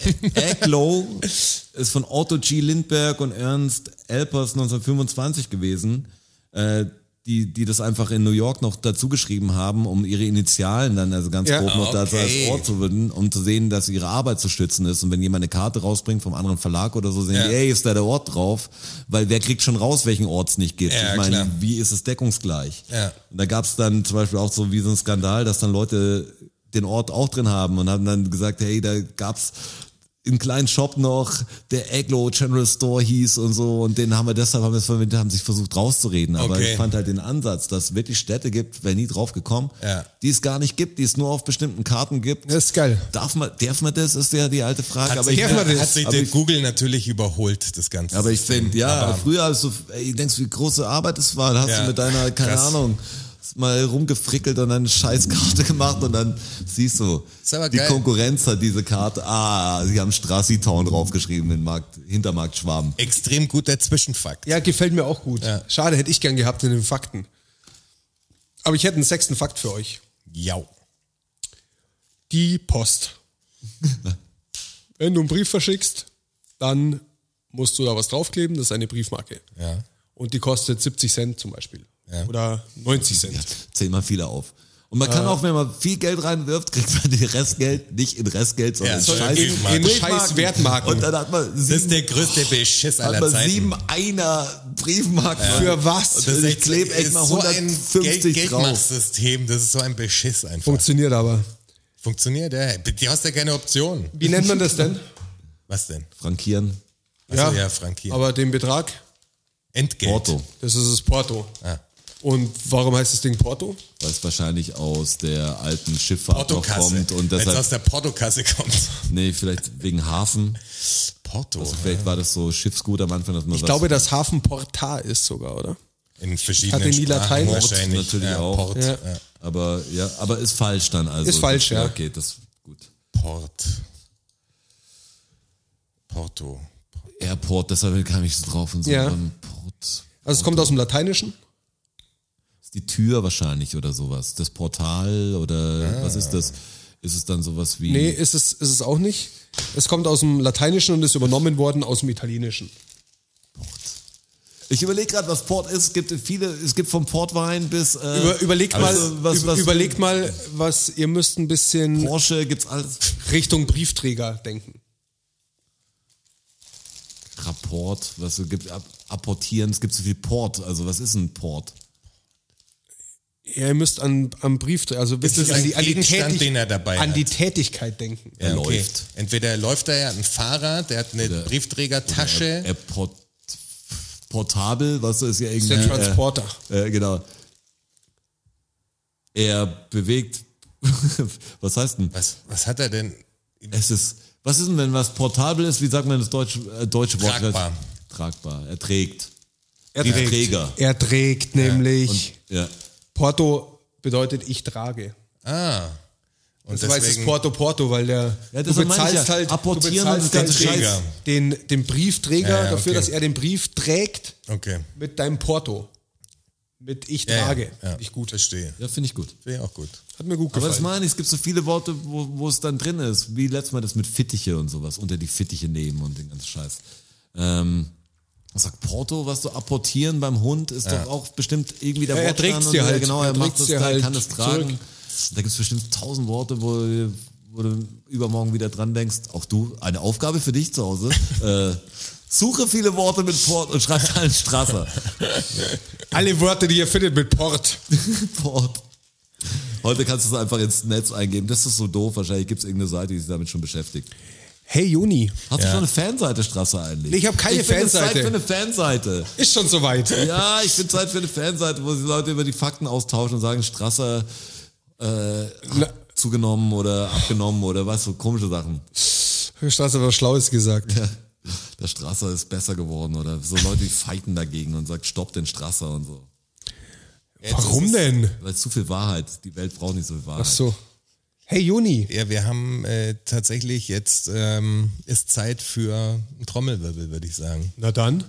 [SPEAKER 2] Aglow ist von Otto G. Lindberg und Ernst Elpers 1925 gewesen, äh, die, die das einfach in New York noch dazu geschrieben haben, um ihre Initialen dann also ganz
[SPEAKER 3] Ja,
[SPEAKER 2] grob noch dazu als
[SPEAKER 4] okay.
[SPEAKER 2] Ort zu würden, um zu sehen, dass ihre Arbeit zu stützen ist. Und wenn jemand eine Karte rausbringt vom anderen Verlag oder so, sehen
[SPEAKER 4] Ja.
[SPEAKER 2] die, ey, ist da der Ort drauf? Weil wer kriegt schon raus, welchen Ort es nicht gibt?
[SPEAKER 4] Ja,
[SPEAKER 2] ich meine,
[SPEAKER 4] klar.
[SPEAKER 2] wie ist es deckungsgleich?
[SPEAKER 4] Ja.
[SPEAKER 2] Und da gab's dann zum Beispiel auch so wie so ein Skandal, dass dann Leute den Ort auch drin haben und haben dann gesagt, hey, da gab's einen kleinen Shop noch, der Aglo General Store hieß und so und den haben wir deshalb haben wir es verwendet, haben sich versucht rauszureden, aber
[SPEAKER 4] Okay.
[SPEAKER 2] ich fand halt den Ansatz, dass es wirklich Städte gibt, wäre nie drauf gekommen,
[SPEAKER 4] Ja.
[SPEAKER 2] die es gar nicht gibt, die es nur auf bestimmten Karten gibt.
[SPEAKER 3] Das ist geil.
[SPEAKER 2] Darf man, darf man das, ist ja die alte Frage,
[SPEAKER 4] Hat,
[SPEAKER 2] aber
[SPEAKER 4] sich,
[SPEAKER 2] ich,
[SPEAKER 3] man das?
[SPEAKER 4] hat sich
[SPEAKER 2] aber
[SPEAKER 4] der
[SPEAKER 2] ich-
[SPEAKER 4] Google natürlich überholt, das Ganze.
[SPEAKER 2] aber ich finde, ja,
[SPEAKER 4] Aber-
[SPEAKER 2] früher hast du, ey, du denkst, wie große Arbeit es war, da hast
[SPEAKER 4] Ja,
[SPEAKER 2] du mit deiner, keine
[SPEAKER 4] krass.
[SPEAKER 2] Ahnung, hast mal rumgefrickelt und dann eine Scheißkarte gemacht und dann siehst du,
[SPEAKER 4] Ist aber
[SPEAKER 2] die
[SPEAKER 4] geil.
[SPEAKER 2] Konkurrenz hat diese Karte, ah, sie haben Strassi Town draufgeschrieben in Markt, Hintermarkt Schwaben.
[SPEAKER 4] Extrem guter Zwischenfakt.
[SPEAKER 3] Ja, gefällt mir auch gut.
[SPEAKER 4] Ja.
[SPEAKER 3] Schade, hätte ich gern gehabt in den Fakten. Aber ich hätte einen sechsten Fakt für euch.
[SPEAKER 4] Ja.
[SPEAKER 3] Die Post. Wenn du einen Brief verschickst, dann musst du da was draufkleben, das ist eine Briefmarke.
[SPEAKER 4] Ja.
[SPEAKER 3] Und die kostet 70 Cent zum Beispiel.
[SPEAKER 4] Ja.
[SPEAKER 3] Oder 90 Cent.
[SPEAKER 2] Zehnmal viele auf. Und man
[SPEAKER 4] Äh.
[SPEAKER 2] kann auch, wenn man viel Geld reinwirft, kriegt man die Restgeld nicht in Restgeld, sondern
[SPEAKER 4] Ja,
[SPEAKER 2] in
[SPEAKER 4] sondern
[SPEAKER 2] Scheiß,
[SPEAKER 4] in- in
[SPEAKER 2] Briefmarken.
[SPEAKER 3] scheiß Wertmarken.
[SPEAKER 2] Und dann hat man
[SPEAKER 4] Das ist
[SPEAKER 2] sieben,
[SPEAKER 4] der größte Beschiss
[SPEAKER 2] hat
[SPEAKER 4] aller
[SPEAKER 2] man
[SPEAKER 4] Zeiten.
[SPEAKER 2] sieben einer Briefmarken.
[SPEAKER 3] Für was?
[SPEAKER 2] Und das ich klebe echt
[SPEAKER 4] ist
[SPEAKER 2] mal
[SPEAKER 4] so ein
[SPEAKER 2] 150
[SPEAKER 4] Geld
[SPEAKER 2] drauf.
[SPEAKER 4] Geldmachsystem, das ist so ein Beschiss einfach.
[SPEAKER 3] Funktioniert aber.
[SPEAKER 4] Funktioniert, ja. Du hast ja keine Option.
[SPEAKER 3] Wie nennt man das denn?
[SPEAKER 4] Was denn?
[SPEAKER 2] Frankieren.
[SPEAKER 4] Achso, ja, Frankieren.
[SPEAKER 3] Aber den Betrag,
[SPEAKER 4] Entgelt.
[SPEAKER 2] Porto.
[SPEAKER 3] das ist das Porto.
[SPEAKER 4] Ah.
[SPEAKER 3] Und warum heißt das Ding Porto?
[SPEAKER 2] weil es wahrscheinlich aus der alten Schifffahrt noch
[SPEAKER 4] Portokasse.
[SPEAKER 2] kommt und
[SPEAKER 4] Wenn es
[SPEAKER 2] deshalb,
[SPEAKER 4] aus der Portokasse kommt.
[SPEAKER 2] nee, vielleicht wegen Hafen.
[SPEAKER 4] Porto.
[SPEAKER 2] Also vielleicht war das so Schiffsgut am Anfang, dass man
[SPEAKER 3] Ich glaube, dass Hafen Porta ist sogar, oder?
[SPEAKER 4] in verschiedenen
[SPEAKER 3] Hatte nie
[SPEAKER 4] Sprachen
[SPEAKER 3] Latein. Port
[SPEAKER 4] wahrscheinlich.
[SPEAKER 2] natürlich
[SPEAKER 4] ja,
[SPEAKER 2] auch.
[SPEAKER 4] Port.
[SPEAKER 3] Ja.
[SPEAKER 4] Ja.
[SPEAKER 2] Aber ja, aber ist falsch dann also.
[SPEAKER 3] Ist falsch, ja.
[SPEAKER 2] Okay, das gut.
[SPEAKER 4] Port. Porto.
[SPEAKER 2] Airport, deshalb kam ich so drauf und so.
[SPEAKER 3] Ja.
[SPEAKER 2] dann Port,
[SPEAKER 3] Also es kommt aus dem Lateinischen.
[SPEAKER 2] ist die Tür wahrscheinlich oder sowas. Das Portal oder was ist das? Ist es dann sowas wie
[SPEAKER 3] Ah.
[SPEAKER 4] Hm.
[SPEAKER 3] Nee, ist es, ist es auch nicht. Es kommt aus dem Lateinischen und ist übernommen worden aus dem Italienischen.
[SPEAKER 2] Ich überlege gerade, was Port ist. Es gibt viele, es gibt vom Portwein bis äh,
[SPEAKER 3] Über, überlegt mal,
[SPEAKER 2] also was,
[SPEAKER 3] üb-
[SPEAKER 2] was,
[SPEAKER 3] überlegt mal, was ihr müsst ein bisschen
[SPEAKER 2] Porsche gibt's alles.
[SPEAKER 3] Richtung Briefträger denken.
[SPEAKER 2] Rapport, was es gibt ab, apportieren, es gibt so viel Port, also was ist ein Port?
[SPEAKER 3] Ja, ihr müsst an am Briefträger, also wirklich an
[SPEAKER 4] das ein
[SPEAKER 3] die, an, die
[SPEAKER 4] Gegenstand,
[SPEAKER 3] Tätig-
[SPEAKER 4] den er dabei
[SPEAKER 3] an
[SPEAKER 4] hat?
[SPEAKER 3] die Tätigkeit denken.
[SPEAKER 2] Er läuft.
[SPEAKER 4] Entweder läuft er, er hat einen Fahrer, der hat eine Briefträgertasche.
[SPEAKER 2] Er, er port, portabel, was ist ja irgendwie.
[SPEAKER 3] Der Transporter.
[SPEAKER 2] Äh, äh, genau. Er bewegt. was heißt denn?
[SPEAKER 4] Was, was hat er denn?
[SPEAKER 2] Es ist. Was ist denn, wenn was portabel ist? Wie sagt man das deutsche, äh, deutsche Wort?
[SPEAKER 4] Tragbar.
[SPEAKER 2] Tragbar. Er trägt.
[SPEAKER 3] Er
[SPEAKER 2] Die
[SPEAKER 3] trägt.
[SPEAKER 2] Träger.
[SPEAKER 3] Er trägt nämlich.
[SPEAKER 2] Ja.
[SPEAKER 3] Porto bedeutet ich trage.
[SPEAKER 4] Ah. Und
[SPEAKER 3] Das weiß es
[SPEAKER 4] deswegen
[SPEAKER 3] Porto Porto, weil der
[SPEAKER 2] Ja,
[SPEAKER 3] du
[SPEAKER 2] das meine ich
[SPEAKER 3] bezahlst
[SPEAKER 2] ja.
[SPEAKER 3] halt, du
[SPEAKER 2] Apportieren und
[SPEAKER 3] bezahlst
[SPEAKER 2] den
[SPEAKER 3] halt
[SPEAKER 2] Träger.
[SPEAKER 3] den, den, den Briefträger
[SPEAKER 4] Ja, ja,
[SPEAKER 3] dafür,
[SPEAKER 4] okay.
[SPEAKER 3] dass er den Brief trägt
[SPEAKER 4] Okay.
[SPEAKER 3] mit deinem Porto. Mit ich
[SPEAKER 4] Ja,
[SPEAKER 3] trage.
[SPEAKER 4] Ja, ja.
[SPEAKER 3] Ich gut.
[SPEAKER 4] Verstehe.
[SPEAKER 2] Ja, finde ich gut.
[SPEAKER 4] Finde ich auch gut.
[SPEAKER 3] Hat mir gut
[SPEAKER 2] Aber das
[SPEAKER 3] gefallen.
[SPEAKER 2] meine ich, es gibt so viele Worte, wo, wo es dann drin ist. Wie letztes Mal das mit Fittiche und sowas, unter die Fittiche nehmen und den ganzen Scheiß. Ähm, was sagt Porto, was so apportieren beim Hund, ist doch auch bestimmt irgendwie der
[SPEAKER 3] Ja, er
[SPEAKER 2] Wortstamm
[SPEAKER 3] trägt's
[SPEAKER 2] und
[SPEAKER 3] dir
[SPEAKER 2] so.
[SPEAKER 3] halt.
[SPEAKER 2] Genau, er,
[SPEAKER 3] Er
[SPEAKER 2] macht
[SPEAKER 3] trägt's
[SPEAKER 2] das,
[SPEAKER 3] dir
[SPEAKER 2] er
[SPEAKER 3] halt
[SPEAKER 2] kann es tragen.
[SPEAKER 3] zurück.
[SPEAKER 2] Da gibt es bestimmt tausend Worte, wo, du- wo du übermorgen wieder dran denkst. Auch du, eine Aufgabe für dich zu Hause. äh, suche viele Worte mit Port und schreib einen Strasser.
[SPEAKER 3] Alle Wörter, die ihr findet mit Port.
[SPEAKER 2] Port. Heute kannst du es einfach ins Netz eingeben. Das ist so doof. Wahrscheinlich gibt es irgendeine Seite, die sich damit schon beschäftigt.
[SPEAKER 3] Hey Juni.
[SPEAKER 2] Hast du schon eine Fanseite, Straße eigentlich?
[SPEAKER 3] Nee, ich hab keine
[SPEAKER 2] finde, es ist
[SPEAKER 3] Fanseite.
[SPEAKER 2] Zeit für eine Fanseite.
[SPEAKER 3] Ist schon soweit.
[SPEAKER 2] Ja, ich finde Zeit für eine Fanseite, wo die Leute über die Fakten austauschen und sagen, Strasser
[SPEAKER 3] Na,
[SPEAKER 2] zugenommen oder abgenommen oder was, so komische Sachen.
[SPEAKER 3] Straße hat was Schlaues gesagt.
[SPEAKER 2] Der Strasser ist besser geworden oder so Leute, die fighten dagegen und sagt, stopp den Strasser und so.
[SPEAKER 3] Warum denn?
[SPEAKER 2] Weil es zu viel Wahrheit, die Welt braucht nicht so viel Wahrheit.
[SPEAKER 3] Ach so. Hey Juni.
[SPEAKER 4] Ja, wir haben äh, tatsächlich jetzt ähm, ist Zeit für einen Trommelwirbel, würde ich sagen.
[SPEAKER 3] Na dann.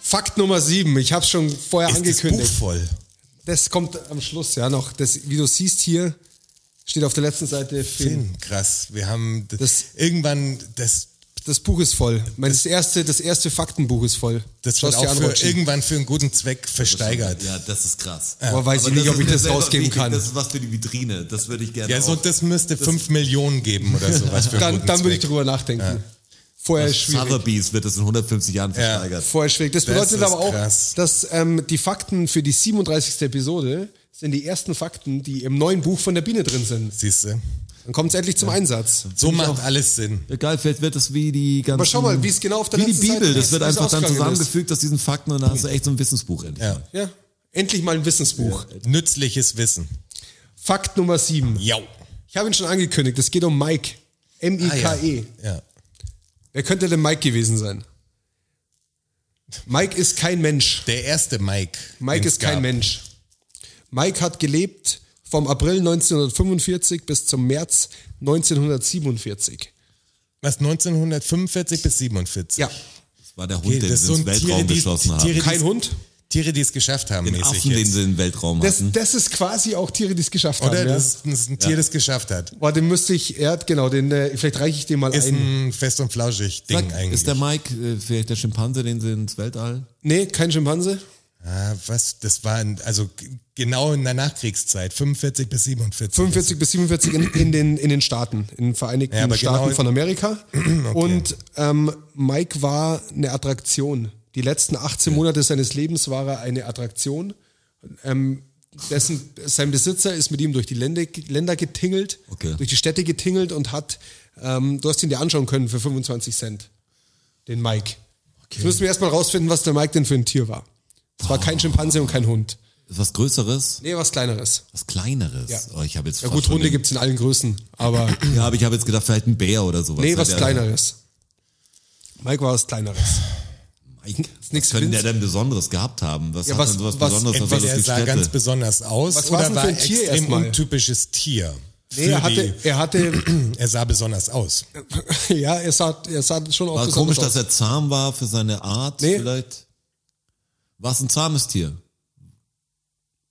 [SPEAKER 3] Fakt Nummer 7, ich habe es schon vorher
[SPEAKER 4] Ist das Buch
[SPEAKER 3] angekündigt.
[SPEAKER 4] voll?
[SPEAKER 3] Das kommt am Schluss ja noch. Das, wie du siehst hier, steht auf der letzten Seite Finn.
[SPEAKER 4] Finn, krass. Wir haben das,
[SPEAKER 3] Das-
[SPEAKER 4] irgendwann das
[SPEAKER 3] Das Buch ist voll. Mein, das, erste, das erste Faktenbuch ist voll.
[SPEAKER 4] das
[SPEAKER 3] Schau
[SPEAKER 4] wird
[SPEAKER 3] es dir
[SPEAKER 4] auch
[SPEAKER 3] an,
[SPEAKER 4] für,
[SPEAKER 3] Rotschi.
[SPEAKER 4] irgendwann für einen guten Zweck versteigert.
[SPEAKER 2] Ja, das ist krass.
[SPEAKER 3] Aber weiß
[SPEAKER 2] Aber
[SPEAKER 3] ich nicht,
[SPEAKER 2] das
[SPEAKER 3] ob ich
[SPEAKER 2] ist mir
[SPEAKER 3] das
[SPEAKER 2] selber
[SPEAKER 3] rausgeben
[SPEAKER 2] wichtig.
[SPEAKER 3] kann.
[SPEAKER 2] Das ist was für die Vitrine. Das würde ich gerne.
[SPEAKER 4] Ja, so
[SPEAKER 2] auch-
[SPEAKER 4] das müsste fünf Millionen geben oder sowas. Für einen
[SPEAKER 3] Dann,
[SPEAKER 4] guten
[SPEAKER 3] dann würde ich
[SPEAKER 4] Zweck.
[SPEAKER 3] drüber nachdenken. Vorher ist schwierig.
[SPEAKER 2] Sotheby's wird das in 150 Jahren versteigert.
[SPEAKER 3] Vorher schwierig. Das
[SPEAKER 4] Das
[SPEAKER 3] bedeutet
[SPEAKER 4] ist
[SPEAKER 3] aber auch,
[SPEAKER 4] krass.
[SPEAKER 3] dass ähm, die Fakten für die 37. Episode sind die ersten Fakten, die im neuen Buch von der Biene drin sind.
[SPEAKER 4] Siehste.
[SPEAKER 3] Dann kommt es endlich zum Einsatz.
[SPEAKER 4] So macht alles Sinn.
[SPEAKER 2] Ja, Geil, vielleicht wird das wie die ganze.
[SPEAKER 3] Aber schau mal, wie es genau auf der
[SPEAKER 2] Wie die
[SPEAKER 3] letzten
[SPEAKER 2] Bibel,
[SPEAKER 3] Seite
[SPEAKER 2] das
[SPEAKER 3] ist,
[SPEAKER 2] wird
[SPEAKER 3] wie es
[SPEAKER 2] einfach dann
[SPEAKER 3] ausgegangen ist.
[SPEAKER 2] zusammengefügt aus diesen Fakten und dann hast du echt so ein Wissensbuch endlich.
[SPEAKER 4] Ja.
[SPEAKER 2] mal.
[SPEAKER 3] Ja, endlich mal ein Wissensbuch.
[SPEAKER 4] Nützliches Wissen.
[SPEAKER 3] Fakt Nummer 7.
[SPEAKER 4] Ja.
[SPEAKER 3] Ich habe ihn schon angekündigt, es geht um Mike.
[SPEAKER 2] Ah,
[SPEAKER 3] M-I-K-E.
[SPEAKER 4] Ah, ja.
[SPEAKER 3] E. Wer könnte denn Mike gewesen sein? Mike ist kein Mensch.
[SPEAKER 4] Der erste Mike.
[SPEAKER 3] Mike
[SPEAKER 4] den's
[SPEAKER 3] ist kein
[SPEAKER 4] gab.
[SPEAKER 3] Mensch. Mike hat gelebt vom April 1945 bis zum März 1947.
[SPEAKER 4] Was 1945 bis 47.
[SPEAKER 3] Ja,
[SPEAKER 2] Das war der Hund,
[SPEAKER 4] Okay,
[SPEAKER 2] den
[SPEAKER 4] das
[SPEAKER 2] sie
[SPEAKER 4] ist so
[SPEAKER 2] ins
[SPEAKER 4] ein Tiere,
[SPEAKER 2] Weltraum
[SPEAKER 4] die,
[SPEAKER 2] geschossen haben.
[SPEAKER 4] Tiere,
[SPEAKER 3] kein
[SPEAKER 4] die's-
[SPEAKER 3] Hund.
[SPEAKER 4] Tiere, die es geschafft haben,
[SPEAKER 2] den
[SPEAKER 4] mäßig
[SPEAKER 2] Affen, den
[SPEAKER 4] jetzt.
[SPEAKER 2] sie im Weltraum
[SPEAKER 3] Das,
[SPEAKER 2] hatten.
[SPEAKER 3] das ist quasi auch Tiere, die es geschafft
[SPEAKER 4] Mhm. Oder?
[SPEAKER 3] haben. Ja.
[SPEAKER 4] Das ist ein- das ist ein Tier, das geschafft hat.
[SPEAKER 3] Boah, den müsste ich, er hat, genau, den, äh, vielleicht reiche ich den mal
[SPEAKER 4] Ist
[SPEAKER 3] ein.
[SPEAKER 4] ein fest und flauschig Ding
[SPEAKER 2] Sag,
[SPEAKER 4] eigentlich.
[SPEAKER 2] ist der Mike äh, vielleicht der Schimpanse, den sie ins Weltall?
[SPEAKER 3] Nee, kein Schimpanse.
[SPEAKER 4] ah, was? Das war ein, also g- genau in der Nachkriegszeit, 45 bis 47.
[SPEAKER 3] 45 bis 47 in, in, den, in den Staaten, in den Vereinigten
[SPEAKER 4] Ja, aber
[SPEAKER 3] Staaten
[SPEAKER 4] genau-
[SPEAKER 3] von Amerika. Und ähm, Mike war eine Attraktion. Die letzten 18 Monate seines Lebens war er eine Attraktion. Ähm, dessen, sein Besitzer ist mit ihm durch die Länder, Länder getingelt,
[SPEAKER 2] Okay.
[SPEAKER 3] durch die Städte getingelt und hat, ähm, du hast ihn dir anschauen können für 25 Cent. Den Mike. Jetzt müssen wir erstmal rausfinden, was der Mike denn für ein Tier war. Es war kein Schimpanse und kein Hund.
[SPEAKER 2] Ist was Größeres?
[SPEAKER 3] Nee, was Kleineres.
[SPEAKER 2] Was Kleineres? Oh, ich habe jetzt
[SPEAKER 3] Ja
[SPEAKER 2] fast
[SPEAKER 3] gut,
[SPEAKER 2] schon
[SPEAKER 3] Hunde
[SPEAKER 2] den-
[SPEAKER 3] gibt's in allen Größen, aber
[SPEAKER 2] Ja, aber ich habe jetzt gedacht, vielleicht ein Bär oder sowas.
[SPEAKER 3] nee, was
[SPEAKER 2] Der-
[SPEAKER 3] Kleineres. Mike war was Kleineres.
[SPEAKER 2] Mike, was
[SPEAKER 3] nix
[SPEAKER 2] könnte der
[SPEAKER 3] winzig.
[SPEAKER 2] denn Besonderes gehabt haben? Was
[SPEAKER 3] Ja,
[SPEAKER 2] hat
[SPEAKER 3] was-
[SPEAKER 2] denn sowas
[SPEAKER 3] was-
[SPEAKER 2] Besonderes? was
[SPEAKER 4] Entweder er
[SPEAKER 2] das
[SPEAKER 4] sah
[SPEAKER 2] Gestätte?
[SPEAKER 4] ganz besonders aus
[SPEAKER 3] Was war
[SPEAKER 4] oder
[SPEAKER 3] denn
[SPEAKER 4] war
[SPEAKER 3] für ein Tier
[SPEAKER 4] extrem
[SPEAKER 3] erstmal?
[SPEAKER 4] untypisches Tier.
[SPEAKER 3] Nee,
[SPEAKER 4] für
[SPEAKER 3] er hatte,
[SPEAKER 4] die-
[SPEAKER 3] er hatte,
[SPEAKER 4] er sah besonders aus.
[SPEAKER 3] ja, er sah, er sah schon auch
[SPEAKER 2] War
[SPEAKER 3] besonders
[SPEAKER 2] komisch, dass er zahm war für seine Art,
[SPEAKER 3] Nee.
[SPEAKER 2] vielleicht. War es ein zahmes Tier?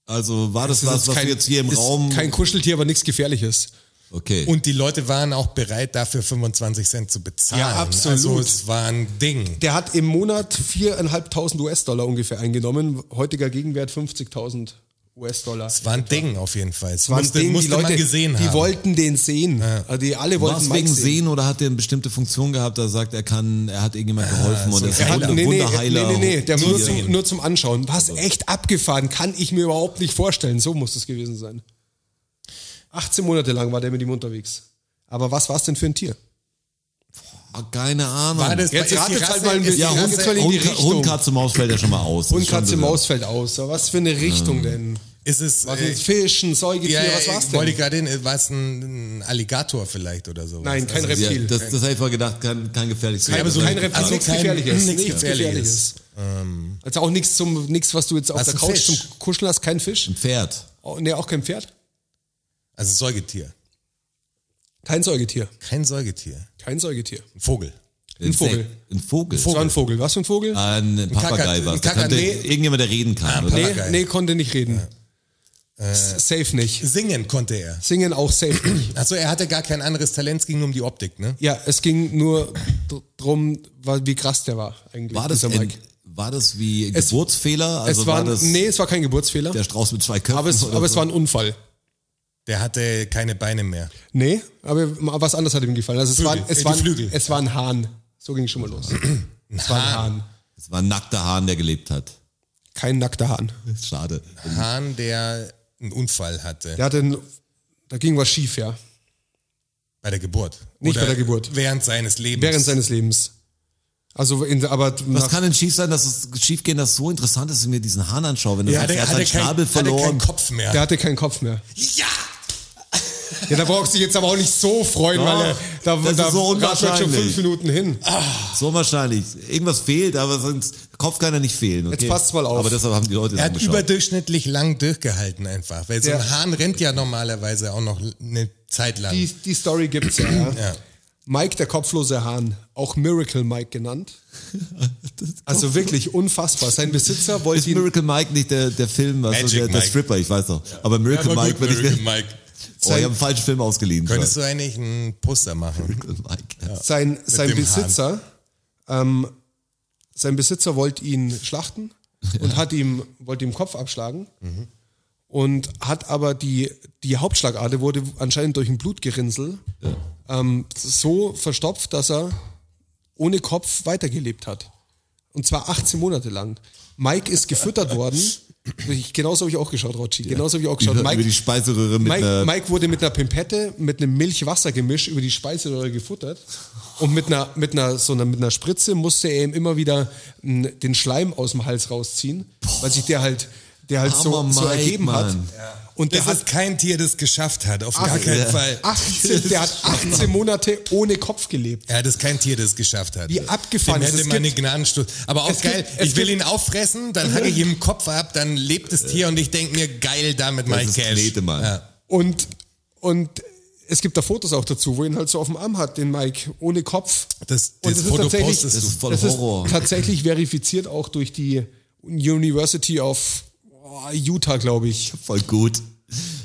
[SPEAKER 2] Also war das,
[SPEAKER 3] aus.
[SPEAKER 2] was,
[SPEAKER 3] ist
[SPEAKER 2] was wir jetzt hier im
[SPEAKER 3] ist
[SPEAKER 2] Raum.
[SPEAKER 3] Kein Kuscheltier, aber nichts Gefährliches.
[SPEAKER 2] okay.
[SPEAKER 4] Und die Leute waren auch bereit, dafür 25 Cent zu bezahlen.
[SPEAKER 3] Ja, absolut.
[SPEAKER 4] Also es war ein Ding.
[SPEAKER 3] Der hat im Monat 4.500 US-Dollar ungefähr eingenommen. Heutiger Gegenwert 50.000 US-Dollar.
[SPEAKER 4] Es war ein Ding auf jeden Fall. Es
[SPEAKER 3] Waren
[SPEAKER 4] musste,
[SPEAKER 3] Dinge,
[SPEAKER 4] musste
[SPEAKER 3] die Leute,
[SPEAKER 4] man gesehen
[SPEAKER 3] die
[SPEAKER 4] haben.
[SPEAKER 3] wollten den sehen. Also die alle
[SPEAKER 2] war
[SPEAKER 3] wollten
[SPEAKER 2] es
[SPEAKER 3] Mike
[SPEAKER 2] wegen
[SPEAKER 3] sehen.
[SPEAKER 2] Sehen oder hat der eine bestimmte Funktion gehabt, da sagt, er kann, er hat irgendjemand geholfen und er ist
[SPEAKER 3] Er
[SPEAKER 2] ein
[SPEAKER 3] hat,
[SPEAKER 2] Wunder,
[SPEAKER 3] nee, nee, nee,
[SPEAKER 2] Wunderheiler. Also.
[SPEAKER 3] nee, nee, der
[SPEAKER 2] und
[SPEAKER 3] nur
[SPEAKER 2] Tier.
[SPEAKER 3] zum, nur zum Anschauen. Was echt abgefahren, kann ich mir überhaupt nicht vorstellen. So muss es gewesen sein. 18 Monate lang war der mit ihm unterwegs. Aber was war es denn für ein Tier?
[SPEAKER 2] Ah, keine Ahnung.
[SPEAKER 4] War das-
[SPEAKER 3] Jetzt
[SPEAKER 4] Ist die
[SPEAKER 3] ratet
[SPEAKER 4] Rasse-
[SPEAKER 3] halt mal ein
[SPEAKER 4] ist die
[SPEAKER 3] bisschen.
[SPEAKER 2] ja, Hund,
[SPEAKER 3] ratet mal in die
[SPEAKER 2] Hund,
[SPEAKER 3] Richtung.
[SPEAKER 2] Hund, Katze, Maus fällt ja schon mal aus.
[SPEAKER 3] Hund,
[SPEAKER 2] Ist schon
[SPEAKER 3] Katze,
[SPEAKER 2] wieder- Mm.
[SPEAKER 3] Maus fällt aus. Aber Was für eine Richtung denn?
[SPEAKER 4] Ist es,
[SPEAKER 3] Was
[SPEAKER 4] äh,
[SPEAKER 3] ist Fisch, ein Säugetier,
[SPEAKER 4] ja,
[SPEAKER 3] was war's
[SPEAKER 4] ich wollte
[SPEAKER 3] denn?
[SPEAKER 4] gerade hin, war es ein, ein Alligator vielleicht oder so?
[SPEAKER 3] Nein, kein
[SPEAKER 4] also,
[SPEAKER 2] Ja,
[SPEAKER 3] Reptil.
[SPEAKER 2] das, das habe ich mal gedacht, kein, kein gefährliches
[SPEAKER 4] aber so
[SPEAKER 3] kein
[SPEAKER 4] ein-
[SPEAKER 3] Reptil,
[SPEAKER 4] also
[SPEAKER 3] nichts
[SPEAKER 4] kein-
[SPEAKER 3] Gefährliches.
[SPEAKER 4] nichts
[SPEAKER 3] Nichts Gefährliches.
[SPEAKER 4] Ähm,
[SPEAKER 3] Also auch nichts zum, nichts, was du jetzt auf
[SPEAKER 4] Also
[SPEAKER 3] der Couch
[SPEAKER 4] Fisch.
[SPEAKER 3] zum Kuscheln hast, kein Fisch.
[SPEAKER 2] Ein Pferd.
[SPEAKER 3] Oh, nee, auch kein Pferd.
[SPEAKER 4] Also Säugetier.
[SPEAKER 3] Kein Säugetier.
[SPEAKER 4] Kein Säugetier.
[SPEAKER 3] Kein Säugetier.
[SPEAKER 4] Ein Vogel.
[SPEAKER 2] Ein
[SPEAKER 3] Vogel.
[SPEAKER 2] Insekt. Ein Vogel.
[SPEAKER 3] Es war ein Vogel. Was für ein Vogel?
[SPEAKER 2] Ah, Ein Papagei
[SPEAKER 4] Kakat-
[SPEAKER 2] war es.
[SPEAKER 4] ein
[SPEAKER 2] Da könnte
[SPEAKER 4] Kakadee.
[SPEAKER 2] Irgendjemand, der reden kann. oder?
[SPEAKER 3] Ah, nee,
[SPEAKER 4] Papagei.
[SPEAKER 3] nee, konnte nicht reden. S-
[SPEAKER 2] Äh.
[SPEAKER 3] safe nicht.
[SPEAKER 4] Singen konnte er.
[SPEAKER 3] Singen auch safe nicht.
[SPEAKER 4] Achso, er hatte gar kein anderes Talent, es ging nur um die Optik, ne?
[SPEAKER 3] Ja, es ging nur d- drum, wa- wie krass der war eigentlich.
[SPEAKER 2] War das,
[SPEAKER 3] dieser
[SPEAKER 2] in,
[SPEAKER 3] Mike.
[SPEAKER 2] war das wie Geburtsfehler? Also
[SPEAKER 3] es war,
[SPEAKER 2] das
[SPEAKER 3] nee, es war kein Geburtsfehler.
[SPEAKER 2] der Strauß mit zwei Köpfen?
[SPEAKER 3] Aber es,
[SPEAKER 2] oder
[SPEAKER 3] aber es
[SPEAKER 2] so?
[SPEAKER 3] war ein Unfall.
[SPEAKER 4] Der hatte keine Beine mehr.
[SPEAKER 3] Nee, aber mal was anderes hat ihm gefallen. Also es
[SPEAKER 4] Flügel,
[SPEAKER 3] war,
[SPEAKER 4] äh,
[SPEAKER 3] es
[SPEAKER 4] die
[SPEAKER 3] war,
[SPEAKER 4] Flügel.
[SPEAKER 3] es war ein Hahn. So ging es schon mal los. es war ein Hahn.
[SPEAKER 2] es war ein nackter Hahn, der gelebt hat.
[SPEAKER 3] Kein nackter Hahn.
[SPEAKER 2] Schade.
[SPEAKER 4] Hahn, der einen Unfall hatte.
[SPEAKER 3] Der hatte einen, da ging was schief, ja.
[SPEAKER 4] Bei der Geburt.
[SPEAKER 3] Nicht bei der Geburt.
[SPEAKER 4] Während seines Lebens.
[SPEAKER 3] Während seines Lebens. Also, in, aber
[SPEAKER 2] Was kann denn schief sein, dass es schief gehen, dass es so interessant ist, wenn ich mir diesen Hahn anschaue, wenn er sagt,
[SPEAKER 4] hatte,
[SPEAKER 2] er hat
[SPEAKER 4] hatte,
[SPEAKER 2] seinen Schnabel
[SPEAKER 4] kein, hatte keinen
[SPEAKER 2] verloren.
[SPEAKER 4] Kopf mehr.
[SPEAKER 3] der hatte keinen Kopf mehr.
[SPEAKER 4] ja!
[SPEAKER 3] Ja, da brauchst du dich jetzt aber auch nicht so freuen,
[SPEAKER 2] Doch,
[SPEAKER 3] weil äh, da,
[SPEAKER 2] das ist
[SPEAKER 3] da
[SPEAKER 2] so
[SPEAKER 3] rattert schon
[SPEAKER 2] unwahrscheinlich. Ah.
[SPEAKER 3] fünf Minuten hin.
[SPEAKER 2] So wahrscheinlich. Irgendwas fehlt, aber sonst Kopf kann ja nicht fehlen. Okay?
[SPEAKER 3] Jetzt passt's mal auf.
[SPEAKER 2] Aber deshalb haben die Leute es
[SPEAKER 4] Er hat
[SPEAKER 2] angeschaut.
[SPEAKER 4] überdurchschnittlich lang durchgehalten einfach. Weil so
[SPEAKER 3] Ja.
[SPEAKER 4] ein Hahn rennt ja normalerweise auch noch eine Zeit lang.
[SPEAKER 3] Die, die Story gibt's ja. ja.
[SPEAKER 4] Ja.
[SPEAKER 3] Mike, der kopflose Hahn, auch Miracle Mike genannt. Also wirklich unfassbar. Sein Besitzer
[SPEAKER 2] Ist
[SPEAKER 3] wollte ihn,
[SPEAKER 2] Miracle Mike nicht der, der Film, was
[SPEAKER 4] Magic
[SPEAKER 2] der, der
[SPEAKER 4] Mike.
[SPEAKER 2] Stripper, ich weiß noch. Aber Miracle
[SPEAKER 4] Aber
[SPEAKER 2] Mike,
[SPEAKER 4] gut,
[SPEAKER 2] wenn ich,
[SPEAKER 4] Miracle Mike.
[SPEAKER 2] oh, ich habe einen falschen Film ausgeliehen.
[SPEAKER 4] Könntest du eigentlich ein Poster machen?
[SPEAKER 2] Miracle Mike.
[SPEAKER 3] sein, sein
[SPEAKER 4] dem
[SPEAKER 3] Besitzer, ähm, sein Besitzer wollte ihn schlachten und hat ihm, wollte ihm Kopf abschlagen. Und hat aber die, die Hauptschlagader wurde anscheinend durch ein Blutgerinnsel ähm, so verstopft, dass er ohne Kopf weitergelebt hat. Und zwar 18 Monate lang. Mike ist gefüttert worden. Ich, genauso habe ich auch geschaut, Rotschi. Genauso habe ich auch geschaut.
[SPEAKER 2] Über,
[SPEAKER 3] Mike,
[SPEAKER 2] über die Speiseröhre mit
[SPEAKER 3] Mike,
[SPEAKER 2] einer
[SPEAKER 3] Mike wurde mit einer Pimpette, mit einem Milch-Wasser-Gemisch über die Speiseröhre gefuttert. Und mit einer, mit einer, so einer, mit einer Spritze musste er ihm immer wieder m, den Schleim aus dem Hals rausziehen, weil sich der halt, der halt so,
[SPEAKER 2] Armer
[SPEAKER 3] so
[SPEAKER 2] Mike,
[SPEAKER 3] ergeben hat.
[SPEAKER 2] Mann.
[SPEAKER 3] Und der
[SPEAKER 4] Das
[SPEAKER 3] hat,
[SPEAKER 4] ist kein Tier, das geschafft hat. Auf gar keinen
[SPEAKER 2] ja.
[SPEAKER 4] Fall.
[SPEAKER 3] 18, der hat 18 Monate ohne Kopf gelebt.
[SPEAKER 4] Ja, das ist kein Tier, das es geschafft hat.
[SPEAKER 3] Wie abgefahren
[SPEAKER 4] Dem
[SPEAKER 3] ist es.
[SPEAKER 4] hätte
[SPEAKER 3] Es
[SPEAKER 4] man eine
[SPEAKER 3] gibt-
[SPEAKER 4] Gnadenstoß. Aber auch
[SPEAKER 3] es
[SPEAKER 4] geil,
[SPEAKER 3] gibt- es
[SPEAKER 4] ich will
[SPEAKER 3] gibt-
[SPEAKER 4] ihn auffressen, dann hacke ich ihm den Kopf ab, dann lebt das Tier und ich denke mir, geil, damit mache ich
[SPEAKER 2] ist
[SPEAKER 4] Cash.
[SPEAKER 2] Knete, Mann.
[SPEAKER 4] Ja.
[SPEAKER 3] Und, und es gibt da Fotos auch dazu, wo ihn halt so auf dem Arm hat, den Mike, ohne Kopf.
[SPEAKER 4] Das,
[SPEAKER 3] Und
[SPEAKER 4] das
[SPEAKER 3] es ist
[SPEAKER 4] Foto
[SPEAKER 3] tatsächlich-
[SPEAKER 4] postest
[SPEAKER 2] Das
[SPEAKER 4] du.
[SPEAKER 2] ist voll
[SPEAKER 3] das
[SPEAKER 2] Horror.
[SPEAKER 3] ist tatsächlich verifiziert auch durch die University of oh, Utah, glaube ich.
[SPEAKER 2] voll gut.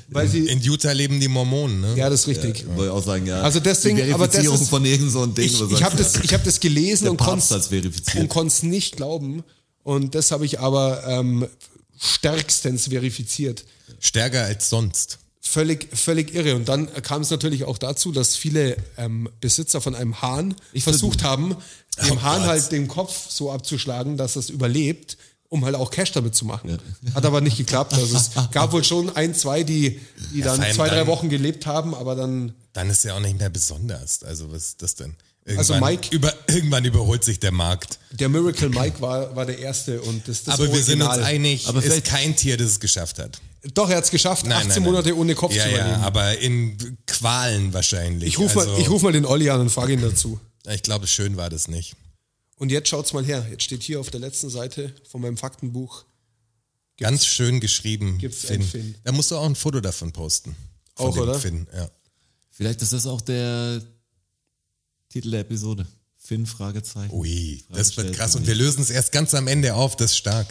[SPEAKER 3] Weil sie,
[SPEAKER 4] In Utah leben die Mormonen, ne?
[SPEAKER 3] ja, das ist richtig.
[SPEAKER 2] Wollte ich auch sagen, ja.
[SPEAKER 3] Also das Ding,
[SPEAKER 2] die
[SPEAKER 3] aber das
[SPEAKER 2] Verifizierung
[SPEAKER 3] ist-
[SPEAKER 2] von irgend so ein Ding.
[SPEAKER 3] Ich,
[SPEAKER 2] was
[SPEAKER 3] ich habe
[SPEAKER 2] sagst
[SPEAKER 3] das,
[SPEAKER 2] du?
[SPEAKER 3] ich hab das gelesen
[SPEAKER 2] der
[SPEAKER 3] und
[SPEAKER 2] Papst
[SPEAKER 3] konnte
[SPEAKER 2] hat's verifiziert.
[SPEAKER 3] und konnt's nicht glauben. Und das habe ich aber ähm, stärkstens verifiziert.
[SPEAKER 4] Stärker als sonst.
[SPEAKER 3] Völlig, völlig irre. Und dann kam es natürlich auch dazu, dass viele ähm, Besitzer von einem Hahn versucht haben, dem
[SPEAKER 4] Oh
[SPEAKER 3] Hahn
[SPEAKER 4] Gott.
[SPEAKER 3] halt den Kopf so abzuschlagen, dass es überlebt, um halt auch Cash damit zu machen. Hat aber nicht geklappt. Also es gab wohl schon ein, zwei, die, die dann
[SPEAKER 4] vor allem
[SPEAKER 3] zwei, drei
[SPEAKER 4] dann-
[SPEAKER 3] Wochen gelebt haben, aber dann
[SPEAKER 4] Dann ist ja auch nicht mehr besonders. Also was ist das denn?
[SPEAKER 3] Also
[SPEAKER 4] Irgendwann
[SPEAKER 3] Mike-
[SPEAKER 4] Über, irgendwann überholt sich der Markt.
[SPEAKER 3] Der Miracle Mike war, war der erste und das, das
[SPEAKER 4] Aber wir sind uns
[SPEAKER 3] Original.
[SPEAKER 4] einig,
[SPEAKER 2] Aber
[SPEAKER 4] aber ist
[SPEAKER 2] vielleicht-
[SPEAKER 4] kein Tier, das es geschafft hat.
[SPEAKER 3] Doch, er hat es geschafft, 18 Monate ohne Kopf
[SPEAKER 4] ja,
[SPEAKER 3] zu überleben.
[SPEAKER 4] Ja, aber in Qualen wahrscheinlich.
[SPEAKER 3] ich rufe mal,
[SPEAKER 4] Also,
[SPEAKER 3] ich ruf mal den Olli an und frage ihn dazu.
[SPEAKER 4] ich glaube, schön war das nicht.
[SPEAKER 3] Und jetzt schaut's mal her. Jetzt steht hier auf der letzten Seite von meinem Faktenbuch.
[SPEAKER 4] Ganz schön geschrieben.
[SPEAKER 3] Gibt's einen Finn?
[SPEAKER 4] Da musst du auch ein Foto davon posten. Von
[SPEAKER 3] Auch,
[SPEAKER 4] dem
[SPEAKER 3] oder?
[SPEAKER 4] Finn, ja.
[SPEAKER 2] Vielleicht ist das auch der Titel der Episode. Finn, Fragezeichen.
[SPEAKER 4] Ui, das
[SPEAKER 2] Frage
[SPEAKER 4] wird
[SPEAKER 2] stellt
[SPEAKER 4] krass.
[SPEAKER 2] man
[SPEAKER 4] Und wir lösen es erst ganz am Ende auf, das ist stark.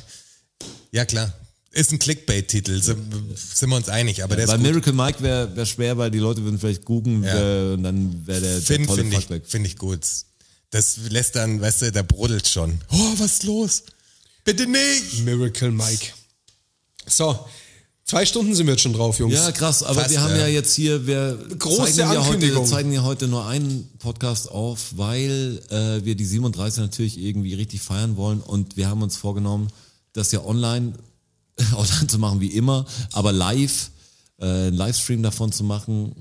[SPEAKER 4] Ja, klar. Ist ein Clickbait-Titel, sind, sind wir uns einig, aber der
[SPEAKER 2] Bei
[SPEAKER 4] ist gut.
[SPEAKER 2] Miracle Mike wäre wär schwer, weil die Leute würden vielleicht googeln
[SPEAKER 4] Ja.
[SPEAKER 2] äh, und dann wäre der, der
[SPEAKER 4] Finn
[SPEAKER 2] tolle
[SPEAKER 4] finde ich,
[SPEAKER 2] Fuck weg.
[SPEAKER 4] find ich gut. Das lässt dann, weißt du, da brodelt schon. Oh, was ist los? Bitte nicht!
[SPEAKER 3] Miracle Mike. So, zwei Stunden sind wir jetzt schon drauf, Jungs.
[SPEAKER 2] Ja, krass, aber
[SPEAKER 4] Fast,
[SPEAKER 2] wir haben ja.
[SPEAKER 4] ja.
[SPEAKER 2] jetzt hier, wir
[SPEAKER 3] äh, Große
[SPEAKER 2] zeigen, ja heute,
[SPEAKER 3] Ankündigung.
[SPEAKER 2] zeigen ja heute nur einen Podcast auf, weil äh, wir die 37 natürlich irgendwie richtig feiern wollen und wir haben uns vorgenommen, das ja online, online zu machen wie immer, aber live, äh, einen Livestream davon zu machen.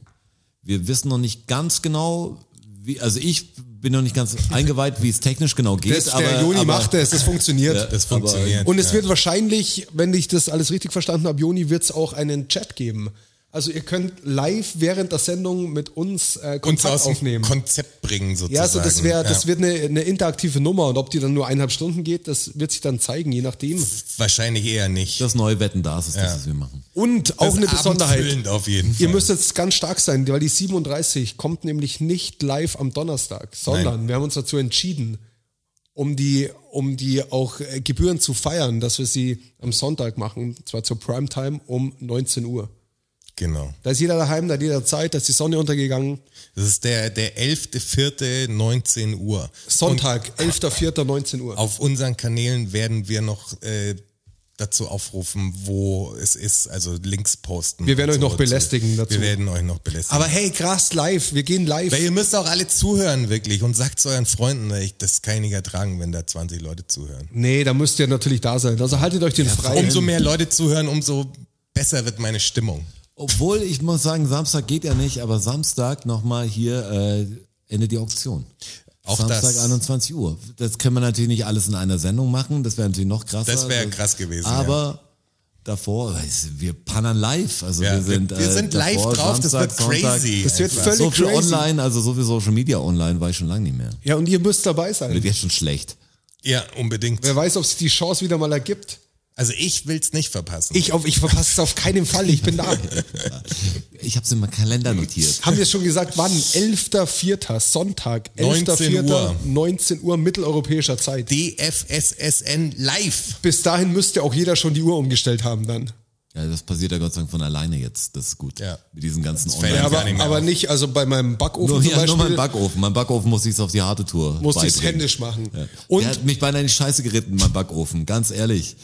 [SPEAKER 2] Wir wissen noch nicht ganz genau, wie, also ich bin noch nicht ganz eingeweiht, wie es technisch genau geht.
[SPEAKER 3] das,
[SPEAKER 2] aber,
[SPEAKER 3] der Joni
[SPEAKER 2] aber,
[SPEAKER 3] macht es, das funktioniert.
[SPEAKER 4] Das funktioniert.
[SPEAKER 3] Und es
[SPEAKER 4] ja.
[SPEAKER 3] wird wahrscheinlich, wenn ich das alles richtig verstanden habe, Joni wird es auch einen Chat geben. Also ihr könnt live während der Sendung mit uns äh,
[SPEAKER 4] uns
[SPEAKER 3] Kontakt
[SPEAKER 4] aus dem
[SPEAKER 3] aufnehmen.
[SPEAKER 4] Konzept bringen sozusagen.
[SPEAKER 3] ja, also das, wär, das
[SPEAKER 4] Ja.
[SPEAKER 3] wird eine, eine interaktive Nummer und ob die dann nur eineinhalb Stunden geht, das wird sich dann zeigen, je nachdem.
[SPEAKER 4] Wahrscheinlich eher nicht.
[SPEAKER 2] Das neue Wetten da ist, das,
[SPEAKER 4] Ja.
[SPEAKER 2] was wir machen.
[SPEAKER 3] Und auch
[SPEAKER 4] ist
[SPEAKER 3] eine Besonderheit.
[SPEAKER 4] abendfüllend auf jeden Fall.
[SPEAKER 3] Ihr müsst jetzt ganz stark sein, weil die 37 kommt nämlich nicht live am Donnerstag, sondern wir haben uns dazu entschieden, um die, um die auch äh, Gebühren zu feiern, dass wir sie am Sonntag machen, und zwar zur Primetime um 19 Uhr.
[SPEAKER 4] genau.
[SPEAKER 3] Da ist jeder daheim, da hat jeder Zeit, da ist die Sonne untergegangen.
[SPEAKER 4] Das ist der, der 11.04.19 Uhr.
[SPEAKER 3] Sonntag, 11.04.19 Uhr.
[SPEAKER 4] Auf unseren Kanälen werden wir noch äh, dazu aufrufen, wo es ist, also Links posten.
[SPEAKER 3] Wir werden
[SPEAKER 4] und
[SPEAKER 3] euch noch belästigen dazu.
[SPEAKER 4] Wir werden euch noch belästigen.
[SPEAKER 3] Aber hey, krass, live, wir gehen live.
[SPEAKER 4] Weil ihr müsst auch alle zuhören, wirklich. Und sagt es euren Freunden, weil ich, das kann ich nicht ertragen, wenn da 20 Leute zuhören.
[SPEAKER 3] Nee, da müsst ihr natürlich da sein. Also haltet euch den frei.
[SPEAKER 4] Umso mehr Leute zuhören, umso besser wird meine Stimmung.
[SPEAKER 2] Obwohl, ich muss sagen, Samstag geht ja nicht, aber Samstag nochmal hier äh, endet die Auktion.
[SPEAKER 4] Auch
[SPEAKER 2] Samstag
[SPEAKER 4] das.
[SPEAKER 2] 21 Uhr. Das kann man natürlich nicht alles in einer Sendung machen, das wäre natürlich noch krasser.
[SPEAKER 4] Das wäre krass gewesen,
[SPEAKER 2] Also, Aber davor, weiß, wir pannern live. Also
[SPEAKER 4] Ja,
[SPEAKER 2] wir sind,
[SPEAKER 4] wir- wir
[SPEAKER 2] äh,
[SPEAKER 4] sind live
[SPEAKER 2] davor,
[SPEAKER 4] drauf, das
[SPEAKER 2] Samstag,
[SPEAKER 4] wird
[SPEAKER 2] Sonntag.
[SPEAKER 4] crazy.
[SPEAKER 3] Das wird
[SPEAKER 4] Einfach.
[SPEAKER 3] völlig
[SPEAKER 2] So viel
[SPEAKER 3] crazy.
[SPEAKER 2] online, also so viel Social Media online war ich schon lange nicht mehr.
[SPEAKER 3] Ja, und ihr müsst dabei
[SPEAKER 2] Wird
[SPEAKER 3] sein.
[SPEAKER 2] jetzt schon schlecht.
[SPEAKER 4] Ja, unbedingt.
[SPEAKER 3] Wer weiß, ob es die Chance wieder mal ergibt.
[SPEAKER 4] Also ich will's nicht verpassen.
[SPEAKER 3] Ich, auf, ich verpasse es auf keinen Fall, ich bin da.
[SPEAKER 2] Ich habe es in meinem Kalender notiert.
[SPEAKER 3] Haben wir schon gesagt, wann? 11.04. Sonntag,
[SPEAKER 4] 19 Uhr.
[SPEAKER 3] 11.04. 19 Uhr mitteleuropäischer Zeit.
[SPEAKER 4] DFSSN live.
[SPEAKER 3] Bis dahin müsste auch jeder schon die Uhr umgestellt haben dann.
[SPEAKER 2] Ja, das passiert ja Gott sei Dank von alleine jetzt. Das ist gut.
[SPEAKER 4] Ja.
[SPEAKER 2] Mit diesen ganzen
[SPEAKER 4] fällt
[SPEAKER 2] online
[SPEAKER 4] ja
[SPEAKER 3] Aber,
[SPEAKER 4] gar nicht mehr
[SPEAKER 3] aber
[SPEAKER 4] auf.
[SPEAKER 3] nicht, also bei meinem Backofen
[SPEAKER 2] Nur,
[SPEAKER 3] zum
[SPEAKER 2] ja, nur
[SPEAKER 3] Beispiel,
[SPEAKER 2] mein Backofen. Mein Backofen muss ich auf die harte Tour.
[SPEAKER 3] musste ich es
[SPEAKER 2] beibringen.
[SPEAKER 3] händisch machen.
[SPEAKER 2] Und
[SPEAKER 3] Und
[SPEAKER 2] der hat mich beinahe in die Scheiße geritten, mein Backofen, ganz ehrlich.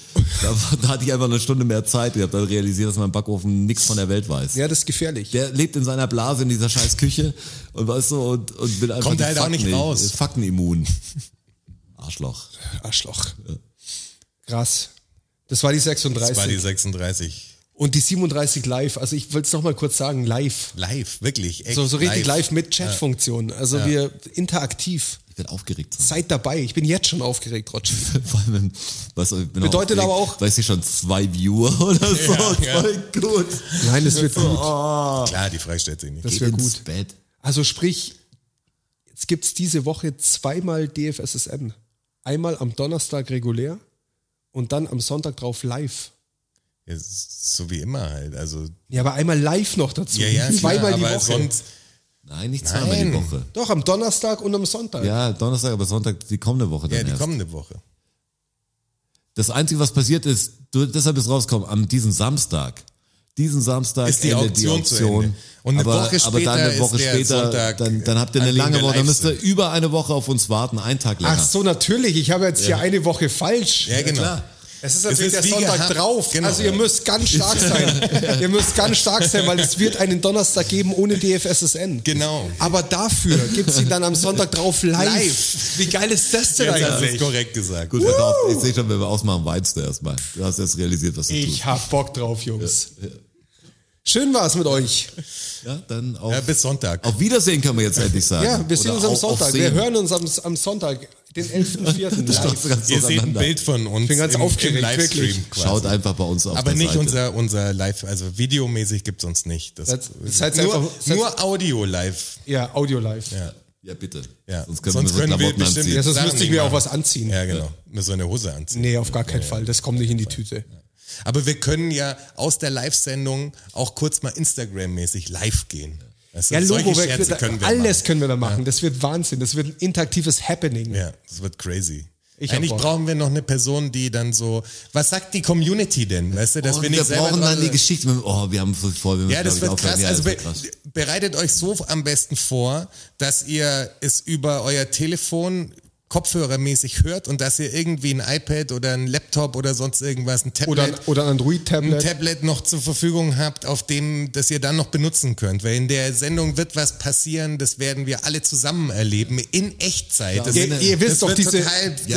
[SPEAKER 2] Da, war- da hatte ich einfach eine Stunde mehr Zeit. Ich habe dann realisiert, dass mein Backofen nichts von der Welt weiß.
[SPEAKER 3] ja, das ist gefährlich.
[SPEAKER 2] Der lebt in seiner Blase in dieser scheiß Küche und weißt du, und, und will einfach
[SPEAKER 4] Kommt
[SPEAKER 2] die
[SPEAKER 4] halt auch
[SPEAKER 2] Fakten,
[SPEAKER 4] nicht raus.
[SPEAKER 2] Ist faktenimmun. Arschloch.
[SPEAKER 3] Arschloch. Krass. Das war die 36.
[SPEAKER 4] Das war die 36.
[SPEAKER 3] Und die 37 live, also ich will es nochmal kurz sagen, live.
[SPEAKER 4] Live, wirklich. Echt
[SPEAKER 3] So, so richtig live, mit Chatfunktion. Also wir interaktiv.
[SPEAKER 2] Ich werde aufgeregt sein.
[SPEAKER 3] Seid dabei. Ich bin jetzt schon aufgeregt, Roger.
[SPEAKER 2] Vor allem, wenn- weißt du, ich bin
[SPEAKER 3] Bedeutet
[SPEAKER 2] aufgeregt,
[SPEAKER 3] aber auch-
[SPEAKER 2] Weißt du, schon zwei Viewer oder so.
[SPEAKER 4] ja.
[SPEAKER 2] Voll gut.
[SPEAKER 3] Nein, es wird gut.
[SPEAKER 4] Klar, die Frage stellt sich nicht.
[SPEAKER 3] Das
[SPEAKER 2] Geht
[SPEAKER 3] wäre
[SPEAKER 2] ins
[SPEAKER 3] gut.
[SPEAKER 2] Bett.
[SPEAKER 3] Also sprich, jetzt gibt es diese Woche zweimal DFSSN. Einmal am Donnerstag regulär und dann am Sonntag drauf live.
[SPEAKER 4] Ja, so wie immer halt. Also,
[SPEAKER 3] Ja, aber einmal live noch dazu.
[SPEAKER 4] ja, ja,
[SPEAKER 3] zweimal
[SPEAKER 4] klar,
[SPEAKER 3] die
[SPEAKER 4] aber
[SPEAKER 3] Woche.
[SPEAKER 4] sonst
[SPEAKER 2] Nein, nicht zweimal die
[SPEAKER 4] Nein.
[SPEAKER 2] Woche.
[SPEAKER 3] Doch, am Donnerstag und am Sonntag.
[SPEAKER 2] Ja, Donnerstag, aber Sonntag, die kommende Woche dann
[SPEAKER 4] ja, die
[SPEAKER 2] erst.
[SPEAKER 4] kommende Woche.
[SPEAKER 2] Das Einzige, was passiert ist, du, deshalb ist rausgekommen, am diesen Samstag. Diesen Samstag
[SPEAKER 4] Ist die
[SPEAKER 2] endet die
[SPEAKER 4] Auktion zu
[SPEAKER 2] Auktion.
[SPEAKER 4] Ende. Und eine
[SPEAKER 2] aber,
[SPEAKER 4] Woche
[SPEAKER 2] aber dann eine
[SPEAKER 4] später
[SPEAKER 2] Woche
[SPEAKER 4] ist der
[SPEAKER 2] später,
[SPEAKER 4] Sonntag,
[SPEAKER 2] dann, dann habt ihr eine
[SPEAKER 4] an dem
[SPEAKER 2] lange
[SPEAKER 4] wir
[SPEAKER 2] Woche, dann
[SPEAKER 4] live
[SPEAKER 2] müsst ihr
[SPEAKER 4] sind.
[SPEAKER 2] über eine Woche auf uns warten, einen Tag länger.
[SPEAKER 3] Ach so, natürlich. Ich habe jetzt hier eine Woche falsch.
[SPEAKER 4] Ja, genau.
[SPEAKER 2] klar.
[SPEAKER 3] Es ist natürlich
[SPEAKER 4] Es ist
[SPEAKER 3] der
[SPEAKER 4] wie
[SPEAKER 3] Sonntag
[SPEAKER 4] gehabt.
[SPEAKER 3] drauf.
[SPEAKER 4] Genau.
[SPEAKER 3] Also ihr müsst ganz stark sein. ihr müsst ganz stark sein, weil es wird einen Donnerstag geben ohne DFSSN.
[SPEAKER 4] Genau.
[SPEAKER 3] Aber dafür gibt es ihn dann am Sonntag drauf live. Wie geil ist das denn
[SPEAKER 4] Jetzt hast du
[SPEAKER 3] eigentlich?
[SPEAKER 4] es korrekt gesagt.
[SPEAKER 2] Gut, pass auf, ich sehe schon, wenn wir ausmachen, weinst du erstmal. Du hast erst realisiert, was du
[SPEAKER 3] Ich hab Bock drauf, Jungs. Schön war's mit euch.
[SPEAKER 2] Ja, dann auf,
[SPEAKER 4] Ja, bis Sonntag.
[SPEAKER 2] auf Wiedersehen kann man jetzt endlich sagen.
[SPEAKER 3] Ja, wir sehen
[SPEAKER 2] Oder
[SPEAKER 3] uns am
[SPEAKER 2] au- auf
[SPEAKER 3] Sonntag. Wir
[SPEAKER 2] Sehen.
[SPEAKER 3] hören uns am, am Sonntag, den 11.04.
[SPEAKER 2] Das ist
[SPEAKER 3] live.
[SPEAKER 2] ganz
[SPEAKER 4] Ihr seht ein
[SPEAKER 2] auseinander.
[SPEAKER 4] Bild von uns. Ich
[SPEAKER 3] bin ganz aufgeregt, wirklich.
[SPEAKER 4] Quasi.
[SPEAKER 2] Schaut einfach bei uns auf
[SPEAKER 4] Aber
[SPEAKER 2] der
[SPEAKER 4] nicht
[SPEAKER 2] Seite.
[SPEAKER 4] unser, unser Live, also videomäßig gibt's uns nicht. Das,
[SPEAKER 3] Das- das heißt
[SPEAKER 4] nur,
[SPEAKER 3] einfach-
[SPEAKER 4] nur Audio live.
[SPEAKER 3] Ja, Audio live. Ja,
[SPEAKER 2] Ja, bitte.
[SPEAKER 4] Ja.
[SPEAKER 2] Sonst können
[SPEAKER 4] Sonst
[SPEAKER 2] wir,
[SPEAKER 4] können wir
[SPEAKER 2] Klamotten
[SPEAKER 4] bestimmt
[SPEAKER 2] anziehen.
[SPEAKER 4] jetzt-
[SPEAKER 3] sonst
[SPEAKER 4] Sachen
[SPEAKER 3] müsste ich
[SPEAKER 4] nicht
[SPEAKER 3] mir auch
[SPEAKER 4] machen.
[SPEAKER 3] was anziehen.
[SPEAKER 4] Ja, genau. Müssen wir eine Hose anziehen.
[SPEAKER 3] Nee, auf gar keinen Fall. Das kommt nicht in die Tüte.
[SPEAKER 4] Aber wir können ja aus der Live-Sendung auch kurz mal Instagram-mäßig live gehen. Das
[SPEAKER 3] Ja,
[SPEAKER 4] sind-
[SPEAKER 3] Logo
[SPEAKER 4] solche
[SPEAKER 3] weg.
[SPEAKER 4] Scherze
[SPEAKER 3] wird-
[SPEAKER 4] können wir
[SPEAKER 3] alles
[SPEAKER 4] machen.
[SPEAKER 3] können wir da machen. Das wird Wahnsinn. Das wird ein interaktives Happening.
[SPEAKER 4] Ja, das wird crazy.
[SPEAKER 3] Ich hab
[SPEAKER 4] Eigentlich
[SPEAKER 3] Bock.
[SPEAKER 4] brauchen wir noch eine Person, die dann so, was sagt die Community denn? Weißt du, dass
[SPEAKER 2] Und
[SPEAKER 4] wir
[SPEAKER 2] wir,
[SPEAKER 4] nicht selber
[SPEAKER 2] brauchen
[SPEAKER 4] dran
[SPEAKER 2] dann die
[SPEAKER 4] sind.
[SPEAKER 2] Geschichte. Mit, oh, wir haben voll vor, wir müssen,
[SPEAKER 4] Ja, das
[SPEAKER 2] glaub ich, aufhören.
[SPEAKER 4] wird krass.
[SPEAKER 2] Ja,
[SPEAKER 4] Also
[SPEAKER 2] das
[SPEAKER 4] be
[SPEAKER 2] wird krass.
[SPEAKER 4] bereitet euch so am besten vor, dass ihr es über euer Telefon kopfhörermäßig hört und dass ihr irgendwie ein iPad oder ein Laptop oder sonst irgendwas, ein Tablet
[SPEAKER 3] Oder, ein- oder ein
[SPEAKER 4] ein
[SPEAKER 3] Android-Tablet.
[SPEAKER 4] Tablet noch zur Verfügung habt, auf dem das ihr dann noch benutzen könnt. Weil in der Sendung wird was passieren, das werden wir alle zusammen erleben, in Echtzeit. Das
[SPEAKER 2] Ja,
[SPEAKER 4] wird-
[SPEAKER 2] ihr-
[SPEAKER 3] ihr wisst
[SPEAKER 4] das
[SPEAKER 3] doch,
[SPEAKER 4] wird
[SPEAKER 3] diese-
[SPEAKER 2] Ja,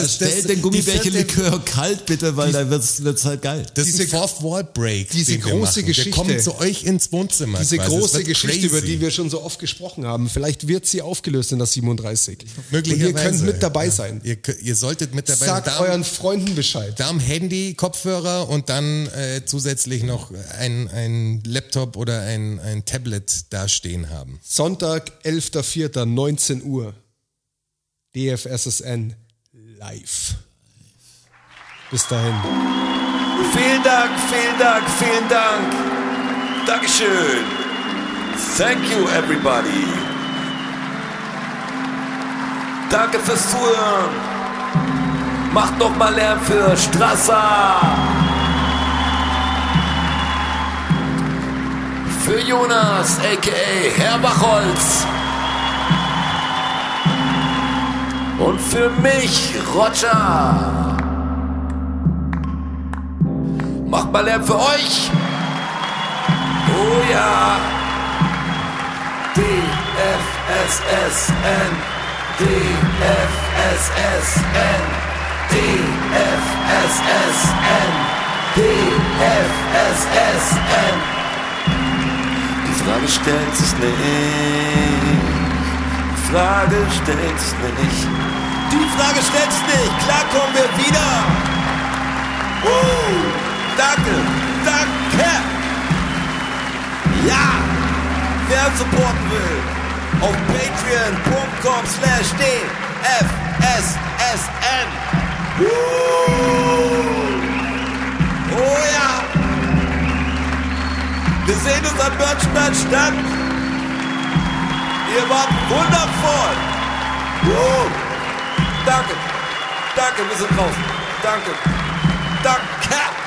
[SPEAKER 4] das-
[SPEAKER 2] stell
[SPEAKER 4] das-
[SPEAKER 2] den
[SPEAKER 4] die vierte-
[SPEAKER 2] Gummibärchen-Likör kalt bitte, weil da wird's, wird's halt geil.
[SPEAKER 4] Das ist ein
[SPEAKER 3] diese-
[SPEAKER 4] Fourth-Wall-Break.
[SPEAKER 3] diese
[SPEAKER 4] den wir
[SPEAKER 3] große
[SPEAKER 4] machen.
[SPEAKER 3] Geschichte.
[SPEAKER 4] Wir kommen zu euch ins Wohnzimmer.
[SPEAKER 3] Diese
[SPEAKER 4] quasi. Es
[SPEAKER 3] große
[SPEAKER 4] wird
[SPEAKER 3] Geschichte,
[SPEAKER 4] crazy.
[SPEAKER 3] über die wir schon so oft gesprochen haben. Vielleicht wird sie aufgelöst in das 37.
[SPEAKER 4] Möglicherweise.
[SPEAKER 3] Und ihr könnt mit dabei
[SPEAKER 4] Ja.
[SPEAKER 3] sein.
[SPEAKER 4] Ihr, kö- ihr solltet mit dabei
[SPEAKER 3] Sagt
[SPEAKER 4] sein. Da-
[SPEAKER 3] euren Freunden Bescheid.
[SPEAKER 4] Da am Handy, Kopfhörer und dann äh, zusätzlich noch ein, ein Laptop oder ein, ein Tablet dastehen haben.
[SPEAKER 3] Sonntag, 11.04., 19 Uhr. DFSSN live. Bis dahin.
[SPEAKER 6] Vielen Dank, vielen Dank, vielen Dank. Dankeschön. Thank you, everybody. Danke fürs Zuhören. Macht noch mal Lärm für Strasser. Für Jonas, a.k.a. Herr Wachholz. Und für mich, Roger. Macht mal Lärm für euch. Oh ja. DFSSN. DFSSN. DFSSN. DFSSN. Die Frage stellt sich nicht. Die Frage stellt sich nicht. Die Frage stellt sich nicht. Klar kommen wir wieder. Uh, danke, danke. Ja, wer uns supporten will, auf patreon.com slash dfssn. Uh, oh ja. Wir sehen uns am Börnstein statt. Ihr wart wundervoll. Uh, danke, danke, wir sind draußen. Danke. Danke.